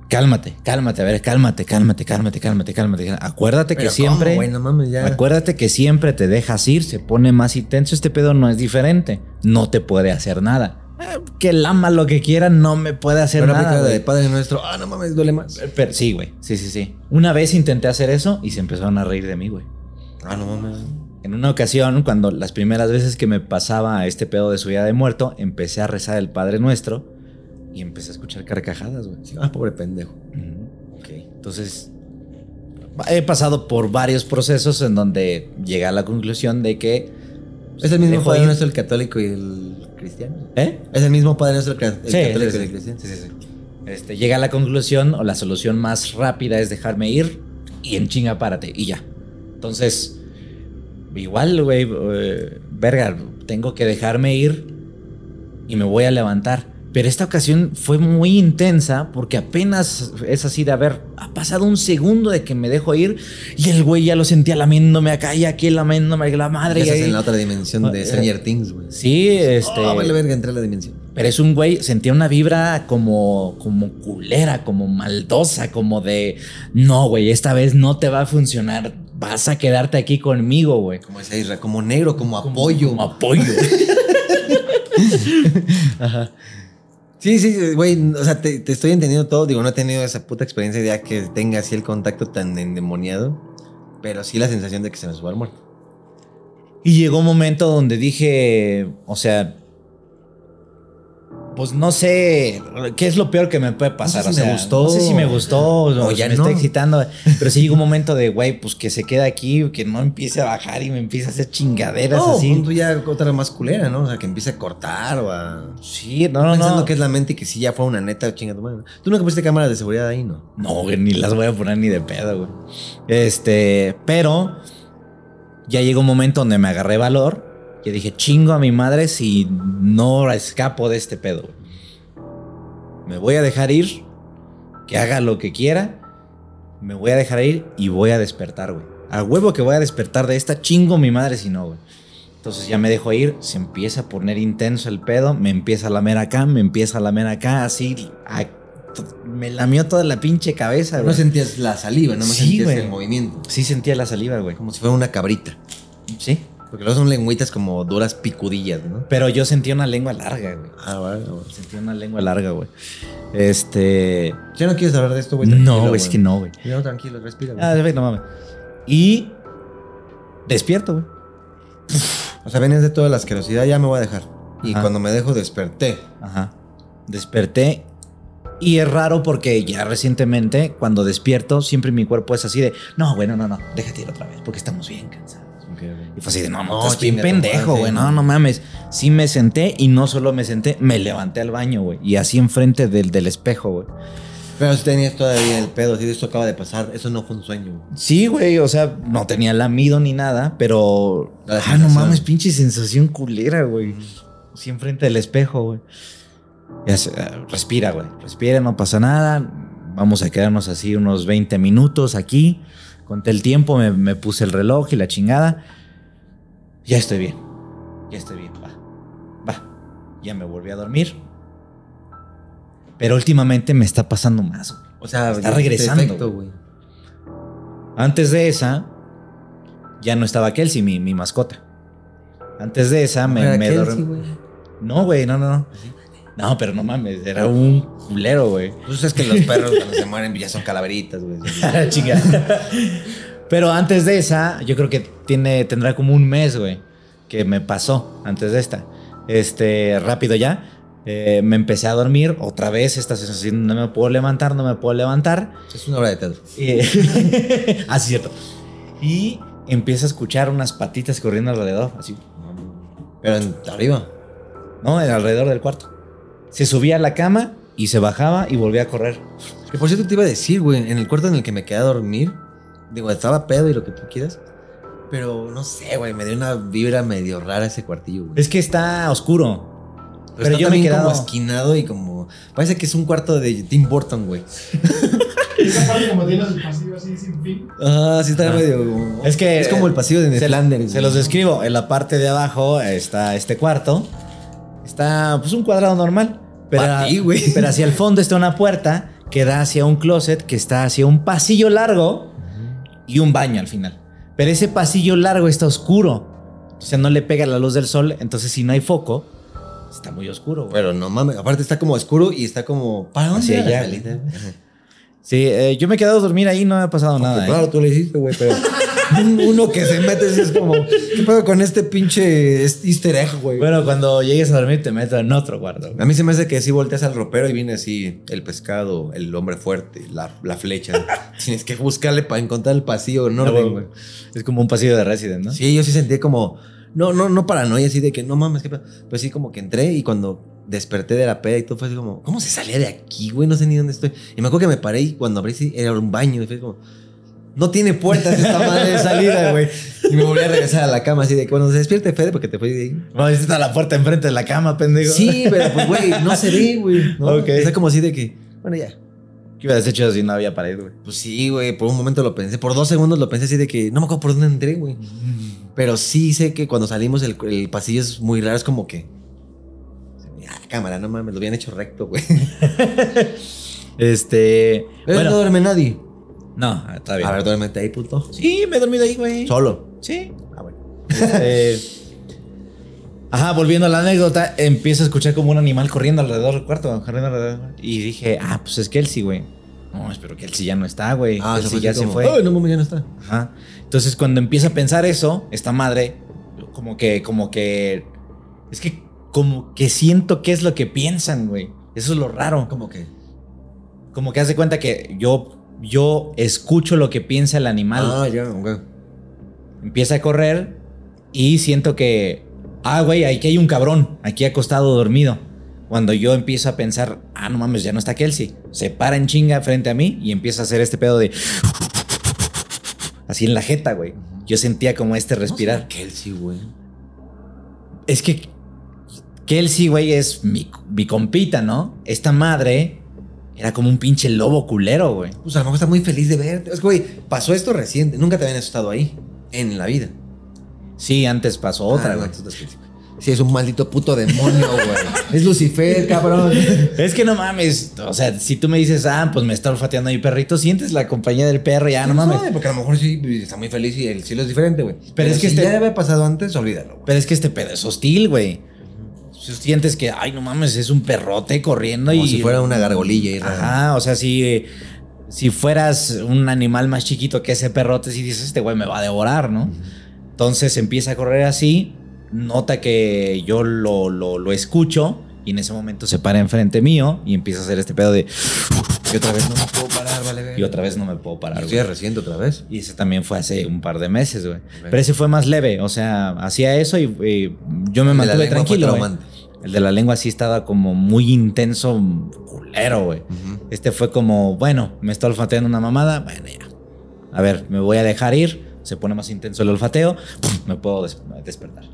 Speaker 3: Cálmate, cálmate, a ver, cálmate, cálmate, cálmate, cálmate, cálmate. Acuérdate
Speaker 4: Pero
Speaker 3: que siempre,
Speaker 4: ¿cómo, güey? no mames, ya.
Speaker 3: acuérdate que siempre te dejas ir, se pone más intenso. Este pedo no es diferente, no te puede hacer nada. Eh, Que lama lo que quiera, no me puede hacer
Speaker 4: Pero
Speaker 3: nada.
Speaker 4: aplicada de
Speaker 3: güey.
Speaker 4: Padre Nuestro. Ah, no mames, duele más.
Speaker 3: Pero- sí, güey, sí, sí, sí. Una vez intenté hacer eso y se empezaron a reír de mí, güey.
Speaker 4: Ah, no mames.
Speaker 3: En una ocasión, cuando las primeras veces que me pasaba este pedo de subida de muerto, empecé a rezar el Padre Nuestro y empecé a escuchar carcajadas, güey.
Speaker 4: Sí, Ah, pobre pendejo.
Speaker 3: Ujú.
Speaker 4: Ok.
Speaker 3: Entonces, he pasado por varios procesos en donde llegué a la conclusión de que... pues,
Speaker 4: Es el mismo
Speaker 3: Dejo
Speaker 4: Padre
Speaker 3: ir.
Speaker 4: Nuestro el católico y el cristiano.
Speaker 3: ¿Eh?
Speaker 4: Es el mismo Padre Nuestro el, cra- el
Speaker 3: Sí,
Speaker 4: católico
Speaker 3: sí,
Speaker 4: y el
Speaker 3: sí.
Speaker 4: cristiano. Sí, sí, sí.
Speaker 3: Este, llegué a la conclusión o la solución más rápida es dejarme ir y en chinga párate y ya. Entonces, igual, güey, eh, verga, tengo que dejarme ir y me voy a levantar. Pero esta ocasión fue muy intensa porque apenas es así de haber, ha pasado un segundo de que me dejo ir y el güey ya lo sentía lamiéndome acá y aquí lamiéndome la madre. Y
Speaker 4: Estás
Speaker 3: ahí-
Speaker 4: en la otra dimensión de
Speaker 3: Ah,
Speaker 4: Stranger Things, güey.
Speaker 3: Sí, este...
Speaker 4: Ah, vale, verga, entré a la dimensión.
Speaker 3: Pero es un güey, sentía una vibra como, como culera, como maldosa, como de, no, güey, esta vez no te va a funcionar, vas a quedarte aquí conmigo, güey.
Speaker 4: Como esa isra, como negro, como, apoyo.
Speaker 3: Como apoyo.
Speaker 4: Sí, sí, sí, güey, o sea, te, te estoy entendiendo todo. Digo, no he tenido esa puta experiencia ya que tenga así el contacto tan endemoniado, pero sí la sensación de que se me suba el muerto.
Speaker 3: y llegó un momento donde dije, o sea, pues no sé, ¿qué es lo peor que me puede pasar?
Speaker 4: si
Speaker 3: O
Speaker 4: me
Speaker 3: sea,
Speaker 4: gustó.
Speaker 3: No sé si me gustó o,
Speaker 4: O ya
Speaker 3: si me
Speaker 4: no.
Speaker 3: está excitando. Pero sí llegó un momento de, güey, pues que se queda aquí, que no empiece a bajar y me empiece a hacer chingaderas
Speaker 4: No, pues,
Speaker 3: así.
Speaker 4: punto ya otra más culera, ¿no? O sea, que empiece a cortar o a...
Speaker 3: Sí, no, no,
Speaker 4: Pensando
Speaker 3: no.
Speaker 4: que es la mente y que sí ya fue una neta chinga tu madre. Tú nunca pusiste cámaras de seguridad ahí, ¿no?
Speaker 3: No, güey, ni las voy a poner ni de pedo, güey. Este, pero ya llegó un momento donde me agarré valor y dije, chingo a mi madre si no escapo de este pedo, güey. Me voy a dejar ir, que haga lo que quiera, me voy a dejar ir y voy a despertar, güey. A huevo que voy a despertar de esta, chingo a mi madre si no, güey. Entonces ya me dejo ir, se empieza a poner intenso el pedo, me empieza a lamer acá, me empieza a lamer acá, así, a- t- me lamió toda la pinche cabeza,
Speaker 4: No
Speaker 3: Ah, güey.
Speaker 4: sentías la saliva, nada más
Speaker 3: Sí,
Speaker 4: sentías
Speaker 3: güey.
Speaker 4: el movimiento.
Speaker 3: Sí sentía la saliva, güey.
Speaker 4: Como si fuera una cabrita.
Speaker 3: Sí.
Speaker 4: Porque luego son lengüitas como duras picudillas, ¿no?
Speaker 3: Pero yo sentía una lengua larga, güey.
Speaker 4: Ah, vale, vale.
Speaker 3: Sentía una lengua larga, güey. Este...
Speaker 4: Ya no quieres hablar de esto, güey.
Speaker 3: No, güey, es que no, güey.
Speaker 4: No, tranquilo, respira. güey.
Speaker 3: Ah, güey, no mames. Y... Despierto, güey.
Speaker 4: O sea, venías de toda la asquerosidad, ya me voy a dejar. Y
Speaker 3: Ajá.
Speaker 4: cuando me dejo, desperté.
Speaker 3: Ajá. Desperté. Y es raro porque ya recientemente, cuando despierto, siempre mi cuerpo es así de, no, bueno, no, no, déjate ir otra vez, porque estamos bien cansados. Y fue así de, no, no,
Speaker 4: No,
Speaker 3: estás bien
Speaker 4: chinga tu
Speaker 3: pendejo,
Speaker 4: madre,
Speaker 3: güey,
Speaker 4: ¿no?
Speaker 3: no, no mames. Sí me senté y no solo me senté, me levanté al baño, güey, y así enfrente del, del espejo, güey.
Speaker 4: Pero si tenías todavía el pedo, si esto acaba de pasar, eso no fue un sueño.
Speaker 3: Sí, güey, o sea, no tenía lamido ni nada, pero...
Speaker 4: La
Speaker 3: ah, no
Speaker 4: sensación.
Speaker 3: mames, pinche sensación culera, güey. Sí, enfrente del espejo, güey. Ya se- ah, respira, güey. Respira, no pasa nada. Vamos a quedarnos así unos 20 minutos aquí. Conté el tiempo, me, me puse el reloj y la chingada. Ya estoy bien. Ya estoy bien, va. Va. Ya me volví a dormir. Pero últimamente me está pasando más, güey.
Speaker 4: O sea,
Speaker 3: Está regresando,
Speaker 4: güey.
Speaker 3: Antes de esa, ya no estaba Kelsey, mi, mi mascota. Antes de esa, me, me dorm- No, güey, no, no, no. No, pero no mames, era un culero, güey.
Speaker 4: Tú sabes Pues que los perros cuando se mueren ya son calaveritas, güey.
Speaker 3: Chica. pero antes de esa, yo creo que tiene, tendrá como un mes, güey, que me pasó antes de esta. Este, rápido ya. eh, me empecé a dormir otra vez, esta sensación, no me puedo levantar, no me puedo levantar.
Speaker 4: Es una obra de teatro.
Speaker 3: Y- ah, sí, cierto. Y empieza a escuchar unas patitas corriendo alrededor, así,
Speaker 4: Pero en- arriba.
Speaker 3: ¿no? En Alrededor del cuarto. Se subía a la cama y se bajaba y volvía a correr.
Speaker 4: Que por cierto te iba a decir, güey, en el cuarto en el que me quedé a dormir, digo, estaba pedo y lo que tú quieras. Pero no sé, güey, me dio una vibra medio rara ese cuartillo, güey.
Speaker 3: Es que está oscuro.
Speaker 4: Pero,
Speaker 3: Pero
Speaker 4: está
Speaker 3: yo me he
Speaker 4: también
Speaker 3: quedado.
Speaker 4: como esquinado y como. Parece que es un cuarto de Tim Burton, güey.
Speaker 6: Esa parte como tienes el pasillo así sin fin.
Speaker 4: Ah, sí, está
Speaker 3: Ajá.
Speaker 4: medio. como-
Speaker 3: Es que-
Speaker 4: Es como el pasillo de
Speaker 3: se-
Speaker 4: Flanders.
Speaker 3: Se los describo. En la parte de abajo está este cuarto. Está pues un cuadrado normal. Pero,
Speaker 4: Pa' ti, güey.
Speaker 3: pero hacia el fondo está una puerta que da hacia un closet que está hacia un pasillo largo y un baño al final. Pero ese pasillo largo está oscuro. O sea, no le pega la luz del sol. Entonces, si no hay foco, está muy oscuro, güey.
Speaker 4: Pero no mames, aparte está como oscuro y está como. ¿Para dónde?
Speaker 3: Hacia
Speaker 4: era la
Speaker 3: allá,
Speaker 4: salida, güey?
Speaker 3: Sí, eh, yo me he quedado a dormir ahí, no me ha pasado
Speaker 4: Aunque
Speaker 3: nada. ¿eh?
Speaker 4: Claro, tú lo hiciste, güey, pero. Un- uno que se mete así es como, ¿qué pedo con este pinche easter egg, güey?
Speaker 3: Bueno, cuando llegues a dormir te meto en otro cuarto.
Speaker 4: A mí se me hace que si volteas al ropero y viene así el pescado, el hombre fuerte, la, la flecha. Tienes que buscarle para encontrar el pasillo en orden, güey.
Speaker 3: Es como un pasillo de Resident, ¿no?
Speaker 4: Sí, yo sí sentí como, no, no, no paranoia, así de que no mames, qué pedo. Pero sí, como que entré y cuando desperté de la peda y todo fue así como, ¿cómo se salía de aquí, güey? No sé ni dónde estoy. Y me acuerdo que me paré y cuando abrí sí, era un baño. Y fue como, no tiene puertas esta madre de salida, güey. Y me volví a regresar a la cama así de que, bueno, se despierte, Fede, porque te fue de ahí.
Speaker 3: Bueno, está la puerta enfrente de la cama, pendejo.
Speaker 4: Sí, pero pues, güey, no se ve, güey. ¿no?
Speaker 3: Ok.
Speaker 4: Está como así de que, bueno, ya.
Speaker 3: ¿Qué hubieras hecho si no había pared, güey?
Speaker 4: Pues sí, güey, por un momento lo pensé, por dos segundos lo pensé así de que no me acuerdo por dónde entré, güey.
Speaker 3: Mm.
Speaker 4: Pero sí sé que cuando salimos el, el pasillo es muy raro, es como que... Ah, cámara, no mames, lo habían hecho recto, güey.
Speaker 3: Este.
Speaker 4: Pero no
Speaker 3: bueno,
Speaker 4: duerme nadie.
Speaker 3: no, ah, está bien.
Speaker 4: A ver, duérmete ahí, puto.
Speaker 3: Sí, me he dormido ahí, güey.
Speaker 4: Solo.
Speaker 3: Sí.
Speaker 4: Ah, bueno.
Speaker 3: Este, ajá, volviendo a la anécdota, empiezo a escuchar como un animal corriendo alrededor del cuarto. corriendo alrededor. y dije, ah, pues es Kelsey, güey. No, espero que Kelsey ya no está, güey.
Speaker 4: Ah,
Speaker 3: Kelsey ya se fue.
Speaker 4: Ay, no mames, ya no está.
Speaker 3: Ajá. Entonces, cuando empieza a pensar eso, esta madre, como que, como que. Es que, como que siento qué es lo que piensan, güey. Eso es lo raro.
Speaker 4: Como que...
Speaker 3: Como que hace cuenta que yo, yo escucho lo que piensa el animal.
Speaker 4: Ah, ya, ok.
Speaker 3: Empieza a correr y siento que, ah, güey, aquí hay un cabrón, aquí acostado dormido. Cuando yo empiezo a pensar, ah, no mames, ya no está Kelsey, se para en chinga frente a mí y empieza a hacer este pedo de. Así en la jeta, güey. Yo sentía como este respirar.
Speaker 4: No, Kelsey, güey.
Speaker 3: Es que Kelsey, güey, es mi, mi compita, ¿no? Esta madre era como un pinche lobo culero, güey.
Speaker 4: Pues a lo mejor está muy feliz de verte. Es que, güey, pasó esto reciente. Nunca te habían asustado ahí. En la vida.
Speaker 3: Sí, antes pasó otra,
Speaker 4: Ah,
Speaker 3: güey.
Speaker 4: no, tú estás feliz, güey. Sí, es un maldito puto demonio, güey. es Lucifer, cabrón.
Speaker 3: Es que no mames, o sea, si tú me dices, ah, pues me está olfateando mi perrito, sientes la compañía del perro,
Speaker 4: Ah,
Speaker 3: ya no mames.
Speaker 4: Sabe, Porque a lo mejor sí pues, está muy feliz y el cielo es diferente, güey. Pero,
Speaker 3: es
Speaker 4: es
Speaker 3: que
Speaker 4: que si
Speaker 3: este-
Speaker 4: ya le había pasado antes, olvídalo, güey.
Speaker 3: Pero es que este pedo es hostil, güey. Si sientes que, ay, no mames, es un perrote corriendo
Speaker 4: Como
Speaker 3: y.
Speaker 4: si fuera una gargolilla y rara.
Speaker 3: Ajá, o sea, si, eh, si fueras un animal más chiquito que ese perrote, si dices, este güey me va a devorar, ¿no? Entonces empieza a correr así, nota que yo lo, lo, lo escucho y en ese momento se para enfrente mío y empieza a hacer este pedo de.
Speaker 4: Y otra vez no me puedo parar, vale, güey.
Speaker 3: Y otra vez no me puedo parar,
Speaker 4: Estoy
Speaker 3: güey.
Speaker 4: reciente otra vez.
Speaker 3: Y ese también fue hace un par de meses, güey. Pero ese fue más leve, o sea, hacía eso y, y yo me
Speaker 4: El de la
Speaker 3: mantuve
Speaker 4: lengua fue
Speaker 3: tranquilo. güey.
Speaker 4: traumante.
Speaker 3: El de la lengua sí estaba como muy intenso, culero, güey.
Speaker 4: Ujú.
Speaker 3: Este fue como, bueno, me está olfateando una mamada, bueno, ya. A ver, me voy a dejar ir, se pone más intenso el olfateo, me puedo des- despertar.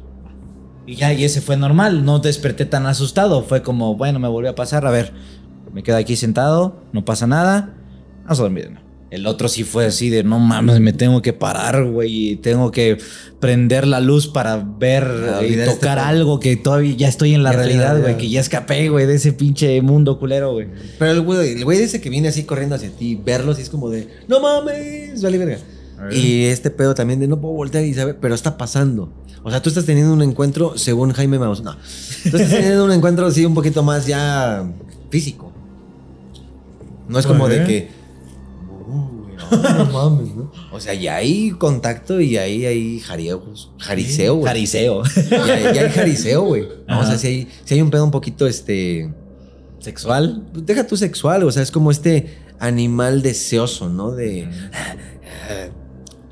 Speaker 3: Y ya, y ese fue normal, no desperté tan asustado, fue como, bueno, me volvió a pasar, a ver, me quedo aquí sentado, no pasa nada, vamos a dormir. de nuevo. El otro sí fue así de, no mames, me tengo que parar, güey, y tengo que prender la luz para ver
Speaker 4: Ah,
Speaker 3: y
Speaker 4: olvidar este
Speaker 3: tocar
Speaker 4: pedo.
Speaker 3: algo que todavía ya estoy en la
Speaker 4: Ya estoy en la
Speaker 3: realidad, güey,
Speaker 4: realidad.
Speaker 3: que ya escapé, güey, de ese pinche mundo culero, güey.
Speaker 4: Pero el güey, el güey dice que viene así corriendo hacia ti, verlos y es como de, no mames, vale verga. Y este pedo también de no puedo voltear y saber, pero está pasando. O sea, tú estás teniendo un encuentro, según Jaime Maus, no. Tú estás teniendo un encuentro así un poquito más ya físico. No es como de que. "Uy, No mames, ¿no? O sea, ya hay contacto y ahí hay jareos, jariceo, güey.
Speaker 3: Jariceo.
Speaker 4: Ya, ya hay jariceo, güey. No, o
Speaker 3: Ajá.
Speaker 4: sea, si hay, si hay un pedo un poquito este
Speaker 3: Sexual.
Speaker 4: deja tu sexual, o sea, es como este animal deseoso, ¿no? De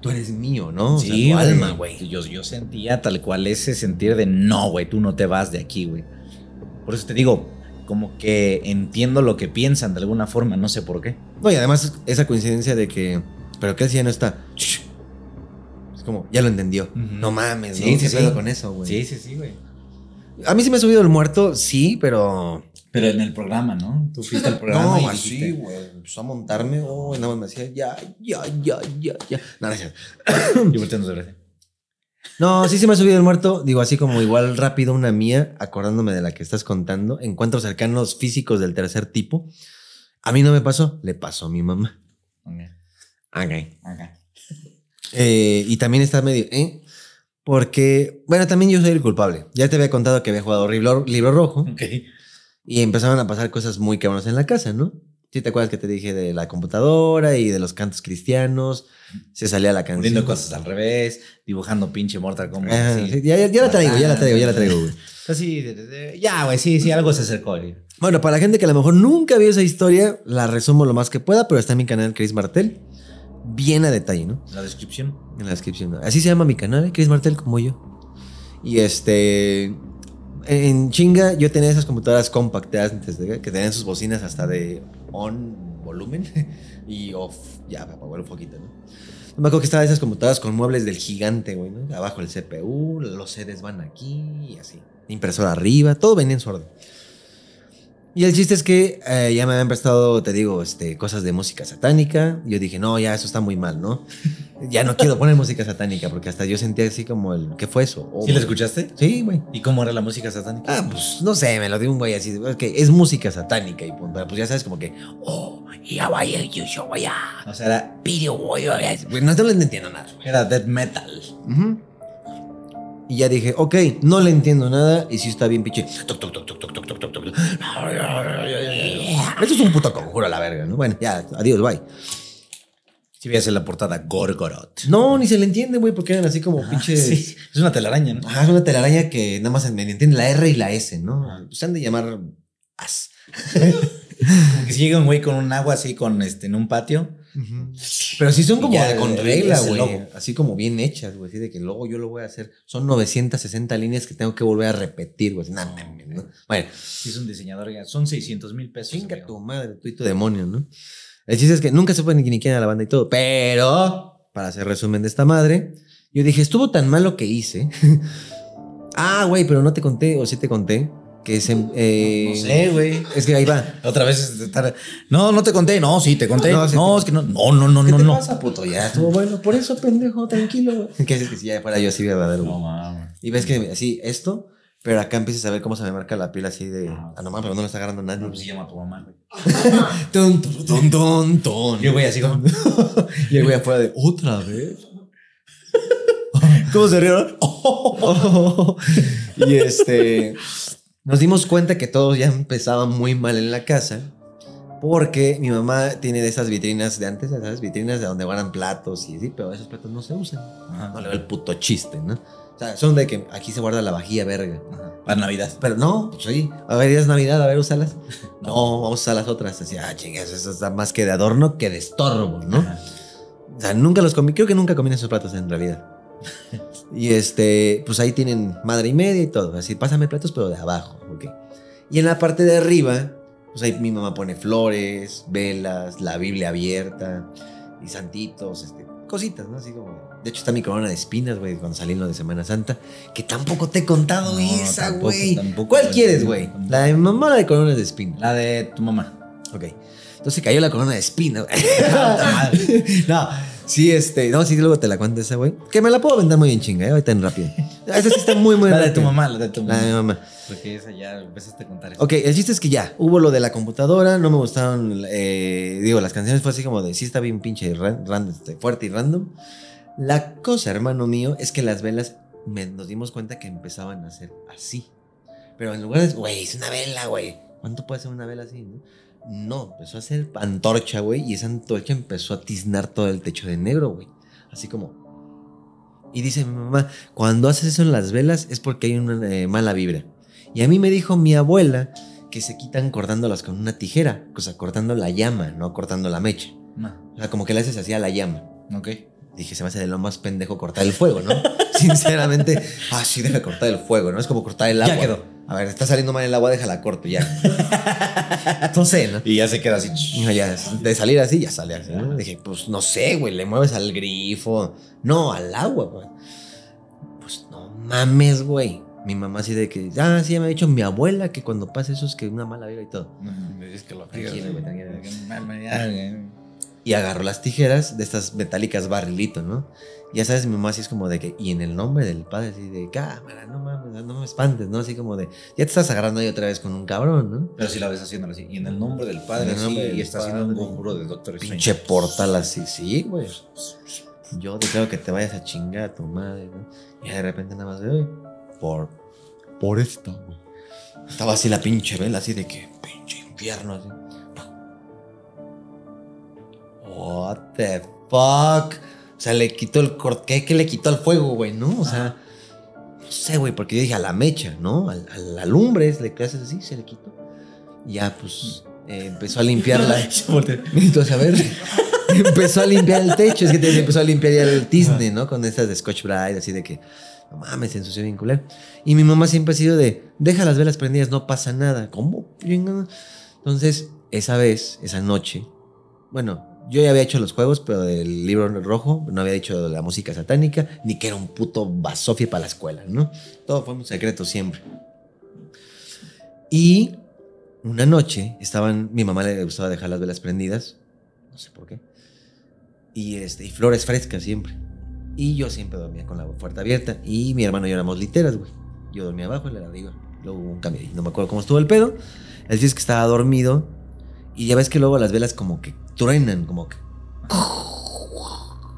Speaker 4: tú eres mío, ¿no? O sea,
Speaker 3: Sí,
Speaker 4: tu
Speaker 3: güey.
Speaker 4: alma, güey.
Speaker 3: Yo, yo sentía tal cual ese sentir de no, güey, tú no te vas de aquí, güey. Por eso te digo, como que entiendo lo que piensan de alguna forma, no sé por qué.
Speaker 4: No, y además esa coincidencia de que, pero que si ya no está. Shh. Es como, ya lo entendió.
Speaker 3: Ujú.
Speaker 4: No mames,
Speaker 3: Sí,
Speaker 4: ¿no?
Speaker 3: sí,
Speaker 4: ¿Qué
Speaker 3: sí.
Speaker 4: pedo con eso, güey?
Speaker 3: sí, sí, güey.
Speaker 4: A mí sí me ha subido el muerto, sí, pero.
Speaker 3: Pero en el programa, ¿no? Tú fuiste al programa y dijiste,
Speaker 4: güey. Empezó a montarme, oh, y nada más me decía, ya, ya, ya, ya, ya. No, no es cierto.
Speaker 3: yo volteando sobre ti.
Speaker 4: No, sí se me ha subido el muerto. Digo, así como igual rápido una mía, acordándome de la que estás contando. Encuentros cercanos físicos del tercer tipo. A mí no me pasó, le pasó a mi mamá. Ok.
Speaker 3: Ajá.
Speaker 4: Eh, y también está medio, ¿eh? Porque, bueno, también yo soy el culpable. Ya te había contado que había jugado libro, libro rojo
Speaker 3: Ok.
Speaker 4: y empezaron a pasar cosas muy cabronas en la casa, ¿no? ¿Sí te acuerdas que te dije de la computadora y de los cantos cristianos? Se salía la canción.
Speaker 3: Poniendo cosas al revés, dibujando pinche Mortal Kombat.
Speaker 4: Ajá,
Speaker 3: así.
Speaker 4: sí, ya, ya- ya la traigo, ya la traigo, ya la traigo, güey.
Speaker 3: Así, de- de- de- ya, güey, sí, sí, algo se acercó. güey.
Speaker 4: Bueno, para la gente que a lo mejor nunca vio esa historia, la resumo lo más que pueda, pero está en mi canal Chris Martel. Bien a detalle, ¿no?
Speaker 3: La descripción.
Speaker 4: En la descripción. Así se llama mi canal, ¿eh? Chris Martel, como yo. Y este. En chinga, yo tenía esas computadoras compactadas antes de- que tenían sus bocinas hasta de on volumen y off. Ya, para apagar un poquito, ¿no? No me acuerdo que estaban esas computadoras con muebles del gigante, güey, ¿no? Abajo el CPU, los sedes van aquí y así. Impresora arriba, todo venía en su orden. Y el chiste es que eh, ya me habían prestado, te digo, este, cosas de música satánica. Yo dije, no, ya eso está muy mal, ¿no? Ya no quiero poner música satánica porque hasta yo sentía así como el, ¿qué fue eso? Oh,
Speaker 3: ¿Sí la
Speaker 4: güey.
Speaker 3: escuchaste?
Speaker 4: Sí, güey.
Speaker 3: ¿Y cómo era la música satánica?
Speaker 4: Ah, pues no sé, me lo dio un güey así. de, Ok, es música satánica y punto. Pero, Pues ya sabes, como que, oh, ya vaya, yo, yo, vaya,
Speaker 3: O sea, era,
Speaker 4: pidió, güey, vaya". Güey, No, no le entiendo nada, güey.
Speaker 3: era death metal.
Speaker 4: Ujú. Y ya dije, ok, no le entiendo nada y sí está bien pinche. Toc, toc, toc, toc, toc, toc, toc, toc, toc. Esto es un puto conjuro a la verga, ¿no? Bueno, ya, adiós, bye.
Speaker 3: Si veías en la portada Gorgoroth.
Speaker 4: No, ni se le entiende, güey, porque eran así como pinche.
Speaker 3: Sí, es una telaraña, ¿no?
Speaker 4: Ajá, es una telaraña que nada más se me entiende la R y la S, ¿no? Se han de llamar as.
Speaker 3: Como que si llega un güey con un agua así con este en un patio.
Speaker 4: Pero sí son
Speaker 3: Y
Speaker 4: como
Speaker 3: ya,
Speaker 4: con
Speaker 3: eh,
Speaker 4: regla,
Speaker 3: es el
Speaker 4: güey.
Speaker 3: logo.
Speaker 4: Así como bien hechas, güey. Así de que luego yo lo voy a hacer. Son 960 líneas que tengo que volver a repetir, güey. Nah, mames, ¿no? Bueno,
Speaker 3: Si es un diseñador, ya son 600 mil pesos.
Speaker 4: Chinga
Speaker 3: amigo.
Speaker 4: tu madre, tú y tu demonio, ¿no? El chiste es que nunca supe ni ni quién era la banda y todo, pero para hacer resumen de esta madre, yo dije, estuvo tan mal lo que hice. ah, güey, pero no te conté, o sí te conté, que se... eh,
Speaker 3: No sé, güey.
Speaker 4: Es que ahí va.
Speaker 3: Otra vez es de estar- No, no te conté. No, sí, te conté.
Speaker 4: No,
Speaker 3: No,
Speaker 4: sí te-
Speaker 3: es que no. No, no, no,
Speaker 4: ¿Qué
Speaker 3: no.
Speaker 4: te
Speaker 3: no.
Speaker 4: pasa, puto? Ya estuvo bueno, por eso, pendejo, tranquilo, güey. que es que si ya fuera yo así verdadero, güey.
Speaker 3: No, mames.
Speaker 4: Y ves que así, esto, pero acá empiezas a ver cómo se me marca la piel así de... Ah, no mames, pero no lo está agarrando nadie.
Speaker 3: No, pues sí llama a tu mamá, güey.
Speaker 4: Tun, tun, tun, tun, tun.
Speaker 3: Yo, güey, así como.
Speaker 4: Y el güey afuera de, ¿otra vez?
Speaker 3: ¿Cómo se rieron?
Speaker 4: y este. Nos dimos cuenta que todo ya empezaba muy mal en la casa. Porque mi mamá tiene de esas vitrinas de antes, esas vitrinas de donde guardan platos y sí, pero esos platos no se usan. No le veo el puto chiste, ¿no? O sea, son de que aquí se guarda la vajilla verga.
Speaker 3: Para Navidad.
Speaker 4: Pero no, pues sí. A ver, ya es Navidad, a ver, úsalas. No, vamos a usar las otras. Así, ah, chingas, eso está más que de adorno que de estorbo, Pues, ¿no?
Speaker 3: Ajá.
Speaker 4: O sea, nunca los comí. Creo que nunca comí en esos platos en realidad. y este, pues ahí tienen madre y media y todo. Así, pásame platos, pero de abajo, ¿ok? Y en la parte de arriba, pues ahí mi mamá pone flores, velas, la Biblia abierta y santitos, este, cositas, ¿no? Así como. De hecho, está mi corona de espinas, güey, cuando salí en lo de Semana Santa, que tampoco te he contado
Speaker 3: No,
Speaker 4: esa,
Speaker 3: tampoco,
Speaker 4: güey.
Speaker 3: tampoco.
Speaker 4: ¿Cuál quieres, güey?
Speaker 3: Tampoco.
Speaker 4: La de mi mamá o la de corona de espinas.
Speaker 3: La de tu mamá.
Speaker 4: Ok. Entonces cayó la corona de espina. güey. no, sí, este. No, sí, luego te la cuento esa, güey. Que me la puedo vender muy en chinga, ¿eh? ahorita en rápido. Esa sí está muy, muy
Speaker 3: La de
Speaker 4: rápida.
Speaker 3: tu mamá, la de tu
Speaker 4: La de mi
Speaker 3: mamá.
Speaker 4: mamá.
Speaker 3: Porque esa ya empezaste a contar. eso.
Speaker 4: Ok, el chiste es que ya, hubo lo de la computadora, no me gustaron, eh, digo, las canciones fue así como de, sí está bien pinche ran- ran- este, fuerte y random. La cosa, hermano mío, es que las velas me- nos dimos cuenta que empezaban a ser así. Pero en lugar de, güey, es una vela, güey. ¿Cuánto puede ser una vela así, no? No, empezó a ser antorcha, güey, y esa antorcha empezó a tiznar todo el techo de negro, güey. Así como... Y dice mi mamá, cuando haces eso en las velas es porque hay una eh, mala vibra. Y a mí me dijo mi abuela que se quitan cortándolas con una tijera, o sea, cortando la llama, no cortando la mecha.
Speaker 3: No,
Speaker 4: O sea, como que le haces así a la llama.
Speaker 3: ok.
Speaker 4: Dije, se me hace de lo más pendejo cortar el fuego, ¿no? Sinceramente, ah, sí, deja cortar el fuego, ¿no? Es como cortar el
Speaker 3: Ya
Speaker 4: agua.
Speaker 3: quedó.
Speaker 4: A ver, está saliendo mal el agua, déjala corto ya. no sé, ¿no?
Speaker 3: Y ya se queda así.
Speaker 4: No, ya, de salir así, ya sale así. ¿no? Dije, pues no sé, güey, le mueves al grifo. No, al agua, güey. Pues no mames, güey. Mi mamá así de que, ah, sí, ya me ha dicho mi abuela que cuando pasa eso es que una mala vida y todo.
Speaker 3: No, Es que lo Ah,
Speaker 4: Tranquilo, güey, tranquilo.
Speaker 3: Mames, ya, güey.
Speaker 4: Y agarró las tijeras de estas metálicas barrilito, ¿no? Ya sabes, mi mamá así es como de que, y en el nombre del padre, así de cámara, no mames, no me espantes, ¿no? Así como de, ya te estás agarrando ahí otra vez con un cabrón, ¿no?
Speaker 3: Pero si la ves haciéndolo así. Y en el nombre del
Speaker 4: En
Speaker 3: padre,
Speaker 4: el
Speaker 3: sí,
Speaker 4: nombre del
Speaker 3: y está haciendo un
Speaker 4: padre.
Speaker 3: conjuro de Doctor Strange.
Speaker 4: Pinche portal así, sí, güey. Yo declaro que te vayas a chingar a tu madre, ¿no? Y de repente nada más de hoy, por, por esta, güey. Estaba así la pinche vela, así de que, pinche infierno, así. What the fuck. O sea, le quitó el corte. ¿Qué, qué le quitó al fuego, güey? ¿No? O sea, no sé, güey, porque yo dije a la mecha, ¿no? Al- A, la lumbre, le haces así, se le quitó. Y Ya, pues, eh, empezó a limpiarla. Entonces, a ver. empezó a limpiar el techo. Es que te- empezó a limpiar ya el tizne, ¿no? Con estas de Scotch Brite, así de que. No mames, se ensució bien culero. Y mi mamá siempre ha sido de, deja las velas prendidas, no pasa nada. ¿Cómo? Entonces, esa vez, esa noche, bueno, yo ya había hecho los juegos, pero del libro rojo, no había dicho la música satánica, ni que era un puto basofia para la escuela, ¿no? Todo fue un secreto siempre. Y una noche estaban, mi mamá le gustaba dejar las velas prendidas, no sé por qué, y, este, y flores frescas siempre. Y yo siempre dormía con la puerta abierta. Y mi hermano y yo éramos literas, güey. Yo dormía abajo, él era arriba. Luego hubo un cambio ahí. No me acuerdo cómo estuvo el pedo. El chiste es que estaba dormido. Y ya ves que luego las velas como que truenan, como que.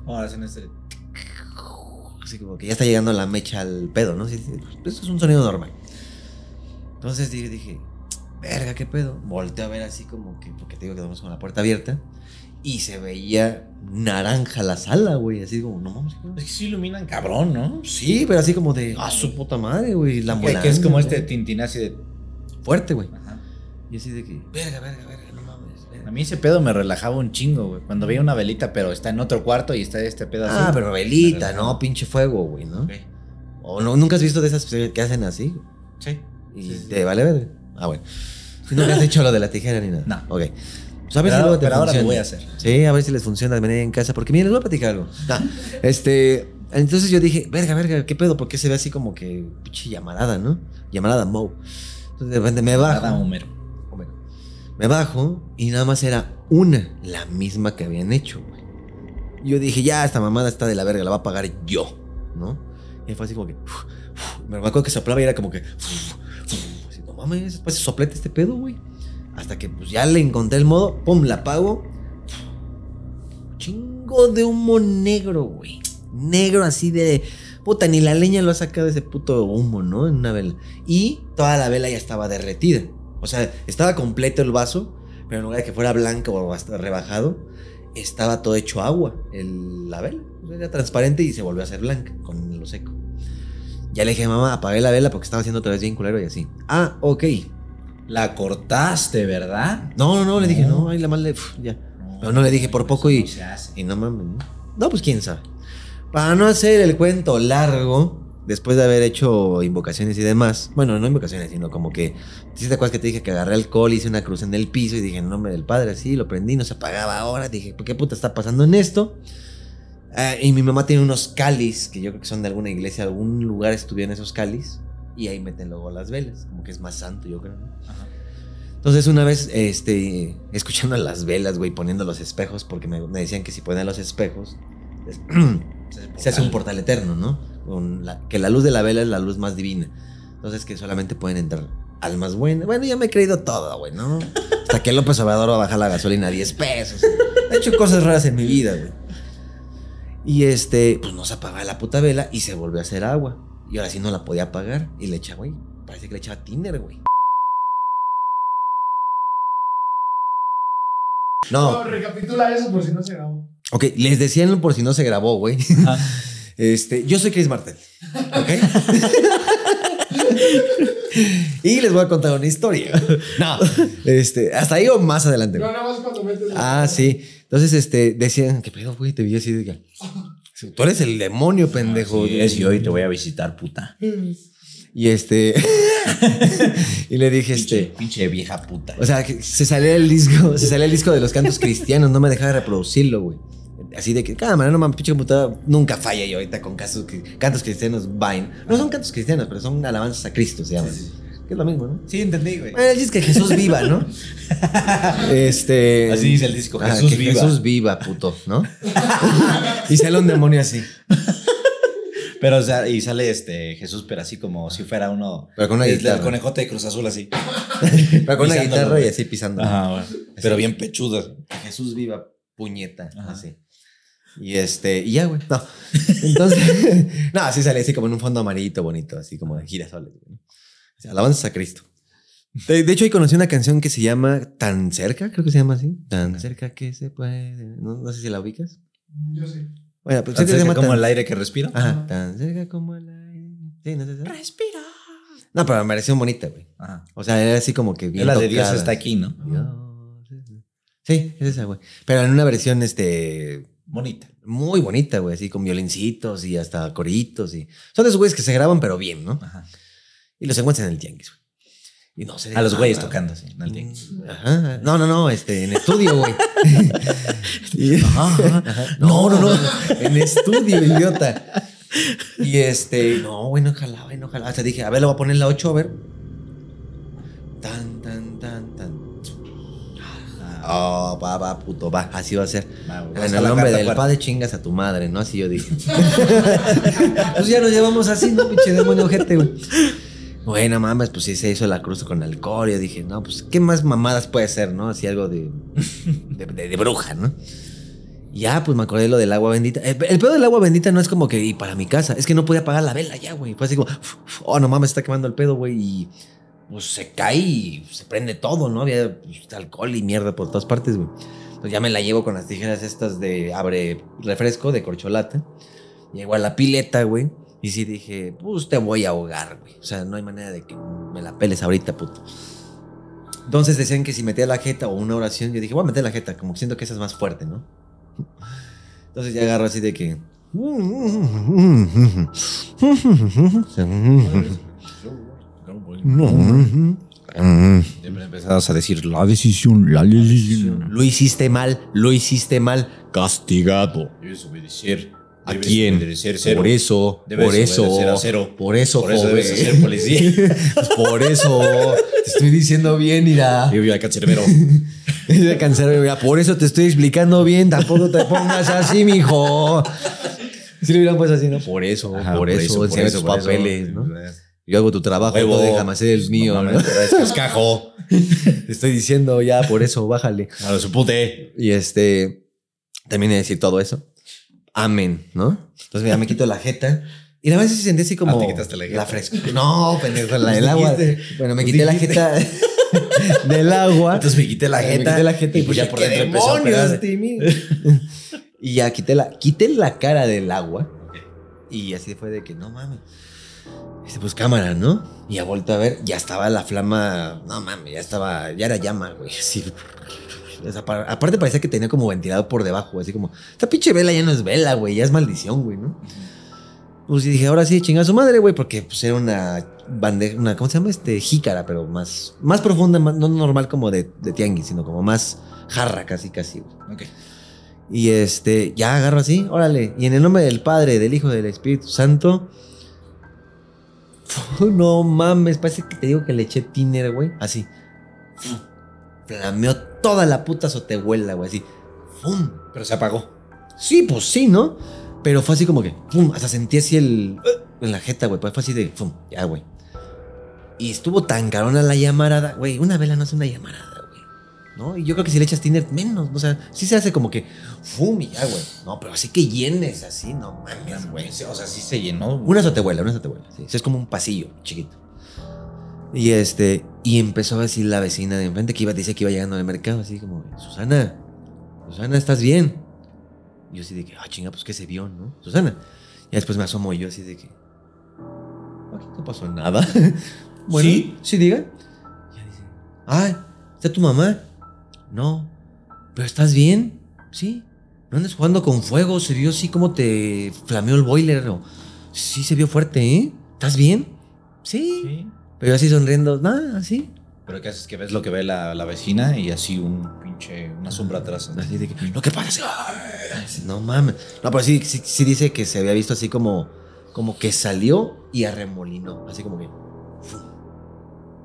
Speaker 3: Ahora sí, en este.
Speaker 4: Así como que ya está llegando la mecha al pedo, ¿no? Sí, sí, pues, eso es un sonido normal. Entonces dije, dije, verga, qué pedo. Volteo a ver así como que, porque te digo que dormimos con la puerta abierta. Y se veía naranja la sala, güey. Así como, no mames, ¿qué pedo?".
Speaker 3: Es que se iluminan cabrón, ¿no?
Speaker 4: Sí, pero así como de, ah, su puta madre, güey. La
Speaker 3: Que,
Speaker 4: ambulancia.
Speaker 3: que es como
Speaker 4: güey.
Speaker 3: este tintinazi de.
Speaker 4: Fuerte, güey.
Speaker 3: Ajá.
Speaker 4: Y así de que, verga, verga, verga, no mames.
Speaker 3: A
Speaker 4: verga".
Speaker 3: mí ese pedo me relajaba un chingo, güey. Cuando veía una velita, pero está en otro cuarto y está este pedo
Speaker 4: Ah,
Speaker 3: azul.
Speaker 4: pero velita,
Speaker 3: Pero-
Speaker 4: ¿no? Pinche fuego, güey, ¿no?
Speaker 3: Ok.
Speaker 4: O no, nunca has visto de esas que hacen así
Speaker 3: Sí.
Speaker 4: y
Speaker 3: Sí, sí,
Speaker 4: te vale verga. Ah, bueno. Nunca has hecho lo de la tijera ni nada.
Speaker 3: No.
Speaker 4: Ok. Pues a ver si
Speaker 3: Pero
Speaker 4: luego
Speaker 3: ahora-
Speaker 4: te
Speaker 3: pero ahora lo
Speaker 4: funciona.
Speaker 3: voy a hacer.
Speaker 4: Sí, a ver si les funciona venir en casa. Porque miren, les voy a platicar algo. Ah, este. Entonces yo dije, verga, verga, ¿qué pedo? Porque se ve así como que pinche llamarada, ¿no? Llamarada Mo. Entonces de repente me bajo.
Speaker 3: Nada, Homero.
Speaker 4: Homero. Me bajo y nada más era una, la misma que habían hecho, güey. Yo dije, ya, esta mamada está de la verga, la va a pagar yo, ¿no? Y fue así como que. uf, uf. me acuerdo que soplaba y era como que. uf, uf. Así, no mames, pues soplete este pedo, güey. Hasta que pues ya le encontré el modo, pum, la apago. Chingo de humo negro, güey. Negro así de. Puta, ni la leña lo ha sacado ese puto humo, ¿no? En una vela. Y toda la vela ya estaba derretida. O sea, estaba completo el vaso, pero en lugar de que fuera blanco o hasta rebajado, estaba todo hecho agua. El, la vela O sea, era transparente y se volvió a hacer blanca con lo seco. Ya le dije, mamá, apagué la vela porque estaba haciendo otra vez bien culero y así. Ah, ok.
Speaker 3: La cortaste, ¿verdad?
Speaker 4: No, no, no, le dije,
Speaker 3: No.
Speaker 4: no, ahí la madre, pf, ya. Pero no le dije por
Speaker 3: güey,
Speaker 4: poco
Speaker 3: eso
Speaker 4: y-
Speaker 3: no se hace.
Speaker 4: Y no mames. ¿no? No, pues quién sabe. Para no hacer el cuento largo, después de haber hecho invocaciones y demás, bueno, no invocaciones, sino como que, si te acuerdas que te dije que agarré alcohol, hice una cruz en el piso y dije en nombre del Padre, así, lo prendí, no se apagaba ahora, dije, ¿por qué puta está pasando en esto? Ah, y mi mamá tiene unos cáliz, que yo creo que son de alguna iglesia, algún lugar estuvieron esos cáliz, y ahí meten luego las velas, como que es más santo, yo creo. ¿no? Entonces una vez, este, escuchando las velas, güey, poniendo los espejos, porque me, me decían que si ponían los espejos, es- se hace un portal eterno, ¿no? Con la- que la luz de la vela es la luz más divina. Entonces que solamente pueden entrar almas buenas. Bueno, ya me he creído todo, güey, ¿no? Hasta que López Obrador va a bajar la gasolina a 10 pesos. He hecho cosas raras en mi vida, güey. Y este, pues no se apagaba la puta vela y se volvió a hacer agua. Y ahora sí no la podía apagar. Y le echaba, güey, parece que le echaba tiner, güey. No,
Speaker 6: No, recapitula eso por si no se grabó.
Speaker 4: Ok, les decían por si no se grabó, güey. Este, yo soy Chris Martel. Ok. y les voy a contar una historia. No. Este, hasta ahí o más adelante. güey.
Speaker 6: No, nada más cuando metes.
Speaker 4: Ah, sí. Entonces, este, decían, ¿qué pedo, güey? Te vi así de que, Tú eres el demonio, pendejo.
Speaker 3: Es y hoy te voy a visitar, puta.
Speaker 6: Mm,
Speaker 4: Y este. y le dije,
Speaker 3: Pinche,
Speaker 4: este.
Speaker 3: pinche vieja puta.
Speaker 4: O sea, que se salía el disco, se salía el disco de los cantos cristianos, no me dejaba reproducirlo, güey. Así de que, cámara, no mames, pinche computadora, nunca falla yo ahorita con casos que- cantos cristianos Vine. No son cantos cristianos, pero son alabanzas a Cristo, se llaman. Que es lo mismo, ¿no?
Speaker 3: Sí, entendí, güey.
Speaker 4: Bueno, el chiste es que Jesús viva, ¿no? Este.
Speaker 3: Así dice el disco,
Speaker 4: Ah,
Speaker 3: Jesús
Speaker 4: que
Speaker 3: viva.
Speaker 4: Jesús viva, puto, ¿no? y sale un demonio así,
Speaker 3: Pero, o sea, y sale este Jesús, pero así como si fuera uno.
Speaker 4: Pero con una
Speaker 3: el-
Speaker 4: guitarra.
Speaker 3: El conejote de Cruz Azul, así.
Speaker 4: pero con una
Speaker 3: Pisándolo,
Speaker 4: guitarra y
Speaker 3: güey.
Speaker 4: así pisando.
Speaker 3: Ajá, güey. Pero bien pechuda.
Speaker 4: Que Jesús viva, puñeta,
Speaker 3: Ajá.
Speaker 4: así. Y este, y ya, güey. No. Entonces, no, así sale así como en un fondo amarillito bonito, así como de girasoles. güey. O sea, alabanzas a Cristo. De, de hecho, ahí conocí una canción que se llama Tan cerca, creo que se llama así. Tan cerca que se puede. No, no sé si la ubicas.
Speaker 6: Yo sé.
Speaker 4: Bueno, pero sí
Speaker 1: Tan
Speaker 4: que se
Speaker 1: cerca
Speaker 4: llama
Speaker 1: como
Speaker 4: Tan-
Speaker 1: el aire que respiro.
Speaker 4: Ajá, tan cerca como el aire. Sí, no sé. Respira. No, pero me pareció bonita, güey.
Speaker 1: Ajá.
Speaker 4: O sea, era así como que bien.
Speaker 1: La de Dios
Speaker 4: tocada.
Speaker 1: está aquí, ¿no?
Speaker 4: Dios. Sí, es esa, güey. Pero en una versión, este.
Speaker 1: Bonita.
Speaker 4: Muy bonita, güey, así con violencitos y hasta coritos y. Son de esos güeyes que se graban, pero bien, ¿no?
Speaker 1: Ajá.
Speaker 4: Y los encuentran en el tianguis, güey. Y no sé. Mm,
Speaker 1: A los güeyes tocando, sí. en el tianguis.
Speaker 4: Ajá. No, no, no, este, en estudio, güey. Y-
Speaker 1: Ajá,
Speaker 4: Ajá. No, no, no. En estudio, idiota. Y este, no, güey, no jalaba, güey, no jalaba. Hasta dije, a ver, le voy a poner la 8, a ver. Tan, tan, tan, tan. Oh, va, va, puto, va. Así va a ser.
Speaker 1: Va,
Speaker 3: Ah,
Speaker 1: güey, vas Pues,
Speaker 4: En
Speaker 1: a
Speaker 4: el
Speaker 1: la
Speaker 4: nombre
Speaker 1: carta
Speaker 4: del
Speaker 1: cuarta.
Speaker 4: padre chingas a tu madre, ¿no? Así yo dije. pues ya nos llevamos así, ¿no? Pinche demonio ojete, güey. Bueno, mames, pues sí se hizo la cruz con alcohol. Yo dije, no, pues, ¿qué más mamadas puede ser, no? Así algo de, de, de- de bruja, ¿no? Ya, pues me acordé de lo del agua bendita. El, el pedo del agua bendita no es como que, y para mi casa, es que no podía apagar la vela ya, güey. Fue así como, "Uf, uf, oh, no mames, se está quemando el pedo, güey. Y pues se cae y se prende todo, ¿no? Había pues, alcohol y mierda por todas partes, güey. Entonces ya me la llevo con las tijeras estas de abre refresco, de corcholata. Llego a la pileta, güey. Y sí dije, pues te voy a ahogar, güey. O sea, no hay manera de que me la peles ahorita, puto. Entonces decían que si metía la jeta o una oración, yo dije, voy a meter la jeta, como que siento que esa es más fuerte, ¿no? Entonces ya agarro así de que...
Speaker 1: Siempre empezamos a decir la decisión, la decisión.
Speaker 4: Lo hiciste mal, lo hiciste mal. Castigado.
Speaker 1: Debes obedecer.
Speaker 4: ¿A
Speaker 1: Debes
Speaker 4: quién?
Speaker 1: obedecer cero.
Speaker 4: Por eso,
Speaker 1: Debes
Speaker 4: por
Speaker 1: obedecer
Speaker 4: eso,
Speaker 1: a cero.
Speaker 4: por eso,
Speaker 1: Por eso
Speaker 4: joven.
Speaker 1: debes ser policía.
Speaker 4: Pues por eso, te estoy diciendo bien, mira.
Speaker 1: Yo vivo acá, Cerbero.
Speaker 4: Dice Cancerbero, mira, por eso te estoy explicando bien, tampoco te pongas así, mijo. Si lo hubieran puesto así, ¿no? Por eso,
Speaker 1: Ajá,
Speaker 4: por, eso,
Speaker 1: por
Speaker 4: enseñame
Speaker 1: eso,
Speaker 4: tus
Speaker 1: por eso.
Speaker 4: papeles, ¿no? Yo hago tu trabajo,
Speaker 1: Huevo. Pues,
Speaker 4: tú déjame hacer el mío, ¿no?
Speaker 1: mames, Es cascajo.
Speaker 4: Te estoy diciendo ya, por eso, bájale.
Speaker 1: A lo supute.
Speaker 4: Y este, también he de decir todo eso. Amén, ¿no? Entonces ya me quito la jeta. Y la verdad sí sentí así como
Speaker 1: Ah, te quitaste la jeta. Pues
Speaker 4: fresca. No, pendejo, la del agua.
Speaker 1: Dijiste, pues
Speaker 4: Bueno, me quité la
Speaker 1: dijiste.
Speaker 4: jeta del agua.
Speaker 1: Entonces me quité la
Speaker 4: Me
Speaker 1: jeta.
Speaker 4: quité la jeta
Speaker 1: Y pues ya
Speaker 4: dije,
Speaker 1: por
Speaker 4: "¿Qué
Speaker 1: dentro empezó a
Speaker 4: demonios,
Speaker 1: operar".
Speaker 4: Timmy? y ya quité la, quité la cara del agua. Y así fue de que, no mames. Dice, pues cámara, ¿no? Y ya vuelto a ver, ya estaba la flama. No mames, ya estaba, ya era llama, güey. Así. O sea, pa- aparte parecía que tenía como ventilado por debajo, así como, esta pinche vela ya no es vela, güey, ya es maldición, güey, ¿no? Pues y dije, ahora sí, chinga su madre, güey, porque pues era una bandeja, una, ¿cómo se llama? Este, jícara, pero más, más profunda, más- no normal como de, de tianguis, sino como más jarra, casi, casi, güey.
Speaker 1: Ok.
Speaker 4: Y este, ya agarro así, órale. Y en el nombre del Padre, del Hijo, del Espíritu Santo. No mames, parece que te digo que le eché tiner, güey. Así. Flameó toda la puta sotehuela, güey. Así. ¡Fum!
Speaker 1: Pero se apagó.
Speaker 4: Sí, pues sí, ¿no? Pero fue así como que, pum, hasta sentí así el... En la jeta, güey, pues fue así de, pum, ya, güey. Y estuvo tan carona la llamarada, güey, una vela no es una llamarada, güey. ¿No? Y yo creo que si le echas tiner, menos, o sea, sí se hace como que, pum, y ya, güey. No, pero así que llenes, así, no mames, güey.
Speaker 1: O sea, sí se llenó. güey.
Speaker 4: Una azotehuela, una azotehuela. Sí. O sea, es como un pasillo chiquito. Y este, y empezó a decir la vecina de enfrente que iba, dice que iba llegando al mercado, así como, Susana, Susana, ¿estás bien? Y yo así de que, ah, chinga, pues que se vio, ¿no? Susana. Y después me asomo y yo así de que, aquí no pasó nada. bueno,
Speaker 1: ¿Sí?
Speaker 4: ¿Sí? diga. Y ella dice, ay, ¿está tu mamá? No. ¿Pero estás bien? Sí. No andes jugando con fuego, se vio así como te flameó el boiler. o- sí, se vio fuerte, ¿eh? ¿Estás bien? Sí.
Speaker 1: Sí.
Speaker 4: Pero yo así sonriendo, nada, así.
Speaker 1: Pero qué haces que ves lo que ve la, la vecina y así un pinche, una sombra atrás. ¿no?
Speaker 4: Así de que, lo que pasa es que- Ay, No mames. No, pero sí, sí, sí dice que se había visto así como, como que salió y arremolinó. Así como que. fu.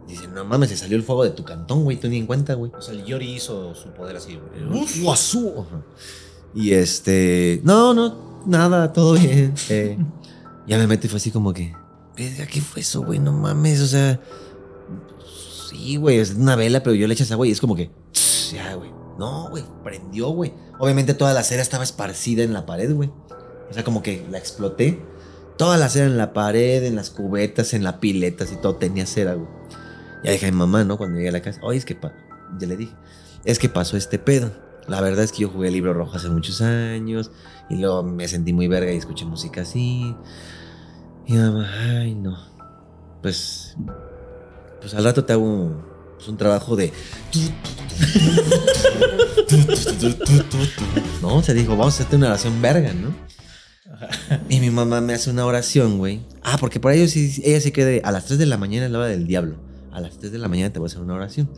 Speaker 4: Dice, no mames, se salió el fuego de tu cantón, güey. Tú ni en cuenta, güey.
Speaker 1: O sea, el Yori hizo su poder así. güey.
Speaker 4: Guazú. Ajá. Y este. No, no, nada, todo bien. Eh, ya me meto y fue así como que. Verga, ¿qué fue eso, güey? No mames, o sea. Sí, güey, es una vela, pero yo le echas agua y es como que. tss, Ya, güey. No, güey, prendió, güey. Obviamente toda la cera estaba esparcida en la pared, güey. O sea, como que la exploté. Toda la cera en la pared, en las cubetas, en las piletas y todo tenía cera, güey. Ya dije a mi mamá, ¿no? Cuando llegué a la casa, oye, es que pa-", ya le dije, es que pasó este pedo. La verdad es que yo jugué el libro rojo hace muchos años y luego me sentí muy verga y escuché música así. Y mi mamá, ay, no. Pues, pues al rato te hago un, pues, un trabajo de. No, se dijo, vamos a hacerte una oración verga, ¿no? Y mi mamá me hace una oración, güey. Ah, porque por ello sí, ella sí cree de, a las 3 de la mañana es la hora del diablo. A las 3 de la mañana te voy a hacer una oración.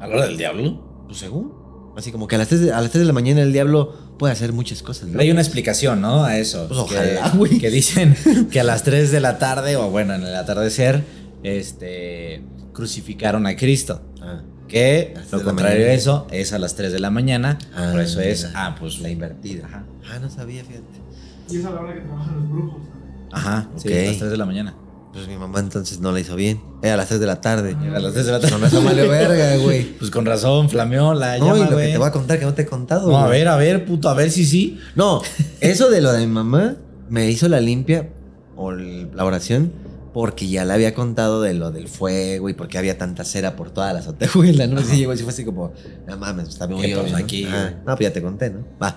Speaker 1: ¿A la hora del diablo?
Speaker 4: Pues según. Así como que a las 3 de, a las 3 de la mañana el diablo puede hacer muchas cosas, ¿no?
Speaker 3: Hay una explicación, ¿no? A eso.
Speaker 4: Pues
Speaker 3: que,
Speaker 4: ojalá, güey.
Speaker 3: Que dicen que a las 3 de la tarde, o bueno, en el atardecer, este, crucificaron a Cristo.
Speaker 4: Ah,
Speaker 3: Que
Speaker 4: Las tres de
Speaker 3: lo
Speaker 4: la
Speaker 3: contrario
Speaker 4: mañana.
Speaker 3: a eso es a las 3 de la mañana.
Speaker 4: Ah,
Speaker 3: por eso es,
Speaker 4: mira.
Speaker 3: ah, pues
Speaker 4: la invertida.
Speaker 3: Ajá.
Speaker 4: Ah, no sabía, fíjate.
Speaker 6: Y es a la hora que trabajan los brujos. ¿sabes?
Speaker 3: Ajá, sí,
Speaker 4: Ok.
Speaker 3: a las 3 de la mañana.
Speaker 4: Pues mi mamá entonces no la hizo bien. Era a las 3 de la tarde.
Speaker 3: A las 3 de la
Speaker 4: Pues
Speaker 3: tarde.
Speaker 4: No me valió verga, güey.
Speaker 3: Pues con razón, flameó la
Speaker 4: No, y
Speaker 3: llama,
Speaker 4: lo que
Speaker 3: güey.
Speaker 4: te voy a contar que no te he contado.
Speaker 3: No, a
Speaker 4: güey.
Speaker 3: ver, a ver, puto, a ver si sí.
Speaker 4: No, eso de lo de mi mamá me hizo la limpia o el- la oración porque ya le había contado de lo del fuego y porque había tanta cera por toda la azotehuela, ¿no? Sí, llegó y fue así como, no mames, está bien
Speaker 3: ¿Qué
Speaker 4: obvio,
Speaker 3: pasó
Speaker 4: ¿no?
Speaker 3: aquí,
Speaker 4: Ah,
Speaker 3: güey?
Speaker 4: no, pues ya te conté, ¿no? Va.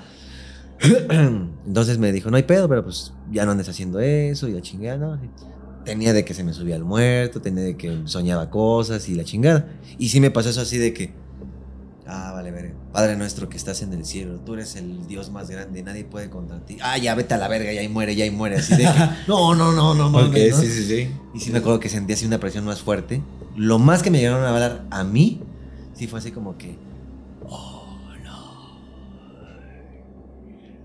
Speaker 4: Entonces me dijo, no hay pedo, pero pues ya no andes haciendo eso y la chingada, ¿no? Así. Tenía de que se me subía al muerto, tenía de que soñaba cosas y la chingada. Y sí me pasó eso así de que, Ah, vale, verga. Padre nuestro que estás en el cielo, tú eres el Dios más grande, nadie puede contra ti. Ah, ya vete a la verga, ya ahí muere, ya ahí muere. Así de que, no, no, no, no, mames,
Speaker 3: Porque
Speaker 4: ¿no?
Speaker 3: sí, sí, sí.
Speaker 4: Y sí me acuerdo que sentí así una presión más fuerte. Lo más que me llegaron a hablar a mí, sí fue así como que, oh, no.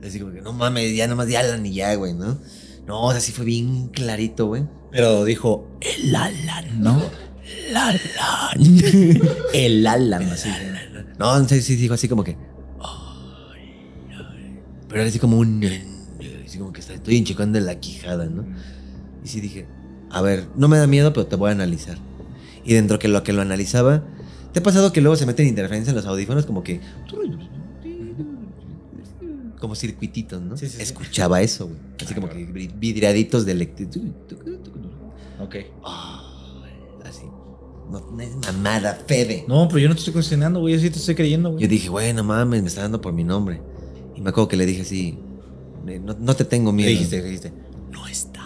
Speaker 4: Así como que, no mames, ya nomás ya Alan y ya, güey, ¿no? No, o sea, sí fue bien clarito, güey.
Speaker 3: Pero dijo,
Speaker 4: El Alan,
Speaker 3: ¿no?
Speaker 4: El Alan. El Alan, así. No, no sé, sí, dijo así como que. "Ay, ay". Pero era así como un. Así como que está- estoy enchecando la quijada, ¿no? Y sí dije, a ver, no me da miedo, pero te voy a analizar. Y dentro que lo que lo analizaba, ¿te ha pasado que luego se meten interferencias en los audífonos como que. Como circuititos, ¿no?
Speaker 3: Sí, sí, sí.
Speaker 4: Escuchaba eso, güey. Así
Speaker 3: Ah,
Speaker 4: como que
Speaker 3: claro.
Speaker 4: vi- vidriaditos de electricidad.
Speaker 3: ok.
Speaker 4: Ay, así. No, no es mamada, Fede.
Speaker 3: No, pero yo no te estoy cuestionando, güey. Yo sí te estoy creyendo,
Speaker 4: Yo
Speaker 3: güey.
Speaker 4: dije, bueno, mames, me está dando por mi nombre. Y me acuerdo que le dije así, eh, no, no te tengo miedo.
Speaker 3: Le dijiste, le dijiste.
Speaker 4: no está.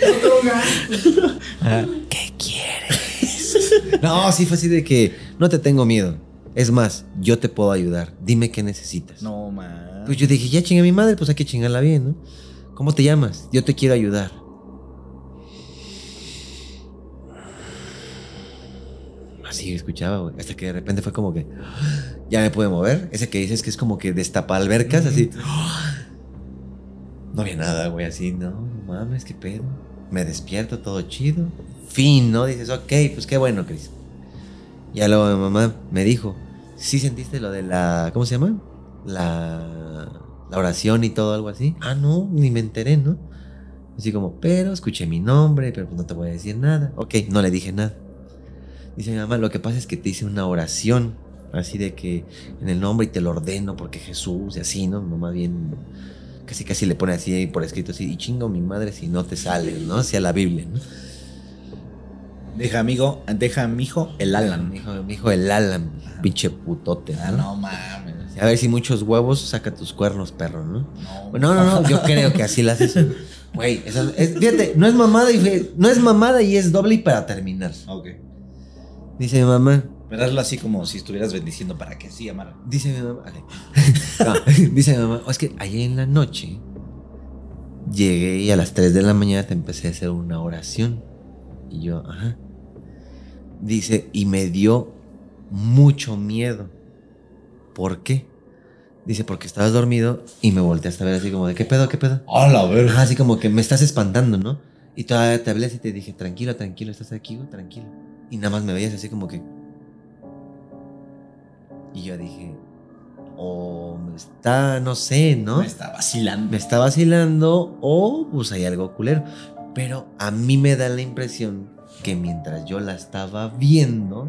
Speaker 6: No droga.
Speaker 4: ¿Qué quieres? no, sí fue así de que, no te tengo miedo. Es más, yo te puedo ayudar. Dime qué necesitas.
Speaker 3: No, man.
Speaker 4: Pues yo dije, ya chingué a mi madre, pues hay que chingarla bien, ¿no? ¿Cómo te llamas? Yo te quiero ayudar. Así escuchaba, güey. Hasta que de repente fue como que. Ya me pude mover. Ese que dices que es como que destapa albercas, así. No había nada, güey. Así, no, no mames, qué pedo. Me despierto todo chido. Fin, ¿no? Dices, ok, pues qué bueno, Cris. Ya luego mi mamá me dijo, ¿sí sentiste lo de la. ¿Cómo se llama? la, la oración y todo, algo así. Ah, no, ni me enteré, ¿no? Así como, pero escuché mi nombre, pero pues no te voy a decir nada. Ok, no le dije nada. Dice mi mamá, lo que pasa es que te hice una oración, así de que en el nombre y te lo ordeno porque Jesús y así, ¿no? Mi mamá bien, casi casi le pone así ahí por escrito, así, y chingo mi madre si no te sale, ¿no? Hacia la Biblia, ¿no?
Speaker 3: Deja, amigo, deja a mi hijo el Alan.
Speaker 4: Mi hijo, mi hijo el Alan, pinche putote,
Speaker 3: Ah,
Speaker 4: ¿no?
Speaker 3: no mames.
Speaker 4: A ver si muchos huevos saca tus cuernos, perro, ¿no?
Speaker 3: No,
Speaker 4: No, no, no, yo creo que así la haces. Güey, esa- es- fíjate, no es mamada y fe- no es mamada y es doble y para terminar.
Speaker 3: Ok.
Speaker 4: Dice mi mamá,
Speaker 3: Pero hazlo así como si estuvieras bendiciendo para que sí, amara.
Speaker 4: dice mi mamá, ok. No, dice mi mamá, "Oh, es que ayer en la noche llegué y a las 3 de la mañana te empecé a hacer una oración. Y yo, ajá. Dice, y me dio mucho miedo. ¿Por qué? Dice, porque estabas dormido y me volteaste a ver así como de, ¿qué pedo, qué pedo?
Speaker 3: Hola,
Speaker 4: Ajá, así como que me estás espantando, ¿no? Y todavía te hablé y te dije, tranquilo, tranquilo, estás aquí, güey, tranquilo. Y nada más me veías así como que. Y yo dije, o me está, no sé, ¿no?
Speaker 3: Me está vacilando.
Speaker 4: Me está vacilando o pues hay algo culero. Pero a mí me da la impresión que mientras yo la estaba viendo,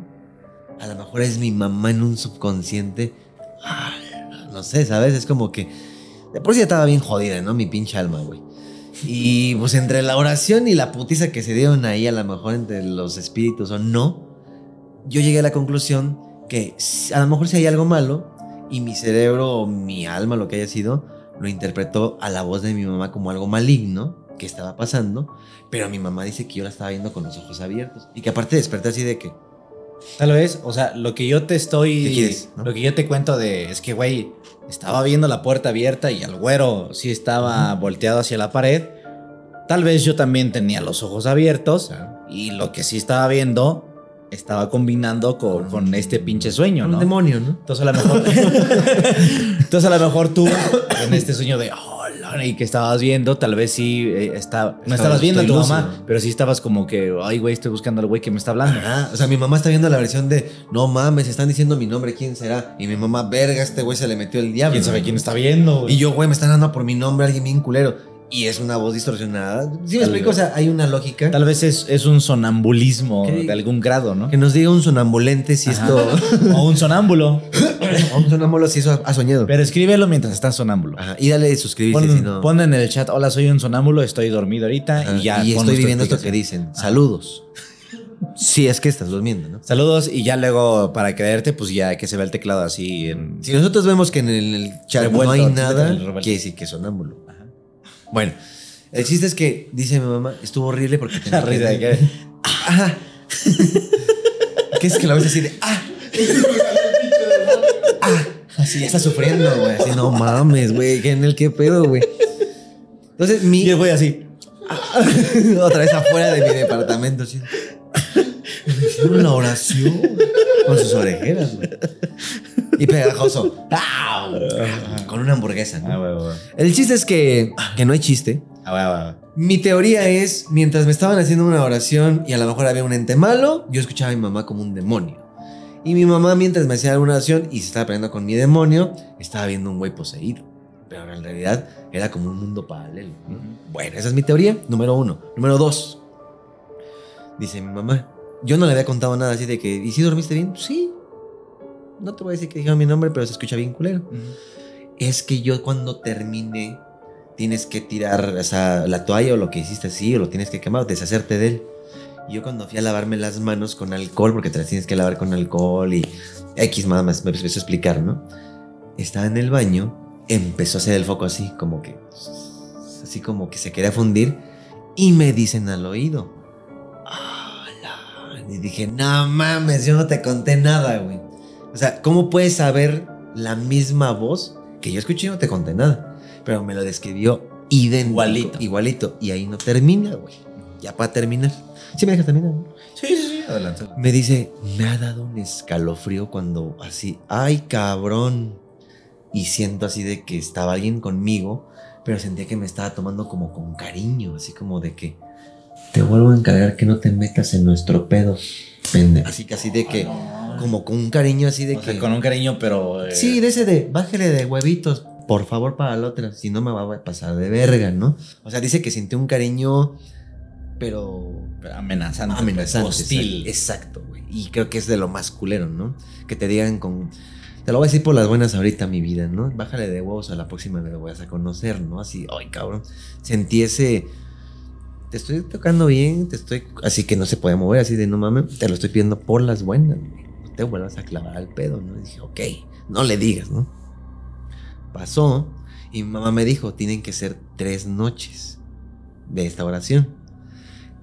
Speaker 4: a lo mejor es mi mamá en un subconsciente. Ay, No sé, ¿sabes? Es como que. De por sí ya estaba bien jodida, ¿no? Mi pinche alma, güey. Y pues entre la oración y la putiza que se dieron ahí, a lo mejor entre los espíritus o no, yo llegué a la conclusión que s- a lo mejor si hay algo malo y mi cerebro o mi alma, lo que haya sido, lo interpretó a la voz de mi mamá como algo maligno que estaba pasando, pero mi mamá dice que yo la estaba viendo con los ojos abiertos y que aparte desperté así de que,
Speaker 3: Tal vez, o sea, lo que yo te estoy.
Speaker 4: ¿Qué quieres, no?
Speaker 3: Lo que yo te cuento de. Es que, güey, estaba viendo la puerta abierta y el güero sí estaba volteado hacia la pared. Tal vez yo también tenía los ojos abiertos y lo que sí estaba viendo estaba combinando con, con este pinche sueño,
Speaker 4: un
Speaker 3: ¿no?
Speaker 4: demonio, ¿no?
Speaker 3: Entonces a lo mejor. Entonces a lo mejor tú, en este sueño de. "Hola", y que estabas viendo, tal vez sí eh, está, no estabas viendo a tu
Speaker 4: estoy
Speaker 3: mamá,
Speaker 4: lúcido.
Speaker 3: pero sí estabas como que, ay, güey, estoy buscando al güey que me está hablando.
Speaker 4: Ajá, o sea, mi mamá está viendo la versión de, no mames, están diciendo mi nombre, ¿quién será? Y mi mamá, verga, este güey se le metió el diablo.
Speaker 3: ¿Quién sabe quién está viendo? güey?
Speaker 4: Y yo, güey, me están dando por mi nombre alguien bien culero. Y es una voz distorsionada. ¿Sí me
Speaker 3: Tal
Speaker 4: explico? O sea, hay una lógica.
Speaker 3: Tal vez es, es un sonambulismo
Speaker 4: ¿Qué?
Speaker 3: de algún grado, ¿no?
Speaker 4: Que nos diga un sonambulente si
Speaker 3: Ajá.
Speaker 4: esto.
Speaker 3: O un sonámbulo.
Speaker 4: o un sonámbulo si eso ha- ha soñado.
Speaker 3: Pero escríbelo mientras estás sonámbulo.
Speaker 4: Ajá, y dale suscribirse
Speaker 3: Pon,
Speaker 4: si no.
Speaker 3: pon en el chat, hola, soy un sonámbulo, estoy dormido ahorita
Speaker 4: Ajá,
Speaker 3: y ya. pon
Speaker 4: estoy
Speaker 3: tu
Speaker 4: viviendo esto que
Speaker 3: explicación.
Speaker 4: dicen. Saludos. si es que estás durmiendo, ¿no?
Speaker 3: Saludos y ya luego para creerte, pues ya que se ve el teclado así. en-
Speaker 4: Si nosotros vemos que en el, el chat
Speaker 3: Revuelto,
Speaker 4: no hay
Speaker 3: sí,
Speaker 4: nada,
Speaker 3: revuelto.
Speaker 4: quiere decir que es sonámbulo. Bueno, el chiste es que, dice mi mamá, estuvo horrible porque tenía
Speaker 3: La risa de que-
Speaker 4: Ajá. que es que la ves así de, ah, así ya está sufriendo, güey. Así, no mames, güey, ¿qué en el qué pedo, güey. Entonces, mi...
Speaker 3: Y el güey así.
Speaker 4: Otra vez afuera de mi departamento, así. Hicieron una oración con sus orejeras, güey. Ah, Y pegajoso. ¡Au! Con una hamburguesa. ¿no?
Speaker 3: Ah, güey, güey.
Speaker 4: El chiste es que, que no hay chiste.
Speaker 3: Ah, güey, güey, güey.
Speaker 4: Mi teoría es, mientras me estaban haciendo una oración y a lo mejor había un ente malo, yo escuchaba a mi mamá como un demonio. Y mi mamá, mientras me hacía una oración y se estaba peleando con mi demonio, estaba viendo un güey poseído. Pero en realidad era como un mundo paralelo. ¿no? Bueno, esa es mi teoría, número uno. Número dos, dice mi mamá, yo no le había contado nada así de que, ¿y si dormiste bien? Sí. No te voy a decir que dijeron mi nombre, pero se escucha bien culero. Es que yo cuando terminé tienes que tirar o sea, la toalla o lo que hiciste así, o lo tienes que quemar, o deshacerte de él. Y yo cuando fui a lavarme las manos con alcohol, porque te las tienes que lavar con alcohol y X nada más, me empezó a explicar, ¿no? Estaba en el baño, empezó a hacer el foco así, como que, así como que se quería fundir, y me dicen al oído, "Ala". y dije, no mames, yo no te conté nada, güey. O sea, ¿cómo puedes saber la misma voz que yo escuché y no te conté nada? Pero me lo describió idéntico.
Speaker 3: Igualito.
Speaker 4: Igualito. Y ahí no termina, güey. Ya para terminar. Sí, me dejas terminar. no?
Speaker 3: Sí, sí, sí, adelante.
Speaker 4: Me dice, me ha dado un escalofrío cuando así, ay cabrón. Y siento así de que estaba alguien conmigo, pero sentía que me estaba tomando como con cariño, así como de que te vuelvo a encargar que no te metas en nuestro pedo. pende-". Así que así de que, como con un cariño así de
Speaker 3: O
Speaker 4: que...
Speaker 3: sea, con un cariño, pero. eh,
Speaker 4: Sí, de ese de, bájale de huevitos, por favor, para la otra, si no me va a pasar de verga, ¿no? O sea, dice que sintió un cariño, pero
Speaker 3: pero amenazante.
Speaker 4: Ah,
Speaker 3: pues,
Speaker 4: amenazante.
Speaker 3: Hostil.
Speaker 4: Exacto, güey. Y creo que es de lo más culero, ¿no? Que te digan con. Te lo voy a decir por las buenas ahorita, mi vida, ¿no? Bájale de huevos a la próxima me lo voy a conocer, ¿no? Así, ay, cabrón. Sentí ese. Te estoy tocando bien, te estoy. Así que no se puede mover, así de no mames, te lo estoy pidiendo por las buenas, güey. No te vuelvas a clavar al pedo, ¿no? Y dije, ok, no le digas, ¿no? Pasó y mi mamá me dijo, tienen que ser tres noches de esta oración.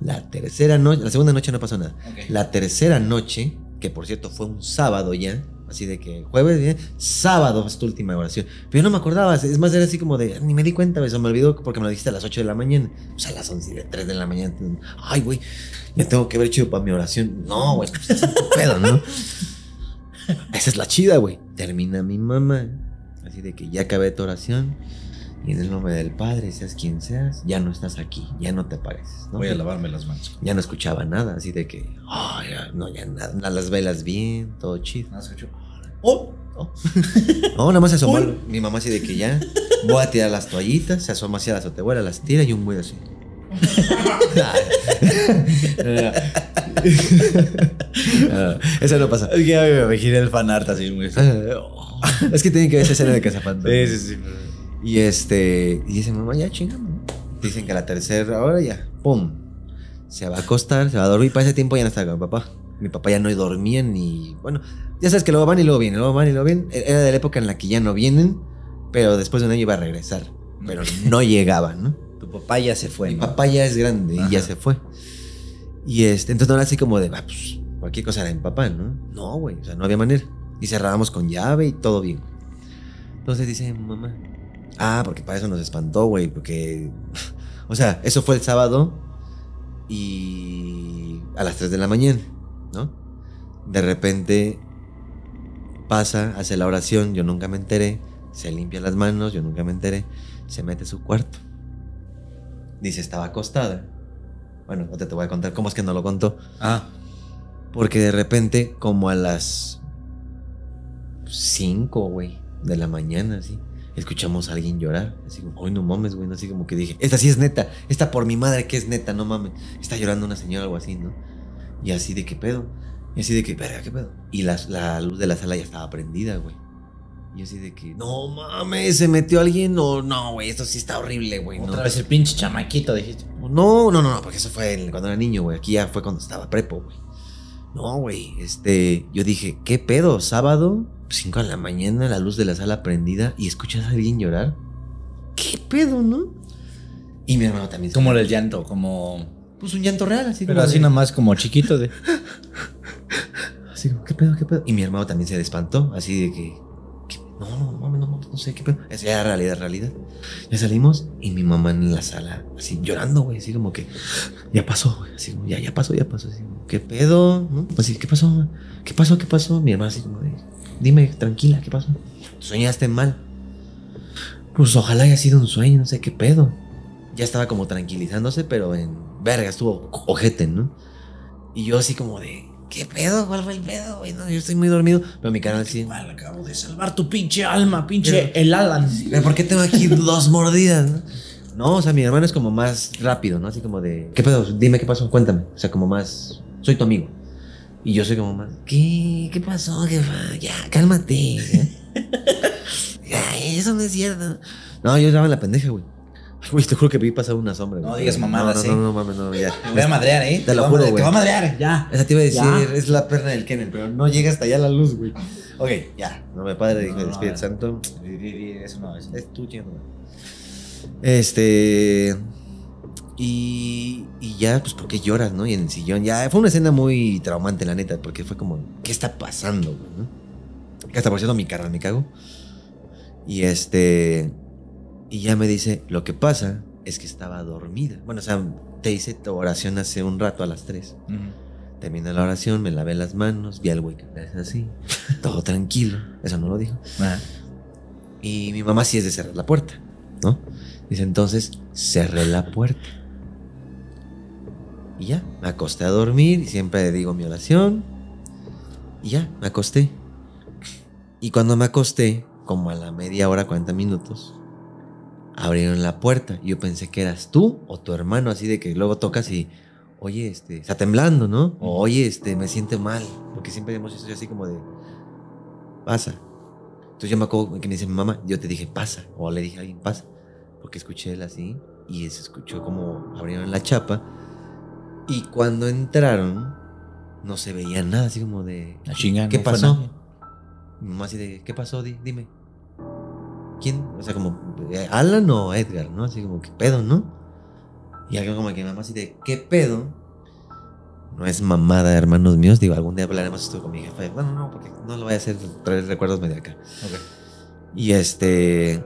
Speaker 4: La tercera noche, la segunda noche no pasó nada.
Speaker 3: Ok.
Speaker 4: La tercera noche, que por cierto fue un sábado ya, así de que jueves, ¿eh? sábado es tu última oración. Pero yo no me acordaba, es más, era así como de, ni me di cuenta, güey, se me olvidó porque me lo dijiste a las 8 de la mañana. O sea, a las 11 de 3 de la mañana. Ay, güey, me tengo que ver chido para mi oración. No, güey, pues, es un pedo, ¿no? Esa es la chida, güey. Termina mi mamá, así de que ya acabé tu oración. Y en el nombre del Padre, seas quien seas, ya no estás aquí, ya no te pareces. ¿no?
Speaker 3: Voy a lavarme las manos.
Speaker 4: ya no escuchaba nada, así de que, ah, ya, no, ya nada, na- las velas bien, todo chido.
Speaker 3: No, escucho.
Speaker 4: Oh. No, nada más se asomó, mi mamá así de que ya, voy a tirar las toallitas, se asoma hacia la azotehuela, las tira y un güey así. Ah, Eso no pasa.
Speaker 3: Es que ya me imaginé el fanart así, muy. Sí,
Speaker 4: Es que tienen que ver esa escena de Cazafantasmas.
Speaker 3: sí, sí.
Speaker 4: Y este, y dice, mamá, ya chingamos. ¿no? Dicen que a la tercera hora ya, ¡pum! Se va a acostar, se va a dormir. Para ese tiempo ya no estaba con mi papá. Mi papá ya no dormía ni. Bueno, ya sabes que luego van y luego vienen, luego van y luego vienen. E-, Era de la época en la que ya no vienen, pero después de un año iba a regresar. Pero no llegaba, ¿no?
Speaker 3: Mm. Tu papá ya se fue,
Speaker 4: Mi
Speaker 3: ¿no?
Speaker 4: papá ya es grande
Speaker 3: Ajá.
Speaker 4: y ya se fue. Y este, entonces no era así como de, "Ah, pues, cualquier cosa era mi papá, ¿no? No, güey, o sea, no había manera. Y cerrábamos con llave y todo bien. Entonces dice mi mamá, ah, porque para eso nos espantó, güey, porque, o sea, eso fue el sábado y a las 3 de la mañana, ¿no? De repente pasa, hace la oración, yo nunca me enteré, se limpia las manos, yo nunca me enteré, se mete a su cuarto. Dice, estaba acostada. Bueno, ahorita te voy a contar cómo es que no lo contó.
Speaker 3: Ah,
Speaker 4: Porque de repente, como a las 5, güey, de la mañana, así, escuchamos a alguien llorar. Así como, hoy no mames, güey, no, así como que dije, esta sí es neta, esta por mi madre que es neta, no mames. Está llorando una señora o algo así, ¿no? Y así de qué pedo. Y así de que, verga, qué pedo. Y la, la luz de la sala ya estaba prendida, güey. Y así de que, no mames, se metió alguien. No, no, güey, esto sí está horrible, güey. no.
Speaker 3: otra vez el pinche chamaquito, dijiste.
Speaker 4: No, no, no, no, porque eso fue en- cuando era niño, güey. Aquí ya fue cuando estaba prepo, güey. No, güey. Este, yo dije, ¿qué pedo? Sábado, 5 de la mañana, la luz de la sala prendida y escuchas a alguien llorar. ¿Qué pedo, no? Y mi hermano también. se-
Speaker 3: Como el llanto, como...
Speaker 4: Puso un llanto real, así
Speaker 3: Pero
Speaker 4: como
Speaker 3: así
Speaker 4: de-
Speaker 3: nomás como chiquito de...
Speaker 4: Así como, ¿qué pedo, qué pedo? Y mi hermano también se espantó, así de que, ¿qué? no, no, no, no, no, no sé qué pedo. Esa era realidad, realidad. Ya salimos y mi mamá en la sala, así llorando, güey, así como que, ya pasó, güey, así como, ya, ya pasó, ya pasó, así como, ¿qué pedo? ¿No? Así, ¿qué pasó? ¿Qué pasó? ¿Qué pasó? Mi hermana así como de, dime, tranquila, ¿qué pasó? Soñaste mal. Pues ojalá haya sido un sueño, no sé qué pedo. Ya estaba como tranquilizándose, pero en verga, estuvo ojete, ¿no? Y yo así como de, ¿qué pedo? ¿Cuál fue el pedo, güey? No, yo estoy muy dormido. Pero mi canal sí.
Speaker 3: Acabo de salvar tu pinche alma, pinche el Alan.
Speaker 4: "Pero ¿Por qué tengo aquí dos mordidas? No? No, o sea, mi hermano es como más rápido, ¿no? Así como de, ¿qué pedo? Dime qué pasó, cuéntame. O sea, como más, soy tu amigo. Y yo soy como más, ¿qué? ¿Qué pasó, jefa? Ya, cálmate. Ay, eso no es cierto. No, yo estaba en la pendeja, güey. Güey, te juro que vi pasar una sombra. güey.
Speaker 3: No digas mamadas,
Speaker 4: no, no,
Speaker 3: ¿eh?
Speaker 4: No, no, mames, no, ya.
Speaker 3: Te voy a madrear, ¿eh?
Speaker 4: Te lo
Speaker 3: voy
Speaker 4: juro,
Speaker 3: a madrear, Te
Speaker 4: güey.
Speaker 3: voy a madrear, ya.
Speaker 4: Esa te iba a decir,
Speaker 3: Ya.
Speaker 4: es la perna del Kennel, pero no llega hasta allá la luz, güey. Ok, ya. No me padre, hijo
Speaker 3: No,
Speaker 4: del
Speaker 3: no,
Speaker 4: Espíritu
Speaker 3: no.
Speaker 4: Santo.
Speaker 3: Eso no, eso no.
Speaker 4: Es tuyo, güey. Este. Y, y ya, pues, ¿por qué lloras, no? Y en el sillón. Ya, fue una escena muy traumante, la neta, porque fue como, ¿qué está pasando, güey? no? Que hasta por cierto, mi carnal me cago. Y este. Y ya me dice, lo que pasa es que estaba dormida. Bueno, o sea, te hice tu oración hace un rato a las 3. Terminé la oración, me lavé las manos, vi al güey que es así, todo tranquilo. Eso no lo dijo.
Speaker 3: Ajá.
Speaker 4: Y mi mamá sí es de cerrar la puerta, ¿no? Dice, entonces cerré la puerta. Y ya, me acosté a dormir y siempre digo mi oración. Y ya, me acosté. Y cuando me acosté, como a la media hora, 40 minutos, abrieron la puerta. Yo pensé que eras tú o tu hermano, así de que luego tocas y, oye, este, está temblando, ¿no? O, oye, este, me siente mal. Porque siempre hemos hecho así como de, pasa. Entonces yo me acuerdo que me dice mi mamá, yo te dije, pasa. O le dije a alguien, pasa. Porque escuché él así y se escuchó como abrieron la chapa. Y cuando entraron, no se veía nada, así como de,
Speaker 3: La chinga,
Speaker 4: ¿Qué
Speaker 3: no fue
Speaker 4: pasó?
Speaker 3: nadie.
Speaker 4: mi mamá así de, ¿qué pasó? Di- dime. ¿Quién? O sea, como, eh, ¿Alan o Edgar, no? Así como, ¿qué pedo, no? Y algo como que mi mamá así de, ¿qué pedo? No es mamada, hermanos míos. Digo, algún día hablaremos esto con mi jefe. Bueno, no, porque no lo voy a hacer traer recuerdos medio acá. Y este.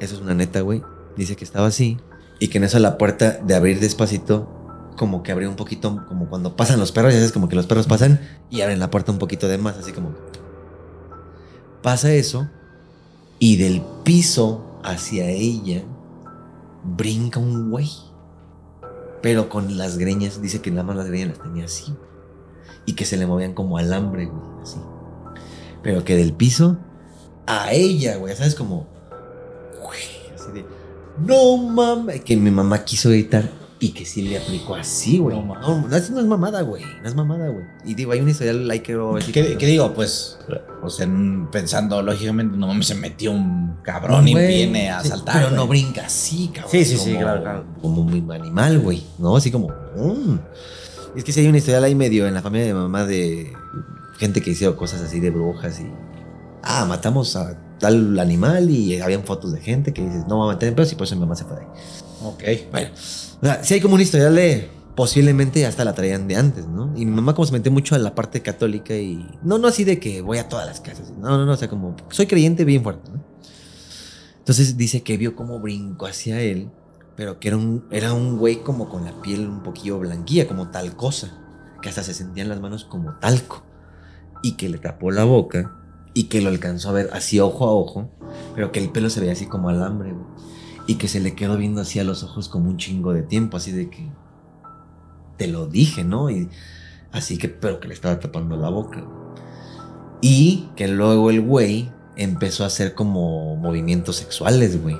Speaker 4: Eso es una neta, güey. Dice que estaba así. Y que en eso la puerta de abrir despacito, como que abrió un poquito, como cuando pasan los perros, ya sabes, como que los perros pasan y abren la puerta un poquito de más, así como. Pasa eso. Y del piso hacia ella, brinca un güey. Pero con las greñas, dice que nada más las greñas las tenía así. Y que se le movían como alambre, güey, así. Pero que del piso a ella, güey, ¿sabes? Como, güey, así de, no mames. Que mi mamá quiso gritar Y que sí le aplicó así, güey. No, no, no, eso no es mamada, güey. No es mamada, güey. Y digo, hay un historial like que luego va a decir
Speaker 3: ¿Qué,
Speaker 4: que-
Speaker 3: qué digo? Pues, o sea, en- pensando lógicamente, no mames, se metió un cabrón y
Speaker 4: Güey,
Speaker 3: viene a
Speaker 4: sí,
Speaker 3: saltar.
Speaker 4: Pero no
Speaker 3: güey.
Speaker 4: brinca así, cabrón.
Speaker 3: Sí, sí, sí,
Speaker 4: como-
Speaker 3: claro, claro.
Speaker 4: Como un animal, güey. ¿No? Así como. mm. Es que sí hay una historial ahí medio en la familia de mamá de gente que hizo cosas así de brujas y. Ah, matamos a tal animal y habían fotos de gente que dices, no va a matar pero sí, por eso mi mamá se fue de ahí.
Speaker 3: Ok.
Speaker 4: Bueno, o sea, sí hay como una historial de posiblemente hasta la traían de antes, ¿no? Y mi mamá como se metió mucho a la parte católica y no, no así de que voy a todas las casas, no, no, no, o sea, como soy creyente bien fuerte, ¿no? Entonces dice que vio cómo brincó hacia él, pero que era un, era un güey como con la piel un poquillo blanquilla, como talcosa, que hasta se sentían las manos como talco, y que le tapó la boca y que lo alcanzó a ver así ojo a ojo, pero que el pelo se veía así como alambre, güey y que se le quedó viendo así a los ojos como un chingo de tiempo, así de que te lo dije, ¿no? Y así que, pero que le estaba tapando la boca. Y que luego el güey empezó a hacer como movimientos sexuales, güey.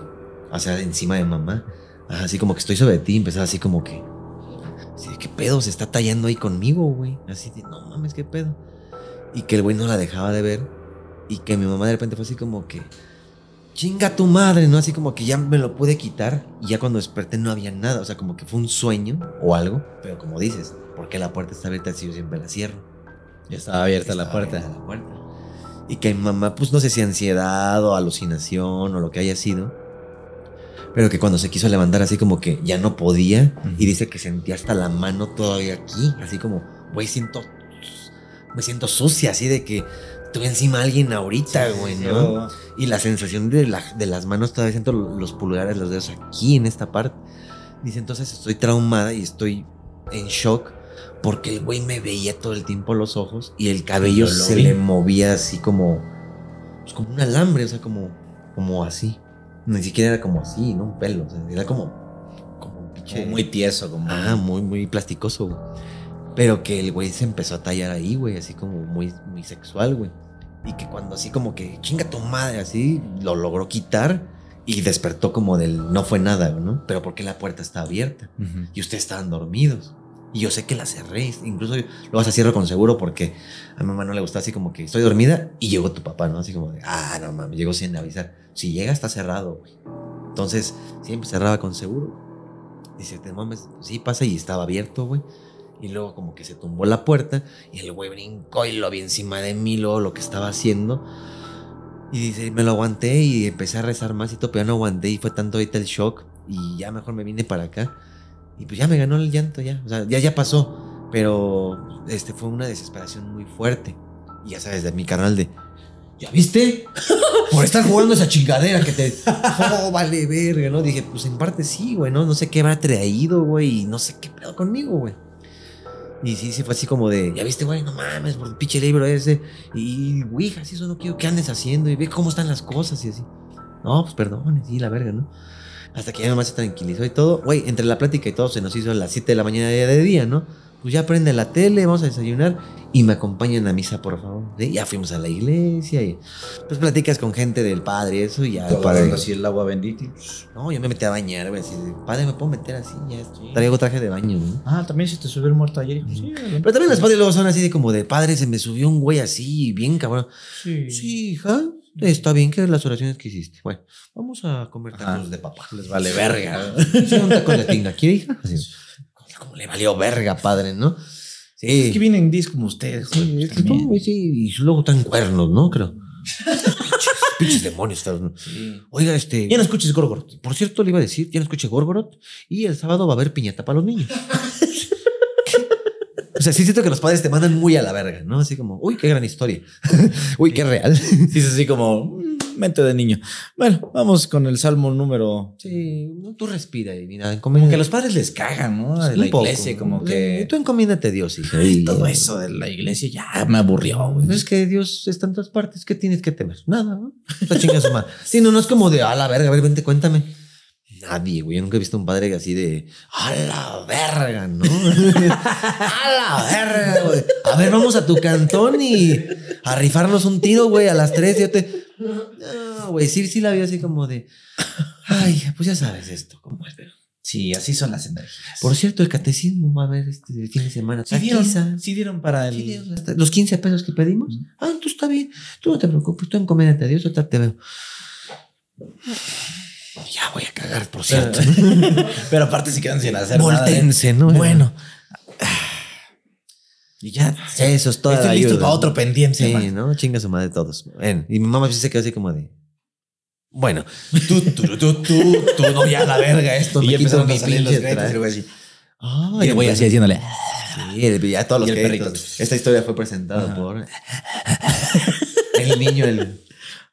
Speaker 4: O sea, encima de mamá. Ajá, Así como que estoy sobre ti, empezaba así como que. Así de, ¿Qué pedo? Se está tallando ahí conmigo, güey. Así de, no mames, qué pedo. Y que el güey no la dejaba de ver. Y que mi mamá de repente fue así como que chinga tu madre, ¿no? Así como que ya me lo pude quitar y ya cuando desperté no había nada, o sea, como que fue un sueño o algo, pero como dices, porque la puerta está abierta si yo siempre la cierro.
Speaker 3: Ya estaba abierta la
Speaker 4: Estaba
Speaker 3: puerta.
Speaker 4: abierta la puerta. Y que mi mamá, pues no sé si ansiedad o alucinación o lo que haya sido, pero que cuando se quiso levantar así como que ya no podía y dice que sentía hasta la mano todavía aquí, así como, güey, siento, pues, me siento sucia, así de que tuve encima a alguien ahorita, güey, ¿no? Y la sensación de, la- de las manos, todavía siento lo- los pulgares, los dedos aquí en esta parte. Dice, entonces estoy traumada y estoy en shock porque el güey me veía todo el tiempo los ojos y el cabello
Speaker 3: Yo lo
Speaker 4: se
Speaker 3: vi.
Speaker 4: le movía así como, pues, como un alambre, o sea, como, como así. Ni siquiera era como así, ¿no? Un pelo, o sea, era como, como un pinche...
Speaker 3: Como muy tieso, como.
Speaker 4: Ah, muy, muy plasticoso, güey. Pero que el güey se empezó a tallar ahí, güey, así como muy, muy sexual, güey. Y que cuando así como que chinga tu madre, así lo logró quitar y despertó como del no fue nada, ¿no? Pero porque la puerta está abierta
Speaker 3: Ujú.
Speaker 4: y ustedes estaban dormidos. Y yo sé que la cerré, incluso lo vas a cierro con seguro porque a mi mamá no le gusta así como que estoy dormida y llegó tu papá, ¿no? Así como de, ah, no mames, llegó sin avisar. Si llega está cerrado, güey. Entonces, siempre cerraba con seguro. Dice, te mames, sí pasa y estaba abierto, güey. Y luego como que se tumbó la puerta y el güey brincó y lo vi encima de mí, luego lo que estaba haciendo. Y dice, me lo aguanté y empecé a rezar más y todo, pero ya no aguanté y fue tanto ahorita el shock y ya mejor me vine para acá. Y pues ya me ganó el llanto, ya. O sea, ya, ya pasó. Pero este fue una desesperación muy fuerte. Y ya sabes, de mi canal de. ¿Ya viste? Por estar jugando esa chingadera que te. Oh, vale verga, ¿no? Dije, pues en parte sí, güey, ¿no? No sé qué me ha traído, güey, y no sé qué pedo conmigo, güey. Y sí, sí, fue así como de, ya viste, güey, no mames, por el pinche libro ese. Y, güey, así eso no quiero que andes haciendo. Y ve cómo están las cosas y así. No, pues perdón, sí, la verga, ¿no? Hasta que ya nomás se tranquilizó y todo. Güey, entre la plática y todo se nos hizo a las 7 de la mañana ya de día, ¿no? Pues ya prende la tele, vamos a desayunar y me acompañan a misa, por favor. Sí, Ya fuimos a la iglesia y pues platicas con gente del padre y eso y ya. el padre-
Speaker 3: Agarrando así el agua bendita.
Speaker 4: no, yo me metí a bañar, güey. Así, de, padre, me puedo meter así, ya estoy. Traigo traje de baño, güey.
Speaker 3: Ah, también se te subió el muerto ayer. hijo. Sí,
Speaker 4: Pero también
Speaker 3: Pues-
Speaker 4: los padres luego son así de como de padre, se me subió un güey así, bien cabrón.
Speaker 3: sí.
Speaker 4: Sí, hija, está bien que las oraciones que hiciste. Bueno, vamos a comer
Speaker 3: Ajá.
Speaker 4: tacos de papá.
Speaker 3: Les vale verga.
Speaker 4: Sí, un taco de tinga. ¿Quiere, hija? Así, como le valió verga, padre, ¿no? Sí.
Speaker 3: Es que vienen dis como ustedes. güey,
Speaker 4: Sí,
Speaker 3: pues,
Speaker 4: es que
Speaker 3: también.
Speaker 4: no, güey, sí, y luego están cuernos, ¿no? Creo. pinches, pinches demonios. estás, ¿no? Oiga, este.
Speaker 3: Ya no escuches Gorgorot.
Speaker 4: Por cierto, le iba a decir, ya no escuché Gorgorot y el sábado va a haber piñata para los niños. o sea, sí siento que los padres te mandan muy a la verga, ¿no? Así como, uy, qué gran historia. uy, qué real.
Speaker 3: Sí, es así como mm, mente de niño. Bueno, vamos con el salmo número.
Speaker 4: Sí, no, tú respira y mira,
Speaker 3: Como
Speaker 4: encomienda.
Speaker 3: que los padres les cagan, ¿no? De
Speaker 4: Un
Speaker 3: la
Speaker 4: poco,
Speaker 3: iglesia,
Speaker 4: ¿no?
Speaker 3: como que.
Speaker 4: Tú encomiéndate a Dios, hija. y-
Speaker 3: Todo eso de la iglesia ya me aburrió, güey.
Speaker 4: Pues es que Dios está en todas partes, ¿qué tienes que temer? Nada, ¿no? La chinga su madre. Sí, no, no es como de, a la verga, a ver, vente, cuéntame. Nadie, güey. Yo nunca he visto un padre así de, a la verga, ¿no? a la verga, güey. A ver, vamos a tu cantón y a rifarnos un tiro, güey, a las tres. Yo te. No, güey, sí, sí la vi así como de, ay, pues ya sabes esto, cómo es, pero.
Speaker 3: Sí, así son las energías.
Speaker 4: Por cierto, el catecismo va a haber este fin de semana.
Speaker 3: ¿Sí dieron,
Speaker 4: Tranquiza.
Speaker 3: sí dieron para
Speaker 4: Sí,
Speaker 3: el...
Speaker 4: Dios, hasta los 15 pesos que pedimos. Ah, tú está bien. Tú no te preocupes, tú encomiéndate a Dios, ahorita te veo. Ya voy a cagar, por cierto.
Speaker 3: Pero aparte se quedan sin hacer nada. ¿eh?
Speaker 4: Voltense, ¿no?
Speaker 3: Bueno.
Speaker 4: Y ya, eso es todo.
Speaker 3: Estoy listo para otro pendiente.
Speaker 4: Sí,
Speaker 3: man.
Speaker 4: ¿no? Chinga su madre todos. Ven. Y mi mamá sí se quedó así como de. Bueno,
Speaker 3: Tú, tú, tú, tú, tú, no, ya la verga esto.
Speaker 4: Y
Speaker 3: me
Speaker 4: ya
Speaker 3: quito
Speaker 4: empezaron a
Speaker 3: mis
Speaker 4: salir los
Speaker 3: pinches
Speaker 4: créditos,
Speaker 3: trajes.
Speaker 4: y luego
Speaker 3: Y
Speaker 4: ay,
Speaker 3: le voy así
Speaker 4: entonces-
Speaker 3: haciéndole.
Speaker 4: Sí, el- ya todos los
Speaker 3: Y el
Speaker 4: créditos. Este
Speaker 3: perrito.
Speaker 4: Esta historia fue presentada por. el niño, el.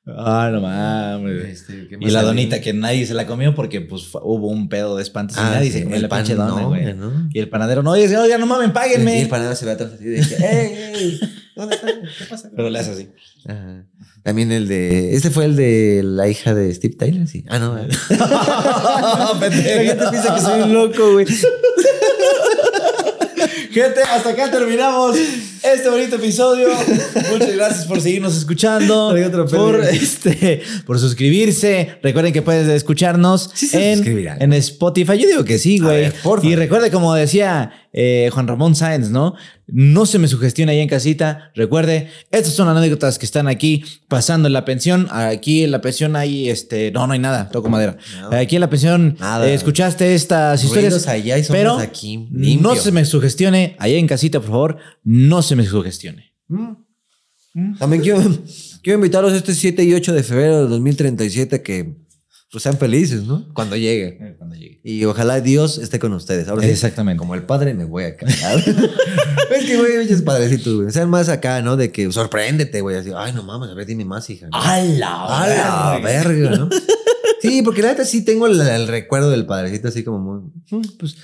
Speaker 3: Ah, no mames.
Speaker 4: este, ¿qué
Speaker 3: Y
Speaker 4: más
Speaker 3: la
Speaker 4: había?
Speaker 3: donita que nadie se la comió porque pues fue- hubo un pedo de espantos
Speaker 4: Ah,
Speaker 3: y nadie
Speaker 4: sí,
Speaker 3: se comió
Speaker 4: el
Speaker 3: la
Speaker 4: pan
Speaker 3: pinche dona,
Speaker 4: no,
Speaker 3: güey.
Speaker 4: ¿no?
Speaker 3: Y el panadero, no, dice, oiga, no mames,
Speaker 4: Y
Speaker 3: páguenme.
Speaker 4: el panadero se ve atrás así de que, "Ey, ey, ¿Dónde está? ¿Qué pasa?
Speaker 3: Pero le hace así.
Speaker 4: Ajá. También el de. Este fue el de la hija de Steve Tyler, sí. Ah, no. La gente piensa que soy un loco, güey.
Speaker 3: Gente, hasta acá terminamos este bonito episodio. Muchas gracias por seguirnos escuchando.
Speaker 4: Traigo otro pelo.
Speaker 3: por, este, por suscribirse. Recuerden que puedes escucharnos
Speaker 4: Sí se
Speaker 3: en,
Speaker 4: suscribirán.
Speaker 3: en Spotify. Yo digo que sí, güey.
Speaker 4: ver, por
Speaker 3: Y
Speaker 4: favor.
Speaker 3: recuerde, como decía eh, Juan Ramón Sáenz, ¿no? No se me sugestione ahí en casita. Recuerde, estas son anécdotas que están aquí pasando en la pensión. Aquí en la pensión hay este. No, no hay nada. Toco madera.
Speaker 4: No.
Speaker 3: Aquí en la pensión
Speaker 4: Nada.
Speaker 3: eh, escuchaste estas historias.
Speaker 4: Ruidos allá y sombras
Speaker 3: pero
Speaker 4: aquí.
Speaker 3: no
Speaker 4: Limpio.
Speaker 3: se me sugestione, allá en casita, por favor, no se me sugestione.
Speaker 4: También quiero, quiero invitarlos este 7 y 8 de febrero de 2037 que pues sean felices, ¿no? Cuando llegue.
Speaker 3: Cuando llegue.
Speaker 4: Y ojalá Dios esté con ustedes. Ahora sí,
Speaker 3: Exactamente.
Speaker 4: como el padre me voy a cagar. es que, güey, muchos padrecitos, güey. Sean más acá, ¿no? De que sorpréndete, güey. Así, ay, no mames, a ver, dime más, hija. ¿no?
Speaker 3: ¡A la
Speaker 4: A la verga, ¿no? Sí, porque la neta sí tengo el, el recuerdo del padrecito así como muy, "Mm, pues,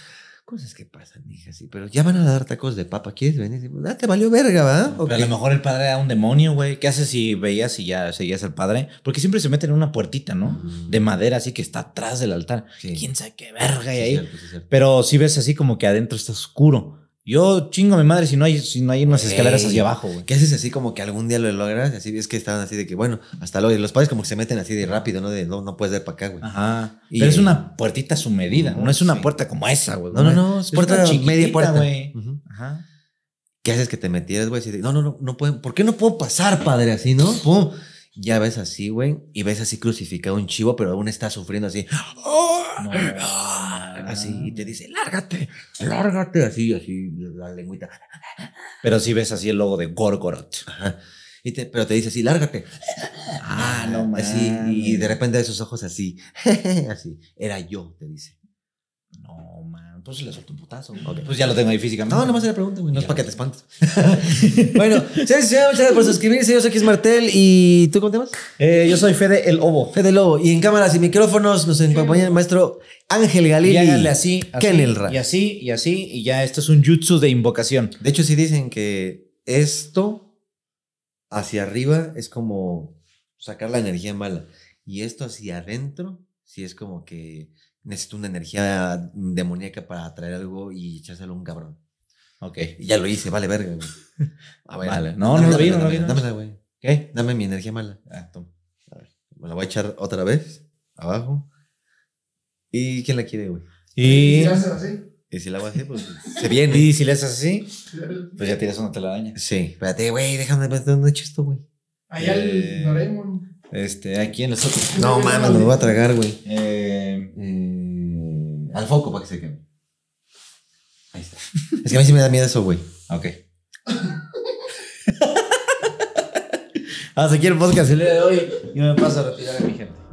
Speaker 4: cosas que pasan, hija, sí, pero ya van a dar tacos de papa, ¿quieres venir? Ah, te valió verga, ¿va?
Speaker 3: Pero a lo mejor el padre era un demonio, güey. ¿Qué haces si veías y ya seguías al padre? Porque siempre se meten en una puertita, ¿no? De madera, así que está atrás del altar.
Speaker 4: Sí.
Speaker 3: ¿Quién sabe qué verga hay ahí? Pero sí ves así como que adentro está oscuro. Yo chingo a mi madre si no hay, si no hay unas
Speaker 4: Güey.
Speaker 3: escaleras hacia abajo, güey.
Speaker 4: ¿Qué haces así como que algún día lo logras? Así es que estaban así de que, bueno, hasta luego. Y los padres como que se meten así de rápido, ¿no? De no, no puedes ver para acá,
Speaker 3: Ah,
Speaker 4: güey.
Speaker 3: Ajá.
Speaker 4: Y-
Speaker 3: Pero es una puertita a su medida, no,
Speaker 4: Ujú,
Speaker 3: es una
Speaker 4: sí.
Speaker 3: puerta como esa, güey.
Speaker 4: No, no, no, es puerta
Speaker 3: una
Speaker 4: media puerta.
Speaker 3: güey.
Speaker 4: Ujú.
Speaker 3: Ajá.
Speaker 4: ¿Qué haces que te metieras, güey? Así de, no, no, no, no pueden, ¿por qué no puedo pasar, padre? Así, ¿no? Pum. Ya ves así, güey, y ves así crucificado un chivo, pero aún está sufriendo así.
Speaker 3: No, Ah,
Speaker 4: Así, y te dice, lárgate, lárgate, así, así, la lengüita.
Speaker 3: Pero sí ves así el logo de Gorgoroth.
Speaker 4: Y te- pero te dice así, lárgate.
Speaker 3: Ah, no mames.
Speaker 4: Así, y de repente esos ojos así, así, era yo, te dice.
Speaker 3: No, man. Pues le soltó un putazo.
Speaker 4: Ok.
Speaker 3: Pues ya lo tengo ahí físicamente.
Speaker 4: No, nomás era pregunta, güey, no es para que te espantes. bueno, señores, y señores, muchas gracias por suscribirse. Yo soy X Martel y tú, ¿cómo te llamas?
Speaker 3: Eh, yo soy Fede el Obo.
Speaker 4: Fede Lobo. Y en cámaras y micrófonos nos acompaña el maestro Ángel Galil.
Speaker 3: Y háganle así, así
Speaker 4: Kenel Ra.
Speaker 3: y así, y así, y ya esto es un jutsu de invocación.
Speaker 4: De hecho, sí dicen que esto hacia arriba es como sacar la energía mala. Y esto hacia adentro, sí es como que necesito una energía demoníaca para atraer algo y echárselo a un cabrón.
Speaker 3: Ok.
Speaker 4: Y ya lo hice, vale verga. güey. A
Speaker 3: Vale. No, no lo vi, no lo vi, no lo vi.
Speaker 4: Dámela, güey.
Speaker 3: ¿Qué?
Speaker 4: Dame mi energía mala.
Speaker 3: Ah, toma.
Speaker 4: Me la voy a echar otra vez, abajo. ¿Y quién la quiere, güey?
Speaker 3: Y,
Speaker 6: Y haces así.
Speaker 4: Y si la hago así, pues se
Speaker 3: bien.
Speaker 4: viene.
Speaker 3: y si le haces así, pues ya tiras una telaraña.
Speaker 4: Sí, espérate, güey, déjame ver dónde echo esto, güey.
Speaker 6: Allá
Speaker 3: Eh.
Speaker 6: el Doraemon.
Speaker 3: Este, aquí en los otros.
Speaker 4: No mames, me lo voy a tragar, güey.
Speaker 3: Eh,
Speaker 4: Eh, al foco para que se queme. Ahí está. Es que a mí sí me da miedo eso, güey.
Speaker 3: ok. Ah, Hasta aquí el podcast el día de hoy. Yo me paso a retirar a mi gente.